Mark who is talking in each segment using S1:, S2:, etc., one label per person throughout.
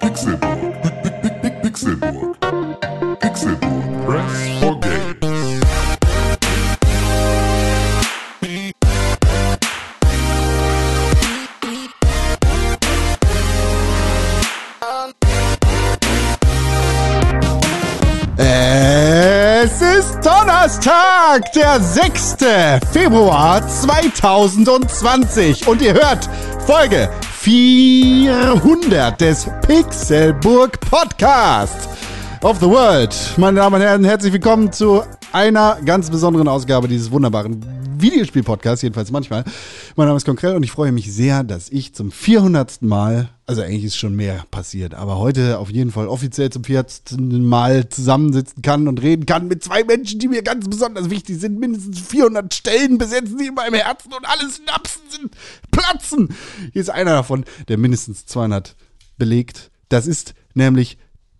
S1: Pixelburg. Pixelburg. Pixelburg. Press for Games.
S2: Es ist Donnerstag, der 6. Februar 2020 und ihr hört Folge 400 des Pixelburg Podcasts of the World. Meine Damen und Herren, herzlich willkommen zu einer ganz besonderen Ausgabe dieses wunderbaren Videospiel-Podcasts, jedenfalls manchmal. Mein Name ist Konkrell und ich freue mich sehr, dass ich zum 400. Mal, also eigentlich ist schon mehr passiert, aber heute auf jeden Fall offiziell zum 400. Mal zusammensitzen kann und reden kann mit zwei Menschen, die mir ganz besonders wichtig sind. Mindestens 400 Stellen besetzen sie in meinem Herzen und alle Synapsen sind platzen. Hier ist einer davon, der mindestens 200 belegt. Das ist nämlich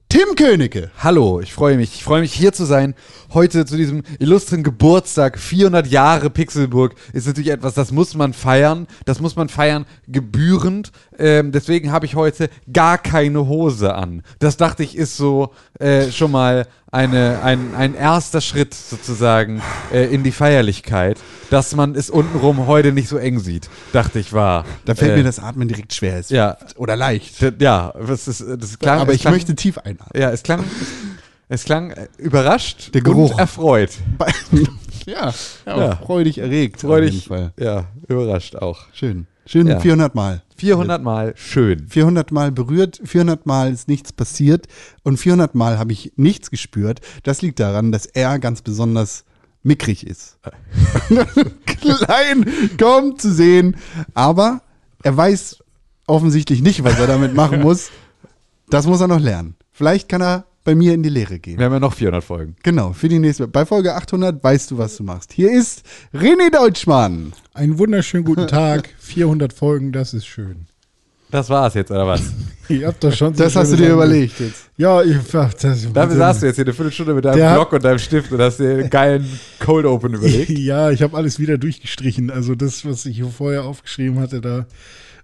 S2: Tim Königke.
S3: Hallo, ich freue mich. Ich freue mich, hier zu sein. Heute zu diesem illustren Geburtstag, 400 Jahre Pixelburg, ist natürlich etwas, das muss man feiern. Das muss man feiern, gebührend. Ähm, deswegen habe ich heute gar keine Hose an. Das dachte ich, ist so äh, schon mal eine, ein, ein erster Schritt sozusagen äh, in die Feierlichkeit, dass man es untenrum heute nicht so eng sieht. Dachte ich war.
S2: Da fällt
S3: äh,
S2: mir das Atmen direkt schwer. Es
S3: ja.
S2: Oder leicht.
S3: d- Ja, das ist, das ist klar.
S2: Aber
S3: es
S2: ich
S3: klang-
S2: möchte tief einatmen.
S3: Ja, es klang, es klang äh, überrascht
S2: Der Geruch.
S3: und erfreut.
S2: ja, ja,
S3: Ja.
S2: freudig erregt. Auf jeden
S3: Freudig,
S2: Fall.
S3: ja, überrascht auch.
S2: Schön. Schön
S3: Ja.
S2: 400 Mal.
S3: 400 Mal schön.
S2: 400 Mal berührt, 400 Mal ist nichts passiert und 400 Mal habe ich nichts gespürt. Das liegt daran, dass er ganz besonders mickrig ist. Klein, kaum zu sehen. Aber er weiß offensichtlich nicht, was er damit machen muss. Das muss er noch lernen. Vielleicht kann er bei mir in die Lehre gehen.
S3: Wir haben ja noch 400 Folgen.
S2: Genau, für die nächste. Bei Folge 800 weißt du, was du machst. Hier ist René Deutschmann.
S4: Einen wunderschönen guten Tag. 400 Folgen, das ist schön.
S3: Das war's jetzt, oder was?
S4: Ihr habt das schon. so
S2: Das hast du
S4: schönes
S2: dir
S4: Angebot.
S2: überlegt jetzt.
S4: Ja, ich ach, das
S3: Dafür saßt du jetzt hier eine Viertelstunde mit deinem
S4: Der hat-
S3: Block und deinem Stift und hast dir einen geilen Cold Open überlegt.
S4: Ja, ich habe alles wieder durchgestrichen. Also das, was ich hier vorher aufgeschrieben hatte, da,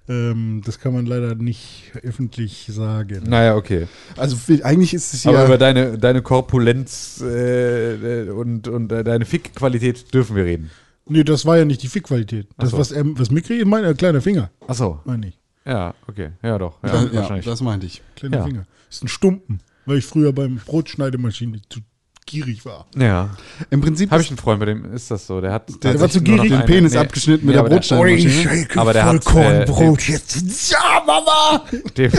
S4: ähm, das kann man leider nicht öffentlich sagen.
S3: Naja, okay.
S2: Also viel- eigentlich ist es
S3: Aber über
S2: ja.
S3: deine, deine Korpulenz äh, äh, und, und äh, deine Fick-Qualität dürfen wir reden.
S4: Nee, das war ja nicht die Fickqualität. Das,
S3: Ach so.
S4: was, ähm, was Mikri meint, äh, kleiner Finger,
S3: Achso.
S4: meine ich.
S3: Ja, okay. Ja, doch. Ja,
S2: Ja, ja,
S3: wahrscheinlich.
S2: das meinte ich.
S4: Kleiner
S3: Ja.
S4: Finger. Ist ein Stumpen, weil ich früher beim Brotschneidemaschine zu gierig war.
S3: ja.
S2: Im Prinzip
S3: Habe ich einen Freund, bei dem ist das so. Der hat.
S2: der
S3: hat
S2: war
S3: sich
S2: zu
S3: nur noch
S2: gierig, den
S3: eine-
S2: Penis abgeschnitten mit der Mhm.
S3: aber
S2: Brotsteinmaschine.
S3: Aber der hat,
S2: äh,
S3: Vollkornbrot
S4: jetzt. Ja, Mama!
S3: Dem,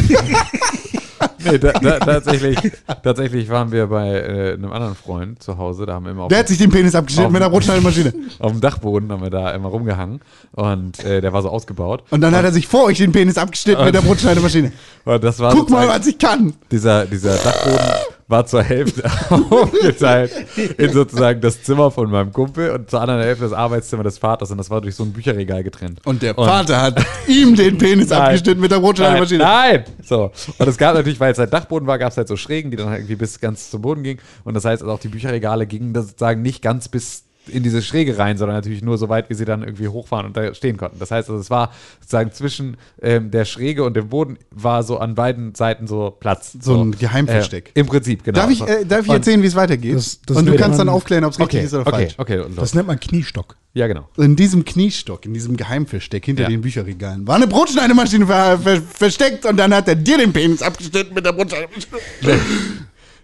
S3: nee, da, da, tatsächlich, tatsächlich waren wir bei äh, einem anderen Freund zu Hause, da haben wir immer auf,
S2: Der hat sich den Penis abgeschnitten
S3: Auf-
S2: mit einer Brotschneidemaschine.
S3: auf dem Dachboden haben wir da immer rumgehangen und äh, der war so ausgebaut.
S2: Und dann hat er sich vor euch den Penis abgeschnitten mit der
S3: Also
S2: Brotschneidemaschine.
S3: Und das war
S2: Guck mal,
S3: sozusagen-
S2: was ich kann.
S3: dieser, dieser Dachboden war zur Hälfte aufgeteilt in sozusagen das Zimmer von meinem Kumpel und zur anderen Hälfte das Arbeitszimmer des Vaters und das war durch so ein Bücherregal getrennt.
S2: Und der Vater hat ihm den Penis
S3: Nein.
S2: abgeschnitten mit der Brotschneidemaschine.
S3: Nein, nein! So. Und es gab natürlich, weil es halt Dachboden war, gab es halt so Schrägen, die dann halt irgendwie bis ganz zum Boden gingen. Und das heißt, also auch die Bücherregale gingen das sozusagen nicht ganz bis in diese Schräge rein, sondern natürlich nur so weit, wie sie dann irgendwie hochfahren und da stehen konnten. Das heißt, also es war sozusagen zwischen ähm, der Schräge und dem Boden war so an beiden Seiten so Platz.
S2: So ein Geheimversteck.
S3: Äh, Im Prinzip, genau.
S2: Darf ich,
S3: So.
S2: äh, darf ich
S3: Und-
S2: erzählen, wie es weitergeht?
S4: Das- das
S2: und du
S4: wird
S2: kannst
S4: man-
S2: dann aufklären, ob es richtig
S3: Okay,
S2: ist oder
S3: okay,
S2: falsch.
S3: okay. Und los.
S4: Das nennt man Kniestock.
S3: Ja, genau.
S2: In diesem Kniestock, in diesem Geheimversteck hinter
S3: Ja.
S2: den Bücherregalen war eine Brotschneidemaschine ver ver versteckt und dann hat er dir den Penis abgeschnitten mit der Brotschneidemaschine.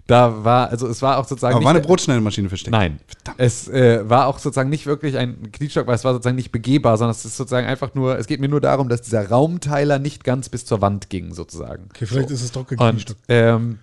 S3: Da war, also es war auch sozusagen.
S2: Aber war
S3: nicht-
S2: eine Brotschneidemaschine versteckt?
S3: Nein. Es äh, war auch sozusagen nicht wirklich ein Kniestock, weil es war sozusagen nicht begehbar, sondern es ist sozusagen einfach nur, es geht mir nur darum, dass dieser Raumteiler nicht ganz bis zur Wand ging, sozusagen.
S4: Okay, vielleicht ist es doch kein
S3: Und,
S4: Kniestock.
S3: ähm,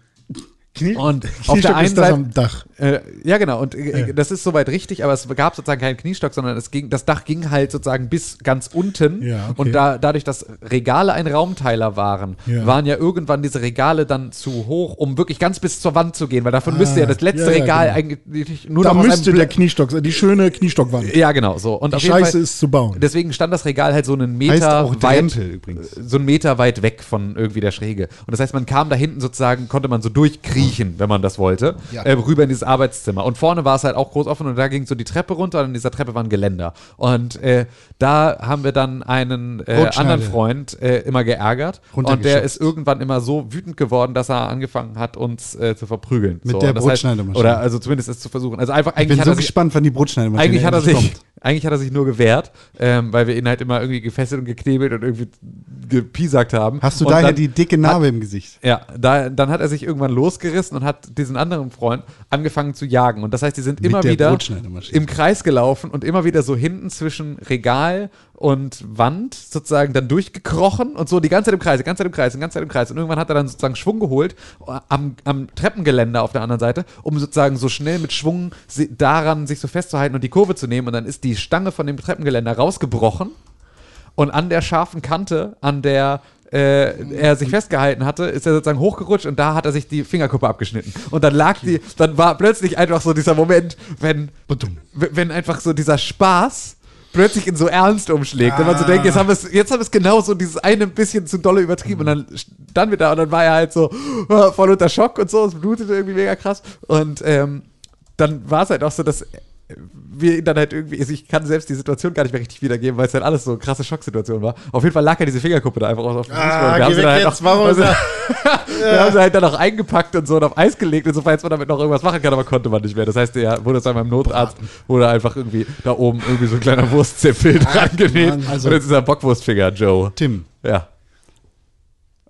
S4: Knie,
S3: Und auf
S4: Kniestock
S3: der einen
S4: ist das
S3: Seite-
S4: am Dach.
S3: äh, ja, genau. Und äh, das ist soweit richtig, aber es gab sozusagen keinen Kniestock, sondern es ging, das Dach ging halt sozusagen bis ganz unten.
S4: Ja, okay.
S3: Und da, dadurch, dass Regale ein Raumteiler waren,
S4: Ja.
S3: waren ja irgendwann diese Regale dann zu hoch, um wirklich ganz bis zur Wand zu gehen, weil davon müsste ja das letzte
S4: Ah, ja, ja,
S3: Regal
S4: genau.
S3: eigentlich nur
S4: Da
S3: noch aus einem
S4: müsste
S3: Bl-
S4: der Kniestock sein, die schöne Kniestockwand.
S3: Ja, genau, so. Und
S4: Die
S3: auf jeden
S4: Scheiße
S3: Fall-
S4: ist zu bauen.
S3: Deswegen stand das Regal halt so einen
S2: Heißt
S3: Meter
S2: auch
S3: weit,
S2: Drempel übrigens.
S3: so einen Meter weit weg von irgendwie der Schräge. Und das heißt, man kam da hinten sozusagen, konnte man so durchkriechen, wenn man das wollte,
S2: Ja.
S3: äh, rüber in dieses Arbeitszimmer. Und vorne war es halt auch groß offen und da ging so die Treppe runter und in dieser Treppe waren Geländer. Und äh, da haben wir dann einen äh,
S2: Rutschneide.
S3: anderen Freund äh, immer geärgert. Und der
S2: Runtergeschubst.
S3: ist irgendwann immer so wütend geworden, dass er angefangen hat, uns äh, zu verprügeln.
S2: Mit
S3: so,
S2: der
S3: und das heißt,
S2: Brotschneidemaschine.
S3: Oder also zumindest es zu versuchen. Also einfach
S2: Ich
S3: eigentlich
S2: bin
S3: hat
S2: so
S3: er sich
S2: gespannt, wann die Brotschneidemaschine
S3: eigentlich hat er
S2: endlich
S3: sich,
S2: kommt.
S3: eigentlich hat er sich nur gewehrt, ähm, weil wir ihn halt immer irgendwie gefesselt und geknebelt und irgendwie gepiesackt haben.
S2: Hast du
S3: und
S2: daher
S3: dann-
S2: die dicke Narbe im Gesicht?
S3: Ja, da, dann hat er sich irgendwann losgerissen und hat diesen anderen Freund angefangen zu jagen. Und das heißt, die sind
S2: Mit
S3: immer
S2: der
S3: wieder
S2: Brotschneidemaschine.
S3: im Kreis gelaufen und immer wieder so hinten zwischen Regal und Wand sozusagen dann durchgekrochen und so die ganze Zeit im Kreis, die ganze Zeit im Kreis, die ganze Zeit im Kreis. Und irgendwann hat er dann sozusagen Schwung geholt äh, am, am Treppengeländer auf der anderen Seite, um sozusagen so schnell mit Schwung si- daran sich so festzuhalten und die Kurve zu nehmen. Und dann ist die Stange von dem Treppengeländer rausgebrochen und an der scharfen Kante, an der äh, er sich festgehalten hatte, ist er sozusagen hochgerutscht und da hat er sich die Fingerkuppe abgeschnitten. Und dann lag die, dann war plötzlich einfach so dieser Moment, wenn, w- wenn einfach so dieser Spaß plötzlich in so Ernst umschlägt. Wenn man so denkt, jetzt haben wir es, jetzt haben wir es genau so dieses eine bisschen zu dolle übertrieben und dann standen wir da und dann war er halt so äh, voll unter Schock und so, es blutete irgendwie mega krass. Und ähm, dann war es halt auch so, dass wir ihn dann halt irgendwie, also ich kann selbst die Situation gar nicht mehr richtig wiedergeben, weil es halt alles so eine krasse Schocksituation war. Auf jeden Fall lag ja diese Fingerkuppe da einfach auf dem
S4: Ah,
S3: Fußboden.
S4: geh
S3: haben sie
S4: weg
S3: dann
S4: jetzt, warum
S3: also,
S4: ist er-
S3: wir haben sie halt dann auch eingepackt und so und auf Eis gelegt und so, falls man damit noch irgendwas machen kann, aber konnte man nicht mehr. Das heißt, er wurde dann beim Notarzt, wurde einfach irgendwie da oben irgendwie so ein kleiner Wurstzipfel dran genäht.
S2: Mann, also-
S3: und jetzt ist er Bockwurstfinger, Joe.
S2: Tim,
S3: Ja.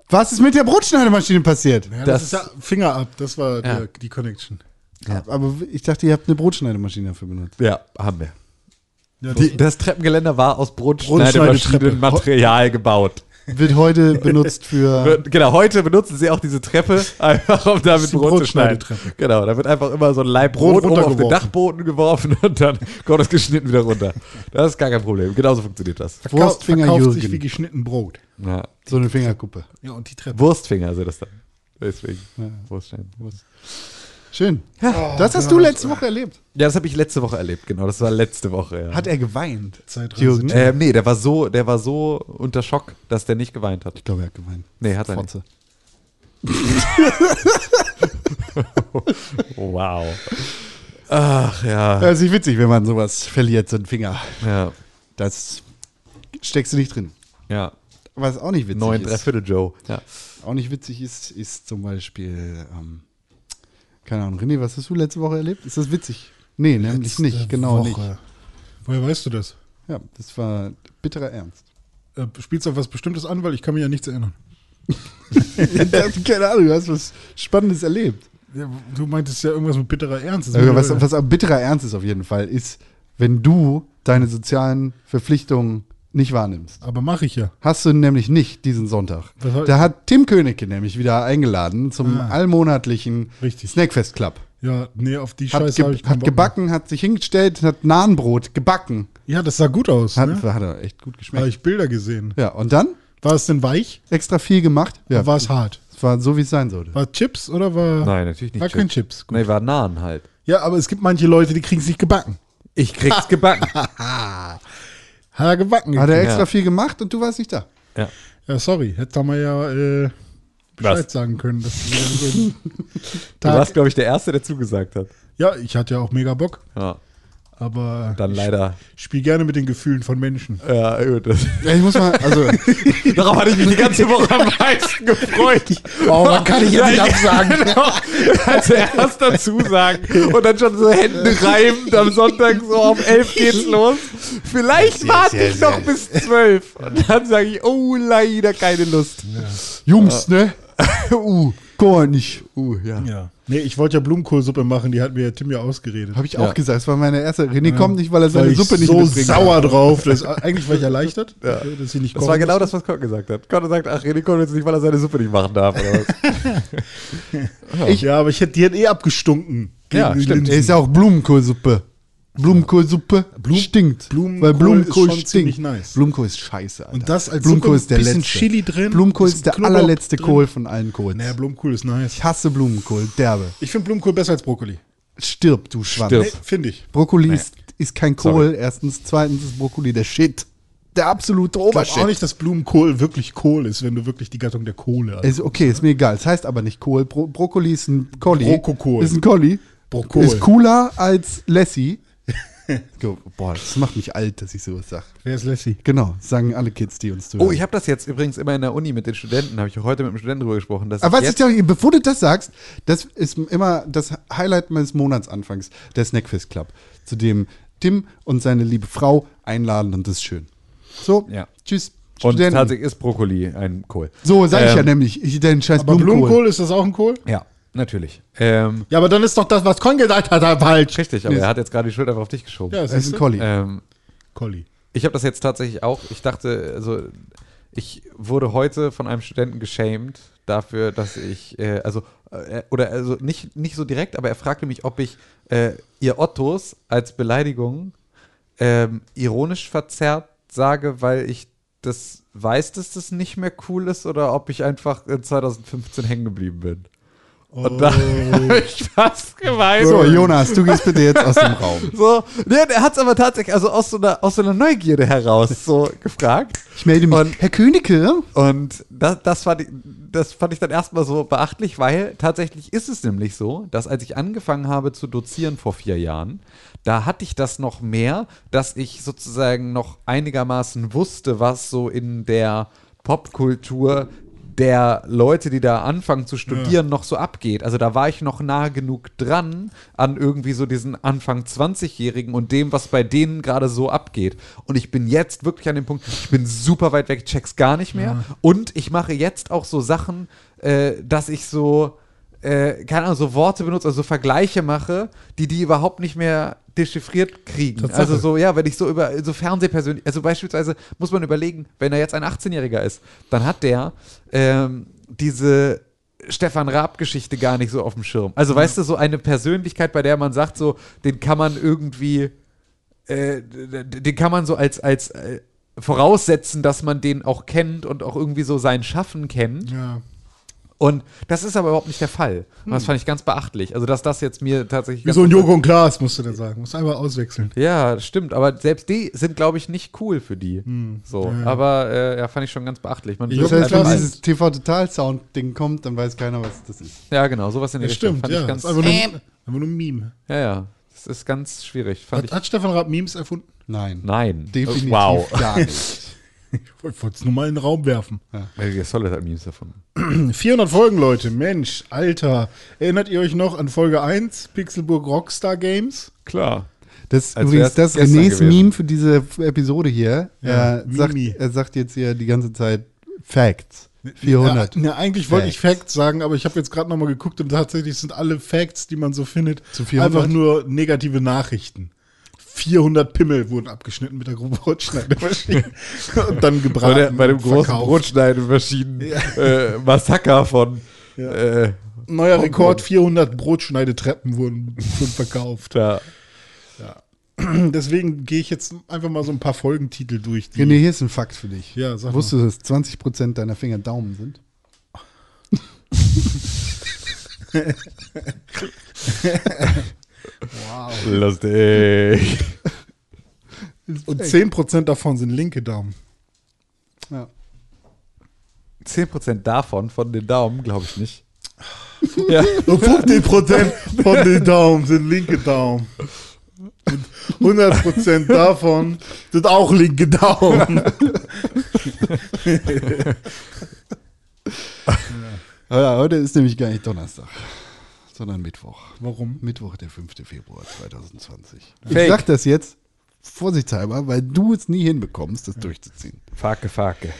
S2: was ist mit der Brotschneidemaschine passiert?
S4: Ja,
S3: Das-
S4: das, ist ja Finger ab, das war
S3: Ja.
S4: der, die Connection.
S2: Aber ich dachte, ihr habt eine Brotschneidemaschine dafür benutzt.
S3: Ja, haben wir.
S4: Ja,
S3: Die, das Treppengeländer war aus Brotschneidemaschinenmaterial gebaut.
S2: Wird heute benutzt für.
S3: Wird- Genau, heute benutzen sie auch diese Treppe, einfach um damit
S4: die
S3: Brot zu schneiden.
S4: Brotschneidetreppe.
S3: Genau, da wird einfach immer so ein Leib
S4: Brot
S3: Brot oben auf den
S4: runtergeworfen.
S3: Dachboden geworfen und dann kommt das geschnitten wieder runter. Das ist gar kein Problem. Genauso funktioniert das.
S4: Verkau-
S2: Wurstfinger
S4: verkauft sich
S2: Jürgen.
S4: wie geschnitten Brot.
S3: Ja.
S2: So eine Fingerkuppe.
S4: Ja, und die Treppe.
S3: Wurstfinger sind das dann. Deswegen. Wurststein. Wurst.
S2: Schön. das hast du letzte Woche erlebt.
S3: Ja, das habe ich letzte Woche erlebt, genau. Das war letzte Woche. Ja.
S2: Hat er geweint?
S4: Zeitreise.
S2: Jürgen? Ich
S3: ähm, nee, der war so, der war so unter Schock, dass der nicht geweint hat.
S2: glaube, er hat geweint.
S3: Nee, hat er nicht.
S2: Fotze.
S3: Oh, Wow. Ach ja.
S2: Ja, ist nicht witzig, wenn man sowas verliert, so einen Finger.
S3: Ja.
S2: Das steckst du nicht drin.
S3: Ja.
S2: Was auch nicht witzig
S3: Neun
S2: ist.
S3: Dreiviertel Joe. Ja.
S2: Auch nicht witzig ist, ist zum Beispiel, ähm, keine Ahnung, René, was hast du letzte Woche erlebt? Ist das witzig? Nee, nämlich
S4: Letzte
S2: nicht, genau
S4: äh, Woche.
S2: nicht.
S4: Woher weißt du das?
S2: Ja, das war bitterer Ernst.
S4: Äh, spielst du auf was Bestimmtes an, weil ich kann mich ja nichts erinnern.
S2: keine Ahnung, du hast was Spannendes erlebt.
S4: Ja, du meintest ja irgendwas mit bitterer Ernst. Das ist
S2: Aber
S4: mir-
S2: Äh, was, was auch bitterer Ernst ist auf jeden Fall, ist, wenn du deine sozialen Verpflichtungen nicht wahrnimmst.
S4: aber mache ich ja.
S2: Hast du nämlich nicht diesen Sonntag.
S4: Was soll-
S2: Da hat Tim Königke nämlich wieder eingeladen zum
S4: Ah.
S2: allmonatlichen
S4: Richtig.
S2: Snackfest Club.
S4: Ja, nee, auf die
S2: Hat,
S4: Scheiße
S2: ge
S4: habe ich keinen
S2: hat
S4: Bock mehr.
S2: gebacken, hat sich hingestellt, hat Nahenbrot gebacken.
S4: Ja, das sah gut aus.
S2: Hat,
S4: ne?
S2: hat er echt gut
S4: Habe
S2: geschmeckt.
S4: ich Bilder gesehen.
S2: Ja, und dann
S4: War es denn weich?
S2: extra viel gemacht. Ja,
S4: Oder war es hart?
S2: es war so, wie es sein sollte.
S4: War es Chips oder war.
S3: Nein, natürlich nicht.
S4: War kein Chips.
S3: Nee, war Nahen halt.
S4: Ja, aber es gibt manche Leute, die kriegen es nicht gebacken.
S3: Ich krieg's gebacken.
S4: Hat er gebacken.
S2: Hat er
S3: Ja.
S2: extra viel gemacht und du warst nicht da.
S3: ja.
S4: ja, sorry. Hätte er mal ja äh, Bescheid
S3: Was?
S4: sagen können. Dass wir so einen
S3: Du
S4: Tag-
S3: warst, glaube ich, der Erste, der zugesagt hat.
S4: ja, ich hatte ja auch mega Bock.
S3: Ja.
S4: Aber
S3: Dann leider.
S4: ich spiel gerne mit den Gefühlen von Menschen.
S3: Ja, gut. Das,
S2: Ja, ich muss mal, also,
S3: darauf hatte ich mich die ganze Woche am meisten gefreut.
S4: Oh, man kann ich jetzt nicht
S3: Ja,
S4: absagen.
S3: Genau. Als erster zusagen und dann schon so Hände reibend am Sonntag so auf elf geht's los. Vielleicht warte ich noch bis zwölf. Und dann sage ich, oh, leider keine Lust.
S2: Jungs, ne? uh, guck mal nicht. Uh, ja.
S4: Ja. Nee, ich wollte ja Blumenkohlsuppe machen, die hat mir Tim ja ausgeredet.
S2: Habe ich auch gesagt, es war meine erste. René kommt nicht, weil er
S4: Weil
S2: seine
S4: ich
S2: Suppe nicht
S4: so
S2: mitbringen
S4: sauer drauf. Dass, äh, eigentlich war ich erleichtert, dass ich nicht
S3: Das war genau das, was Con gesagt hat. Con sagt, ach, René kommt jetzt nicht, weil er seine Suppe nicht machen darf. Oder was?
S4: ich, Ja, aber ich hätte die hätten eh abgestunken.
S3: Ja,
S4: Gegen die
S3: stimmt.
S2: Er
S4: Linsen.
S2: ist ja auch Blumenkohlsuppe. Blumenkohlsuppe
S4: Blum-
S2: stinkt.
S4: Blumenkohl
S2: weil Blumenkohl
S4: ist schon
S2: stinkt.
S4: ziemlich nice.
S2: Blumenkohl ist scheiße. Alter.
S4: Und das als
S2: Blumenkohl
S4: Suppe,
S2: ist der
S4: bisschen
S2: letzte.
S4: Chili drin,
S2: Blumenkohl
S4: bisschen
S2: ist der
S4: Knoblauch
S2: allerletzte
S4: drin.
S2: Kohl von allen Kohlen.
S4: Naja, Blumenkohl ist nice.
S2: ich hasse Blumenkohl, derbe.
S4: Ich finde Blumenkohl besser als Brokkoli.
S2: Stirb, du Schwanz.
S3: Stirb.
S4: Nee, finde ich.
S2: Brokkoli ist, ist kein Kohl, erstens. Zweitens ist Brokkoli der Shit. Der absolute
S4: Ich glaube auch
S2: Obershit.
S4: nicht, dass Blumenkohl wirklich Kohl ist, wenn du wirklich die Gattung der Kohle hast.
S2: Ist okay, ist mir egal. Es heißt aber nicht Kohl. Bro Brokkoli ist ein Colli.
S4: Brokokohl.
S2: Ist ein Colli.
S4: Brokkol.
S2: Ist cooler als Lassie. Go- Boah, das macht mich alt, dass ich sowas sage.
S4: Wer ist Lassie?
S2: Genau, sagen alle Kids, die uns zuhören.
S3: Oh, ich habe das jetzt übrigens immer in der Uni mit den Studenten, habe ich auch heute mit dem Studenten drüber gesprochen. Dass
S2: Aber was
S3: ich
S2: ich dir, bevor du das sagst, das ist immer das Highlight meines Monatsanfangs, der Snackfest Club, zu dem Tim und seine liebe Frau einladen und das ist schön. So,
S3: Ja.
S2: tschüss.
S3: und
S2: Studenten.
S3: tatsächlich ist Brokkoli ein Kohl.
S2: so, sag ich ja
S3: Ähm,
S2: nämlich, ich, den scheiß
S4: Aber
S2: Blumenkohl.
S4: Blumenkohl, ist das auch ein Kohl?
S3: Ja, natürlich. Ähm,
S4: Ja, aber dann ist doch das, was Con gesagt hat, halt falsch.
S3: richtig, aber
S2: Nee,
S3: er hat jetzt gerade die Schuld einfach auf dich geschoben.
S4: Ja,
S2: Das ist ein Collie.
S3: Ähm,
S4: Colli.
S3: Ich habe das jetzt tatsächlich auch. Ich dachte, also ich wurde heute von einem Studenten geschämt dafür, dass ich, äh, also, äh, oder also nicht, nicht so direkt, aber er fragte mich, ob ich äh, ihr Ottos als Beleidigung ähm, ironisch verzerrt sage, weil ich das weiß, dass das nicht mehr cool ist oder ob ich einfach in 2015 hängen geblieben bin. Und da habe ich fast geweint.
S2: so, Jonas, du gehst bitte jetzt aus dem Raum.
S3: So, nee, er hat es aber tatsächlich, also aus so, einer, aus so einer Neugierde heraus so gefragt.
S2: Ich melde mich.
S3: Und-
S2: Herr Königke?
S3: Und das, das, fand, ich, das fand ich dann erstmal so beachtlich, weil tatsächlich ist es nämlich so, dass als ich angefangen habe zu dozieren vor vier Jahren, da hatte ich das noch mehr, dass ich sozusagen noch einigermaßen wusste, was so in der Popkultur der Leute, die da anfangen zu studieren, noch so abgeht. Also da war ich noch nah genug dran an irgendwie so diesen Anfang 20-Jährigen und dem, was bei denen gerade so abgeht. Und ich bin jetzt wirklich an dem Punkt, ich bin super weit weg, check's gar nicht mehr. Und ich mache jetzt auch so Sachen, äh, dass ich so, äh, keine Ahnung, so Worte benutze, also so Vergleiche mache, die die überhaupt nicht mehr dechiffriert kriegen.
S4: Tatsache.
S3: Also so, ja, wenn ich so über so Fernsehpersönlich, also beispielsweise muss man überlegen, wenn er jetzt ein 18-Jähriger ist, dann hat der ähm, diese Stefan Raab-Geschichte gar nicht so auf dem Schirm. Also weißt du, so eine Persönlichkeit, bei der man sagt, so, den kann man irgendwie, äh, d- d- den kann man so als, als äh, voraussetzen, dass man den auch kennt und auch irgendwie so sein Schaffen kennt.
S4: Ja.
S3: Und das ist aber überhaupt nicht der Fall. Und das fand ich ganz beachtlich. Also, dass das jetzt mir tatsächlich.
S4: Hm. Wie so ein Joghurt und Glas, musst du da sagen. Musst einfach auswechseln.
S3: Ja, stimmt. Aber selbst die sind, glaube ich, nicht cool für die. So. Aber äh, ja, fand ich schon ganz beachtlich. Man
S4: Hm. Ich
S2: Das
S3: wird
S2: heißt,
S3: halt
S2: wenn
S4: Nein.
S2: dieses TV-Total-Sound-Ding kommt, dann weiß keiner, was das ist.
S3: ja, genau, sowas in der
S4: Ja,
S3: Richtung.
S4: stimmt,
S3: fand
S4: ja.
S3: ich ganz,
S4: Ist einfach, nur, einfach nur ein Meme.
S3: ja, ja. Das ist ganz schwierig. Fand
S4: Hat,
S3: ich.
S4: hat Stefan Raab Memes erfunden?
S2: Nein.
S3: Nein.
S2: Definitiv
S3: Äh, Wow.
S2: gar nicht.
S4: Ich wollte es nur mal in den Raum werfen. Hm,
S3: Metal Solid hat Memes davon.
S4: 400 Folgen, Leute. Mensch, Alter. Erinnert ihr euch noch an Folge 1? Pixelburg Rockstar Games?
S3: Klar.
S2: Das ist
S3: Als
S2: übrigens
S3: wär's
S2: das
S3: gestern
S2: Renés
S3: gewesen.
S2: Meme für diese F- Episode hier.
S4: Ja,
S2: er, sagt,
S4: Mimi.
S2: er sagt jetzt hier die ganze Zeit Facts. 400.
S4: Ja, ne, eigentlich wollte ich
S2: Facts.
S4: Facts sagen, aber ich habe jetzt gerade nochmal geguckt und tatsächlich sind alle Facts, die man so findet,
S2: Zu 400?
S4: einfach nur negative Nachrichten. 400 Pimmel wurden abgeschnitten mit der groben Brotschneidemaschine und dann gebraten. und verkauft.
S3: Brotschneidemaschinen-Massaker äh, von. Äh,
S4: Neuer
S2: Oh
S4: Rekord, 400 Brotschneidetreppen wurden wurden verkauft.
S3: da.
S4: Deswegen gehe ich jetzt einfach mal so ein paar Folgentitel durch. die-
S2: René, hier ist ein Fakt für dich.
S4: Ja, sag mal.
S2: Wusstest du, dass 20% deiner Finger Daumen sind?
S3: Lustig.
S4: Und 10% davon sind linke Daumen.
S2: Ja.
S3: 10% davon, von den Daumen, glaube ich nicht. ja.
S4: 50% von den Daumen sind linke Daumen. Und 100% davon sind auch linke Daumen.
S2: Ja, heute ist nämlich gar nicht Donnerstag, sondern Mittwoch.
S4: Warum?
S2: Mittwoch, der 5. Februar 2020. Ich
S3: Fake.
S2: sag das jetzt vorsichtshalber, weil du es nie hinbekommst, das durchzuziehen.
S3: Fake, fake.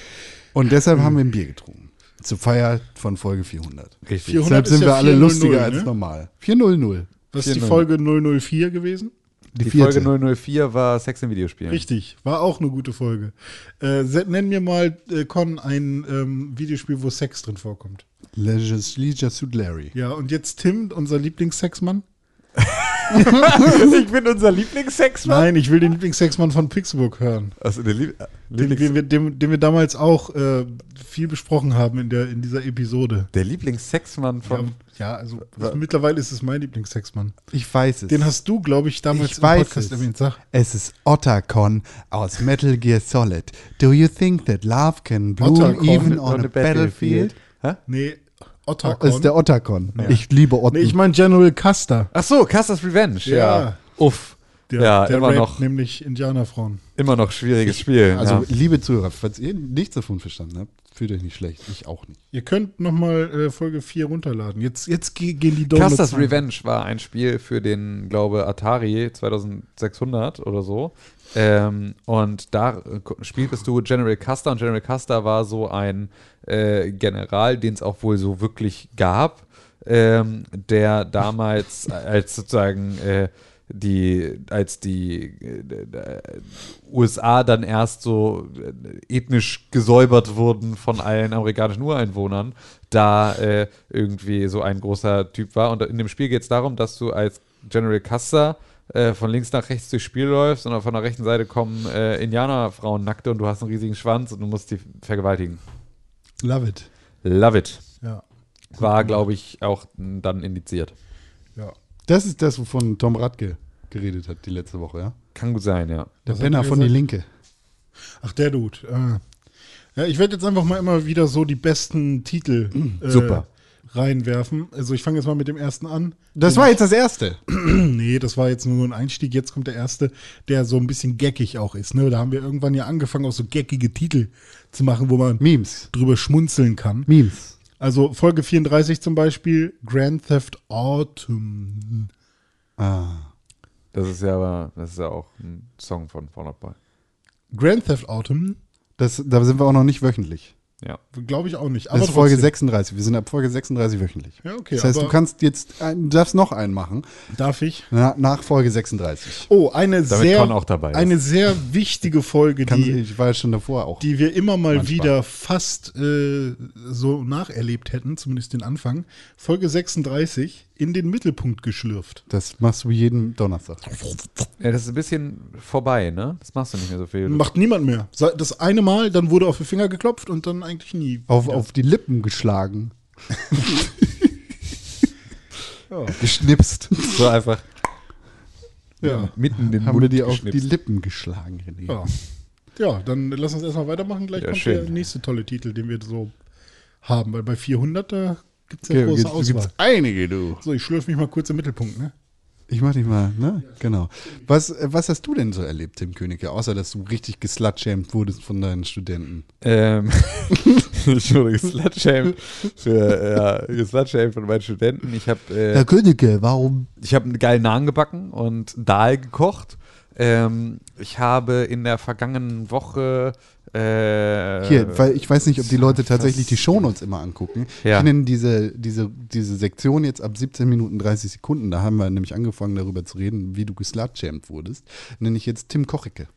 S2: Und deshalb haben wir ein Bier getrunken. Zur Feier von Folge 400.
S3: Richtig.
S4: 400
S2: Deshalb
S4: ist
S2: sind
S4: ja
S2: wir alle
S4: 400,
S2: lustiger
S4: ne?
S2: als normal. 400.
S4: Das ist die
S3: 4-0.
S4: Folge 004 gewesen.
S2: Die,
S3: Die
S2: vierte.
S3: Folge 004 war Sex in Videospielen.
S4: Richtig, war auch eine gute Folge. Äh, se- nenn mir mal, äh, Con, ein ähm, Videospiel, wo Sex drin vorkommt.
S2: Legislature Suit Larry.
S4: Ja, und jetzt Tim, unser Lieblingssexmann.
S3: ich bin unser Lieblingssexmann.
S4: Nein, ich will den Lieblingssexmann von Pixburg hören.
S3: Also der Lieb
S4: Den,
S3: Lieblings
S4: den, wir, den, den wir damals auch äh, viel besprochen haben in, der, in dieser Episode.
S3: der Lieblingssexmann von.
S4: Ja, also das, mittlerweile ist es mein Lieblingssexmann.
S2: Ich weiß es.
S4: Den hast du, glaube ich, damals
S2: Ich weiß es.
S4: erwähnt. Sag.
S2: es ist Ottercon aus Metal Gear Solid. Do you think that love can bloom
S4: Ottercon
S2: even on, a battlefield? Oh,
S3: Hä?
S4: Nee, Ottercon.
S2: Ist der Ottercon. Ich liebe Otten.
S4: nee, ich meine General Custer.
S3: Ach so, Custer's Revenge.
S4: Ja.
S3: Uff. ja,
S4: der
S3: immer
S4: raped
S3: noch,
S4: nämlich Indianerfrauen.
S3: immer noch schwieriges Spiel.
S2: also,
S3: ja.
S2: liebe Zuhörer, falls ihr nichts davon verstanden habt, fühlt euch nicht schlecht. Ich auch nicht.
S4: Ihr könnt nochmal äh, Folge 4 runterladen. Jetzt, jetzt ge- gehen die Donuts.
S3: Custer's
S4: an.
S3: Revenge war ein Spiel für den, glaube Atari 2600 oder so. Ähm, und da äh, ko- spieltest du General Custer und General Custer war so ein äh, General, den es auch wohl so wirklich gab, ähm, der damals äh, als sozusagen äh, die, als die äh, USA dann erst so äh, ethnisch gesäubert wurden von allen amerikanischen Ureinwohnern, da äh, irgendwie so ein großer Typ war. Und in dem Spiel geht es darum, dass du als General Custer äh, von links nach rechts durchs Spiel läufst und von der rechten Seite kommen äh, Indianerfrauen nackte und du hast einen riesigen Schwanz und du musst die vergewaltigen.
S4: Love it.
S3: Love it.
S4: Ja.
S3: War, glaube ich, auch m, dann indiziert.
S4: ja.
S2: Das ist das, wovon Tom Radke geredet hat die letzte Woche, ja?
S3: Kann gut sein, ja.
S2: Der
S4: Was hat
S2: Penner
S4: er
S2: von Die
S4: gesagt?
S2: Linke.
S4: Ach, der Dude. Ah. Ja, ich werde jetzt einfach mal immer wieder so die besten Titel äh,
S3: super.
S4: reinwerfen. Also ich fange jetzt mal mit dem ersten an.
S2: Das war jetzt das Erste.
S4: Nee, das war jetzt nur ein Einstieg. Jetzt kommt der erste, der so ein bisschen geckig auch ist. Ne? Da haben wir irgendwann ja angefangen, auch so geckige Titel zu machen, wo man
S2: Memes.
S4: drüber schmunzeln kann.
S2: Memes.
S4: Also Folge 34 zum Beispiel, Grand Theft Autumn.
S3: Das ist ja aber, das ist ja auch ein Song von Fallout Boy.
S4: Grand Theft Autumn,
S2: Das, da sind wir auch noch nicht wöchentlich.
S3: Ja.
S4: glaube ich auch nicht.
S2: Das ist Folge
S4: trotzdem.
S2: 36. Wir sind ab Folge 36 wöchentlich.
S4: Ja, okay,
S2: Das heißt,
S4: aber-
S2: du kannst jetzt, ein- du darfst noch einen machen.
S4: Darf ich?
S2: Na, nach Folge 36.
S4: Oh, eine
S3: Damit
S4: sehr,
S3: Con auch dabei ist.
S4: eine sehr wichtige Folge,
S2: Kann,
S4: die,
S2: ich war ja schon davor auch.
S4: die wir immer mal
S2: Manchmal.
S4: wieder fast äh, so nacherlebt hätten, zumindest den Anfang. Folge 36, in den Mittelpunkt geschlürft.
S2: Das machst du jeden Donnerstag.
S3: Ja, das ist ein bisschen vorbei, ne? Das machst du nicht mehr so viel.
S4: Macht niemand mehr. Seit- Das eine Mal, dann wurde auf die Finger geklopft und dann eigentlich nie.
S2: Auf,
S4: wieder.
S2: auf die Lippen geschlagen.
S3: geschnipst. So einfach
S4: Ja.
S3: mitten in den
S2: Haben wir
S3: Mund
S2: dir auf die
S3: geschnipst.
S2: Lippen geschlagen, René.
S4: Ja. ja, dann lass uns erstmal weitermachen. Gleich
S3: Ja,
S4: kommt
S3: schön.
S4: der nächste tolle Titel, den wir so haben. Weil bei 400, da gibt es ja
S2: Okay,
S4: große
S2: jetzt
S4: Auswahl.
S2: gibt's einige, du.
S4: So, ich schlürfe mich mal kurz im Mittelpunkt, ne?
S2: Ich mach dich mal, ne? Genau. Was, äh, was hast du denn so erlebt, Tim Königke? Außer, dass du richtig geslutshamed wurdest von deinen Studenten.
S3: Ähm, ich wurde geslutshamed für äh, geslutshamed von meinen Studenten. Ich habe äh,
S2: Königke, warum?
S3: ich habe einen geilen Nahen gebacken und Dahl gekocht. Ähm, ich habe in der vergangenen Woche äh,
S2: Hier, weil ich weiß nicht, ob die Leute tatsächlich die Shownotes immer angucken.
S3: Ja.
S2: Ich nenne diese, diese, diese Sektion jetzt ab 17 Minuten 30 Sekunden, da haben wir nämlich angefangen darüber zu reden, wie du geslutshamed wurdest, nenne ich jetzt Tim Kochicke.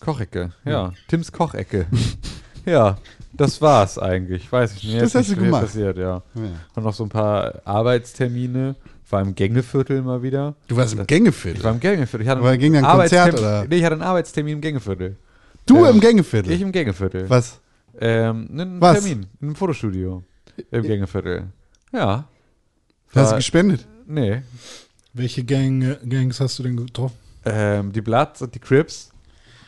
S3: Kochecke, ja, Tims Kochecke. ja, das war's eigentlich. Weiß ich nicht.
S2: Das hast
S3: nicht
S2: du
S3: viel
S2: gemacht.
S3: Passiert, ja.
S2: Ja.
S3: Und noch so ein paar Arbeitstermine. War im Gängeviertel mal wieder.
S2: Du warst im
S3: Ich
S2: Gängeviertel.
S3: war im Gängeviertel. Ich hatte
S2: Aber
S3: einen
S2: ging ein Konzert,
S3: Arbeitstermin-
S2: oder?
S3: Nee, ich hatte einen Arbeitstermin im Gängeviertel.
S2: Du
S3: Ja.
S2: im Gängeviertel.
S3: Ich im Gängeviertel.
S2: Was?
S3: Ähm, einen
S2: Was?
S3: Termin. In einem Fotostudio. Im Gängeviertel. Ja.
S2: Hast du
S3: War-
S2: gespendet?
S3: Nee.
S4: Welche Gang, äh, Gangs hast du denn getroffen?
S3: Ähm, die Bloods und die Crips.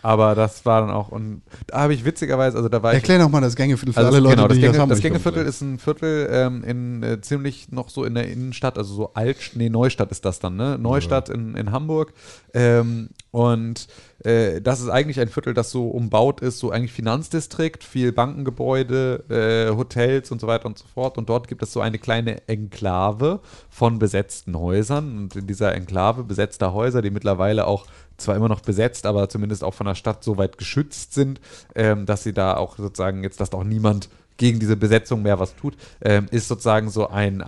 S3: Aber das war dann auch. Und da habe ich witzigerweise, also da war ich.
S2: Erklär nochmal das Gängeviertel für
S3: Also
S2: alle Leute,
S3: genau, das,
S2: die
S3: Gänge,
S2: haben.
S3: das Gängeviertel ist ein Viertel ähm, in äh, ziemlich noch so in der Innenstadt, also so alt, nee, Neustadt ist das dann, ne? Neustadt in, in Hamburg. Ähm, und äh, das ist eigentlich ein Viertel, das so umbaut ist, so eigentlich Finanzdistrikt, viel Bankengebäude, äh, Hotels und so weiter und so fort. Und dort gibt es so eine kleine Enklave von besetzten Häusern. Und in dieser Enklave besetzter Häuser, die mittlerweile auch zwar immer noch besetzt, aber zumindest auch von der Stadt so weit geschützt sind, ähm, dass sie da auch sozusagen jetzt, dass auch niemand gegen diese Besetzung mehr was tut, ähm, ist sozusagen so ein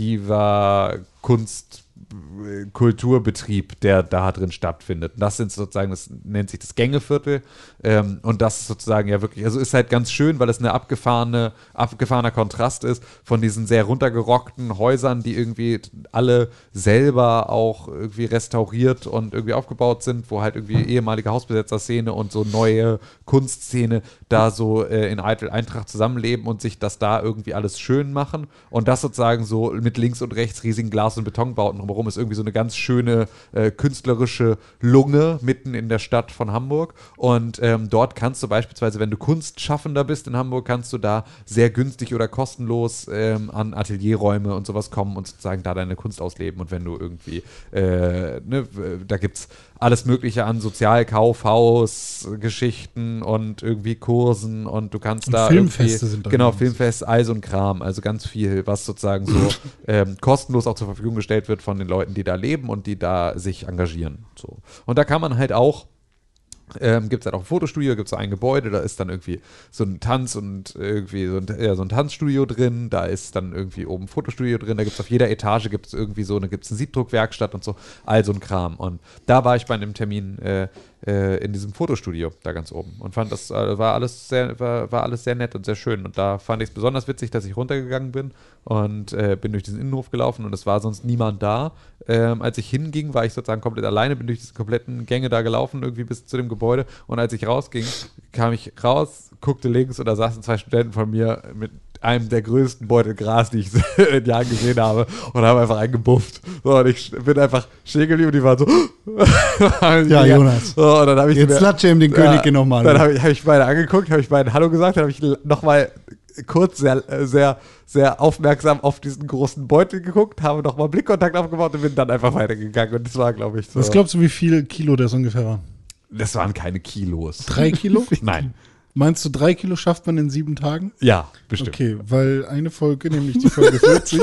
S3: alternativer Kunst- äh, Kulturbetrieb, der da drin stattfindet. Und Das sind sozusagen, das nennt sich das Gängeviertel. Ähm, und das ist sozusagen ja wirklich, also ist halt ganz schön, weil es eine abgefahrene, abgefahrener Kontrast ist von diesen sehr runtergerockten Häusern, die irgendwie alle selber auch irgendwie restauriert und irgendwie aufgebaut sind, wo halt irgendwie ehemalige Hausbesetzer-Szene und so neue Kunstszene da so äh, in Eitel Eintracht zusammenleben und sich das da irgendwie alles schön machen und das sozusagen so mit links und rechts riesigen Glas- und Betonbauten drumherum ist irgendwie so eine ganz schöne äh, künstlerische Lunge mitten in der Stadt von Hamburg. Und ähm, dort kannst du beispielsweise, wenn du Kunstschaffender bist in Hamburg, kannst du da sehr günstig oder kostenlos ähm, an Atelierräume und sowas kommen und sozusagen da deine Kunst ausleben. Und wenn du irgendwie, äh, ne, w- da gibt's alles Mögliche an Sozialkaufhaus, Geschichten und irgendwie Kursen und du kannst da irgendwie,
S4: Filmfeste sind da
S3: genau
S4: übrigens.
S3: Filmfest, Eis und Kram, also ganz viel, was sozusagen so ähm, kostenlos auch zur Verfügung gestellt wird von den Leuten, die da leben und die da sich engagieren. So und da kann man halt auch ähm, gibt es halt auch ein Fotostudio, gibt es ein Gebäude, da ist dann irgendwie so ein Tanz und irgendwie so ein, ja, so ein Tanzstudio drin, da ist dann irgendwie oben ein Fotostudio drin, da gibt es auf jeder Etage gibt es irgendwie so, da gibt es eine Siebdruckwerkstatt und so, all so ein Kram. Und da war ich bei einem Termin äh, äh, in diesem Fotostudio da ganz oben und fand das äh, war alles sehr, war, war alles sehr nett und sehr schön. Und da fand ich es besonders witzig, dass ich runtergegangen bin und äh, bin durch diesen Innenhof gelaufen und es war sonst niemand da. Ähm, als ich hinging, war ich sozusagen komplett alleine, bin durch diese kompletten Gänge da gelaufen, irgendwie bis zu dem Gebäude. Und als ich rausging, kam ich raus, guckte links und da saßen zwei Studenten von mir mit einem der größten Beutel Gras, die ich in Jahren gesehen habe, und haben einfach eingebufft. So, und ich bin einfach stehen geblieben und die waren so.
S2: Ja, Jonas.
S3: So, und dann hab ich
S2: Jetzt
S3: mir-
S2: slutschämen den König hier nochmal.
S3: Dann habe ich, hab ich beide angeguckt, habe ich beiden Hallo gesagt, habe ich nochmal kurz sehr, äh, sehr, sehr aufmerksam auf diesen großen Beutel geguckt, habe nochmal Blickkontakt aufgebaut und bin dann einfach weitergegangen. Und das war, glaube ich, so.
S4: Was glaubst du, wie viel Kilo das ungefähr war?
S3: das waren keine Kilos.
S4: Drei Kilo?
S3: Nein.
S4: Meinst du, drei Kilo schafft man in sieben Tagen?
S3: Ja, bestimmt.
S4: Okay, weil eine Folge, nämlich die Folge 40,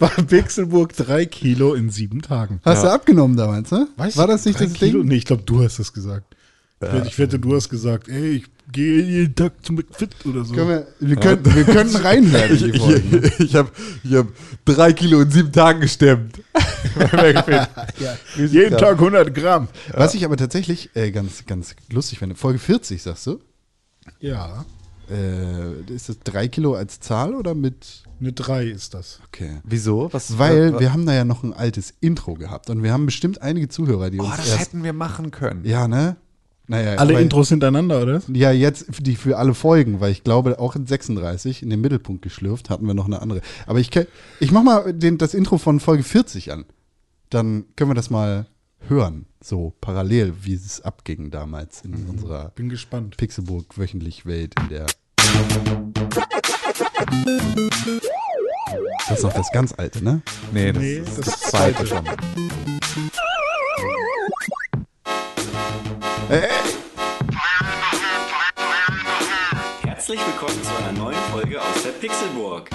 S4: war Pixelburg drei Kilo in sieben Tagen.
S2: Hast du abgenommen damals, ne? War das nicht
S4: drei
S2: das
S4: Kilo?
S2: Ding?
S4: Nee, ich glaube, du hast das gesagt. Ich wette- ich wette, du hast gesagt, ey, ich gehe jeden Tag zum McFit oder so.
S2: Können wir, wir, können, wir könnten reinwerfen,
S3: Ich,
S2: die
S3: ich,
S2: Folgen.
S3: ich, ich habe ich hab drei Kilo in sieben Tagen gestemmt.
S4: jeden Tag 100 Gramm.
S2: Was ich aber tatsächlich äh, ganz, ganz lustig finde, Folge 40, sagst du?
S4: Ja,
S2: Äh, ist das 3 Kilo als Zahl oder mit.
S4: eine drei ist das.
S2: Okay.
S3: Wieso? Was,
S2: Weil wir haben da ja noch ein altes Intro gehabt und wir haben bestimmt einige Zuhörer, die
S3: Oh,
S2: uns
S3: das
S2: erst.
S3: hätten wir machen können.
S2: Ja, ne? Naja,
S4: Alle
S2: aber-
S4: Intros hintereinander, oder?
S2: Ja, jetzt für die für alle Folgen, weil ich glaube, auch in 36 in den Mittelpunkt geschlürft hatten wir noch eine andere. Aber ich, ke- ich mach mal den, das Intro von Folge 40 an. Dann können wir das mal hören, so parallel, wie es abging damals in unserer
S4: Bin gespannt.
S2: Pixelburg wöchentlich Welt, in der. Das ist noch das ganz alte, ne?
S3: Nee,
S4: Nee, das ist das
S3: zweite
S4: zweite.
S3: schon.
S5: Herzlich willkommen zu einer neuen Folge aus der Pixelburg.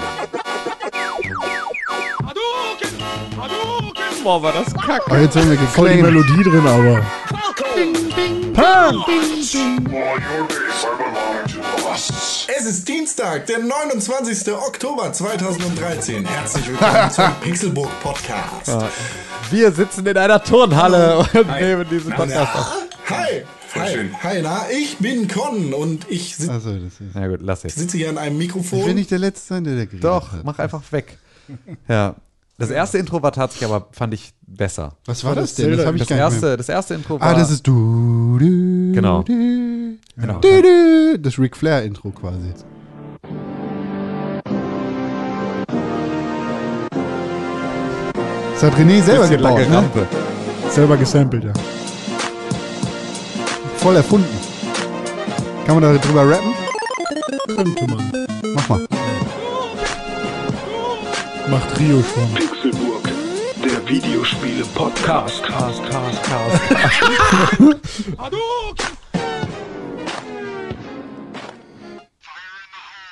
S3: Boah, war das kacke.
S2: Oh, jetzt haben wir
S4: Voll die
S2: geclaimed.
S4: Melodie drin, aber.
S6: Es ist Dienstag, der 29. Oktober 2013. Herzlich willkommen zum Pixelburg Podcast.
S3: Wir sitzen in einer Turnhalle und nehmen diesen Podcast auf.
S6: Na,
S2: Ah.
S6: hi. Hi. Hi, na, ich bin Con und ich sit-
S2: Achso, Also, das ist.
S3: Na gut, lass jetzt.
S6: sitze hier an einem
S2: Ich will
S6: Mikrofon.
S2: nicht der Letzte sein, der da geredet
S3: Doch,
S2: hat.
S3: mach einfach weg. Ja. Das erste Intro war tatsächlich aber, fand ich besser.
S2: Was war das
S4: das
S2: denn? Das
S4: Zelda-
S2: habe ich
S3: Das
S2: gar nicht mehr.
S3: erste, das erste Intro war.
S2: Ah, das ist du, du
S3: Genau.
S2: Du,
S3: Genau.
S2: du, du, das Ric Flair Intro quasi. Das hat René selber
S3: Bisschen
S2: gebaut,
S3: lange
S2: ne?
S3: Rampe.
S4: Selber gesampelt, ja.
S2: Voll erfunden. Kann man da drüber rappen?
S4: Könnte man.
S2: Mach mal.
S4: Macht Rio schon.
S7: Pixelburg, der Videospiele-Podcast.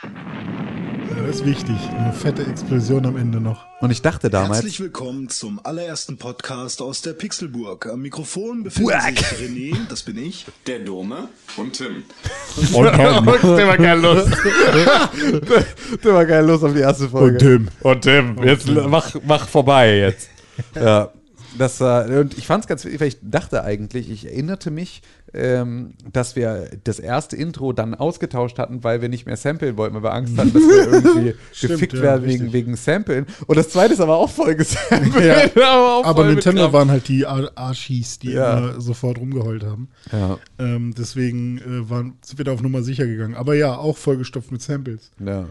S4: Ja, das ist wichtig. Eine fette Explosion am Ende noch.
S3: Und ich dachte damals,
S8: Herzlich willkommen zum allerersten Podcast aus der Pixelburg. Am Mikrofon befinden sich René, das bin ich.
S5: Der Dome und Tim.
S4: Und Tom.
S3: du war keine Lust auf die erste Folge.
S4: Und Tim.
S3: Und Tim, jetzt mach, mach vorbei jetzt. Ja. Das war, und ich fand es ganz witzig, weil ich dachte eigentlich, ich erinnerte mich, ähm, dass wir das erste Intro dann ausgetauscht hatten, weil wir nicht mehr samplen wollten, weil wir Angst hatten, dass wir irgendwie
S4: Stimmt,
S3: gefickt
S4: ja,
S3: werden wegen,
S4: richtig.
S3: wegen Samplen. Und das zweite ist aber auch voll gesampelt.
S4: Ja.
S3: auch
S4: Aber
S3: voll mit
S4: Nintendo
S3: Kram.
S4: waren halt die Ar- Arschis, die
S3: Ja.
S4: immer sofort rumgeheult haben.
S3: Ja.
S4: Ähm, deswegen äh, waren, sind wir da auf Nummer sicher gegangen. Aber ja, auch vollgestopft mit Samples.
S3: Ja.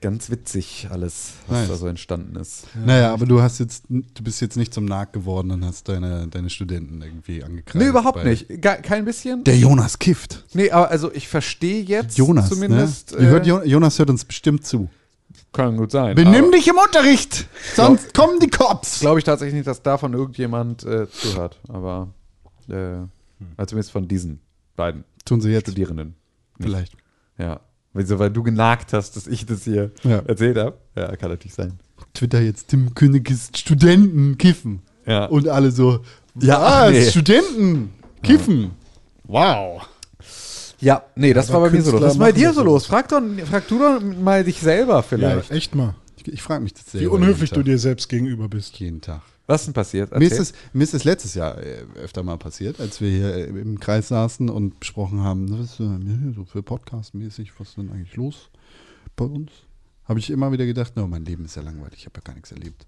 S3: ganz witzig alles, was
S2: Nice.
S3: da so entstanden ist.
S2: Naja, aber du hast jetzt, du bist jetzt nicht zum Narc geworden und hast deine, deine Studenten irgendwie angekreidet.
S3: Nee, überhaupt
S2: weil-
S3: nicht. Gar, kein bisschen.
S2: Der Jonas kifft.
S3: Nee, aber also ich verstehe jetzt
S2: Jonas,
S3: zumindest. äh,
S2: ne? Ihr hört, Jo- Jonas hört uns bestimmt zu.
S3: kann gut sein.
S2: Benimm dich im Unterricht, sonst kommen die Cops.
S3: Glaube ich tatsächlich nicht, dass davon irgendjemand äh, zuhört. Aber äh, also zumindest von diesen beiden
S2: Tun sie jetzt
S3: Studierenden. nicht.
S2: vielleicht.
S3: Ja. Wieso, weil du genagt hast, dass ich das hier
S2: Ja.
S3: erzählt habe. Ja, kann natürlich sein.
S2: Twitter jetzt Tim König ist Studenten kiffen.
S3: Ja.
S2: Und alle so,
S3: Ja,
S2: ja,
S3: ach nee.
S2: Studenten kiffen. Wow.
S3: Ja, nee, das war bei mir so los.
S4: Künstler
S3: Was ist bei
S4: machen
S3: dir
S4: das
S3: so
S4: so.
S3: los? Frag, doch, frag du doch mal dich selber
S4: Ja,
S3: vielleicht.
S4: echt mal.
S2: Ich, ich frage mich das
S4: Wie
S2: selber
S4: unhöflich du
S2: jeden Tag.
S4: dir selbst gegenüber bist.
S2: jeden Tag.
S3: Was denn passiert?
S2: Mir ist,
S3: Erzähl.
S2: es, mir ist es letztes Jahr äh, öfter mal passiert, als wir hier äh, im Kreis saßen und besprochen haben, was ist denn hier so für Podcast-mäßig, was ist denn eigentlich los bei uns? Habe ich immer wieder gedacht, no, mein Leben ist ja langweilig, ich habe ja gar nichts erlebt.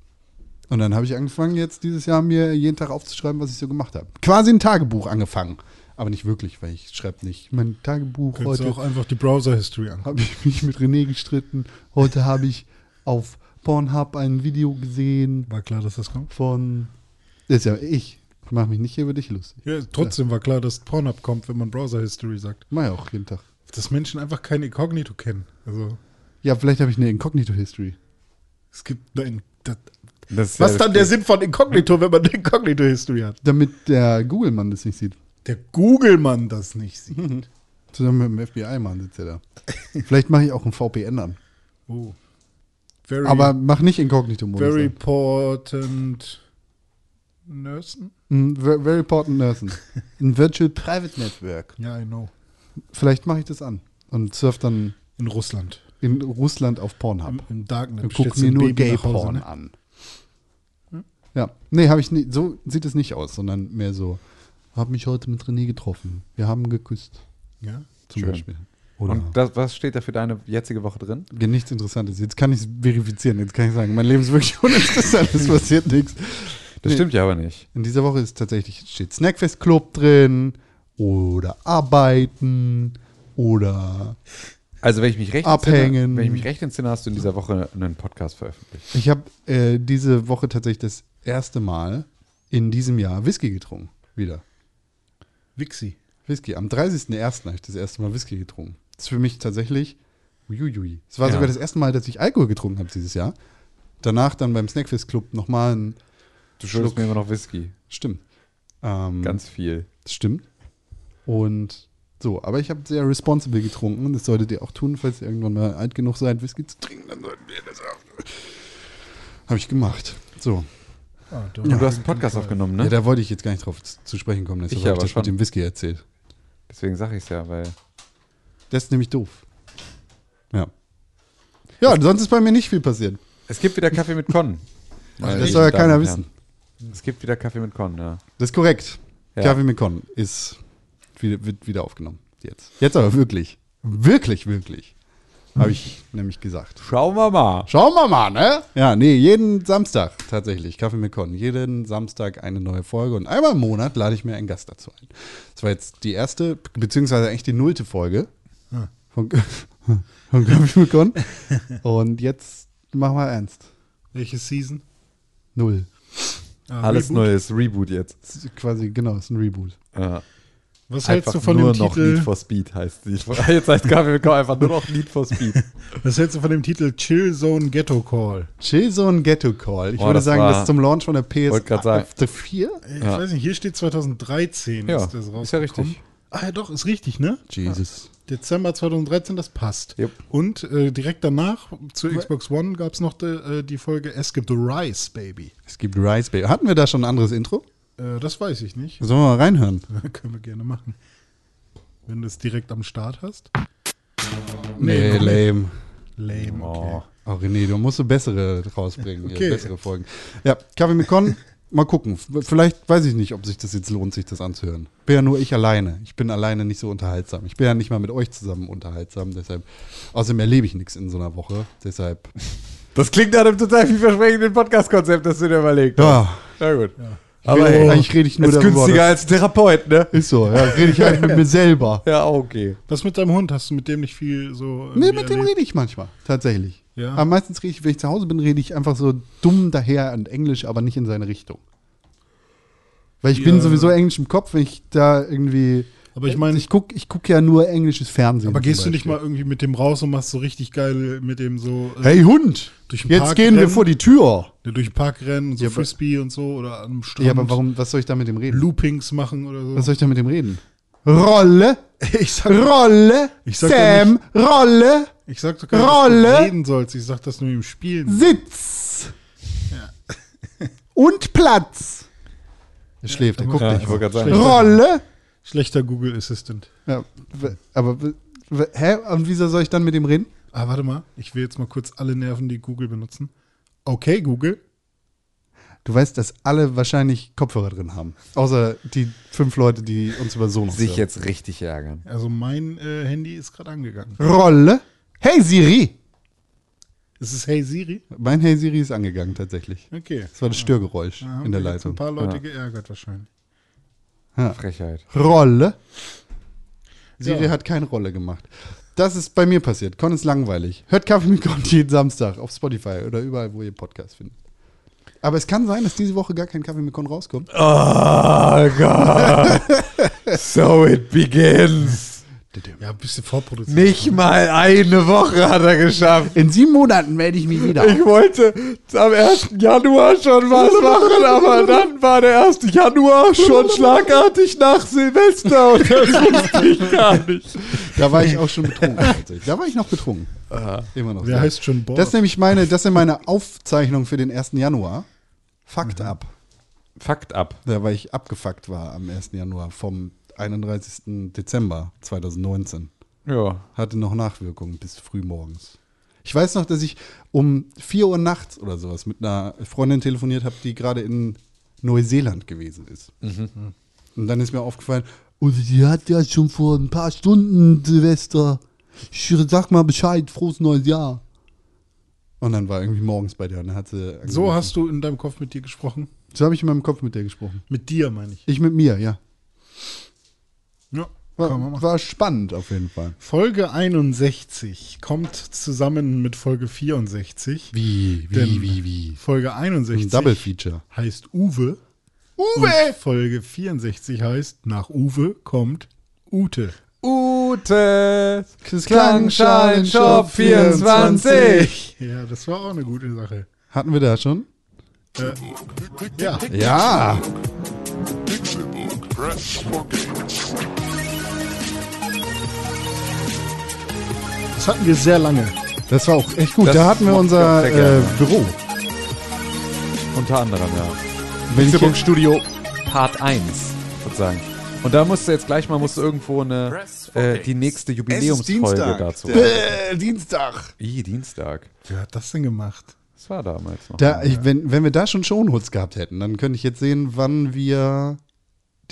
S2: Und dann habe ich angefangen, jetzt dieses Jahr mir jeden Tag aufzuschreiben, was ich so gemacht habe. Quasi ein Tagebuch angefangen. Aber nicht wirklich, weil ich schreibe nicht. Mein Tagebuch
S4: Könntest du
S2: heute
S4: auch einfach die Browser-History angucken.
S2: habe ich mich mit René gestritten. Heute habe ich auf Pornhub ein Video gesehen
S4: War klar, dass das kommt.
S2: von. Das ist ja ich. Ich mache mich nicht hier über dich lustig.
S4: Ja, trotzdem war klar, dass Pornhub kommt, wenn man Browser-History sagt.
S2: Mach ja auch jeden Tag.
S4: Dass Menschen einfach kein Inkognito kennen. Also,
S2: Ja, vielleicht habe ich eine Incognito-History.
S4: es gibt nein, das,
S3: Das ist ja
S4: Was ist dann der Sinn von Inkognito, wenn man eine Inkognito-History hat?
S2: Damit der Google-Mann das nicht sieht.
S4: Der Google-Mann das nicht sieht.
S2: Zusammen mit dem FBI-Mann sitzt er da. vielleicht mache ich auch einen VPN an.
S4: Oh. Very,
S2: Aber mach nicht Incognito-Modus.
S4: very
S2: Very,
S4: important Nursing?
S2: Mhm, very important nursing. Ein Virtual Private Network.
S4: Ja, I know.
S2: Vielleicht mache ich das an. Und surf dann
S4: In Russland.
S2: in Russland auf Pornhub.
S4: Im, im Darknet.
S2: Und
S4: bestellst
S2: guck
S4: du
S2: mir
S4: ein
S2: nur
S4: Baby nach Hause,
S2: Gay-Porn
S4: ne?
S2: an. Ja, nee, habe ich nicht. So sieht es nicht aus, sondern mehr so. Habe mich heute mit René getroffen. Wir haben geküsst,
S4: Ja.
S2: zum
S3: Schön.
S2: Beispiel. Oder
S3: Und das, was steht da für deine jetzige Woche drin?
S2: Ge- nichts Interessantes. Jetzt kann ich es verifizieren. Jetzt kann ich sagen, mein Leben ist wirklich uninteressant. es passiert nichts.
S3: Das
S2: Nee.
S3: stimmt ja aber nicht.
S2: In dieser Woche ist tatsächlich steht Snackfest Club drin oder arbeiten oder
S3: Also wenn ich mich recht
S2: Abhängen.
S3: entsinne, wenn ich mich recht entsinne, hast du in dieser Woche einen Podcast veröffentlicht.
S2: ich habe äh, diese Woche tatsächlich das erste Mal in diesem Jahr Whisky getrunken wieder.
S4: Wixi.
S2: Whisky. Am 30.01. habe ich das erste Mal Whisky getrunken. Das ist für mich tatsächlich. Uiuiui. Es war
S3: Ja.
S2: sogar das erste Mal, dass ich Alkohol getrunken habe dieses Jahr. Danach dann beim Snackfest Club nochmal ein.
S3: Du schuldest mir immer noch Whisky.
S2: Stimmt. Ähm,
S3: Ganz viel.
S2: Stimmt. Und so, aber ich habe sehr responsible getrunken. Das solltet ihr auch tun, falls ihr irgendwann mal alt genug seid, Whisky zu trinken, dann solltet ihr das auch. Habe ich gemacht. So.
S4: Ah, du,
S3: Und du hast einen Podcast aufgenommen, ne?
S2: Ja, da wollte ich jetzt gar nicht drauf z- zu sprechen kommen. Deshalb
S3: Ich
S2: habe
S3: aber
S2: ich das
S3: schon.
S2: mit dem Whisky erzählt.
S3: Deswegen sage ich es ja, weil
S2: Das ist nämlich doof. Ja. Ja, sonst ist bei mir nicht viel passiert.
S3: es gibt wieder Kaffee mit Con. Meine
S2: das soll ja
S3: Damen
S2: keiner
S3: und
S2: wissen.
S3: Herren. Es gibt wieder Kaffee mit Con, ja.
S2: Das ist korrekt.
S3: Ja.
S2: Kaffee mit Con ist wieder, wird wieder aufgenommen. Jetzt. Jetzt aber wirklich. Wirklich, wirklich. Habe ich nämlich gesagt.
S3: Schauen wir mal.
S2: Schauen wir mal, ne? Ja, nee, jeden Samstag tatsächlich. Kaffee mit Con. Jeden Samstag eine neue Folge und einmal im Monat lade ich mir einen Gast dazu ein. Das war jetzt die erste, beziehungsweise eigentlich die nullte Folge von, von Kaffee mit Con. Und jetzt machen wir ernst.
S4: welche Season?
S2: Null.
S4: Ah,
S3: Alles
S4: Reboot.
S3: Neues, Reboot jetzt.
S2: Das ist quasi, genau, ist ein Reboot.
S3: Ja.
S4: Was hältst
S3: Einfach
S4: du von
S3: nur
S4: dem
S3: noch
S4: Titel?
S3: Need for Speed heißt die. Jetzt heißt Kaffee mit Con einfach nur noch Need for Speed.
S4: Was hältst du von dem Titel Chill Zone Ghetto Call?
S2: Chillzone Ghetto Call. Ich
S3: Boah,
S2: würde
S3: das
S2: sagen,
S3: war-
S2: das ist zum Launch von der
S3: Wollte grad sagen.
S2: PS4.
S4: Ich
S3: Ja.
S4: weiß nicht, hier steht 2013
S3: Ja,
S4: ist das
S3: ist ja
S4: rausgekommen.
S3: richtig.
S4: Ah ja, doch, ist richtig, ne?
S2: Jesus.
S4: Dezember 2013, das passt.
S3: Jupp.
S4: Und äh, direkt danach, zu Xbox One, gab es noch de, äh, die Folge Es gibt Rice, Baby.
S2: Es gibt Rice Baby. Hatten wir da schon ein anderes Intro?
S4: Äh, das weiß ich nicht.
S2: Sollen wir mal reinhören?
S4: Können wir gerne machen. Wenn du es direkt am Start hast.
S2: Nee, lame.
S4: Lame, okay.
S2: Oh, René, du musst so bessere rausbringen,
S4: Okay.
S2: ja, bessere Folgen. Ja, Kaffee mit Con, mal gucken. F- Vielleicht weiß ich nicht, ob sich das jetzt lohnt, sich das anzuhören. Bin ja nur ich alleine. Ich bin alleine nicht so unterhaltsam. Ich bin ja nicht mal mit euch zusammen unterhaltsam, deshalb. Außerdem erlebe ich nichts in so einer Woche. Deshalb.
S3: Das klingt nach einem total vielversprechenden Podcast-Konzept, das du dir überlegt hast.
S2: Ja,
S3: Na gut.
S2: Aber
S3: Aber hey,
S2: eigentlich rede ich nur
S3: ist
S2: darüber,
S3: günstiger
S2: dass-
S3: als ein Therapeut, ne?
S2: ist so. Ja, rede ich halt mit mir selber.
S3: Ja, okay.
S4: Was mit deinem Hund? Hast du mit dem nicht viel so. äh,
S2: Nee, mit dem
S4: erlebt?
S2: rede ich manchmal. Tatsächlich.
S4: Ja.
S2: Aber meistens rede ich, wenn ich zu Hause bin, rede ich einfach so dumm daher und Englisch, aber nicht in seine Richtung. Weil ich bin
S4: Ja.
S2: sowieso Englisch im Kopf, wenn ich da irgendwie.
S4: Aber ich meine-
S2: ich gucke ich guck ja nur englisches Fernsehen.
S4: Aber
S2: zum
S4: gehst du nicht
S2: Beispiel.
S4: mal irgendwie mit dem raus und machst so richtig geil mit dem so äh,
S2: Hey Hund,
S4: Durch den
S2: jetzt
S4: Park
S2: gehen wir
S4: rennen?
S2: vor die Tür.
S4: durch den Park rennen und so
S2: Ja, aber-
S4: Frisbee und so oder am Strand
S2: Ja, aber warum, Also, was soll ich da mit dem reden?
S4: Loopings machen oder so.
S2: Was soll ich da mit dem reden? Rolle,
S4: ich sag,
S2: Rolle,
S4: Ich sag doch
S2: Sam, Rolle,
S4: ich sag doch gar nicht, dass
S2: Rolle.
S4: du reden sollst. Ich sag das nur im Spielen.
S2: Sitz und Platz. Er schläft, er guckt
S3: Ja, ich
S2: nicht.
S3: wollte gerade sagen.
S2: Rolle.
S4: Schlechter Google Assistant.
S2: Ja, w- aber w- w- hä? Und wieso soll ich dann mit dem reden?
S4: Ah, warte mal. Ich will jetzt mal kurz alle Nerven, die Google benutzen. Okay, Google.
S2: Du weißt, dass alle wahrscheinlich Kopfhörer drin haben. Außer die fünf Leute, die uns über so noch
S3: Sich
S2: hören.
S3: jetzt richtig ärgern.
S4: Also mein äh, Handy ist gerade angegangen.
S2: Rolle. Hey Siri.
S4: Es ist Hey Siri.
S2: Mein Hey Siri ist angegangen tatsächlich.
S4: Okay.
S2: Das war das Störgeräusch
S4: Da haben
S2: in der
S4: wir jetzt Ein
S2: Leitung.
S4: paar Leute geärgert wahrscheinlich.
S3: Frechheit.
S2: Rolle. Siri hat keine Rolle gemacht. Das ist bei mir passiert. Con ist langweilig. Hört Kaffee mit Con jeden Samstag auf Spotify oder überall, wo ihr Podcasts findet. Aber es kann sein, dass diese Woche gar kein Kaffee mit Con rauskommt.
S3: Oh Gott. so Oh, it begins.
S4: Ja, ein bisschen vorproduziert.
S3: Nicht mal eine Woche hat er geschafft.
S2: In sieben Monaten melde ich mich wieder.
S3: Ich wollte am 1. Januar schon was machen, aber dann war der 1. Januar schon schlagartig nach Silvester und das wusste ich gar nicht.
S2: Da war ich auch schon betrunken. tatsächlich. Da war ich noch betrunken. Immer noch.
S4: Wer
S2: sehr.
S4: heißt schon Bob?
S2: Das ist nämlich meine, das sind meine Aufzeichnung für den 1. Januar. Fakt
S3: Mhm.
S2: ab.
S3: Fakt ab.
S2: Da, weil ich abgefuckt war am 1. Januar vom 31. Dezember 2019.
S3: Ja.
S2: Hatte noch Nachwirkungen bis frühmorgens. Ich weiß noch, dass ich um 4 Uhr nachts oder sowas mit einer Freundin telefoniert habe, die gerade in Neuseeland gewesen ist. Mhm. Und dann ist mir aufgefallen, und sie hat ja schon vor ein paar Stunden Silvester. Ich sag mal Bescheid, frohes neues Jahr. Und dann war irgendwie morgens bei der und dann hat sie.
S4: so
S2: angerufen.
S4: hast du in deinem Kopf mit dir gesprochen.
S2: So habe ich in meinem Kopf mit der gesprochen.
S4: Mit dir, meine ich.
S2: Ich mit mir, ja.
S4: Ja, kann man
S2: War,
S4: machen.
S2: war spannend auf jeden Fall.
S4: Folge 61 kommt zusammen mit Folge 64.
S2: Wie,
S4: Denn-
S2: wie.
S4: Folge
S2: Ein
S4: 61
S2: Double Feature.
S4: heißt Uwe. Uwe! Und Folge 64 heißt, nach Uwe kommt Ute.
S3: Utes
S2: Klangschalen-Shop
S3: 24.
S4: Ja, das war auch eine gute Sache. Äh,
S2: Hatten wir da schon?
S4: Ja,
S2: Ja.
S1: Pixelbook Press for Games.
S4: das hatten wir sehr lange.
S2: Das war auch echt gut.
S3: Das
S2: da hatten wir
S3: mochte ich auch
S2: unser
S3: sehr gerne.
S2: äh, Büro.
S3: Unter anderem, ja.
S2: Wenn ich,
S3: Pixelbook Studio Part 1, sozusagen. Und da musst du jetzt gleich mal musst du irgendwo eine äh, die nächste Jubiläumsfolge dazu.
S2: äh, Dienstag.
S3: I, Dienstag.
S4: Wer hat das denn gemacht?
S3: Das war damals noch.
S2: Da, ich, wenn, wenn wir da schon Shownotes gehabt hätten, dann könnte ich jetzt sehen, wann wir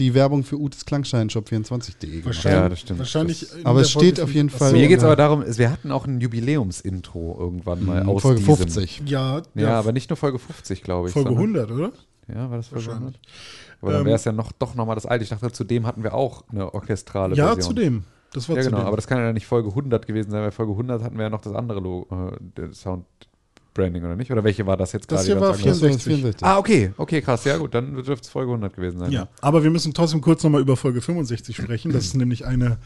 S2: die Werbung für Utes Klangscheinshop24.de gemacht haben.
S4: Wahrscheinlich,
S3: Ja, das stimmt.
S4: Wahrscheinlich ne?
S3: Das- Also
S4: in
S2: Aber
S4: der
S2: es steht
S4: Folge
S2: auf jeden
S4: fünf-
S2: Fall-
S3: Mir geht es aber darum, es- wir hatten auch ein Jubiläumsintro irgendwann mal aus
S2: Folge
S3: diesem.
S2: 50.
S4: Ja,
S3: Ja,
S4: Mhm, ja,
S3: aber nicht nur Folge 50, glaube ich.
S4: Folge
S3: sondern-
S4: 100, oder?
S3: Ja, war das Folge 100?
S4: Wahrscheinlich. Ähm,
S3: Aber dann wäre es ja noch, doch nochmal das alte. Ich dachte, zudem hatten wir auch eine orchestrale
S4: Ja,
S3: Version.
S4: zu dem. Das war
S3: Ja,
S4: zu
S3: genau,
S4: dem.
S3: aber das kann ja nicht Folge 100 gewesen sein, weil Folge 100 hatten wir ja noch das andere Logo, äh, der Sound Branding, oder nicht? Oder welche war das jetzt gerade?
S4: Das hier
S3: die
S4: war
S3: ganz andere-
S4: 64.
S3: Ah, okay, okay, krass, ja gut, dann dürfte es Folge 100 gewesen sein.
S4: Ja, aber wir müssen trotzdem kurz nochmal über Folge 65 sprechen. Das ist nämlich eine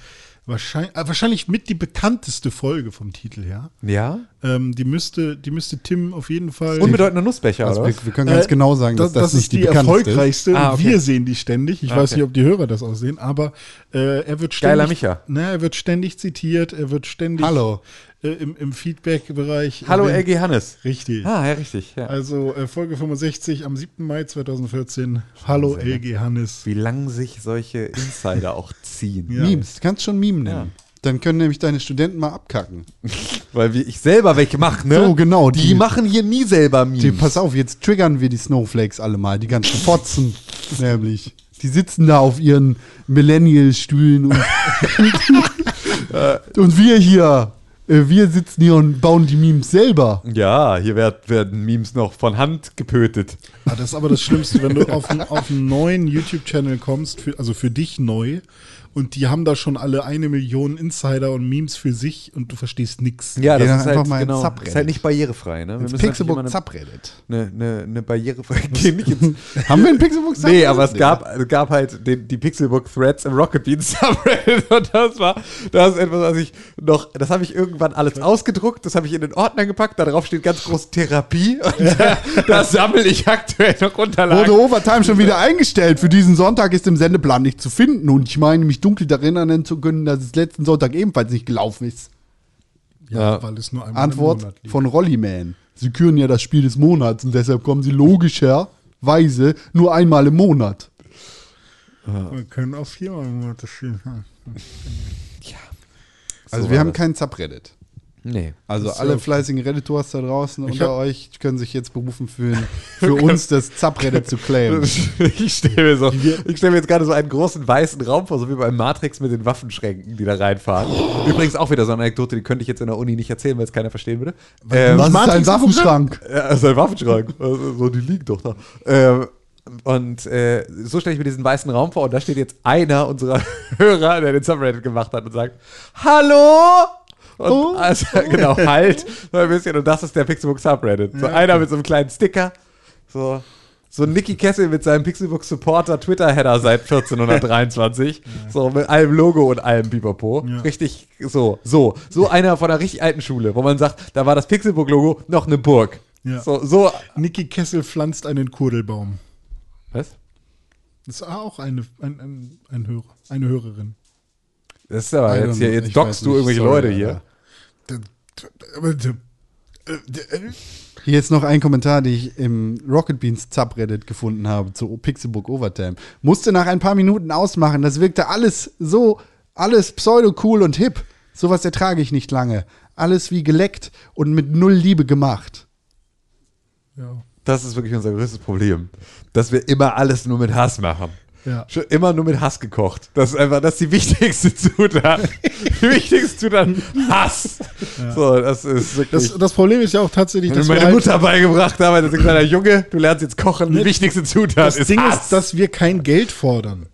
S4: wahrscheinlich, äh, wahrscheinlich mit die bekannteste Folge vom Titel her.
S3: Ja?
S4: Ähm, die, müsste, die müsste Tim auf jeden Fall.
S3: Unbedeutender Nussbecher,
S2: Also
S3: oder?
S2: wir,
S3: was?
S2: wir können ganz
S4: Äh,
S2: genau sagen, dass das,
S4: ist
S2: nicht die,
S4: die
S2: bekannteste ist.
S4: erfolgreichste.
S3: Ah, okay.
S4: Wir sehen die ständig. Ich
S3: Ah,
S4: weiß
S3: okay.
S4: nicht, ob die Hörer das auch sehen, aber äh, er wird ständig.
S3: Geiler Micha.
S4: Na, er wird ständig zitiert, er wird ständig
S2: Hallo.
S4: äh, im, im Feedback-Bereich.
S3: Hallo,
S4: erwähnt.
S3: LG Hannes.
S4: Richtig.
S3: Ah, ja, richtig. Ja.
S4: Also äh, Folge 65 am 7. Mai 2014. Hallo LG Hannes.
S3: Wie lang sich solche Insider auch ziehen.
S2: Memes. Du kannst schon Meme nennen. Dann können nämlich deine Studenten mal abkacken.
S3: Weil wir, ich selber welche mache, ne?
S2: So, genau,
S3: Die,
S2: die-
S3: machen hier nie selber Memes.
S2: Die, pass auf, jetzt triggern wir die Snowflakes alle mal, die ganzen Fotzen nämlich. Die sitzen da auf ihren Millennial-Stühlen und, und wir hier, äh, wir sitzen hier und bauen die Memes selber.
S3: ja, hier werd, werden Memes noch von Hand gepötet.
S4: Ah, das ist aber das Schlimmste, wenn du auf, einen- auf einen neuen YouTube-Channel kommst, für, also für dich neu, und Und die haben da schon alle eine Million Insider und Memes für sich und du verstehst nichts.
S3: Ja, das
S2: dann
S3: ist
S2: einfach
S3: halt,
S2: mal ins
S3: genau,
S2: Subreddit.
S3: ist halt nicht barrierefrei. Ne? Wir
S2: Ins
S3: müssen natürlich immer
S2: Pixelbook
S3: eine-
S2: Subreddit.
S3: eine, eine, eine barrierefreie Geh nicht ins-
S2: Haben wir ein Pixelbook
S3: Nee, aber es gab, es gab halt den, die Pixelbook Threads im Rocket Bean Subreddit und das war, das ist etwas, was ich noch, das habe ich irgendwann alles ausgedruckt, das habe ich in den Ordner gepackt, da drauf steht ganz groß Therapie und da, da sammle ich aktuell noch Unterlagen.
S2: Wurde Overtime schon wieder eingestellt. Für diesen Sonntag ist im Sendeplan nicht zu finden. Und ich meine, mich dunkel daran erinnern zu können, dass es letzten Sonntag ebenfalls nicht gelaufen ist.
S4: Ja, weil es nur einmal im
S2: Antwort
S4: Monat liegt.
S2: von Rollyman. Sie küren ja das Spiel des Monats und deshalb kommen sie logischerweise nur einmal im Monat.
S4: Wir können auch viermal im Monat das Spiel haben.
S2: Also
S3: So
S2: wir
S3: war
S2: haben
S3: das.
S2: keinen Subreddit.
S3: Nee.
S2: Also alle fleißigen Redditors da draußen unter
S4: hab-
S2: euch können sich jetzt berufen fühlen, für uns das Subreddit zu claimen.
S3: Ich stelle mir, so, ich stell mir jetzt gerade so einen großen weißen Raum vor, so wie bei Matrix mit den Waffenschränken, die da reinfahren. Übrigens auch wieder so eine Anekdote, die könnte ich jetzt in der Uni nicht erzählen, weil es keiner verstehen würde. Ähm,
S2: Was ist ein Waffenschrank?
S3: Ja, das ist ein Waffenschrank. Also, so, die liegen doch da. Ähm, und äh, so stelle ich mir diesen weißen Raum vor und da steht jetzt einer unserer Hörer, der den Subreddit gemacht hat und sagt, Hallo! Und also, genau, halt, so ein bisschen. Und das ist der Pixelbook Subreddit. So einer mit so einem kleinen Sticker. So, so Nicky Kessel mit seinem Pixelbook Supporter Twitter-Header seit 1423. So mit allem Logo und allem Pipapo. Richtig so, so. So einer von einer richtig alten Schule, wo man sagt, da war das Pixelbook-Logo noch eine Burg.
S4: Ja.
S3: So, so.
S4: Niki Kessel pflanzt einen Kurdelbaum.
S3: Was?
S4: Das war auch eine, ein, ein, ein Hörer, eine Hörerin.
S3: Das ist aber
S2: I don't
S3: jetzt hier,
S2: know.
S3: jetzt
S2: Ich weiß
S3: dockst du
S2: nicht.
S3: irgendwelche
S2: Sorry,
S3: Leute
S2: Alter.
S3: hier.
S2: Hier jetzt noch ein Kommentar, den ich im Rocket Beans Subreddit gefunden habe zu Pixelbook Overtime. Musste nach ein paar Minuten ausmachen. Das wirkte alles so, alles pseudo cool und hip. Sowas ertrage ich nicht lange. Alles wie geleckt und mit null Liebe gemacht.
S4: Ja.
S3: Das ist wirklich unser größtes Problem. Dass wir immer alles nur mit Hass machen.
S4: Ja.
S3: Schon immer nur mit Hass gekocht. Das ist einfach, das ist die wichtigste Zutat. die wichtigste Zutat, Hass. So, das ist wirklich.
S4: Das, das Problem ist ja auch tatsächlich,
S3: wenn mir
S4: dass wir
S3: meine
S4: halt,
S3: Mutter beigebracht habe, dass ich gesagt habe, Junge, du lernst jetzt kochen, die wichtigste Zutat
S4: das
S3: ist
S4: Ding
S3: Hass.
S4: ist, dass wir kein Geld fordern.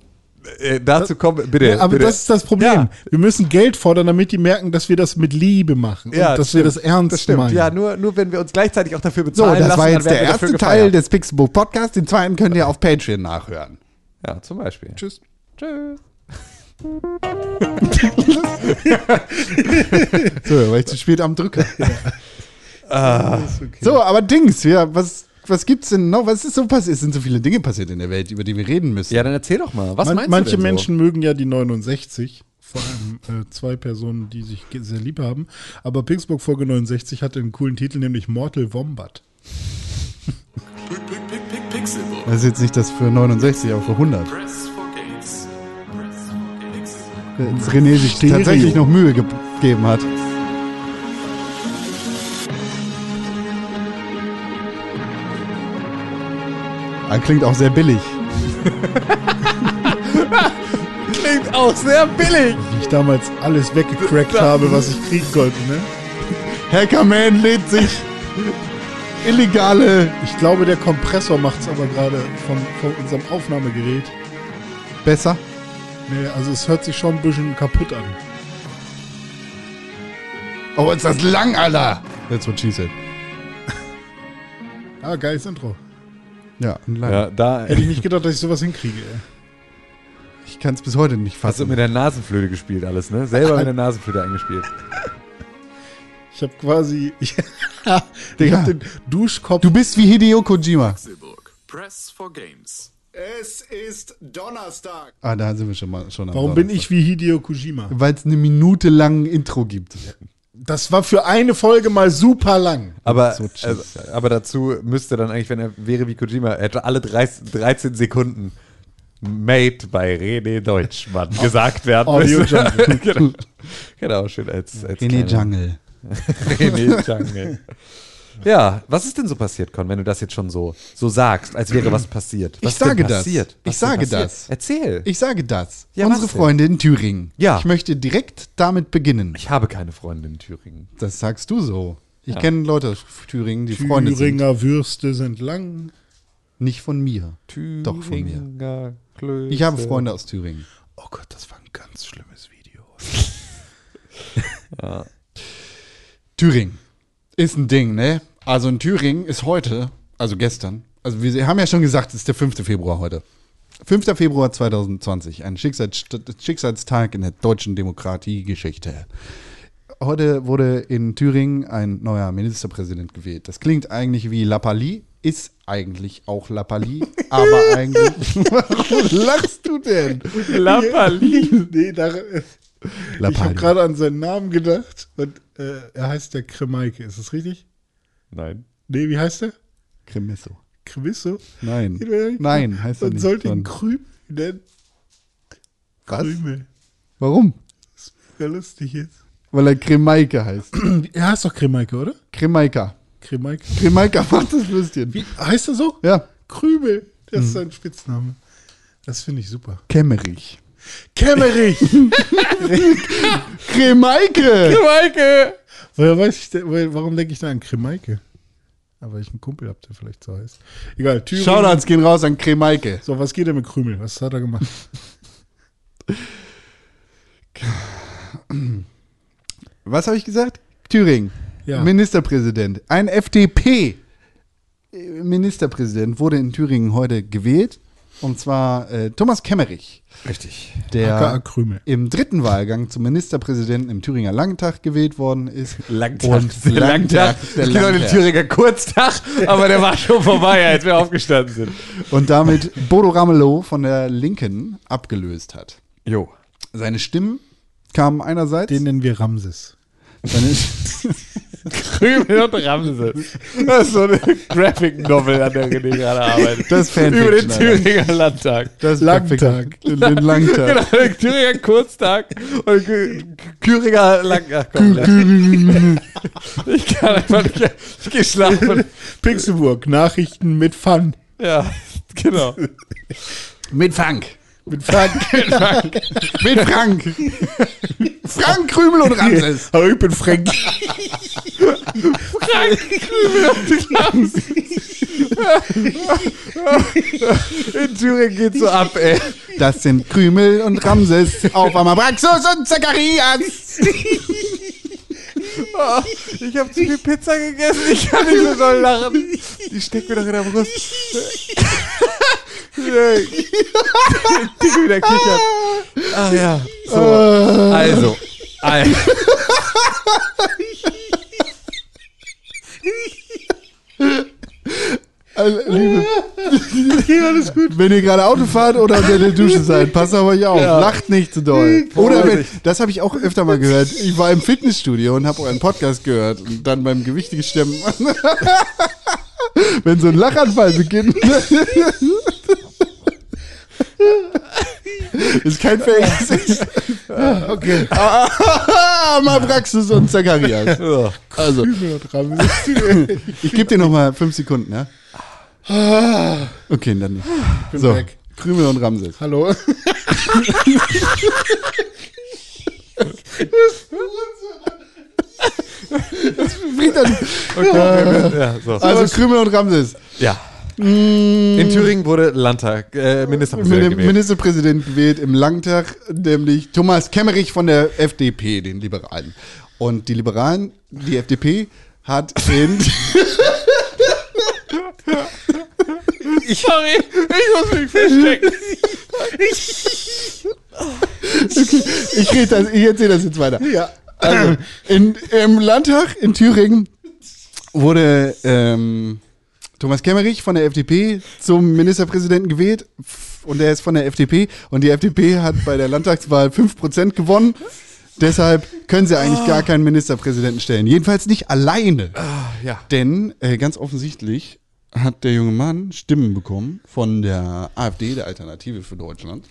S3: äh, dazu kommen, bitte.
S4: Ja, aber
S3: bitte.
S4: das ist das Problem.
S3: Ja.
S4: Wir müssen Geld fordern, damit die merken, dass wir das mit Liebe machen und dass wir
S3: stimmt.
S4: das ernst
S3: das stimmt.
S4: meinen.
S3: Ja, nur, nur wenn wir uns gleichzeitig auch dafür
S2: So,
S3: bezahlen
S2: das
S3: lassen,
S2: war
S3: dann
S2: jetzt
S3: werden
S2: der
S3: wir dafür
S2: erste
S3: gefeiert.
S2: Teil des Pixelbook Podcasts. Den zweiten könnt ihr auf Patreon nachhören.
S3: Ja, zum Beispiel. Tschüss. Tschüss.
S2: So, da war ich zu spät am Drücker. Ah. So, aber Dings, ja, was, was gibt's denn noch? Was ist so passiert? Es sind so viele Dinge passiert in der Welt, über die wir reden müssen.
S3: Ja, dann erzähl doch mal. Was
S4: Man,
S3: meinst
S4: manche
S3: du denn
S4: Menschen mögen ja die 69, vor allem äh, zwei Personen, die sich ge- sehr lieb haben. Aber Pixburg Folge 69 hatte einen coolen Titel, nämlich Mortal Wombat.
S5: Pick, pick, pick, pick, Pixelburg.
S2: Das ist jetzt nicht das für 69, aber für 100.
S5: Press for Games. Press for Games.
S2: Dass René sich
S4: Stereo.
S2: tatsächlich noch Mühe ge- gegeben hat. Ah, klingt auch sehr billig.
S3: so? Klingt auch sehr billig.
S4: Wie ich damals alles weggecrackt habe, was ich kriegen konnte. Ne?
S2: Hackerman lädt sich illegale
S4: Ich glaube, der Kompressor macht es aber gerade von, von unserem Aufnahmegerät.
S2: besser.
S4: Nee, also es hört sich schon ein bisschen kaputt an.
S2: Oh, ist das lang, Alter! That's what she said.
S4: Ah, geiles Intro.
S2: Ja, lang.
S3: Ja, da.
S4: Hätte ich nicht gedacht, dass ich sowas hinkriege. Ey.
S2: Ich kann es bis heute nicht
S3: Hast du
S2: fassen.
S3: mit der Nasenflöte gespielt alles, ne? Selber mit der Nasenflöte eingespielt.
S4: Ich habe quasi... Ich, ich habe den Duschkopf...
S2: Du bist wie Hideo Kojima.
S5: Pixelburg. Press for Games.
S6: Es ist Donnerstag.
S2: Ah, da sind wir schon mal schon am
S4: Warum bin ich wie Hideo Kojima?
S2: Weil es eine Minute lang ein Intro gibt.
S4: Das war für eine Folge mal super lang.
S3: Aber,
S2: So, tschüss.
S3: also, aber dazu müsste dann eigentlich, wenn er wäre wie Kojima, er hätte alle 13, 13 Sekunden Made by René Deutschmann gesagt werden
S4: Audio
S3: müssen. genau. genau, schön als, als
S2: René Jungle.
S3: kleine- René Jungle. Ja, was ist denn so passiert, Con, wenn du das jetzt schon so, so sagst, als wäre was passiert?
S2: Ich
S3: Was ist denn
S2: sage das.
S3: Passiert?
S2: Ich
S3: ist denn
S2: sage
S3: passiert?
S2: das.
S3: Erzähl. Ich,
S2: Ich sage das.
S3: Ja,
S2: Unsere
S3: was denn?
S2: Freunde in Thüringen.
S3: Ja.
S2: Ich möchte direkt damit beginnen.
S3: habe keine Freundin in Thüringen.
S2: Das sagst du so. Ich kenne Leute aus Thüringen, die Freunde sind.
S4: Thüringer Würste sind lang.
S2: Nicht von mir. Doch von mir.
S3: Thüringer Klöße.
S2: Ich habe Freunde aus Thüringen.
S4: Oh Gott, das war ein ganz
S2: Thüringen ist ein Ding, ne? Also in Thüringen ist heute, also gestern, also wir haben ja schon gesagt, es ist der 5. Februar heute. 5. Februar 2020, ein Schicksals Schicksalstag in der deutschen Demokratiegeschichte. Heute wurde in Thüringen ein neuer Ministerpräsident gewählt. Das klingt eigentlich wie Lappalie, ist eigentlich auch Lappalie, aber eigentlich. Warum lachst du denn?
S3: Lappali.
S4: nee, da, ich habe gerade an seinen Namen gedacht und äh, er heißt ja Kremaike, ist das richtig?
S3: Nein.
S4: Nee, wie heißt er?
S2: Cremesso.
S4: Cremesso?
S2: Nein. Nein, heißt er
S4: Man
S2: nicht.
S4: sollte
S2: Sondern-
S4: ihn Krümel nennen.
S2: Was?
S4: Krümel.
S2: Warum?
S4: Ja, lustig ist. Hm,
S2: Weil er Kremaike heißt.
S4: Er heißt doch Kremaike, oder?
S2: Kremaika.
S4: Kremaike.
S2: Kremaika macht das Würstchen.
S4: Wie heißt er so?
S2: Ja.
S4: Krümel. Das
S3: Hm.
S4: ist sein Spitzname. Das finde ich super.
S2: Kämmerich.
S4: Kämmerich!
S2: Kremaike!
S3: Maike.
S4: Woher weiß ich denn, woher, warum denke ich da an Kremaike? Aber ich einen Kumpel hab, der vielleicht so heißt. Egal, Thüringen.
S2: Shoutouts gehen raus an Kremaike.
S4: So, was geht denn mit Krümel? Was hat er gemacht?
S2: Was habe ich gesagt? Thüringen.
S4: Ja.
S2: Ministerpräsident. Ein FDP. äh, Ministerpräsident wurde in Thüringen heute gewählt. Und zwar äh, Thomas Kemmerich.
S3: Richtig.
S2: der
S4: AKA Krümel.
S2: im dritten Wahlgang zum Ministerpräsidenten im Thüringer Landtag gewählt worden ist. Und
S3: der Langtag.
S2: Landtag, der
S3: Es gibt auch den
S2: Landtag.
S3: Thüringer Kurztag, aber der war schon vorbei, als wir aufgestanden sind.
S2: Und damit Bodo Ramelow von der Linken abgelöst hat.
S3: Jo.
S2: Seine Stimmen kamen einerseits.
S4: Den nennen wir Ramses.
S2: seine,
S3: Krümel und Ramses. Das ist so eine Graphic Novel, an der René gerade arbeitet.
S2: Das ist Fanfiction,
S3: Über den
S2: Alter.
S3: Thüringer Landtag.
S2: das
S4: Langtag.
S2: Den Langtag.
S3: Genau, den Thüringer Kurztag und Kü- Thüringer Landtag. Komm, lass. Ich kann einfach nicht. Ich geh schlafen.
S4: Pixelburg, Nachrichten mit Fun.
S3: Ja, genau.
S2: Mit Frank.
S4: Mit Fun.
S2: Mit Frank. Frank Krümel und Ramses.
S4: Hallo, ich bin Frank.
S3: In Thüringen geht's so ab, ey.
S2: Das sind Krümel und Ramses auf Amabraxus und Zacharias.
S3: Oh, ich habe zu viel Pizza gegessen, ich kann nicht mehr so lachen. Die steckt mir doch in der Brust. Dicke wieder kichert. Ach Ah, ja. So. Also. Al-
S2: Wenn ihr gerade Auto fahrt oder unter der Dusche seid, passt auf euch auf. Lacht nicht zu doll. Oder wenn, das habe ich auch öfter mal gehört. Ich war im Fitnessstudio und habe euren Podcast gehört und dann beim Gewichtigen Stemmen. wenn so ein Lachanfall beginnt. Ist kein Fake.
S4: Okay.
S2: Ah, Praxis und Zacharias. Also,
S4: Krümel und Ramses.
S2: ich gebe dir nochmal fünf Sekunden, ja?
S4: Ah.
S2: Okay, dann nicht. So,
S4: weg.
S2: Krümel und Ramses.
S4: Hallo.
S3: ja, so.
S2: Also Krümel und Ramses.
S3: ja. In Thüringen wurde Landtag, äh, Ministerpräsident
S2: Mit dem
S3: gewählt.
S2: Ministerpräsident gewählt im Landtag, nämlich Thomas Kemmerich von der FDP, den Liberalen. Und die Liberalen, die FDP, hat in.
S3: Sorry, ich muss mich verstecken.
S2: ich red das, ich erzähle das jetzt weiter. Ja. Also, in, im Landtag in Thüringen wurde ähm, Thomas Kemmerich von der FDP zum Ministerpräsidenten gewählt und er ist von der FDP und die FDP hat bei der Landtagswahl 5% gewonnen. Deshalb können sie eigentlich gar keinen Ministerpräsidenten stellen. Jedenfalls nicht alleine.
S3: ja.
S2: Denn äh, ganz offensichtlich hat der junge Mann Stimmen bekommen von der AfD, der Alternative für Deutschland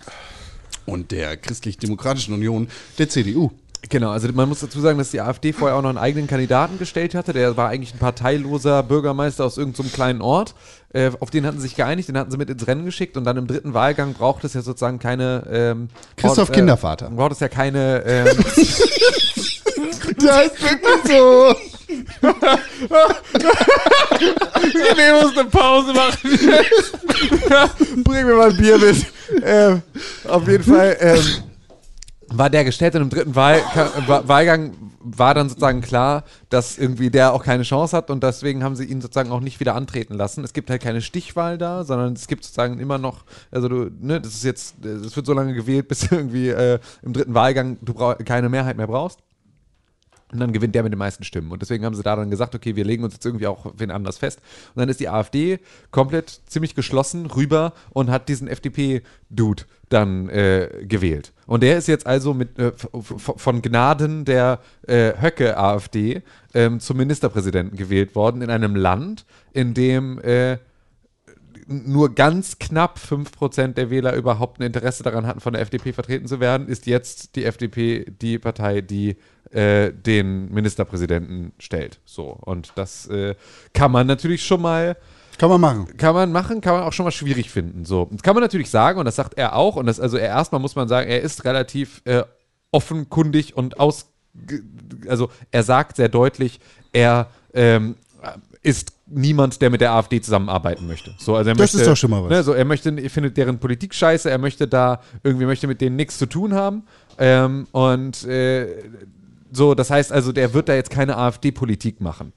S2: und der Christlich-Demokratischen Union der CDU.
S3: Genau, also man muss dazu sagen, dass die AfD vorher auch noch einen eigenen Kandidaten gestellt hatte. Der war eigentlich ein parteiloser Bürgermeister aus irgendeinem kleinen Ort. Äh, auf den hatten sie sich geeinigt, den hatten sie mit ins Rennen geschickt und dann im dritten Wahlgang braucht es ja sozusagen keine. Ähm,
S2: Christoph
S3: braucht,
S2: Kindervater.
S3: Braucht es ja keine. Ähm,
S2: Das ist wirklich so.
S3: nee, muss eine Pause machen. Bring mir mal ein Bier mit. Ähm, auf jeden Fall ähm, war der gestellt und im dritten Wahl Ka- Wa- Wahlgang war dann sozusagen klar, dass irgendwie der auch keine Chance hat und deswegen haben sie ihn sozusagen auch nicht wieder antreten lassen. Es gibt halt keine Stichwahl da, sondern es gibt sozusagen immer noch, also du, ne, das ist jetzt, es wird so lange gewählt, bis irgendwie äh, im dritten Wahlgang du brau- keine Mehrheit mehr brauchst. Und dann gewinnt der mit den meisten Stimmen. Und deswegen haben sie da dann gesagt, okay, wir legen uns jetzt irgendwie auch wen anders fest. Und dann ist die AfD komplett ziemlich geschlossen rüber und hat diesen FDP-Dude dann äh, gewählt. Und der ist jetzt also mit, äh, f- f- von Gnaden der äh, Höcke-AfD ähm, zum Ministerpräsidenten gewählt worden in einem Land, in dem äh, nur ganz knapp 5% der Wähler überhaupt ein Interesse daran hatten, von der FDP vertreten zu werden, ist jetzt die FDP die Partei, die äh, den Ministerpräsidenten stellt. So. Und das äh, kann man natürlich schon mal
S2: Kann man machen.
S3: kann man machen, kann man auch schon mal schwierig finden. So, das kann man natürlich sagen und das sagt er auch und das also er, erstmal muss man sagen, er ist relativ äh, offenkundig und aus, also er sagt sehr deutlich, er ähm, ist niemand, der mit der AfD zusammenarbeiten möchte. So, also er
S2: Das
S3: möchte,
S2: ist doch schon mal was.
S3: Ne, so, er möchte, er findet deren Politik scheiße, er möchte da irgendwie möchte mit denen nichts zu tun haben ähm, und äh, so, das heißt also, der wird da jetzt keine AfD-Politik machen.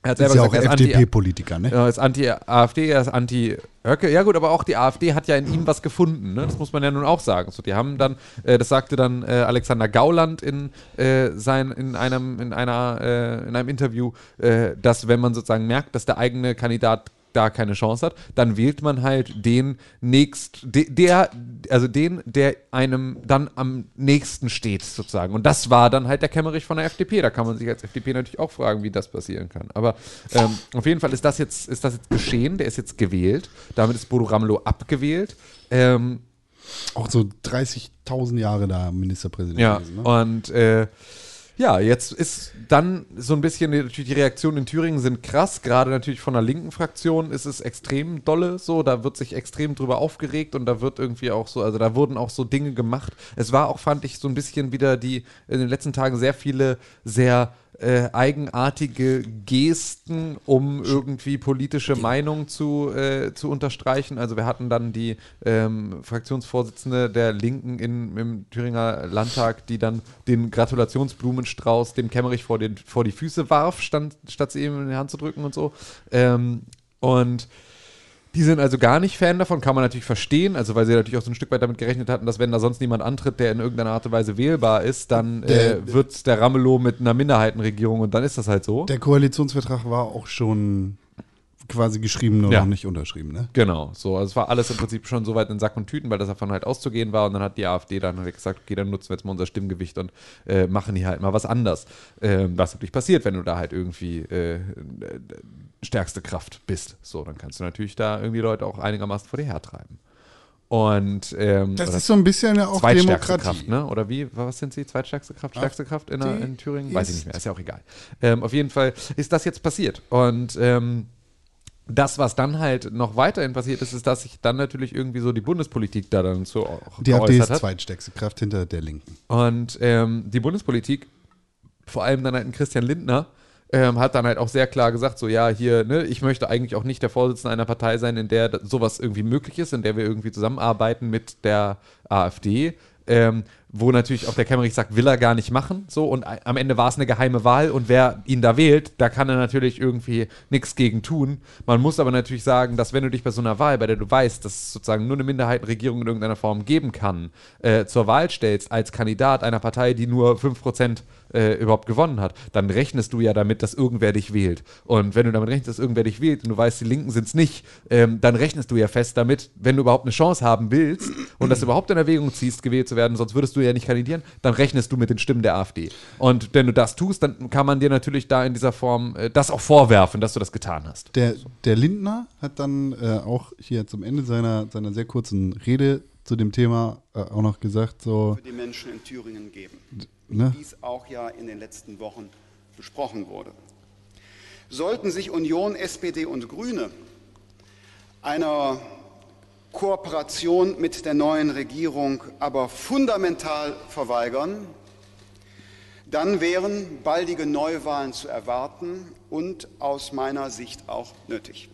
S3: Er hat
S2: Ist ja auch
S3: er anti-
S2: FDP-Politiker, ne?
S3: ja, ist anti-AfD, er ist anti-Höcke. Ja, gut, aber auch die AfD hat ja in ihm was gefunden. Ne? Das muss man ja nun auch sagen. So, die haben dann, äh, das sagte dann äh, Alexander Gauland in, äh, sein, in, einem, in, einer, äh, in einem Interview, äh, dass wenn man sozusagen merkt, dass der eigene Kandidat da keine Chance hat, dann wählt man halt den nächst, de, der, also den, der einem dann am nächsten steht, sozusagen. Und das war dann halt der Kämmerich von der FDP. Da kann man sich als FDP natürlich auch fragen, wie das passieren kann. Aber ähm, auf jeden Fall ist das jetzt, ist das jetzt geschehen, der ist jetzt gewählt. Damit ist Bodo Ramelow abgewählt. Ähm,
S2: Auch so 30.000 Jahre da Ministerpräsident.
S3: ja,
S2: gewesen, ne?
S3: und äh, ja, jetzt ist dann so ein bisschen die- natürlich die Reaktionen in Thüringen sind krass, gerade natürlich von der linken Fraktion ist es extrem dolle so, da wird sich extrem drüber aufgeregt und da wird irgendwie auch so, also da wurden auch so Dinge gemacht. Es war auch, fand ich, so ein bisschen wieder die in den letzten Tagen sehr viele sehr äh, eigenartige Gesten, um irgendwie politische Meinung zu, äh, zu unterstreichen. Also wir hatten dann die ähm, Fraktionsvorsitzende der Linken in, im Thüringer Landtag, die dann den Gratulationsblumenstrauß dem Kämmerich vor, den, vor die Füße warf, stand, statt sie ihm in die Hand zu drücken und so. Ähm, und die sind also gar nicht Fan davon, kann man natürlich verstehen, also weil sie natürlich auch so ein Stück weit damit gerechnet hatten, dass wenn da sonst niemand antritt, der in irgendeiner Art und Weise wählbar ist, dann äh,
S2: Der-
S3: wird der Ramelow mit einer Minderheitenregierung und dann ist das halt so.
S2: Der Koalitionsvertrag war auch schon quasi geschrieben, nur
S3: Ja.
S2: noch nicht unterschrieben, ne?
S3: Genau, so. Also es war alles im Prinzip schon so weit in Sack und Tüten, weil das davon halt auszugehen war. Und dann hat die AfD dann halt gesagt, okay, dann nutzen wir jetzt mal unser Stimmgewicht und äh, machen hier halt mal was anders. Ähm, was natürlich passiert, wenn du da halt irgendwie äh, äh, stärkste Kraft bist. So, dann kannst du natürlich da irgendwie Leute auch einigermaßen vor dir hertreiben. Und ähm,
S2: Das
S3: oder
S2: ist so ein bisschen ja auch
S3: zweitstärkste
S2: Demokratie.
S3: Kraft, ne? Oder wie? Was sind sie? Zweitstärkste Kraft, stärkste Kraft in, der, in Thüringen? Weiß ich nicht mehr, ist ja auch egal. Ähm, auf jeden Fall ist das jetzt passiert. Und ähm, das, was dann halt noch weiterhin passiert ist, ist, dass sich dann natürlich irgendwie so die Bundespolitik da dann so auch
S2: Die AfD ist
S3: hat.
S2: zweitstärkste Kraft hinter der Linken.
S3: Und ähm, die Bundespolitik, vor allem dann halt ein Christian Lindner, ähm, hat dann halt auch sehr klar gesagt, so ja, hier, ne, ich möchte eigentlich auch nicht der Vorsitzende einer Partei sein, in der da- sowas irgendwie möglich ist, in der wir irgendwie zusammenarbeiten mit der AfD. Ähm, wo natürlich auch der Kämmerich sagt, will er gar nicht machen. So, und a- am Ende war es eine geheime Wahl und wer ihn da wählt, da kann er natürlich irgendwie nichts gegen tun. Man muss aber natürlich sagen, dass wenn du dich bei so einer Wahl, bei der du weißt, dass es sozusagen nur eine Minderheitenregierung in irgendeiner Form geben kann, äh, zur Wahl stellst als Kandidat einer Partei, die nur 5% äh, überhaupt gewonnen hat, dann rechnest du ja damit, dass irgendwer dich wählt. Und wenn du damit rechnest, dass irgendwer dich wählt und du weißt, die Linken sind es nicht, ähm, dann rechnest du ja fest damit, wenn du überhaupt eine Chance haben willst und das überhaupt in Erwägung ziehst, gewählt zu werden, sonst würdest du ja nicht kandidieren, dann rechnest du mit den Stimmen der AfD. Und wenn du das tust, dann kann man dir natürlich da in dieser Form äh, das auch vorwerfen, dass du das getan hast.
S2: Der, der Lindner hat dann äh, auch hier zum Ende seiner, seiner sehr kurzen Rede zu dem Thema äh, auch noch gesagt, so,
S9: die Menschen in Thüringen geben,
S2: ne?
S9: dies auch ja in den letzten Wochen besprochen wurde. Sollten sich Union, SPD und Grüne einer Kooperation mit der neuen Regierung aber fundamental verweigern, dann wären baldige Neuwahlen zu erwarten und aus meiner Sicht auch nötig.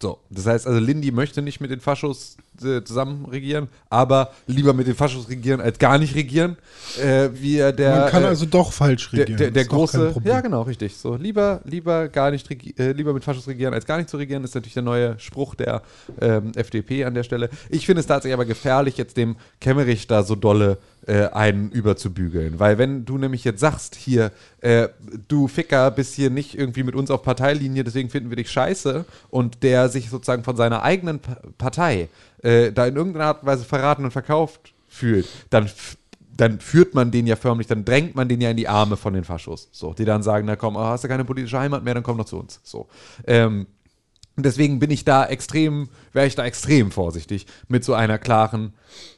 S3: So, das heißt also, Lindy möchte nicht mit den Faschos äh, zusammen regieren, aber lieber mit den Faschos regieren als gar nicht regieren. Äh, wie er der,
S4: Man kann
S3: äh,
S4: also doch falsch
S3: der,
S4: regieren.
S3: der, der
S4: ist auch kein
S3: große,
S4: Problem.
S3: ja genau, richtig. So lieber, lieber gar nicht, regi- äh, lieber mit Faschos regieren als gar nicht zu regieren ist natürlich der neue Spruch der ähm, FDP an der Stelle. Ich finde es tatsächlich aber gefährlich, jetzt dem Kemmerich da so dolle äh, einen überzubügeln, weil wenn du nämlich jetzt sagst hier, äh, du Ficker bist hier nicht irgendwie mit uns auf Parteilinie, deswegen finden wir dich scheiße und der sich sozusagen von seiner eigenen Pa- Partei äh, da in irgendeiner Art und Weise verraten und verkauft fühlt, dann f- dann führt man den ja förmlich, dann drängt man den ja in die Arme von den Faschos. So, die dann sagen, na komm, ah, hast du keine politische Heimat mehr, dann komm doch zu uns. So. Ähm, und deswegen bin ich da extrem, wäre ich da extrem vorsichtig mit so einer klaren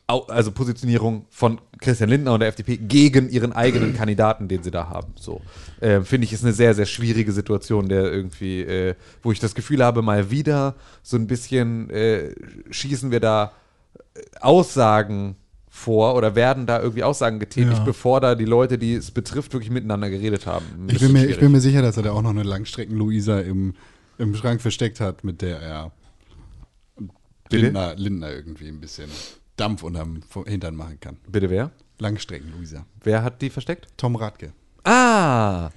S3: Au- also Positionierung von Christian Lindner und der FDP gegen ihren eigenen Kandidaten, den sie da haben. So äh, finde ich ist eine sehr sehr schwierige Situation, der irgendwie, äh, wo ich das Gefühl habe, mal wieder so ein bisschen äh, schießen wir da äh, Aussagen vor oder werden da irgendwie Aussagen getätigt,
S4: Ja.
S3: bevor da die Leute, die es betrifft, wirklich miteinander geredet haben. Ein
S2: Ich
S3: bisschen
S2: bin, mir, ich
S3: schwierig.
S2: bin mir sicher, dass er da auch noch eine Langstrecken-Luisa im, im Schrank versteckt hat, mit der er Lindner, Lindner irgendwie ein bisschen Dampf unterm vom Hintern machen kann.
S3: Bitte wer?
S2: Langstrecken-Luisa.
S3: Wer hat die versteckt?
S2: Tom Radke.
S3: Ah!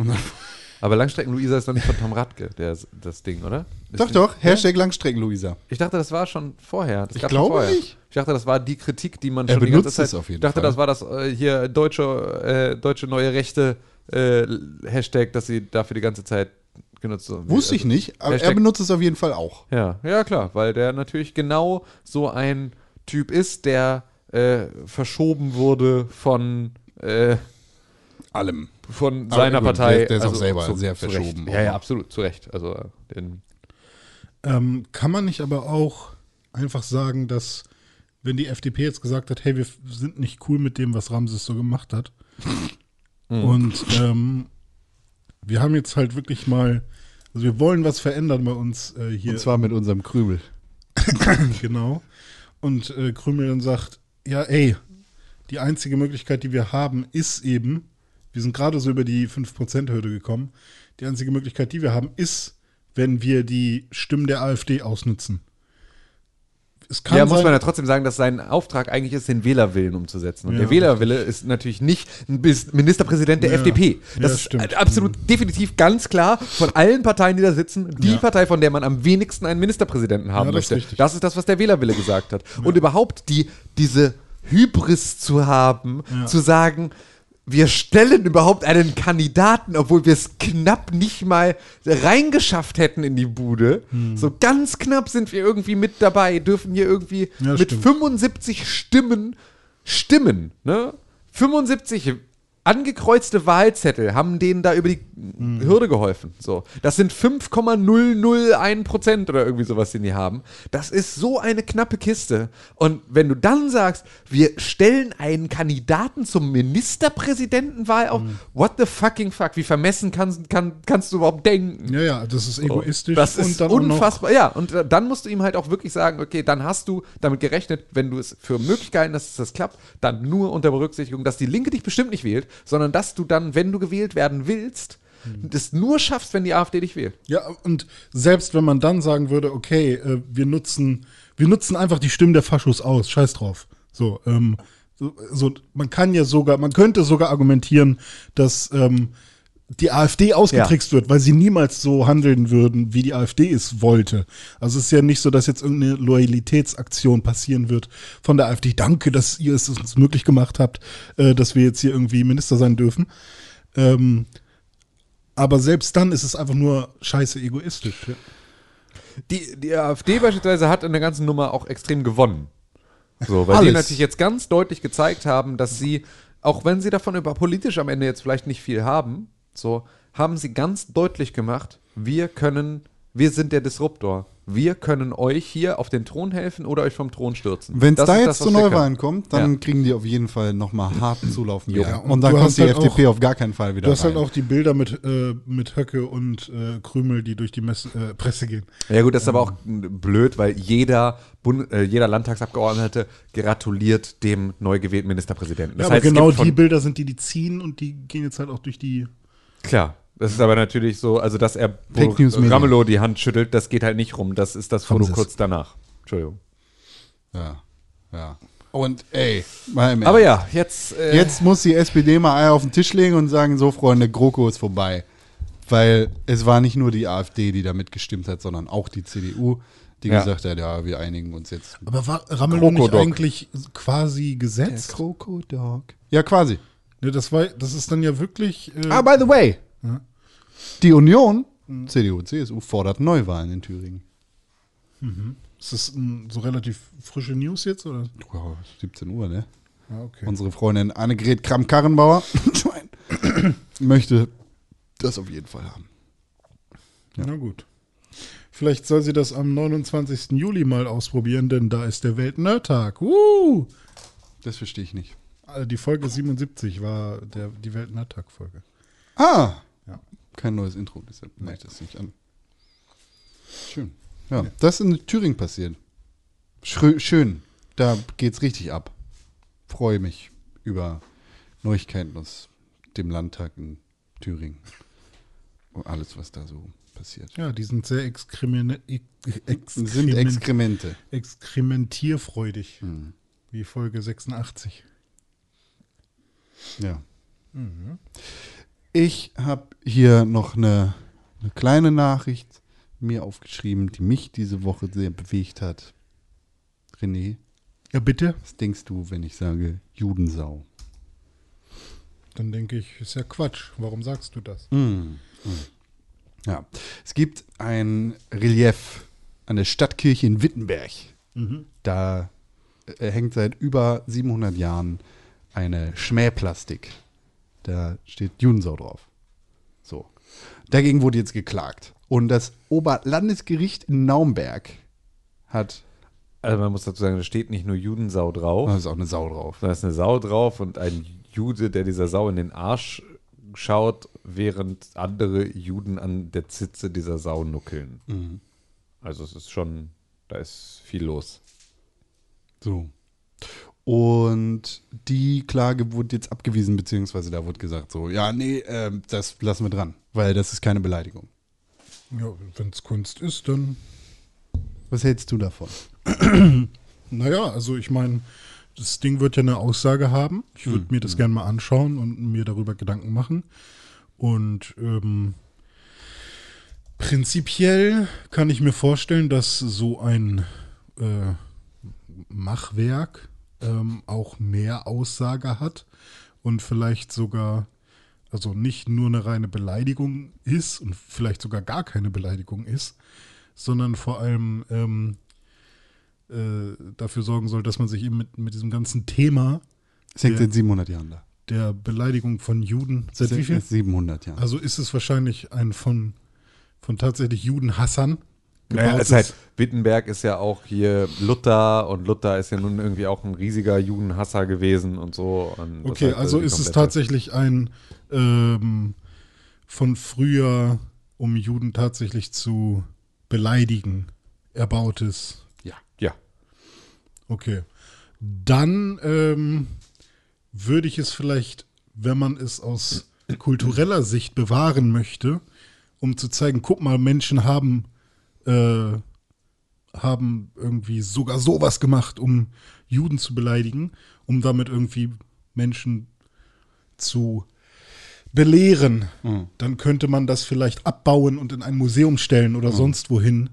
S3: Aber Langstrecken-Luisa ist doch nicht von Tom Radke, der, das Ding, oder? Ist
S2: Doch,
S3: die-
S2: doch, Hashtag Langstrecken-Luisa.
S3: Ich dachte, das war schon vorher. Das
S2: Ich
S3: gab's
S2: glaube
S3: schon vorher.
S2: nicht.
S3: Ich dachte, das war die Kritik, die man
S2: Er
S3: schon die
S2: benutzt
S3: ganze Zeit.
S2: es auf jeden
S3: ich dachte,
S2: Fall.
S3: das war das äh, hier deutsche, äh, deutsche neue Rechte äh, Hashtag, das sie dafür die ganze Zeit genutzt haben.
S2: Wusste ich
S3: Also-
S2: nicht, aber er
S3: Hashtag-
S2: benutzt es auf jeden Fall auch.
S3: Ja, ja klar, weil der natürlich genau so ein Typ ist, der äh, verschoben wurde von äh,
S2: Allem.
S3: von
S2: Aber
S3: seiner
S2: gut,
S3: Partei. Also,
S2: der- der ist auch selber sehr
S3: Recht.
S2: verschoben.
S3: Ja, ja, absolut, zu Recht. Also den,
S4: Ähm, kann man nicht aber auch einfach sagen, dass wenn die FDP jetzt gesagt hat, hey, wir f- sind nicht cool mit dem, was Ramses so gemacht hat.
S2: Hm.
S4: Und ähm, wir haben jetzt halt wirklich mal, also wir wollen was verändern bei uns äh, hier.
S2: Und zwar mit unserem Krümel.
S4: genau. Und äh, Krümel dann sagt, ja, ey, die einzige Möglichkeit, die wir haben, ist eben, wir sind gerade so über die 5%-Hürde gekommen, die einzige Möglichkeit, die wir haben, ist, wenn wir die Stimmen der AfD ausnutzen. Es kann
S3: ja,
S4: sein,
S3: muss man ja trotzdem sagen, dass sein Auftrag eigentlich ist, den Wählerwillen umzusetzen. Und
S4: Ja,
S3: der Wählerwille ist natürlich nicht ein Bis- Ministerpräsident der
S4: Ja.
S3: FDP.
S4: Ja,
S3: Das ist halt
S4: stimmt.
S3: absolut definitiv ganz klar von allen Parteien, die da sitzen, die Partei, von der man am wenigsten einen Ministerpräsidenten haben
S4: Ja, das ist
S3: möchte.
S4: richtig.
S3: das ist das, was der Wählerwille gesagt hat. Und überhaupt die, diese Hybris zu haben, zu sagen, wir stellen überhaupt einen Kandidaten, obwohl wir es knapp nicht mal reingeschafft hätten in die Bude.
S4: Hm.
S3: So ganz knapp sind wir irgendwie mit dabei, dürfen hier irgendwie
S4: Ja,
S3: mit
S4: stimmt.
S3: 75 Stimmen stimmen. Ne? 75 angekreuzte Wahlzettel haben denen da über die Hürde geholfen. So, das sind 5,001 Prozent oder irgendwie sowas, den die haben. Das ist so eine knappe Kiste. Und wenn du dann sagst, wir stellen einen Kandidaten zum Ministerpräsidentenwahl auf, what the fucking fuck? Wie vermessen kannst, kann, kannst du überhaupt denken?
S4: ja, ja, das ist egoistisch.
S3: Oh, Das ist
S4: dann auch noch-
S3: unfassbar. Ja, und äh, dann musst du ihm halt auch wirklich sagen, okay, dann hast du damit gerechnet, wenn du es für möglich gehalten hast, dass das klappt, dann nur unter Berücksichtigung, dass die Linke dich bestimmt nicht wählt, sondern dass du dann, wenn du gewählt werden willst,
S4: Hm.
S3: das nur schaffst, wenn die AfD dich wählt.
S4: Ja, und selbst wenn man dann sagen würde, okay, äh, wir nutzen, wir nutzen einfach die Stimmen der Faschos aus, scheiß drauf. So, ähm, so, so, man kann ja sogar, man könnte sogar argumentieren, dass ähm, die AfD ausgetrickst wird, weil sie niemals so handeln würden, wie die AfD es wollte. Also es ist ja nicht so, dass jetzt irgendeine Loyalitätsaktion passieren wird von der AfD. Danke, dass ihr es uns möglich gemacht habt, äh, dass wir jetzt hier irgendwie Minister sein dürfen. Ähm, aber selbst dann ist es einfach nur scheiße egoistisch. Ja.
S3: Die, die AfD beispielsweise hat in der ganzen Nummer auch extrem gewonnen. So, weil die
S4: Alles.
S3: natürlich jetzt ganz deutlich gezeigt haben, dass sie, auch wenn sie davon über politisch am Ende jetzt vielleicht nicht viel haben, so, haben sie ganz deutlich gemacht, wir können, wir sind der Disruptor. Wir können euch hier auf den Thron helfen oder euch vom Thron stürzen.
S2: Wenn es
S3: Das
S2: da
S3: ist
S2: jetzt
S3: das, was
S2: zu
S3: wir können.
S2: Neuwahlen kommt, dann
S3: Ja.
S2: kriegen die auf jeden Fall nochmal hart zulaufen. wieder.
S4: und
S2: und dann
S4: du
S2: kommt
S4: hast
S2: die
S4: halt
S2: FDP auf gar keinen Fall wieder
S4: Du hast
S2: rein.
S4: halt auch die Bilder mit, äh, mit Höcke und äh, Krümel, die durch die Mess äh, Presse gehen.
S3: Ja gut, das ist aber auch blöd, weil jeder, Bund, äh, jeder Landtagsabgeordnete gratuliert dem neu gewählten Ministerpräsidenten.
S4: ja, aber
S3: es
S4: genau
S3: gibt von-
S4: die Bilder sind die, die ziehen und die gehen jetzt halt auch durch die.
S3: Klar. Das ist aber natürlich so, also dass er
S2: Fake News Media.
S3: Ramelow die Hand schüttelt, das geht halt nicht rum. Das ist das Foto
S2: Haben sie's.
S3: kurz danach. Entschuldigung.
S2: Ja, ja. Und ey, mal im
S3: Aber
S2: Ernst.
S3: ja, jetzt. Äh,
S2: Jetzt muss die SPD mal Eier auf den Tisch legen und sagen, so Freunde, GroKo ist vorbei. Weil es war nicht nur die AfD, die da mitgestimmt hat, sondern auch die CDU, die
S3: Ja.
S2: gesagt hat, ja, wir einigen uns jetzt.
S4: Aber war Ramelow nicht
S3: Krokodok.
S4: eigentlich quasi gesetzt?
S2: GroKo-Dog. Ja, quasi.
S4: Ne, das, war, das ist dann ja wirklich. Äh,
S2: Ah, by the way, die Union, CDU, CSU, fordert Neuwahlen in Thüringen.
S4: ist das ähm, so relativ frische News jetzt? Oder?
S2: Wow, 17 Uhr, ne?
S4: Ah, okay.
S2: Unsere Freundin Annegret Kramp-Karrenbauer möchte das auf jeden Fall haben.
S4: Na gut. Vielleicht soll sie das am 29. Juli mal ausprobieren, denn da ist der Weltnerdtag. Uh!
S2: Das verstehe ich nicht.
S4: Also die Folge 77 war der, die Weltnerdtag-Folge.
S2: Ah!
S4: Ja.
S2: Kein neues Intro, deshalb mache ich das nicht an. Schön. Ja, das ist in Thüringen passiert. Schrö schön. Da geht's richtig ab. Freue mich über Neuigkeiten aus dem Landtag in Thüringen. Und alles, was da so passiert.
S4: Ja, die sind sehr exkremine- ex-
S2: Sind
S4: exkremen-
S2: Exkremente.
S4: exkrementierfreudig. Wie Folge 86.
S2: Ja. Ich habe hier noch eine, eine kleine Nachricht mir aufgeschrieben, die mich diese Woche sehr bewegt hat. René,
S4: Ja, bitte.
S2: was denkst du, wenn ich sage Judensau?
S4: Dann denke ich, ist ja Quatsch. Warum sagst du das?
S2: Ja, es gibt ein Relief an der Stadtkirche in Wittenberg. Da äh, hängt seit über 700 Jahren eine Schmähplastik. Da steht Judensau drauf. So. Dagegen wurde jetzt geklagt. Und das Oberlandesgericht in Naumberg hat.
S3: also man muss dazu sagen, da steht nicht nur Judensau drauf,
S2: Da ist auch eine Sau drauf.
S3: da ist eine Sau drauf und ein Jude, der dieser Sau in den Arsch schaut, während andere Juden an der Zitze dieser Sau nuckeln.
S2: Mhm.
S3: Also es ist schon, da ist viel los.
S2: So. Und die Klage wurde jetzt abgewiesen, beziehungsweise da wurde gesagt, so, ja, nee, ähm, das lassen wir dran, weil das ist keine Beleidigung.
S4: Ja, wenn es Kunst ist, dann.
S2: Was hältst du davon?
S4: Naja, also ich meine, das Ding wird ja eine Aussage haben. Ich würde mir das gerne mal anschauen und mir darüber Gedanken machen. Und ähm, prinzipiell kann ich mir vorstellen, dass so ein äh, Machwerk ähm, auch mehr Aussage hat und vielleicht sogar, also nicht nur eine reine Beleidigung ist und vielleicht sogar gar keine Beleidigung ist, sondern vor allem ähm, äh, dafür sorgen soll, dass man sich eben mit, mit diesem ganzen Thema
S2: Es hängt
S4: Ja.
S2: seit 700 Jahren da.
S4: der Beleidigung von Juden, seit wie viel?
S2: 700 Jahren.
S4: Also ist es wahrscheinlich ein von, von tatsächlich Judenhassern
S3: Naja,
S4: gebautes-
S3: es ist halt, Wittenberg ist ja auch hier Luther und Luther ist ja nun irgendwie auch ein riesiger Judenhasser gewesen und so. Und das
S4: Okay,
S3: heißt,
S4: also
S3: die
S4: ist es
S3: komplette-
S4: tatsächlich ein ähm, von früher, um Juden tatsächlich zu beleidigen, erbautes.
S2: ja.
S3: Ja.
S4: Okay. Dann ähm, würde ich es vielleicht, wenn man es aus kultureller Sicht bewahren möchte, um zu zeigen, guck mal, Menschen haben, äh, haben irgendwie sogar sowas gemacht, um Juden zu beleidigen, um damit irgendwie Menschen zu belehren, dann könnte man das vielleicht abbauen und in ein Museum stellen oder sonst wohin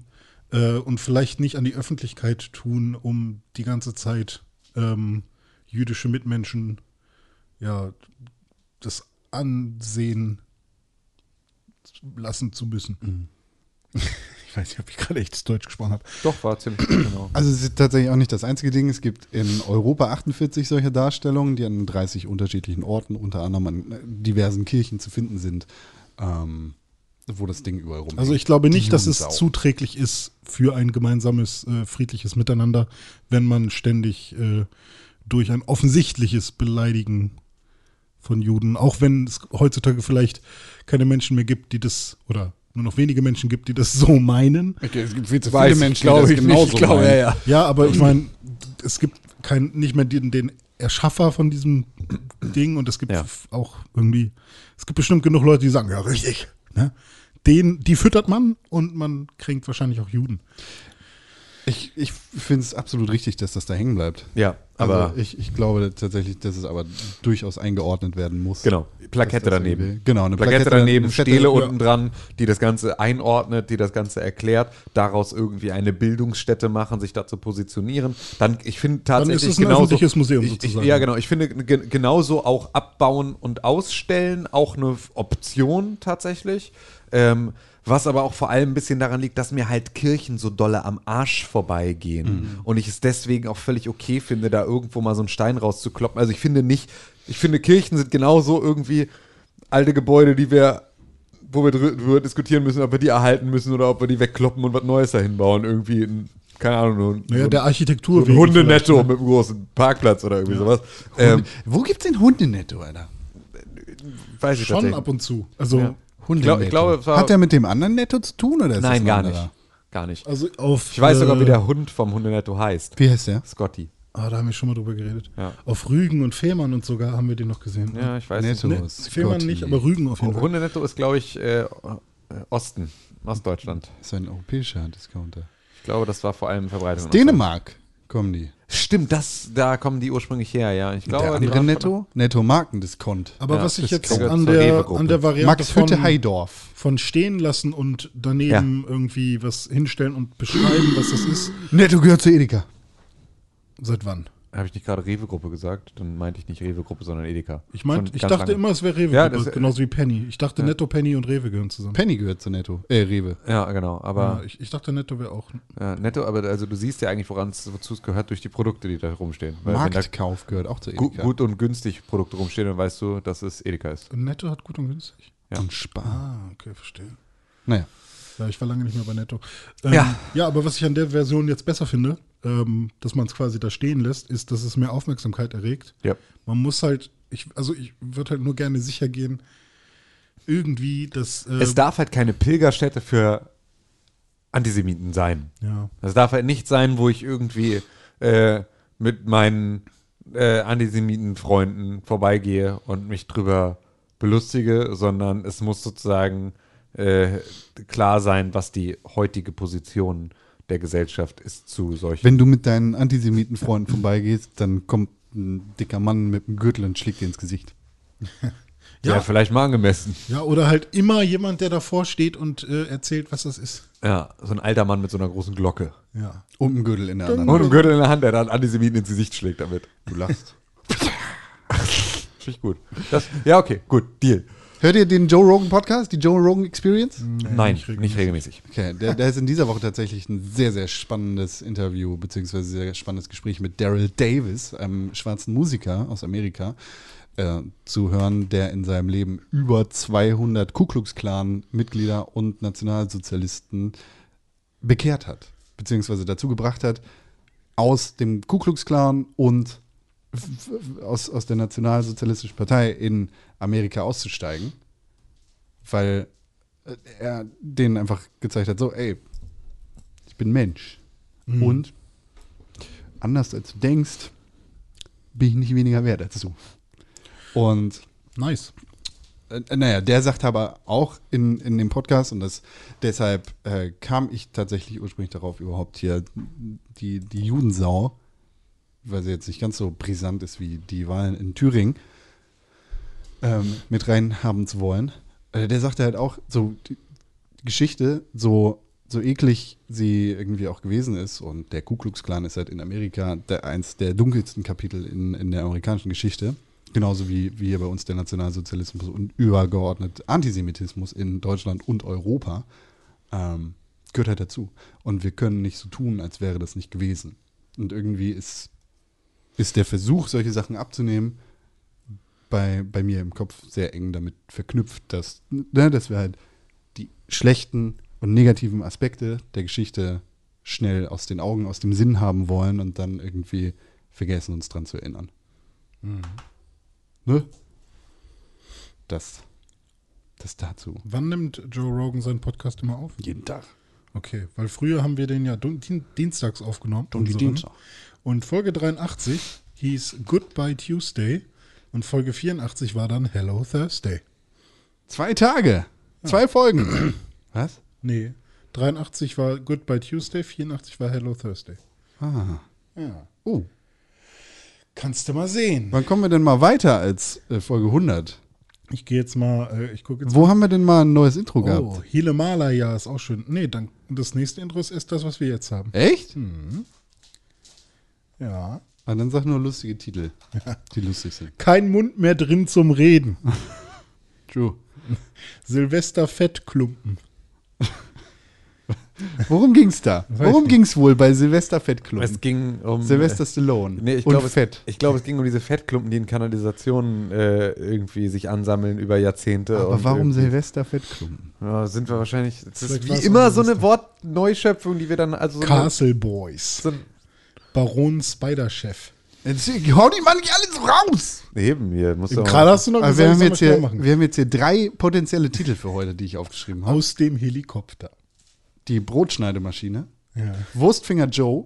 S4: äh, und vielleicht nicht an die Öffentlichkeit tun, um die ganze Zeit ähm, jüdische Mitmenschen ja das ansehen lassen zu müssen. Mhm. ich weiß nicht, ob ich gerade echtes Deutsch gesprochen habe.
S3: Doch, war ziemlich gut, genau.
S2: Also es ist tatsächlich auch nicht das einzige Ding. Es gibt in Europa 48 solcher Darstellungen, die an 30 unterschiedlichen Orten, unter anderem an äh, diversen Kirchen zu finden sind, ähm, wo das Ding überall rumhängt.
S4: Also ich glaube
S2: Die
S4: nicht, dass es
S2: Judensau.
S4: zuträglich ist für ein gemeinsames, äh, friedliches Miteinander, wenn man ständig äh, durch ein offensichtliches Beleidigen von Juden, auch wenn es heutzutage vielleicht keine Menschen mehr gibt, die das, oder nur noch wenige Menschen gibt, die das so meinen.
S2: Okay, es gibt viel zu
S3: Weiß ich, glaub ich nicht. Ich glaub,
S2: meinen.
S3: ja, ja.
S4: Ja, aber
S3: Ähm.
S4: ich meine, es gibt kein, nicht mehr den, den Erschaffer von diesem Ding und es gibt
S3: Ja.
S4: auch irgendwie, es gibt bestimmt genug Leute, die sagen, ja, richtig. Ne? Den, die füttert man und man kriegt wahrscheinlich auch Juden.
S2: Ich, ich finde es absolut richtig, dass das da hängen bleibt.
S3: Ja,
S2: Also
S3: aber-
S2: ich, ich glaube tatsächlich, dass es aber durchaus eingeordnet werden muss.
S3: Genau,
S2: Dass
S3: Plakette
S2: das
S3: daneben.
S2: irgendwie- Genau,
S3: eine Plakette, daneben,
S2: fette-
S3: Stele
S2: ja.
S3: unten dran, die das Ganze einordnet, die das Ganze erklärt, daraus irgendwie eine Bildungsstätte machen, sich dazu positionieren. Dann, ich finde tatsächlich
S4: ist es ein
S3: genauso,
S4: öffentliches Museum
S3: ich, ich,
S4: sozusagen.
S3: Ja, genau. Ich finde ge genauso auch abbauen und ausstellen auch eine F- Option tatsächlich. Ähm, was aber auch vor allem ein bisschen daran liegt, dass mir halt Kirchen so dolle am Arsch vorbeigehen.
S4: Mhm.
S3: Und ich es deswegen auch völlig okay finde, da irgendwo mal so einen Stein rauszukloppen. Also ich finde nicht, ich finde Kirchen sind genauso irgendwie alte Gebäude, die wir wo wir drü- drüber diskutieren müssen, ob wir die erhalten müssen oder ob wir die wegkloppen und was Neues dahin bauen. Irgendwie, ein, keine Ahnung,
S4: Naja,
S3: so
S4: der Architektur
S3: ein
S4: wegen
S3: Hundenetto mit einem großen Parkplatz oder irgendwie sowas. Ähm,
S2: Wo gibt's denn Hundenetto, Alter?
S3: weiß ich
S4: Schon
S3: tatsächlich.
S4: ab und zu. Also,
S3: Ich, glaub, ich glaube, es war,
S2: Hat der mit dem anderen Netto zu tun oder ist das
S3: nein,
S2: ein
S3: gar
S2: anderer?
S3: nicht. Gar nicht.
S4: also auf.
S3: Ich weiß sogar,
S4: äh,
S3: wie der Hund vom Hundenetto heißt.
S2: Wie heißt der?
S3: Scotty.
S4: Ah, da haben wir schon mal drüber geredet.
S3: Ja.
S4: Auf Rügen und Fehmarn und sogar haben wir den noch gesehen.
S3: Ja, ich weiß nicht.
S2: Netto.
S4: Ne, Fehmarn
S2: Scotty.
S4: nicht, aber Rügen auf jeden Fall.
S3: Hundenetto ist, glaube ich, äh, Osten, Ostdeutschland.
S2: Das ist ein europäischer Discounter.
S3: Ich glaube, das war vor allem verbreitet. in Ostdeutschland.
S2: Dänemark kommen die.
S3: Stimmt, das, da kommen die ursprünglich her, ja. Ich glaube,
S2: Der
S3: die
S2: andere
S3: waren-
S2: Netto? Netto Markendiscount.
S4: Aber
S3: Ja,
S4: was ich
S3: das
S4: jetzt
S3: gehört
S4: an
S3: zur
S4: der,
S3: Rewe-Gruppe.
S4: an der Variante
S2: Max Hütte Heidorf.
S4: von stehen lassen und daneben irgendwie was hinstellen und beschreiben, was das ist,
S2: Netto gehört zu Edeka.
S4: seit wann?
S3: Habe ich nicht gerade Rewe-Gruppe gesagt? Dann meinte ich nicht Rewe-Gruppe, sondern Edeka.
S4: Ich meinte,
S3: Schon
S4: ich
S3: ganz lange.
S4: dachte immer, es wäre Rewe,
S3: Ja,
S4: Gruppe,
S3: das- äh,
S4: genauso wie Penny. Ich dachte, Netto, Penny und Rewe gehören zusammen.
S2: Penny gehört zu Netto. Äh, Rewe.
S3: Ja, genau.
S4: Ja,
S3: Aber
S4: ich, ich dachte, Netto wäre auch.
S3: ja, netto, aber also du siehst ja eigentlich, woran es wozu es gehört durch die Produkte, die da rumstehen. Weil wenn da
S2: Marktkauf gehört auch zu
S3: gu
S2: Edeka.
S3: gut und günstig Produkte rumstehen, dann weißt du, dass es Edeka ist.
S4: Netto hat gut und günstig.
S2: Und Spar.
S4: Ah, okay, verstehe.
S2: Naja.
S4: Ja, ich war lange nicht mehr bei Netto. Ähm,
S3: Ja.
S4: ja. ja, aber was ich an der Version jetzt besser finde, ähm, dass man es quasi da stehen lässt, ist, dass es mehr Aufmerksamkeit erregt.
S3: Ja.
S4: Man muss halt, ich, also ich würde halt nur gerne sicher gehen, irgendwie, dass. Äh,
S3: Es darf halt keine Pilgerstätte für Antisemiten sein.
S4: ja.
S3: Es darf halt nicht sein, wo ich irgendwie äh, mit meinen äh, Antisemiten-Freunden vorbeigehe und mich drüber belustige, sondern es muss sozusagen äh, klar sein, was die heutige Position der Gesellschaft ist zu solchen.
S2: Wenn du mit deinen Antisemitenfreunden vorbeigehst, dann kommt ein dicker Mann mit einem Gürtel und schlägt dir ins Gesicht.
S3: ja. vielleicht mal angemessen.
S4: ja, oder halt immer jemand, der davor steht und äh, erzählt, was das ist.
S3: Ja, so ein alter Mann mit so einer großen Glocke.
S4: Ja.
S2: Und einen Gürtel in der anderen.
S3: Und einen Gürtel in der Hand, der dann Antisemiten ins Gesicht schlägt damit.
S2: Du lachst.
S3: Finde ich gut. Das, ja, okay, gut, Deal.
S2: Hört ihr den Joe Rogan Podcast, die Joe Rogan Experience?
S3: Nein, nicht regelmäßig.
S2: Okay, da, da ist in dieser Woche tatsächlich ein sehr, sehr spannendes Interview, beziehungsweise sehr spannendes Gespräch mit Daryl Davis, einem schwarzen Musiker aus Amerika, äh, zu hören, der in seinem Leben über 200 Ku Klux Klan-Mitglieder und Nationalsozialisten bekehrt hat, beziehungsweise dazu gebracht hat, aus dem Ku Klux Klan und f- f- aus, aus der Nationalsozialistischen Partei in Amerika auszusteigen, weil äh, er denen einfach gezeigt hat, so, ey, ich bin Mensch. Und anders als du denkst, bin ich nicht weniger wert als du. Und
S4: Nice.
S2: äh, naja, der sagt aber auch in, in dem Podcast und das, deshalb äh, kam ich tatsächlich ursprünglich darauf, überhaupt hier die, die Judensau, weil sie jetzt nicht ganz so brisant ist wie die Wahlen in Thüringen, ähm, mit rein haben zu wollen. Äh, der sagte halt auch, so die Geschichte, so, so eklig sie irgendwie auch gewesen ist und der Ku Klux Klan ist halt in Amerika der, eins der dunkelsten Kapitel in, in der amerikanischen Geschichte. Genauso wie, wie hier bei uns der Nationalsozialismus und übergeordnet Antisemitismus in Deutschland und Europa ähm, gehört halt dazu. Und wir können nicht so tun, als wäre das nicht gewesen. Und irgendwie ist, ist der Versuch, solche Sachen abzunehmen, bei, bei mir im Kopf sehr eng damit verknüpft, dass, ne, dass wir halt die schlechten und negativen Aspekte der Geschichte schnell aus den Augen, aus dem Sinn haben wollen und dann irgendwie vergessen, uns dran zu erinnern. Ne? Das, das dazu.
S4: Wann nimmt Joe Rogan seinen Podcast immer auf?
S2: Jeden Tag.
S4: Okay, weil früher haben wir den ja dun- din dienstags aufgenommen.
S2: Dun- die
S4: unseren.
S2: Dienstag.
S4: Und Folge 83 hieß Goodbye Tuesday und Folge 84 war dann Hello Thursday.
S2: Zwei Tage. Zwei Folgen.
S3: Was?
S4: Nee. 83 war Goodbye Tuesday, 84 war Hello Thursday. Ah. Ja.
S2: Oh,
S4: Kannst du mal sehen.
S2: wann kommen wir denn mal weiter als äh, Folge 100?
S4: Ich gehe jetzt mal, äh, ich gucke jetzt
S2: Wo haben wir denn mal ein neues Intro
S4: Oh,
S2: gehabt?
S4: Hile Malaya ist auch schön. Nee, dann das nächste Intro ist erst das, was wir jetzt haben.
S2: Echt?
S4: Ja.
S2: Ah, dann sag nur lustige Titel, die lustig sind.
S4: Kein Mund mehr drin zum Reden.
S2: True.
S4: Silvester Fettklumpen.
S2: Worum ging's da? Worum ging's wohl bei Silvester Fettklumpen?
S3: Es ging um.
S2: Sylvester Hm. Stallone.
S3: Nee, ich
S2: und
S3: glaube,
S2: Fett.
S3: Es, ich glaube, es ging um diese Fettklumpen, die in Kanalisationen äh, irgendwie sich ansammeln über Jahrzehnte.
S2: Aber
S3: und
S2: warum
S3: irgendwie-
S2: Silvester Fettklumpen?
S3: ja, sind wir wahrscheinlich. Es
S4: Vielleicht
S3: ist
S4: war's
S3: wie immer
S4: auch
S3: so eine
S4: Silvester.
S3: Wortneuschöpfung, die wir dann also. so eine-
S4: Castle Boys.
S3: So ein,
S4: Baron Spider-Chef.
S2: Hau die mal nicht alles raus!
S3: eben, hier muss doch mal-
S4: Gerade hast du noch
S2: Aber wir, haben
S4: soll
S2: jetzt
S4: man schnell
S2: hier,
S4: machen.
S2: wir haben jetzt hier drei potenzielle Titel für heute, die ich aufgeschrieben habe.
S4: Aus dem Helikopter.
S2: Die Brotschneidemaschine,
S4: Ja.
S2: Wurstfinger Joe,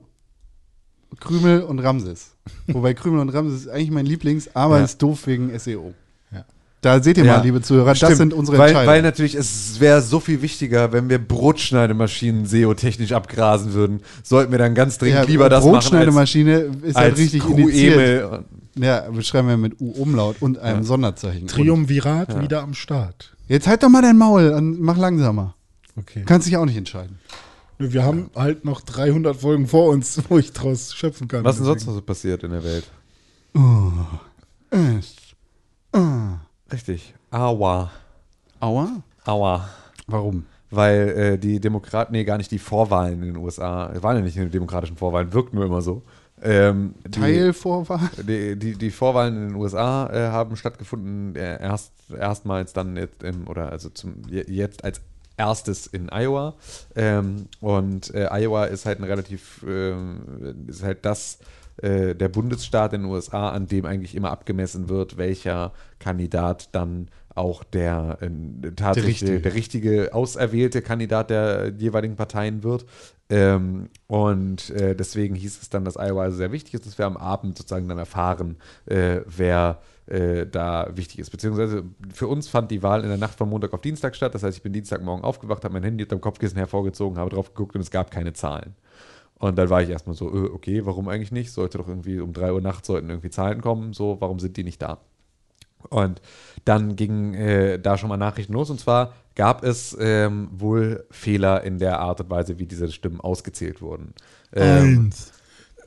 S2: Krümel und Ramses. Wobei Krümel und Ramses ist eigentlich mein Lieblings, aber
S3: Ja.
S2: ist doof wegen SEO.
S4: Ja.
S2: Da seht ihr
S3: Ja.
S2: mal, liebe Zuhörer, das
S3: Stimmt,
S2: sind unsere
S3: weil,
S2: Entscheidungen.
S3: Weil natürlich, es wäre so viel wichtiger, wenn wir Brotschneidemaschinen SEO-technisch abgrasen würden. Sollten wir dann ganz dringend
S2: Ja,
S3: lieber das machen als,
S2: Brotschneidemaschine ist halt
S3: als E
S2: richtig initiiert.
S3: Q-Emel.
S2: Ja, beschreiben wir mit U-Umlaut und einem Sonderzeichen.
S4: Triumvirat wieder am Start.
S2: Jetzt halt doch mal dein Maul und mach langsamer.
S4: Okay.
S2: Du kannst dich auch nicht entscheiden.
S4: Wir haben halt noch 300 Folgen vor uns, wo ich draus schöpfen kann.
S3: Was denn sonst
S4: Deswegen-
S3: noch so passiert in der Welt? Äh. Richtig. Aua.
S2: Aua?
S3: Aua.
S2: Warum?
S3: Weil äh, die Demokraten, nee, gar nicht die Vorwahlen in den USA, es waren ja nicht die demokratischen Vorwahlen, wirkt nur immer so. Ähm, die-
S2: Teilvorwahl?
S3: Die, die, die Vorwahlen in den USA äh, haben stattgefunden, äh, erst, erstmals dann jetzt im, oder also zum, je- jetzt als erstes in Iowa. Ähm, und äh, Iowa ist halt ein relativ, ähm, ist halt das, äh, der Bundesstaat in den USA, an dem eigentlich immer abgemessen wird, welcher Kandidat dann auch der äh, tatsächlich
S2: richtige.
S3: der richtige auserwählte Kandidat der jeweiligen Parteien wird. Ähm, und äh, deswegen hieß es dann, dass Iowa also sehr wichtig ist, dass wir am Abend sozusagen dann erfahren, äh, wer äh, da wichtig ist. Beziehungsweise für uns fand die Wahl in der Nacht von Montag auf Dienstag statt. Das heißt, ich bin Dienstagmorgen aufgewacht, habe mein Handy unterm Kopfkissen hervorgezogen, habe drauf geguckt und es gab keine Zahlen. Und dann war ich erstmal so, äh, okay, warum eigentlich nicht? Sollte doch irgendwie um 3 Uhr nachts sollten irgendwie Zahlen kommen, so, warum sind die nicht da? Und dann gingen äh, da schon mal Nachrichten los. Und zwar gab es ähm, wohl Fehler in der Art und Weise, wie diese Stimmen ausgezählt wurden. Ähm,
S4: Eins,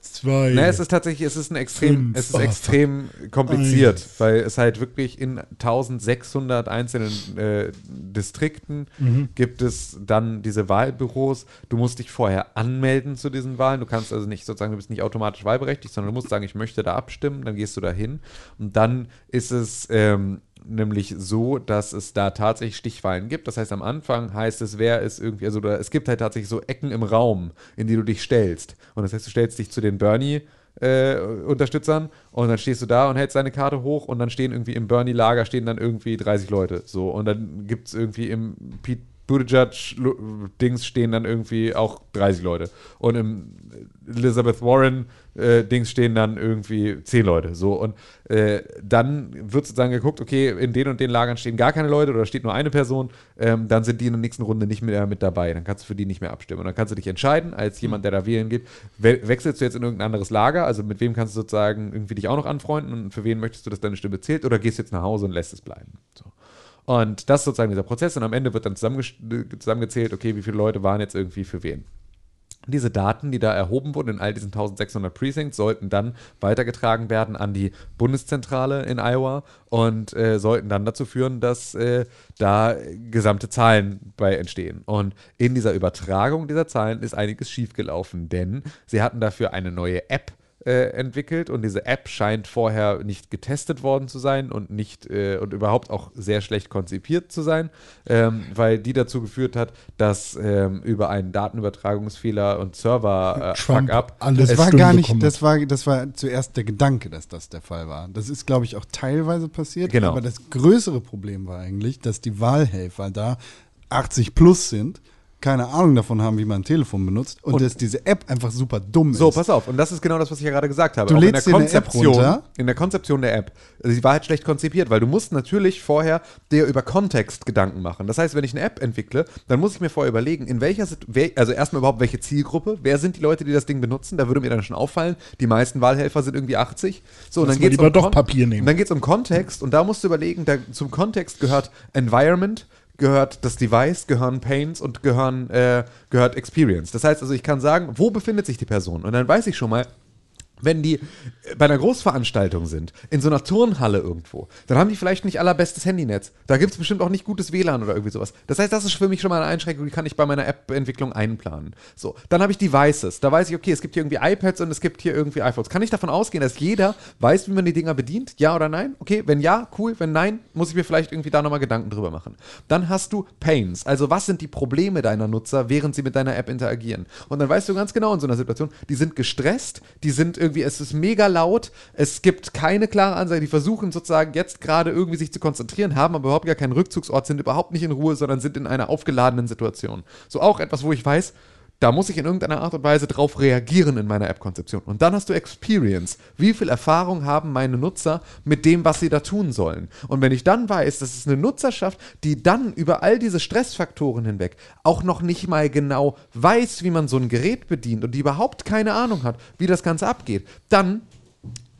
S4: zwei.
S3: na, es ist tatsächlich, es ist ein extrem,
S4: Fünf.
S3: es ist
S4: Oh,
S3: extrem kompliziert, weil es halt wirklich in 1600 einzelnen äh, Distrikten gibt es dann diese Wahlbüros. Du musst dich vorher anmelden zu diesen Wahlen. Du kannst also nicht sozusagen, du bist nicht automatisch wahlberechtigt, sondern du musst sagen, ich möchte da abstimmen, dann gehst du da hin und dann ist es ähm, nämlich so, dass es da tatsächlich Stichwahlen gibt. Das heißt, am Anfang heißt es, wer ist irgendwie, also da, es gibt halt tatsächlich so Ecken im Raum, in die du dich stellst. Und das heißt, du stellst dich zu den Bernie. Äh, Unterstützern und dann stehst du da und hältst deine Karte hoch und dann stehen irgendwie im Bernie-Lager stehen dann irgendwie 30 Leute so und dann gibt es irgendwie im Pete Buttigieg-Dings stehen dann irgendwie auch 30 Leute und im Elizabeth Warren äh, Dings stehen dann irgendwie zehn Leute. So und äh, dann wird sozusagen geguckt, okay, in den und den Lagern stehen gar keine Leute oder steht nur eine Person, ähm, dann sind die in der nächsten Runde nicht mehr mit dabei. Dann kannst du für die nicht mehr abstimmen. Und dann kannst du dich entscheiden, als jemand, der da wählen geht, we wechselst du jetzt in irgendein anderes Lager, also mit wem kannst du sozusagen irgendwie dich auch noch anfreunden und für wen möchtest du, dass deine Stimme zählt oder gehst jetzt nach Hause und lässt es bleiben. So. Und das ist sozusagen dieser Prozess und am Ende wird dann zusammenge- zusammengezählt, okay, wie viele Leute waren jetzt irgendwie für wen. Diese Daten, die da erhoben wurden in all diesen 1600 Precincts, sollten dann weitergetragen werden an die Bundeszentrale in Iowa und äh, sollten dann dazu führen, dass äh, da gesamte Zahlen bei entstehen. Und in dieser Übertragung dieser Zahlen ist einiges schiefgelaufen, denn sie hatten dafür eine neue App äh, entwickelt und diese App scheint vorher nicht getestet worden zu sein und nicht äh, und überhaupt auch sehr schlecht konzipiert zu sein, ähm, weil die dazu geführt hat, dass ähm, über einen Datenübertragungsfehler und Server äh,
S4: Trump
S3: Fuck-up
S4: alles
S2: Das war
S4: Stimmen
S2: gar nicht,
S4: bekommen
S2: das war, das war zuerst der Gedanke, dass das der Fall war. Das ist, glaube ich, auch teilweise passiert.
S3: Genau.
S2: Aber das größere Problem war eigentlich, dass die Wahlhelfer da 80 plus sind, keine Ahnung davon haben, wie man ein Telefon benutzt und,
S3: Und-
S2: dass diese App einfach super dumm
S3: So,
S2: ist.
S3: pass auf. Und das ist genau das, was ich ja gerade gesagt habe.
S2: Du
S3: Auch
S2: lädst dir eine App runter.
S3: in der Konzeption der App. Sie war halt schlecht konzipiert, weil du musst natürlich vorher dir über Kontext Gedanken machen. Das heißt, wenn ich eine App entwickle, dann muss ich mir vorher überlegen, in welcher, Sit- wer, also erstmal überhaupt welche Zielgruppe, wer sind die Leute, die das Ding benutzen? Da würde mir dann schon auffallen, die meisten Wahlhelfer sind irgendwie 80. So, und
S4: Lass
S3: dann
S4: mal
S3: geht's um
S4: lieber doch
S3: Kon-
S4: Papier nehmen.
S3: Und dann geht es um Kontext und da musst du überlegen, da, zum Kontext gehört Environment, gehört das Device, gehören Pains und gehören, äh, gehört Experience. Das heißt also, ich kann sagen, wo befindet sich die Person? Und dann weiß ich schon mal, wenn die äh, bei einer Großveranstaltung sind, in so einer Turnhalle irgendwo, dann haben die vielleicht nicht allerbestes Handynetz. Da gibt es bestimmt auch nicht gutes WLAN oder irgendwie sowas. Das heißt, das ist für mich schon mal eine Einschränkung, die kann ich bei meiner App-Entwicklung einplanen. So, dann habe ich Devices. Da weiß ich, okay, es gibt hier irgendwie iPads und es gibt hier irgendwie iPhones. Kann ich davon ausgehen, dass jeder weiß, wie man die Dinger bedient? Ja oder nein? Okay, wenn ja, cool. Wenn nein, muss ich mir vielleicht irgendwie da nochmal Gedanken drüber machen. Dann hast du Pains. Also, was sind die Probleme deiner Nutzer, während sie mit deiner App interagieren? Und dann weißt du ganz genau in so einer Situation, die sind gestresst, die sind irgendwie, es ist mega laut, es gibt keine klare Ansage, die versuchen sozusagen jetzt gerade irgendwie sich zu konzentrieren, haben aber überhaupt gar keinen Rückzugsort, sind überhaupt nicht in Ruhe, sondern sind in einer aufgeladenen Situation. So auch etwas, wo ich weiß, da muss ich in irgendeiner Art und Weise drauf reagieren in meiner App-Konzeption. Und dann hast du Experience. Wie viel Erfahrung haben meine Nutzer mit dem, was sie da tun sollen? Und wenn ich dann weiß, dass es eine Nutzerschaft, die dann über all diese Stressfaktoren hinweg auch noch nicht mal genau weiß, wie man so ein Gerät bedient und die überhaupt keine Ahnung hat, wie das Ganze abgeht, dann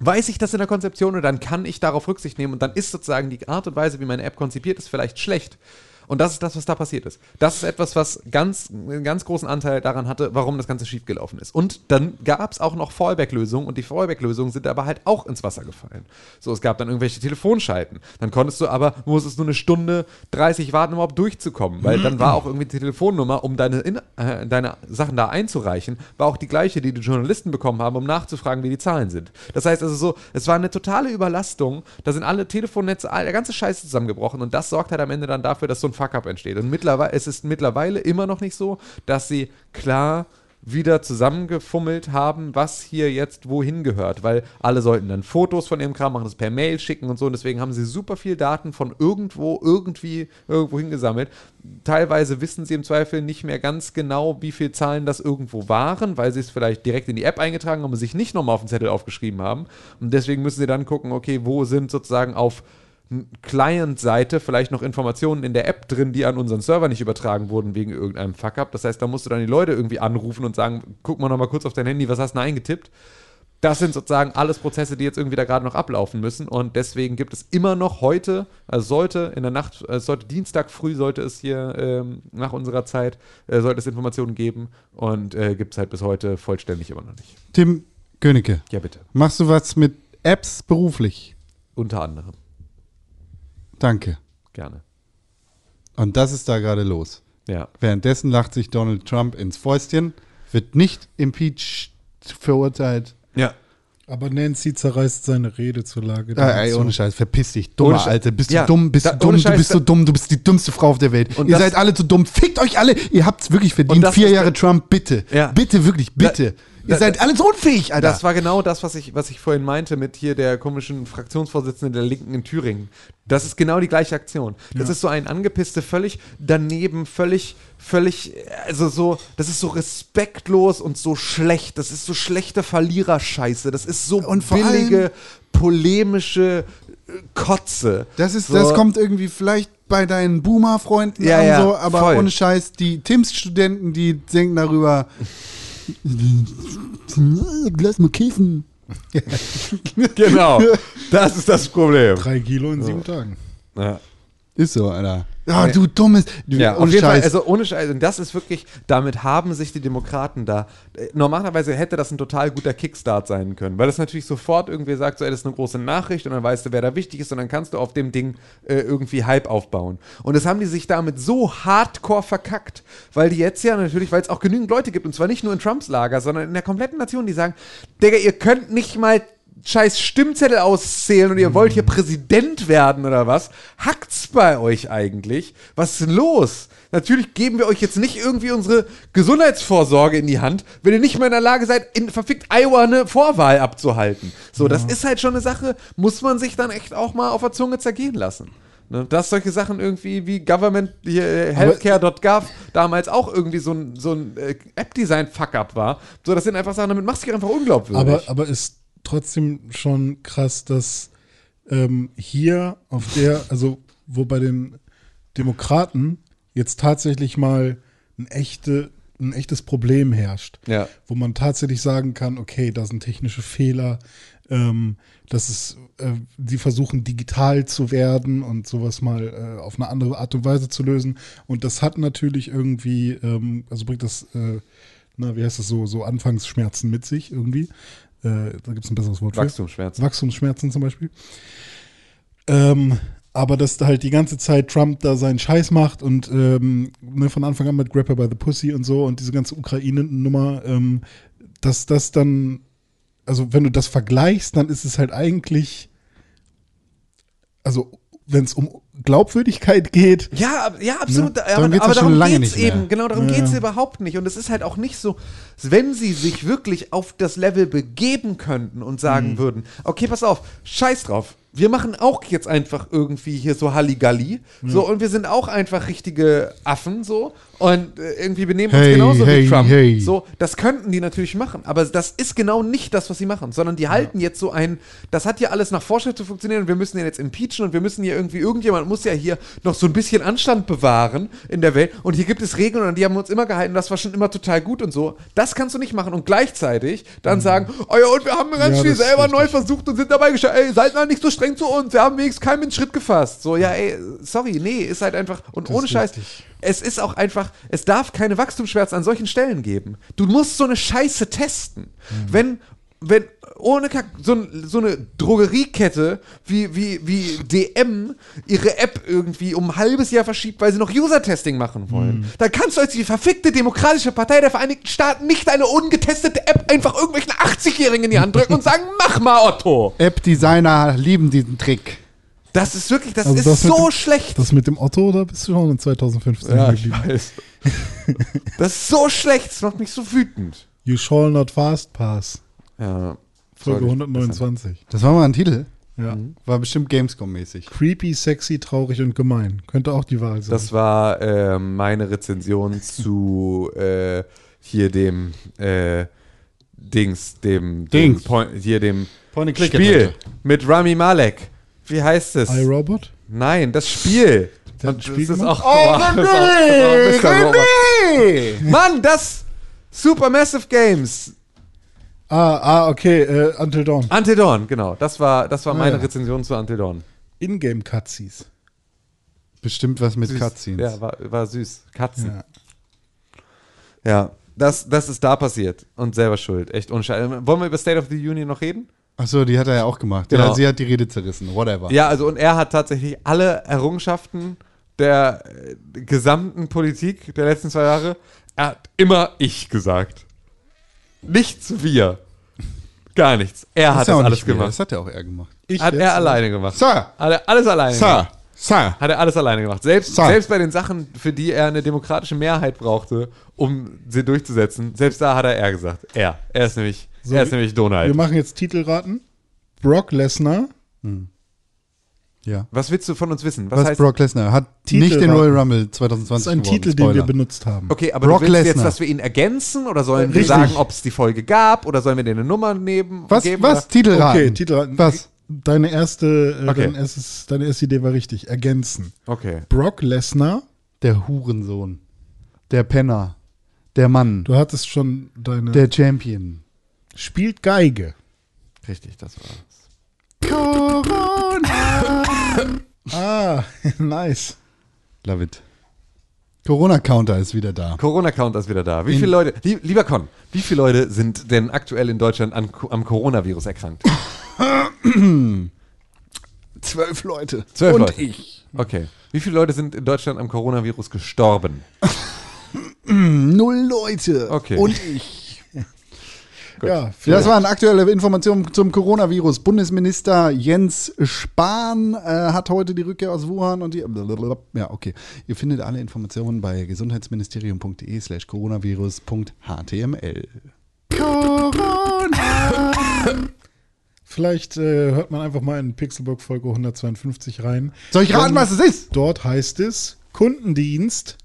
S3: weiß ich das in der Konzeption und dann kann ich darauf Rücksicht nehmen und dann ist sozusagen die Art und Weise, wie meine App konzipiert ist, vielleicht schlecht. Und das ist das, was da passiert ist. Das ist etwas, was ganz, einen ganz großen Anteil daran hatte, warum das Ganze schiefgelaufen ist. Und dann gab es auch noch Fallback-Lösungen und die Fallback-Lösungen sind aber halt auch ins Wasser gefallen. So, es gab dann irgendwelche Telefonschalten. Dann konntest du aber, musstest nur eine Stunde 30 warten, um überhaupt durchzukommen, weil dann war auch irgendwie die Telefonnummer, um deine, In äh, deine Sachen da einzureichen, war auch die gleiche, die die Journalisten bekommen haben, um nachzufragen, wie die Zahlen sind. Das heißt also so, es war eine totale Überlastung. Da sind alle Telefonnetze, all- der ganze Scheiß zusammengebrochen und das sorgt halt am Ende dann dafür, dass so ein Fuck-up entsteht. Und mittlerweile, es ist mittlerweile immer noch nicht so, dass sie klar wieder zusammengefummelt haben, was hier jetzt wohin gehört, weil alle sollten dann Fotos von ihrem Kram machen, das per Mail schicken und so und deswegen haben sie super viel Daten von irgendwo, irgendwie, irgendwo hingesammelt. Teilweise wissen sie im Zweifel nicht mehr ganz genau, wie viele Zahlen das irgendwo waren, weil sie es vielleicht direkt in die App eingetragen haben und sich nicht nochmal auf den Zettel aufgeschrieben haben und deswegen müssen sie dann gucken, okay, wo sind sozusagen auf Client-Seite vielleicht noch Informationen in der App drin, die an unseren Server nicht übertragen wurden wegen irgendeinem Fuck-up. Das heißt, da musst du dann die Leute irgendwie anrufen und sagen, guck mal nochmal kurz auf dein Handy, was hast du denn eingetippt? Das sind sozusagen alles Prozesse, die jetzt irgendwie da gerade noch ablaufen müssen und deswegen gibt es immer noch heute, also sollte in der Nacht, äh, es sollte Dienstag früh sollte es hier ähm, nach unserer Zeit, äh, sollte es Informationen geben und äh, gibt es halt bis heute vollständig immer noch nicht.
S2: Tim Königke,
S3: Ja, bitte.
S2: machst du was mit Apps beruflich?
S3: Unter anderem.
S2: Danke.
S3: Gerne.
S2: Und das ist da gerade los.
S3: Ja.
S2: Währenddessen lacht sich Donald Trump ins Fäustchen, wird nicht impeached, verurteilt.
S3: Ja.
S4: Aber Nancy zerreißt seine Rede zur Lage.
S2: Ah, ey, ohne Scheiß, verpiss dich, dumme
S3: Ohne Scheiß.
S2: Alte. Bist
S3: Ja,
S2: du dumm, bist
S3: da-
S2: du dumm,
S3: ohne
S2: du
S3: Scheiß,
S2: bist so
S3: da-
S2: dumm, du bist die dümmste Frau auf der Welt.
S3: Und
S2: ihr
S3: das-
S2: seid alle zu dumm, fickt euch alle, ihr habt's wirklich verdient.
S3: das
S2: Vier
S3: ist
S2: Jahre
S3: der-
S2: Trump, bitte.
S3: Ja.
S2: Bitte, wirklich,
S3: Da-
S2: bitte. ihr
S3: da-
S2: seid alles unfähig, Alter.
S3: Das war genau das, was ich, was ich vorhin meinte mit hier der komischen Fraktionsvorsitzenden der Linken in Thüringen. Das ist genau die gleiche Aktion. Das ist so ein angepisste, völlig daneben, völlig, völlig, also so, das ist so respektlos und so schlecht. Das ist so schlechte Verliererscheiße. Das ist so
S2: Und vor
S3: billige, polemische äh, Kotze.
S2: Das ist,
S3: so,
S2: das kommt irgendwie vielleicht bei deinen Boomer-Freunden
S3: Ja,
S2: an,
S3: ja,
S2: so, aber
S3: voll.
S2: ohne Scheiß, die Tims-Studenten, die denken darüber, lass mal kiffen.
S3: Genau. Das ist das Problem.
S4: Drei Kilo in
S2: Oh.
S4: sieben Tagen.
S3: Ja.
S2: Ist so, Alter. Ah, du dummes. Du,
S3: Ja,
S2: ohne
S3: auf jeden
S2: Scheiß.
S3: Fall, also ohne Scheiß. Und das ist wirklich, damit haben sich die Demokraten da. äh, Normalerweise hätte das ein total guter Kickstart sein können, weil das natürlich sofort irgendwie sagt, so, ey, das ist eine große Nachricht und dann weißt du, wer da wichtig ist und dann kannst du auf dem Ding äh, irgendwie Hype aufbauen. Und das haben die sich damit so hardcore verkackt, weil die jetzt ja natürlich, weil es auch genügend Leute gibt und zwar nicht nur in Trumps Lager, sondern in der kompletten Nation, die sagen, Digga, ihr könnt nicht mal scheiß Stimmzettel auszählen und ihr wollt hier Präsident werden oder was? Hackt's bei euch eigentlich? Was ist denn los? Natürlich geben wir euch jetzt nicht irgendwie unsere Gesundheitsvorsorge in die Hand, wenn ihr nicht mehr in der Lage seid, in verfickt Iowa eine Vorwahl abzuhalten. So, das ist halt schon eine Sache, muss man sich dann echt auch mal auf der Zunge zergehen lassen. Ne? Dass solche Sachen irgendwie wie Government hier, äh, Healthcare.gov damals auch irgendwie so ein, so ein äh, App-Design-Fuck-Up war. So, das sind einfach Sachen, damit machst du dich einfach unglaubwürdig.
S4: Aber, aber ist trotzdem schon krass, dass ähm, hier auf der, also wo bei den Demokraten jetzt tatsächlich mal ein, echte, ein echtes Problem herrscht.
S3: Ja.
S4: Wo man tatsächlich sagen kann, okay, da sind technische Fehler, ähm, das ist, äh, die versuchen digital zu werden und sowas mal äh, auf eine andere Art und Weise zu lösen. Und das hat natürlich irgendwie, ähm, also bringt das, äh, na, wie heißt das so, so Anfangsschmerzen mit sich irgendwie. Äh, da gibt es ein besseres Wort für.
S3: Wachstumsschmerzen.
S4: Wachstumsschmerzen zum Beispiel. Ähm, aber dass da halt die ganze Zeit Trump da seinen Scheiß macht und ähm, ne, von Anfang an mit Grapper by the Pussy und so und diese ganze Ukraine-Nummer, ähm, dass das dann, also wenn du das vergleichst, dann ist es halt eigentlich, also wenn es um Glaubwürdigkeit geht,
S3: Ja, ab- ja, absolut.
S4: Ne?
S3: Aber,
S2: Darum geht's
S3: aber
S2: ja schon
S3: darum
S2: lange
S3: geht's
S2: nicht mehr.
S3: eben. Genau, darum
S4: Ja,
S3: geht's
S4: ja.
S3: überhaupt nicht. Und es ist halt auch nicht so, wenn sie sich wirklich auf das Level begeben könnten und sagen
S2: Mhm.
S3: würden, okay, pass auf, scheiß drauf. Wir machen auch jetzt einfach irgendwie hier so Halligalli.
S2: Mhm.
S3: So, und wir sind auch einfach richtige Affen, so. Und äh, irgendwie benehmen
S2: Hey,
S3: uns genauso
S2: hey,
S3: wie Trump.
S2: hey.
S3: So, das könnten die natürlich machen, aber das ist genau nicht das, was sie machen, sondern die halten jetzt so ein, das hat ja alles nach Vorschrift zu funktionieren und wir müssen den jetzt impeachen und wir müssen hier irgendwie, irgendjemand muss ja hier noch so ein bisschen Anstand bewahren in der Welt und hier gibt es Regeln und an die haben wir uns immer gehalten, das war schon immer total gut und so. Das kannst du nicht machen und gleichzeitig dann sagen, oh ja, und wir haben ganz
S4: Mhm. Ja,
S3: viel
S4: das ist
S3: selber
S4: richtig.
S3: neu versucht und sind dabei gescheitert, ey, seid mal nicht so streng zu uns, wir haben wenigstens keinen Schritt gefasst. So, ja, ey, sorry, nee, ist halt einfach, und ohne
S4: ist
S3: Scheiß,
S4: richtig.
S3: es ist auch einfach, es darf keine Wachstumsschmerzen an solchen Stellen geben. Du musst so eine Scheiße testen.
S4: Mhm.
S3: Wenn, wenn, ohne Kack, so, ein- so eine Drogeriekette wie, wie, wie DM ihre App irgendwie um ein halbes Jahr verschiebt, weil sie noch User-Testing machen wollen,
S4: Mhm.
S3: dann kannst du als die verfickte Demokratische Partei der Vereinigten Staaten nicht eine ungetestete App einfach irgendwelchen 80-Jährigen in die Hand drücken und sagen, mach mal, Otto.
S2: App-Designer lieben diesen Trick.
S3: Das ist wirklich, das
S4: Also
S3: ist
S4: das mit
S3: so
S4: dem-
S3: schlecht.
S4: das mit dem Otto, da bist du schon in 2015 geblieben.
S3: weiß. Das ist so schlecht, das macht mich so wütend.
S4: You shall not fast pass.
S3: Ja.
S4: Folge
S3: Sorry.
S4: 129.
S2: Das war mal ein Titel.
S4: Ja.
S3: Mhm.
S2: War bestimmt Gamescom-mäßig. Genau.
S4: Creepy, sexy, traurig und gemein. Könnte auch die Wahl sein.
S3: Das war ähm, meine Rezension zu äh, hier dem äh, Dings, dem,
S2: Dings.
S3: dem Point, hier dem Spiel
S2: Spiel.
S3: mit Rami Malek. Wie heißt es?
S4: iRobot?
S3: Nein, das Spiel.
S4: Der hat ein Spiel gemacht?
S3: oh, das ist auch- das ist auch Mr. Robot. Mann, das Supermassive Games.
S4: Ah, ah, okay, äh, Until Dawn.
S3: Until Dawn, genau. Das war, das war
S4: Ah,
S3: meine
S4: ja.
S3: Rezension zu Until Dawn.
S4: Ingame Cutscenes.
S2: Bestimmt was mit
S3: Süß.
S2: Cutscenes.
S3: Ja, war, war süß. Katzen.
S4: Ja.
S3: Ja, das, das ist da passiert. Und selber schuld. Echt unscheinbar. Wollen wir über State of the Union noch reden?
S2: Achso, die hat er ja auch gemacht.
S3: Genau.
S2: Ja, sie hat die Rede zerrissen. Whatever.
S3: Ja, also und er hat tatsächlich alle Errungenschaften der äh, gesamten Politik der letzten zwei Jahre, er hat immer ich gesagt. Nichts wir. Gar nichts. Er hat
S2: ja
S3: das
S2: auch nicht
S3: alles
S2: mehr.
S3: gemacht.
S2: Das hat ja auch er gemacht.
S4: Ich
S3: Hat er alleine gemacht.
S2: ne? Sir.
S3: Hat er alles alleine
S2: Sir,
S3: gemacht.
S2: Sir.
S3: Hat er alles alleine gemacht. Selbst,
S2: Sir.
S3: selbst bei den Sachen, für die er eine demokratische Mehrheit brauchte, um sie durchzusetzen, selbst da hat er er gesagt. Er. Er ist nämlich, er ist
S4: wir-
S3: nämlich Donald.
S4: Wir machen jetzt Titelraten. Brock Lesnar.
S2: Ja.
S3: Was willst du von uns wissen? Was,
S2: Was
S3: heißt
S2: Brock Lesnar hat
S4: Titel
S2: nicht den
S4: war-
S2: Royal Rumble
S4: Das
S2: 2020
S4: ist ein
S2: gewonnen.
S4: Titel, den
S2: Spoiler.
S4: wir benutzt haben.
S3: Okay, aber
S2: Brock
S3: du willst
S2: Lesnar.
S3: jetzt, dass wir ihn ergänzen oder sollen wir
S4: Richtig.
S3: sagen, ob es die Folge gab oder sollen wir dir eine Nummer nehmen?
S2: Was,
S3: geben,
S2: was?
S3: Oder?
S2: Titelraten?
S4: Okay, Titelraten.
S2: Was?
S4: Deine erste, äh,
S3: Okay.
S4: dein erstes, deine erste Idee war richtig. Ergänzen.
S3: Okay.
S4: Brock Lesnar.
S2: Der Hurensohn. Der Penner. Der Mann.
S4: Du hattest schon deine.
S2: Der Champion.
S4: spielt Geige.
S3: Richtig, das war's.
S4: Ah, nice.
S2: Love it. Corona-Counter ist wieder da.
S3: Corona-Count ist wieder da. Wie viele Leute, lie- lieber Con, wie viele Leute sind denn aktuell in Deutschland an, Co- am Coronavirus erkrankt?
S2: Zwölf Leute.
S3: Zwölf
S2: Und
S3: Leute.
S2: ich.
S3: Okay. Wie viele Leute sind in Deutschland am Coronavirus gestorben?
S2: Null Leute.
S3: Okay.
S2: Und ich.
S4: Ja,
S2: Das waren aktuelle Informationen zum Coronavirus. Bundesminister Jens Spahn äh, hat heute die Rückkehr aus Wuhan und die. blablabla. Ja, okay. Ihr findet alle Informationen bei gesundheitsministerium.de/slash coronavirus.html. Corona!
S4: Vielleicht äh, hört man einfach mal in Pixelburg Folge 152 rein.
S2: Soll ich raten,
S4: Denn
S2: was es ist?
S4: Dort heißt es Kundendienst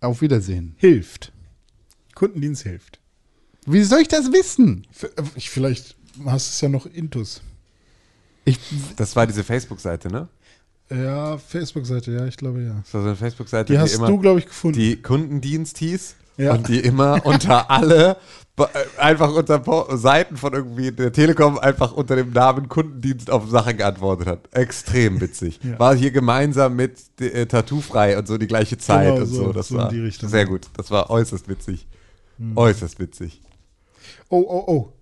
S2: Auf Wiedersehen.
S4: hilft. Kundendienst hilft.
S2: Wie soll ich das wissen?
S4: F- äh, Ich, vielleicht hast du es ja noch intus.
S3: Das war diese Facebook-Seite, ne?
S4: Ja, Facebook-Seite, ja, ich glaube ja.
S3: Das war so eine Facebook-Seite,
S4: Die hast du, glaube ich, gefunden.
S3: die Kundendienst hieß
S4: Ja.
S3: und die immer unter alle, be- einfach unter Po- Seiten von irgendwie der Telekom einfach unter dem Namen Kundendienst auf Sachen geantwortet hat. Extrem witzig. War hier gemeinsam mit äh, Tattoo frei und so die gleiche Zeit
S4: Genau
S3: und so.
S4: so,
S3: Das
S4: so in
S3: war
S4: die Richtung. Hm.
S3: sehr gut. Das war äußerst witzig. Äußerst witzig.
S4: Oh, oh, oh.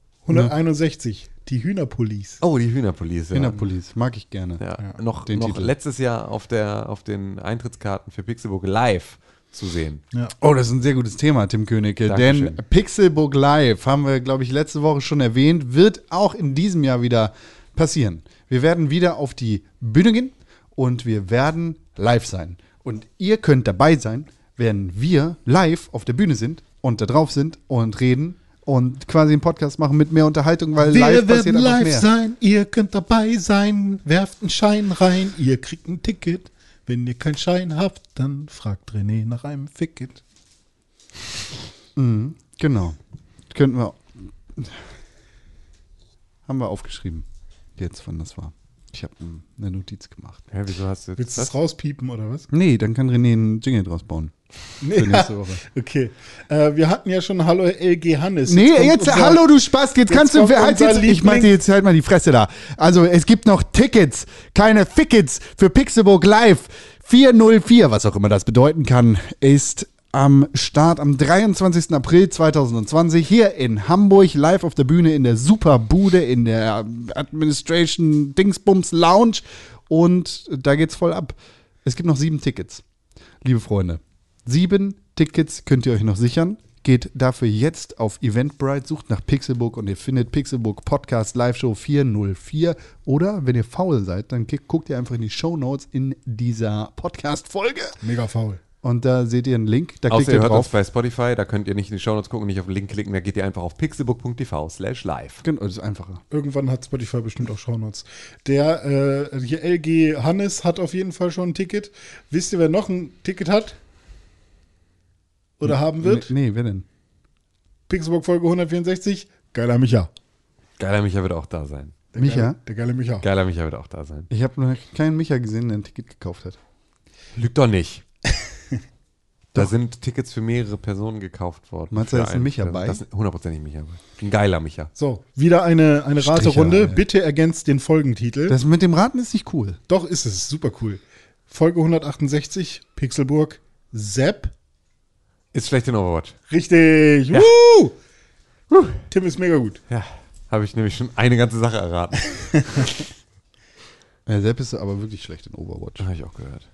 S4: 161. Die Hühnerpolice.
S3: Oh, die Hühnerpolice. Ja.
S2: Innerpolice, mag ich gerne.
S3: Ja, noch,
S2: den
S3: noch
S2: Titel.
S3: letztes Jahr auf, der, auf den Eintrittskarten für Pixelburg live zu sehen.
S2: Oh, das ist ein sehr gutes Thema, Tim Königke.
S3: Dankeschön.
S2: Denn Pixelburg Live, haben wir, glaube ich, letzte Woche schon erwähnt, wird auch in diesem Jahr wieder passieren. Wir werden wieder auf die Bühne gehen und wir werden live sein. Und ihr könnt dabei sein, wenn wir live auf der Bühne sind und da drauf sind und reden und quasi einen Podcast machen mit mehr Unterhaltung, weil live passiert einfach mehr.
S4: sein, ihr könnt dabei sein, werft einen Schein rein, ihr kriegt ein Ticket. Wenn ihr keinen Schein habt, dann fragt René nach einem Ficket.
S2: Genau. Könnten wir. Haben wir aufgeschrieben, jetzt, wann das war. Ich habe eine Notiz gemacht.
S3: Hä, wieso hast du
S4: Willst du das rauspiepen oder was?
S2: Nee, dann kann René einen Jingle draus bauen.
S4: Nee.
S2: nächste Woche.
S4: Okay. Äh, wir hatten ja schon Hallo LG Hannes.
S2: Nee,
S4: kommt
S2: jetzt,
S4: unser-
S2: hallo du Spaß, jetzt kannst du,
S4: kommt
S2: halt
S4: unser
S2: jetzt, ich
S4: Liebling.
S2: meinte jetzt halt mal die Fresse da. Also es gibt noch Tickets, kleine Fickets für Pixelburg Live 404, was auch immer das bedeuten kann, ist am Start am 23. April 2020 hier in Hamburg, live auf der Bühne in der Superbude, in der Administration Dingsbums Lounge und da geht's voll ab. Es gibt noch sieben Tickets liebe Freunde. Sieben Tickets könnt ihr euch noch sichern. Geht dafür jetzt auf Eventbrite, sucht nach Pixelburg und ihr findet Pixelburg Podcast Live Show 404. Oder wenn ihr faul seid, dann kick- guckt ihr einfach in die Show Notes in dieser Podcast-Folge.
S4: Mega faul.
S2: Und da seht ihr einen Link. Da klickt
S3: Außer ihr
S2: ihr
S3: hört uns
S2: drauf.
S3: bei Spotify, da könnt ihr nicht in die Shownotes gucken, nicht auf den Link klicken, da geht ihr einfach auf pixelbook.tv slash live.
S2: Genau, das ist einfacher.
S4: Irgendwann hat Spotify bestimmt auch Shownotes. Der äh, hier LG Hannes hat auf jeden Fall schon ein Ticket. Wisst ihr, wer noch ein Ticket hat? Oder haben wird?
S2: Nee, nee, wer denn?
S4: Pixelburg Folge 164. Geiler Micha.
S3: Geiler Micha wird auch da sein.
S4: Der
S2: Micha?
S4: Geile, der geile Micha.
S3: Geiler Micha wird auch da sein.
S2: Ich habe noch keinen Micha gesehen, der ein Ticket gekauft hat.
S3: Lügt doch nicht. Da sind Tickets für mehrere Personen gekauft worden.
S2: Meinst du, da
S3: Für
S2: ist ein
S3: eine
S2: Micha
S3: Person.
S2: bei?
S3: Das ist Hundertprozentig Micha bei. Ein geiler Micha.
S4: So, wieder eine, eine
S2: Stricher,
S4: Raterunde.
S2: Alter.
S4: Bitte ergänzt den Folgentitel.
S2: Das mit dem Raten ist nicht cool.
S4: Doch ist es. Super cool. Folge 168. Pixelburg. Sepp.
S3: Ist schlecht in Overwatch.
S4: Richtig. Woo! Tim ist mega gut.
S3: Ja. Habe ich nämlich schon eine ganze Sache erraten.
S2: Ja, selbst ist er aber wirklich schlecht in Overwatch.
S3: Habe ich auch gehört.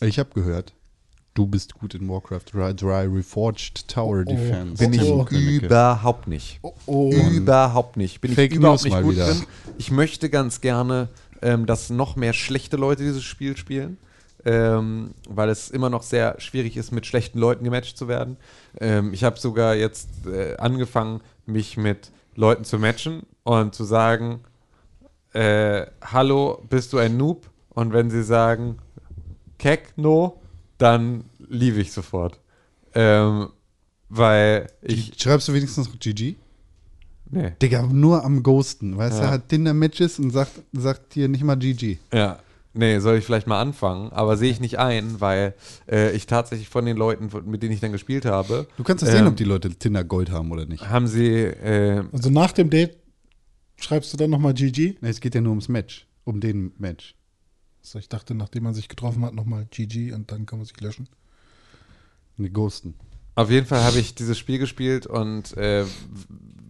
S2: Ich habe gehört, du bist gut in Warcraft Dry, dry Reforged
S3: Oh,
S2: Tower Defense. Oh,
S4: Bin
S2: Tim
S4: ich
S2: Königke.
S3: Überhaupt nicht. Überhaupt nicht. Bin
S2: Fake
S3: ich überhaupt
S2: News
S3: nicht
S2: mal
S3: gut
S2: wieder.
S3: drin. Ich möchte ganz gerne, ähm, dass noch mehr schlechte Leute dieses Spiel spielen. Ähm, weil es immer noch sehr schwierig ist, mit schlechten Leuten gematcht zu werden. Ähm, ich habe sogar jetzt äh, angefangen, mich mit Leuten zu matchen und zu sagen, äh, hallo, bist du ein Noob? Und wenn sie sagen, keck, no, dann liebe ich sofort. Ähm, weil ich,
S2: Schreibst du wenigstens noch GG?
S3: nee,
S2: Digga, nur am Ghosten. Weißt du, hat Tinder-Matches und sagt, sagt hier nicht mal GG.
S3: Ja. Nee, soll ich vielleicht mal anfangen, aber sehe ich nicht ein, weil äh, ich tatsächlich von den Leuten, von- mit denen ich dann gespielt habe,
S2: Du kannst doch sehen, ob die Leute Tinder Gold haben oder nicht.
S3: haben sie, äh,
S4: Also nach dem Date schreibst du dann nochmal GG?
S2: Nee, Es geht ja nur ums Match. Um den Match.
S4: So, ich dachte, nachdem man sich getroffen hat, nochmal GG und dann kann man sich löschen.
S2: Ne, Ghosten.
S3: auf jeden Fall habe ich dieses Spiel gespielt und äh,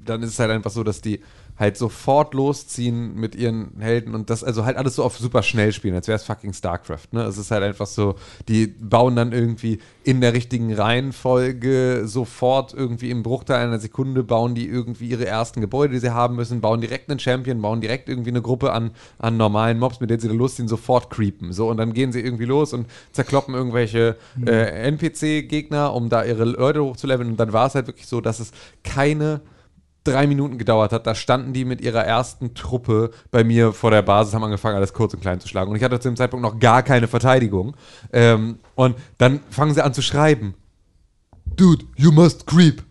S3: dann ist es halt einfach so, dass die halt sofort losziehen mit ihren Helden und das, also halt alles so auf super schnell spielen, als wäre es fucking StarCraft, ne? Es ist halt einfach so, die bauen dann irgendwie in der richtigen Reihenfolge sofort irgendwie im Bruchteil einer Sekunde, bauen die irgendwie ihre ersten Gebäude, die sie haben müssen, bauen direkt einen Champion, bauen direkt irgendwie eine Gruppe an, an normalen Mobs, mit denen sie losziehen, sofort creepen, so, und dann gehen sie irgendwie los und zerkloppen irgendwelche äh, NPC-Gegner, um da ihre Leute hochzuleveln und dann war es halt wirklich so, dass es keine drei Minuten gedauert hat, da standen die mit ihrer ersten Truppe bei mir vor der Basis, haben angefangen, alles kurz und klein zu schlagen. Und ich hatte zu dem Zeitpunkt noch gar keine Verteidigung. Ähm, und dann fangen sie an zu schreiben. Dude, you must creep.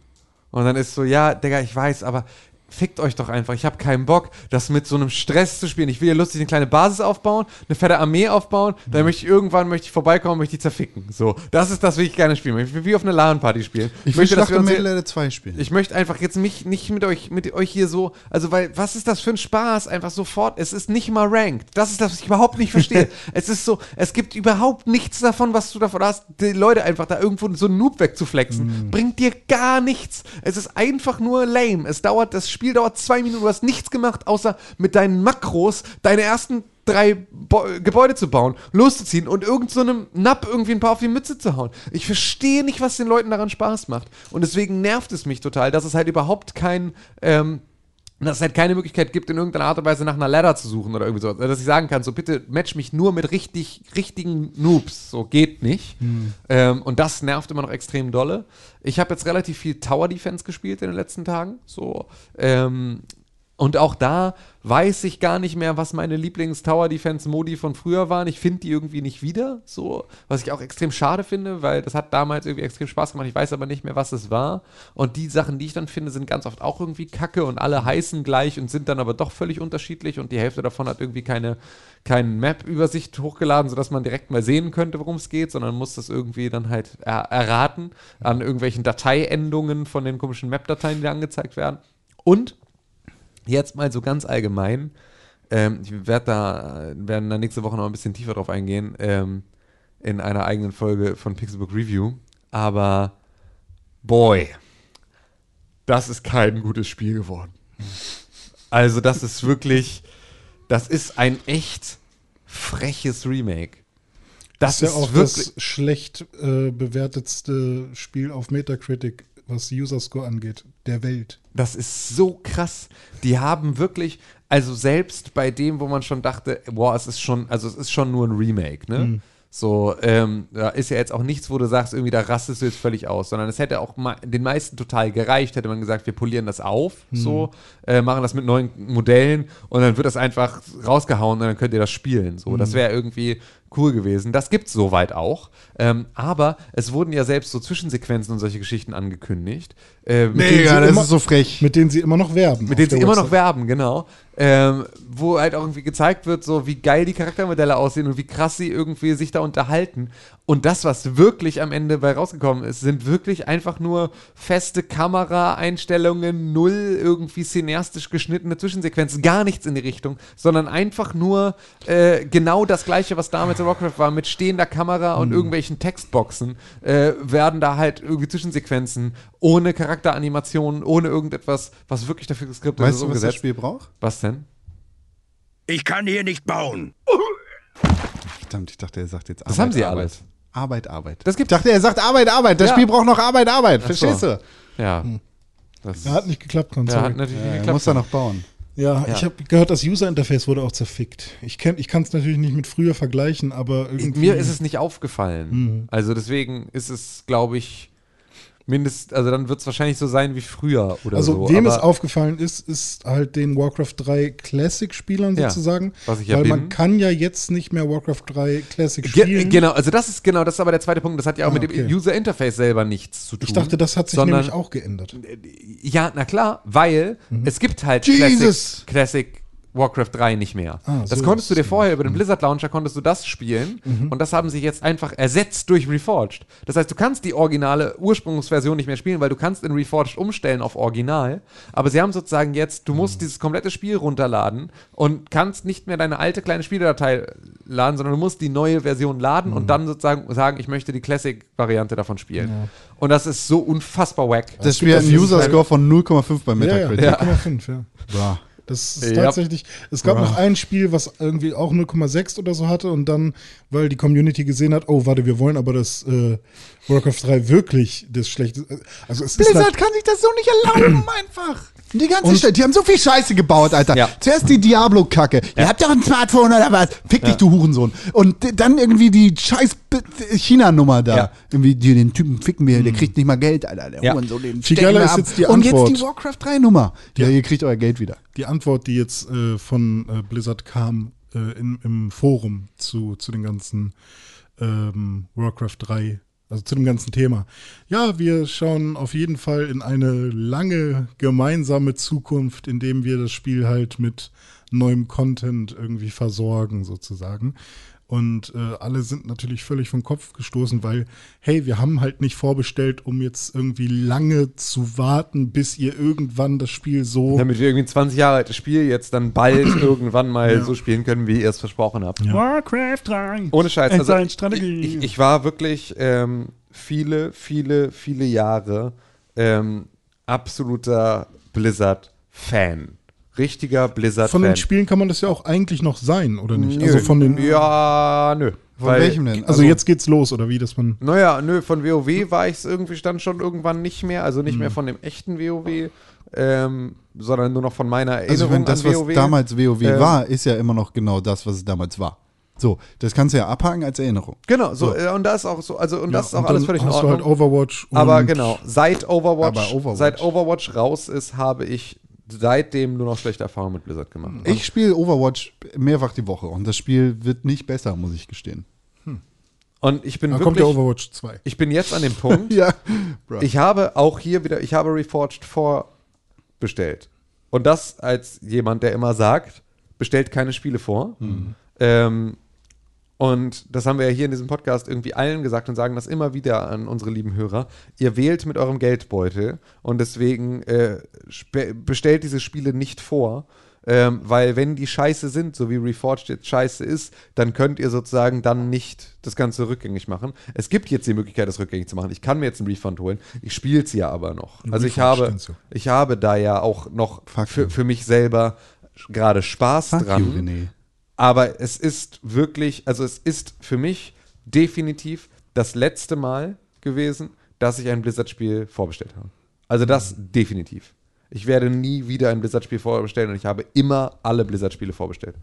S3: Und dann ist so, ja, Digga, ich weiß, aber fickt euch doch einfach. Ich habe keinen Bock, das mit so einem Stress zu spielen. Ich will hier lustig eine kleine Basis aufbauen, eine fette Armee aufbauen, dann möchte ich irgendwann möchte ich vorbeikommen, möchte ich zerficken. So, das ist das, was ich gerne spielen möchte. Ich will wie auf einer LAN-Party spielen.
S2: Ich möchte
S3: dass wir uns hier-
S2: Metal 2 spielen.
S3: ich möchte einfach jetzt mich nicht mit euch, mit euch hier so, also weil, was ist das für ein Spaß? Einfach sofort, es ist nicht mal ranked. Das ist das, was ich überhaupt nicht verstehe. es ist so, es gibt überhaupt nichts davon, was du davon hast, die Leute einfach da irgendwo so einen Noob wegzuflexen. Bringt dir gar nichts. Es ist einfach nur lame. Es dauert, das Spiel dauert zwei Minuten, du hast nichts gemacht, außer mit deinen Makros deine ersten drei Bo Gebäude zu bauen, loszuziehen und irgend so einem Napp irgendwie ein paar auf die Mütze zu hauen. Ich verstehe nicht, was den Leuten daran Spaß macht. Und deswegen nervt es mich total, dass es halt überhaupt kein, ähm, dass es halt keine Möglichkeit gibt, in irgendeiner Art und Weise nach einer Ladder zu suchen oder irgendwie so. Dass ich sagen kann, so bitte match mich nur mit richtig, richtigen Noobs. So geht nicht. Ähm, und das nervt immer noch extrem dolle. Ich habe jetzt relativ viel Tower Defense gespielt in den letzten Tagen. So, ähm, und auch da weiß ich gar nicht mehr, was meine Lieblings-Tower-Defense-Modi von früher waren. Ich finde die irgendwie nicht wieder. So, was ich auch extrem schade finde, weil das hat damals irgendwie extrem Spaß gemacht. Ich weiß aber nicht mehr, was es war. Und die Sachen, die ich dann finde, sind ganz oft auch irgendwie kacke und alle heißen gleich und sind dann aber doch völlig unterschiedlich. Und die Hälfte davon hat irgendwie keine, keine Map-Übersicht hochgeladen, sodass man direkt mal sehen könnte, worum es geht, sondern muss das irgendwie dann halt er erraten an irgendwelchen Dateiendungen von den komischen Map-Dateien, die da angezeigt werden. Und Jetzt mal so ganz allgemein. Ähm, ich werde da, werden da nächste Woche noch ein bisschen tiefer drauf eingehen, ähm, in einer eigenen Folge von Pixelbook Review. Aber boy, das ist kein gutes Spiel geworden. Also, das ist wirklich, das ist ein echt freches Remake. Das
S4: ist ja
S3: ist,
S4: auch
S3: wirklich.
S4: das schlecht äh, bewertetste Spiel auf Metacritic, was User Score angeht, der Welt.
S3: Das ist so krass. Die haben wirklich, also selbst bei dem, wo man schon dachte, boah, es ist schon, also es ist schon nur ein Remake, ne? So, ähm, da ist ja jetzt auch nichts, wo du sagst, irgendwie, da rastest du jetzt völlig aus, sondern es hätte auch ma- den meisten total gereicht, hätte man gesagt, wir polieren das auf, so, äh, machen das mit neuen Modellen und dann wird das einfach rausgehauen und dann könnt ihr das spielen, so. Das wäre irgendwie cool gewesen. Das gibt's soweit auch, ähm, aber es wurden ja selbst so Zwischensequenzen und solche Geschichten angekündigt. Äh, mit denen sie
S2: Digga, das
S4: immer-
S2: ist so frech.
S4: Mit denen sie immer noch werben.
S3: mit denen sie immer noch werben, genau. Ähm, wo halt auch irgendwie gezeigt wird, so wie geil die Charaktermodelle aussehen und wie krass sie irgendwie sich da unterhalten. Und das, was wirklich am Ende bei rausgekommen ist, sind wirklich einfach nur feste Kameraeinstellungen, null irgendwie cineastisch geschnittene Zwischensequenzen, gar nichts in die Richtung, sondern einfach nur äh, genau das gleiche, was damals in Warcraft war, mit stehender Kamera und irgendwelchen Textboxen, äh, werden da halt irgendwie Zwischensequenzen ohne Charakteranimationen, ohne irgendetwas, was wirklich dafür geskriptet
S2: Weißt
S3: ist,
S4: Also
S2: du, was das
S3: umgesetzt.
S2: Spiel braucht?
S3: Was denn?
S7: Ich kann hier nicht bauen.
S2: Verdammt, ich dachte, er sagt jetzt Arbeit.
S3: Das haben sie
S2: Arbeit.
S3: alles.
S2: Arbeit, Arbeit.
S3: Das
S2: ich
S3: gibt's.
S2: dachte, er sagt Arbeit, Arbeit. Das
S3: Ja.
S2: Spiel braucht noch Arbeit, Arbeit. Verstehst du?
S3: Ja. Das
S4: Ja, Hm. hat nicht geklappt, Con,
S3: ja,
S4: sorry.
S3: hat natürlich nicht
S2: Er muss
S3: geklappt.
S2: da noch bauen.
S4: Ja,
S3: Ja.
S4: ich habe gehört, das User Interface wurde auch zerfickt. Ich, kenn- ich kann es natürlich nicht mit früher vergleichen, aber irgendwie.
S3: Mir ist es nicht aufgefallen.
S4: Hm.
S3: Also deswegen ist es, glaube ich, mindest, also dann wird es wahrscheinlich so sein wie früher oder
S4: Also,
S3: so.
S4: wem es
S3: aber-
S4: aufgefallen ist, ist halt den Warcraft 3 Classic-Spielern
S3: Ja,
S4: sozusagen.
S3: was ich ja
S4: weil
S3: bin.
S4: man kann ja jetzt nicht mehr Warcraft 3 Classic
S3: Ge-
S4: spielen.
S3: Genau, also das ist genau, das ist aber der zweite Punkt. Das hat ja auch mit
S4: Ah, okay.
S3: dem User Interface selber nichts zu tun.
S4: Ich dachte, das hat sich
S3: sondern-
S4: nämlich auch geändert.
S3: Ja, na klar, weil es gibt halt
S2: Mhm. Jesus!
S3: Classic, Classic Warcraft 3 nicht mehr.
S4: Ah, so
S3: das konntest du
S4: ist
S3: dir vorher über den
S2: Mhm.
S3: Blizzard Launcher konntest du das spielen und das haben sie jetzt einfach ersetzt durch Reforged. Das heißt, du kannst die originale Ursprungsversion nicht mehr spielen, weil du kannst in Reforged umstellen auf Original, aber sie haben sozusagen jetzt, du musst
S2: Mhm.
S3: dieses komplette Spiel runterladen und kannst nicht mehr deine alte kleine Spieldatei laden, sondern du musst die neue Version laden
S2: Mhm.
S3: und dann sozusagen sagen, ich möchte die Classic Variante davon spielen. Und das ist so unfassbar wack.
S2: Das Spiel hat einen User-Score von 0,5 bei
S4: Ja, ja,
S2: Metacritic.
S4: 3,5, ja.
S2: Boah.
S4: Das ist
S3: Ja.
S4: tatsächlich. Es gab noch ein Spiel, was irgendwie auch 0,6 oder so hatte und dann, weil die Community gesehen hat, oh, warte, wir wollen aber das äh, Warcraft 3 wirklich das schlechte. Also es ist
S2: kann sich das so nicht erlauben, einfach.
S4: nat-
S2: Die ganze Stadt, die haben so viel Scheiße gebaut, Alter.
S3: Ja.
S2: Zuerst die Diablo-Kacke. Ihr habt doch ein Smartphone oder was? Fick dich, du Hurensohn. Und d- dann irgendwie die scheiß B- China-Nummer da.
S3: Ja.
S2: Irgendwie, die, den Typen ficken wir, der kriegt nicht mal Geld, Alter. Der
S3: Ja.
S2: Hurensohn, den
S4: Viel
S2: stecken
S4: geiler
S2: wir
S4: ist
S2: ab.
S4: jetzt die
S2: Und
S4: Antwort.
S2: jetzt die Warcraft 3-Nummer. Ja. ihr kriegt euer Geld wieder. Also
S4: die Antwort, die jetzt äh, von äh, Blizzard kam äh, in, im Forum zu, zu den ganzen ähm, Warcraft 3, also zu dem ganzen Thema. Ja, wir schauen auf jeden Fall in eine lange gemeinsame Zukunft, indem wir das Spiel halt mit neuem Content irgendwie versorgen, sozusagen. Und äh, alle sind natürlich völlig vom Kopf gestoßen, weil, hey, wir haben halt nicht vorbestellt, um jetzt irgendwie lange zu warten, bis ihr irgendwann das Spiel
S2: Oh.
S4: so.
S3: Damit wir irgendwie ein 20 Jahre altes Spiel jetzt dann bald irgendwann mal so spielen können, wie ihr es versprochen habt.
S10: Warcraft 3.
S3: Ohne Scheiß.
S10: Es
S3: Also
S10: ist eine
S3: ich,
S10: Strategie.
S3: ich, ich war wirklich ähm, viele, viele, viele Jahre ähm, absoluter Blizzard-Fan. Richtiger Blizzard-Fan.
S4: Von den Spielen kann man das ja auch eigentlich noch sein, oder nicht? Also von den.
S3: Ja, nö.
S2: Von welchem denn?
S4: Also jetzt geht's los, oder wie, dass man.
S3: Naja, nö, von WoW war ich es irgendwie dann schon irgendwann nicht mehr. Also nicht
S2: Mhm.
S3: mehr von dem echten WoW, ähm, sondern nur noch von meiner
S2: Also
S3: Erinnerung
S2: wenn das,
S3: an
S2: was
S3: WoW.
S2: damals WoW
S3: Ähm,
S2: war, ist ja immer noch genau das, was es damals war. So, das kannst du ja abhaken als Erinnerung.
S3: Genau, so, äh, und da ist auch so, also und das ist auch
S4: und
S3: alles
S4: dann
S3: völlig in
S4: hast
S3: Ordnung.
S4: Du halt Overwatch und
S3: aber genau, seit Overwatch,
S2: Aber Overwatch.
S3: seit Overwatch raus ist, habe ich seitdem nur noch schlechte Erfahrungen mit Blizzard gemacht.
S2: Ich spiele Overwatch mehrfach die Woche und das Spiel wird nicht besser, muss ich gestehen.
S3: und ich bin
S4: Da Ah, kommt der
S3: wirklich,
S4: Overwatch 2.
S3: ich bin jetzt an dem Punkt,
S2: Ja, Bruh.
S3: ich habe auch hier wieder, ich habe Reforged 4 bestellt. Und das als jemand, der immer sagt, bestellt keine Spiele vor. Ähm, und das haben wir ja hier in diesem Podcast irgendwie allen gesagt und sagen das immer wieder an unsere lieben Hörer. Ihr wählt mit eurem Geldbeutel und deswegen äh, spe- bestellt diese Spiele nicht vor. Ähm, weil wenn die scheiße sind, so wie Reforged jetzt scheiße ist, dann könnt ihr sozusagen dann nicht das Ganze rückgängig machen. Es gibt jetzt die Möglichkeit, das rückgängig zu machen. Ich kann mir jetzt einen Refund holen. Ich spiele es ja aber noch. Also ich
S4: Refund
S3: habe,
S4: kannst du.
S3: ich habe da ja auch noch
S2: Fuck you.
S3: für, für mich selber gerade Spaß
S2: Fuck
S3: dran.
S2: you, René.
S3: Aber es ist wirklich, also es ist für mich definitiv das letzte Mal gewesen, dass ich ein Blizzard-Spiel vorbestellt habe. Also das
S2: Mhm.
S3: definitiv. Ich werde nie wieder ein Blizzard-Spiel vorbestellen und ich habe immer alle Blizzard-Spiele vorbestellt.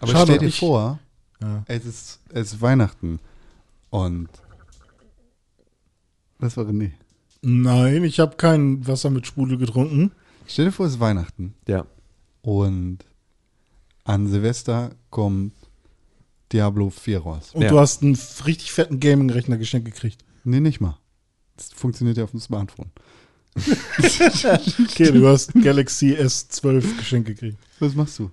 S2: Aber
S4: Schade,
S2: stell dir
S4: ich-
S2: vor, es, ist, es ist Weihnachten und das war René.
S4: Nein, ich habe kein Wasser mit Sprudel getrunken.
S2: Stell dir vor, es ist Weihnachten
S3: Ja.
S2: und an Silvester kommt Diablo 4 raus.
S4: Und
S3: Ja.
S4: du hast einen f- richtig fetten Gaming-Rechner geschenkt gekriegt.
S2: Nee, nicht mal. Das funktioniert ja auf dem Smartphone.
S4: Okay, du hast Galaxy S12 geschenkt gekriegt.
S2: Was machst du?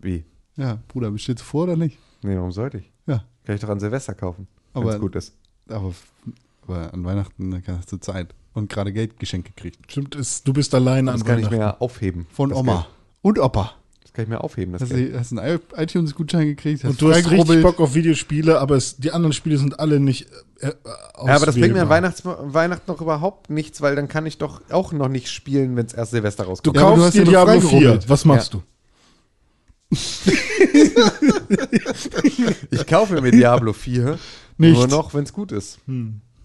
S3: Wie?
S2: Ja, Bruder, bestellst du vor oder nicht?
S3: Nee, warum sollte ich?
S2: Ja.
S3: Kann ich doch an Silvester kaufen, wenn
S2: Aber-
S3: es gut ist.
S2: Aber, aber an Weihnachten da kannst du Zeit und gerade Geld geschenkt gekriegt.
S4: Stimmt, ist, du bist allein
S3: Das
S4: an
S3: kann ich mir
S4: Weihnachten.
S3: ja aufheben.
S2: Von
S3: das
S2: Oma Also
S3: Geld.
S2: und Opa.
S3: Das kann ich mir aufheben. Das
S2: Hast
S3: Geld.
S2: du hast einen i- iTunes-Gutschein gekriegt?
S4: Und du hast richtig
S2: freigerubbelt.
S4: Bock auf Videospiele, aber es, die anderen Spiele sind alle nicht äh, äh,
S3: Ja, aber das bringt mir an
S4: auswählbar.
S3: Weihnachts Weihnachten noch überhaupt nichts, weil dann kann ich doch auch noch nicht spielen, wenn es erst Silvester
S4: Du
S3: rauskommt.
S2: Ja, aber du hast
S4: kaufst
S2: ja
S4: dir
S2: noch
S4: Diablo 4.
S2: freigerubbelt.
S4: Was machst du?
S3: Ich kaufe mir Diablo 4 nur noch, wenn es gut ist.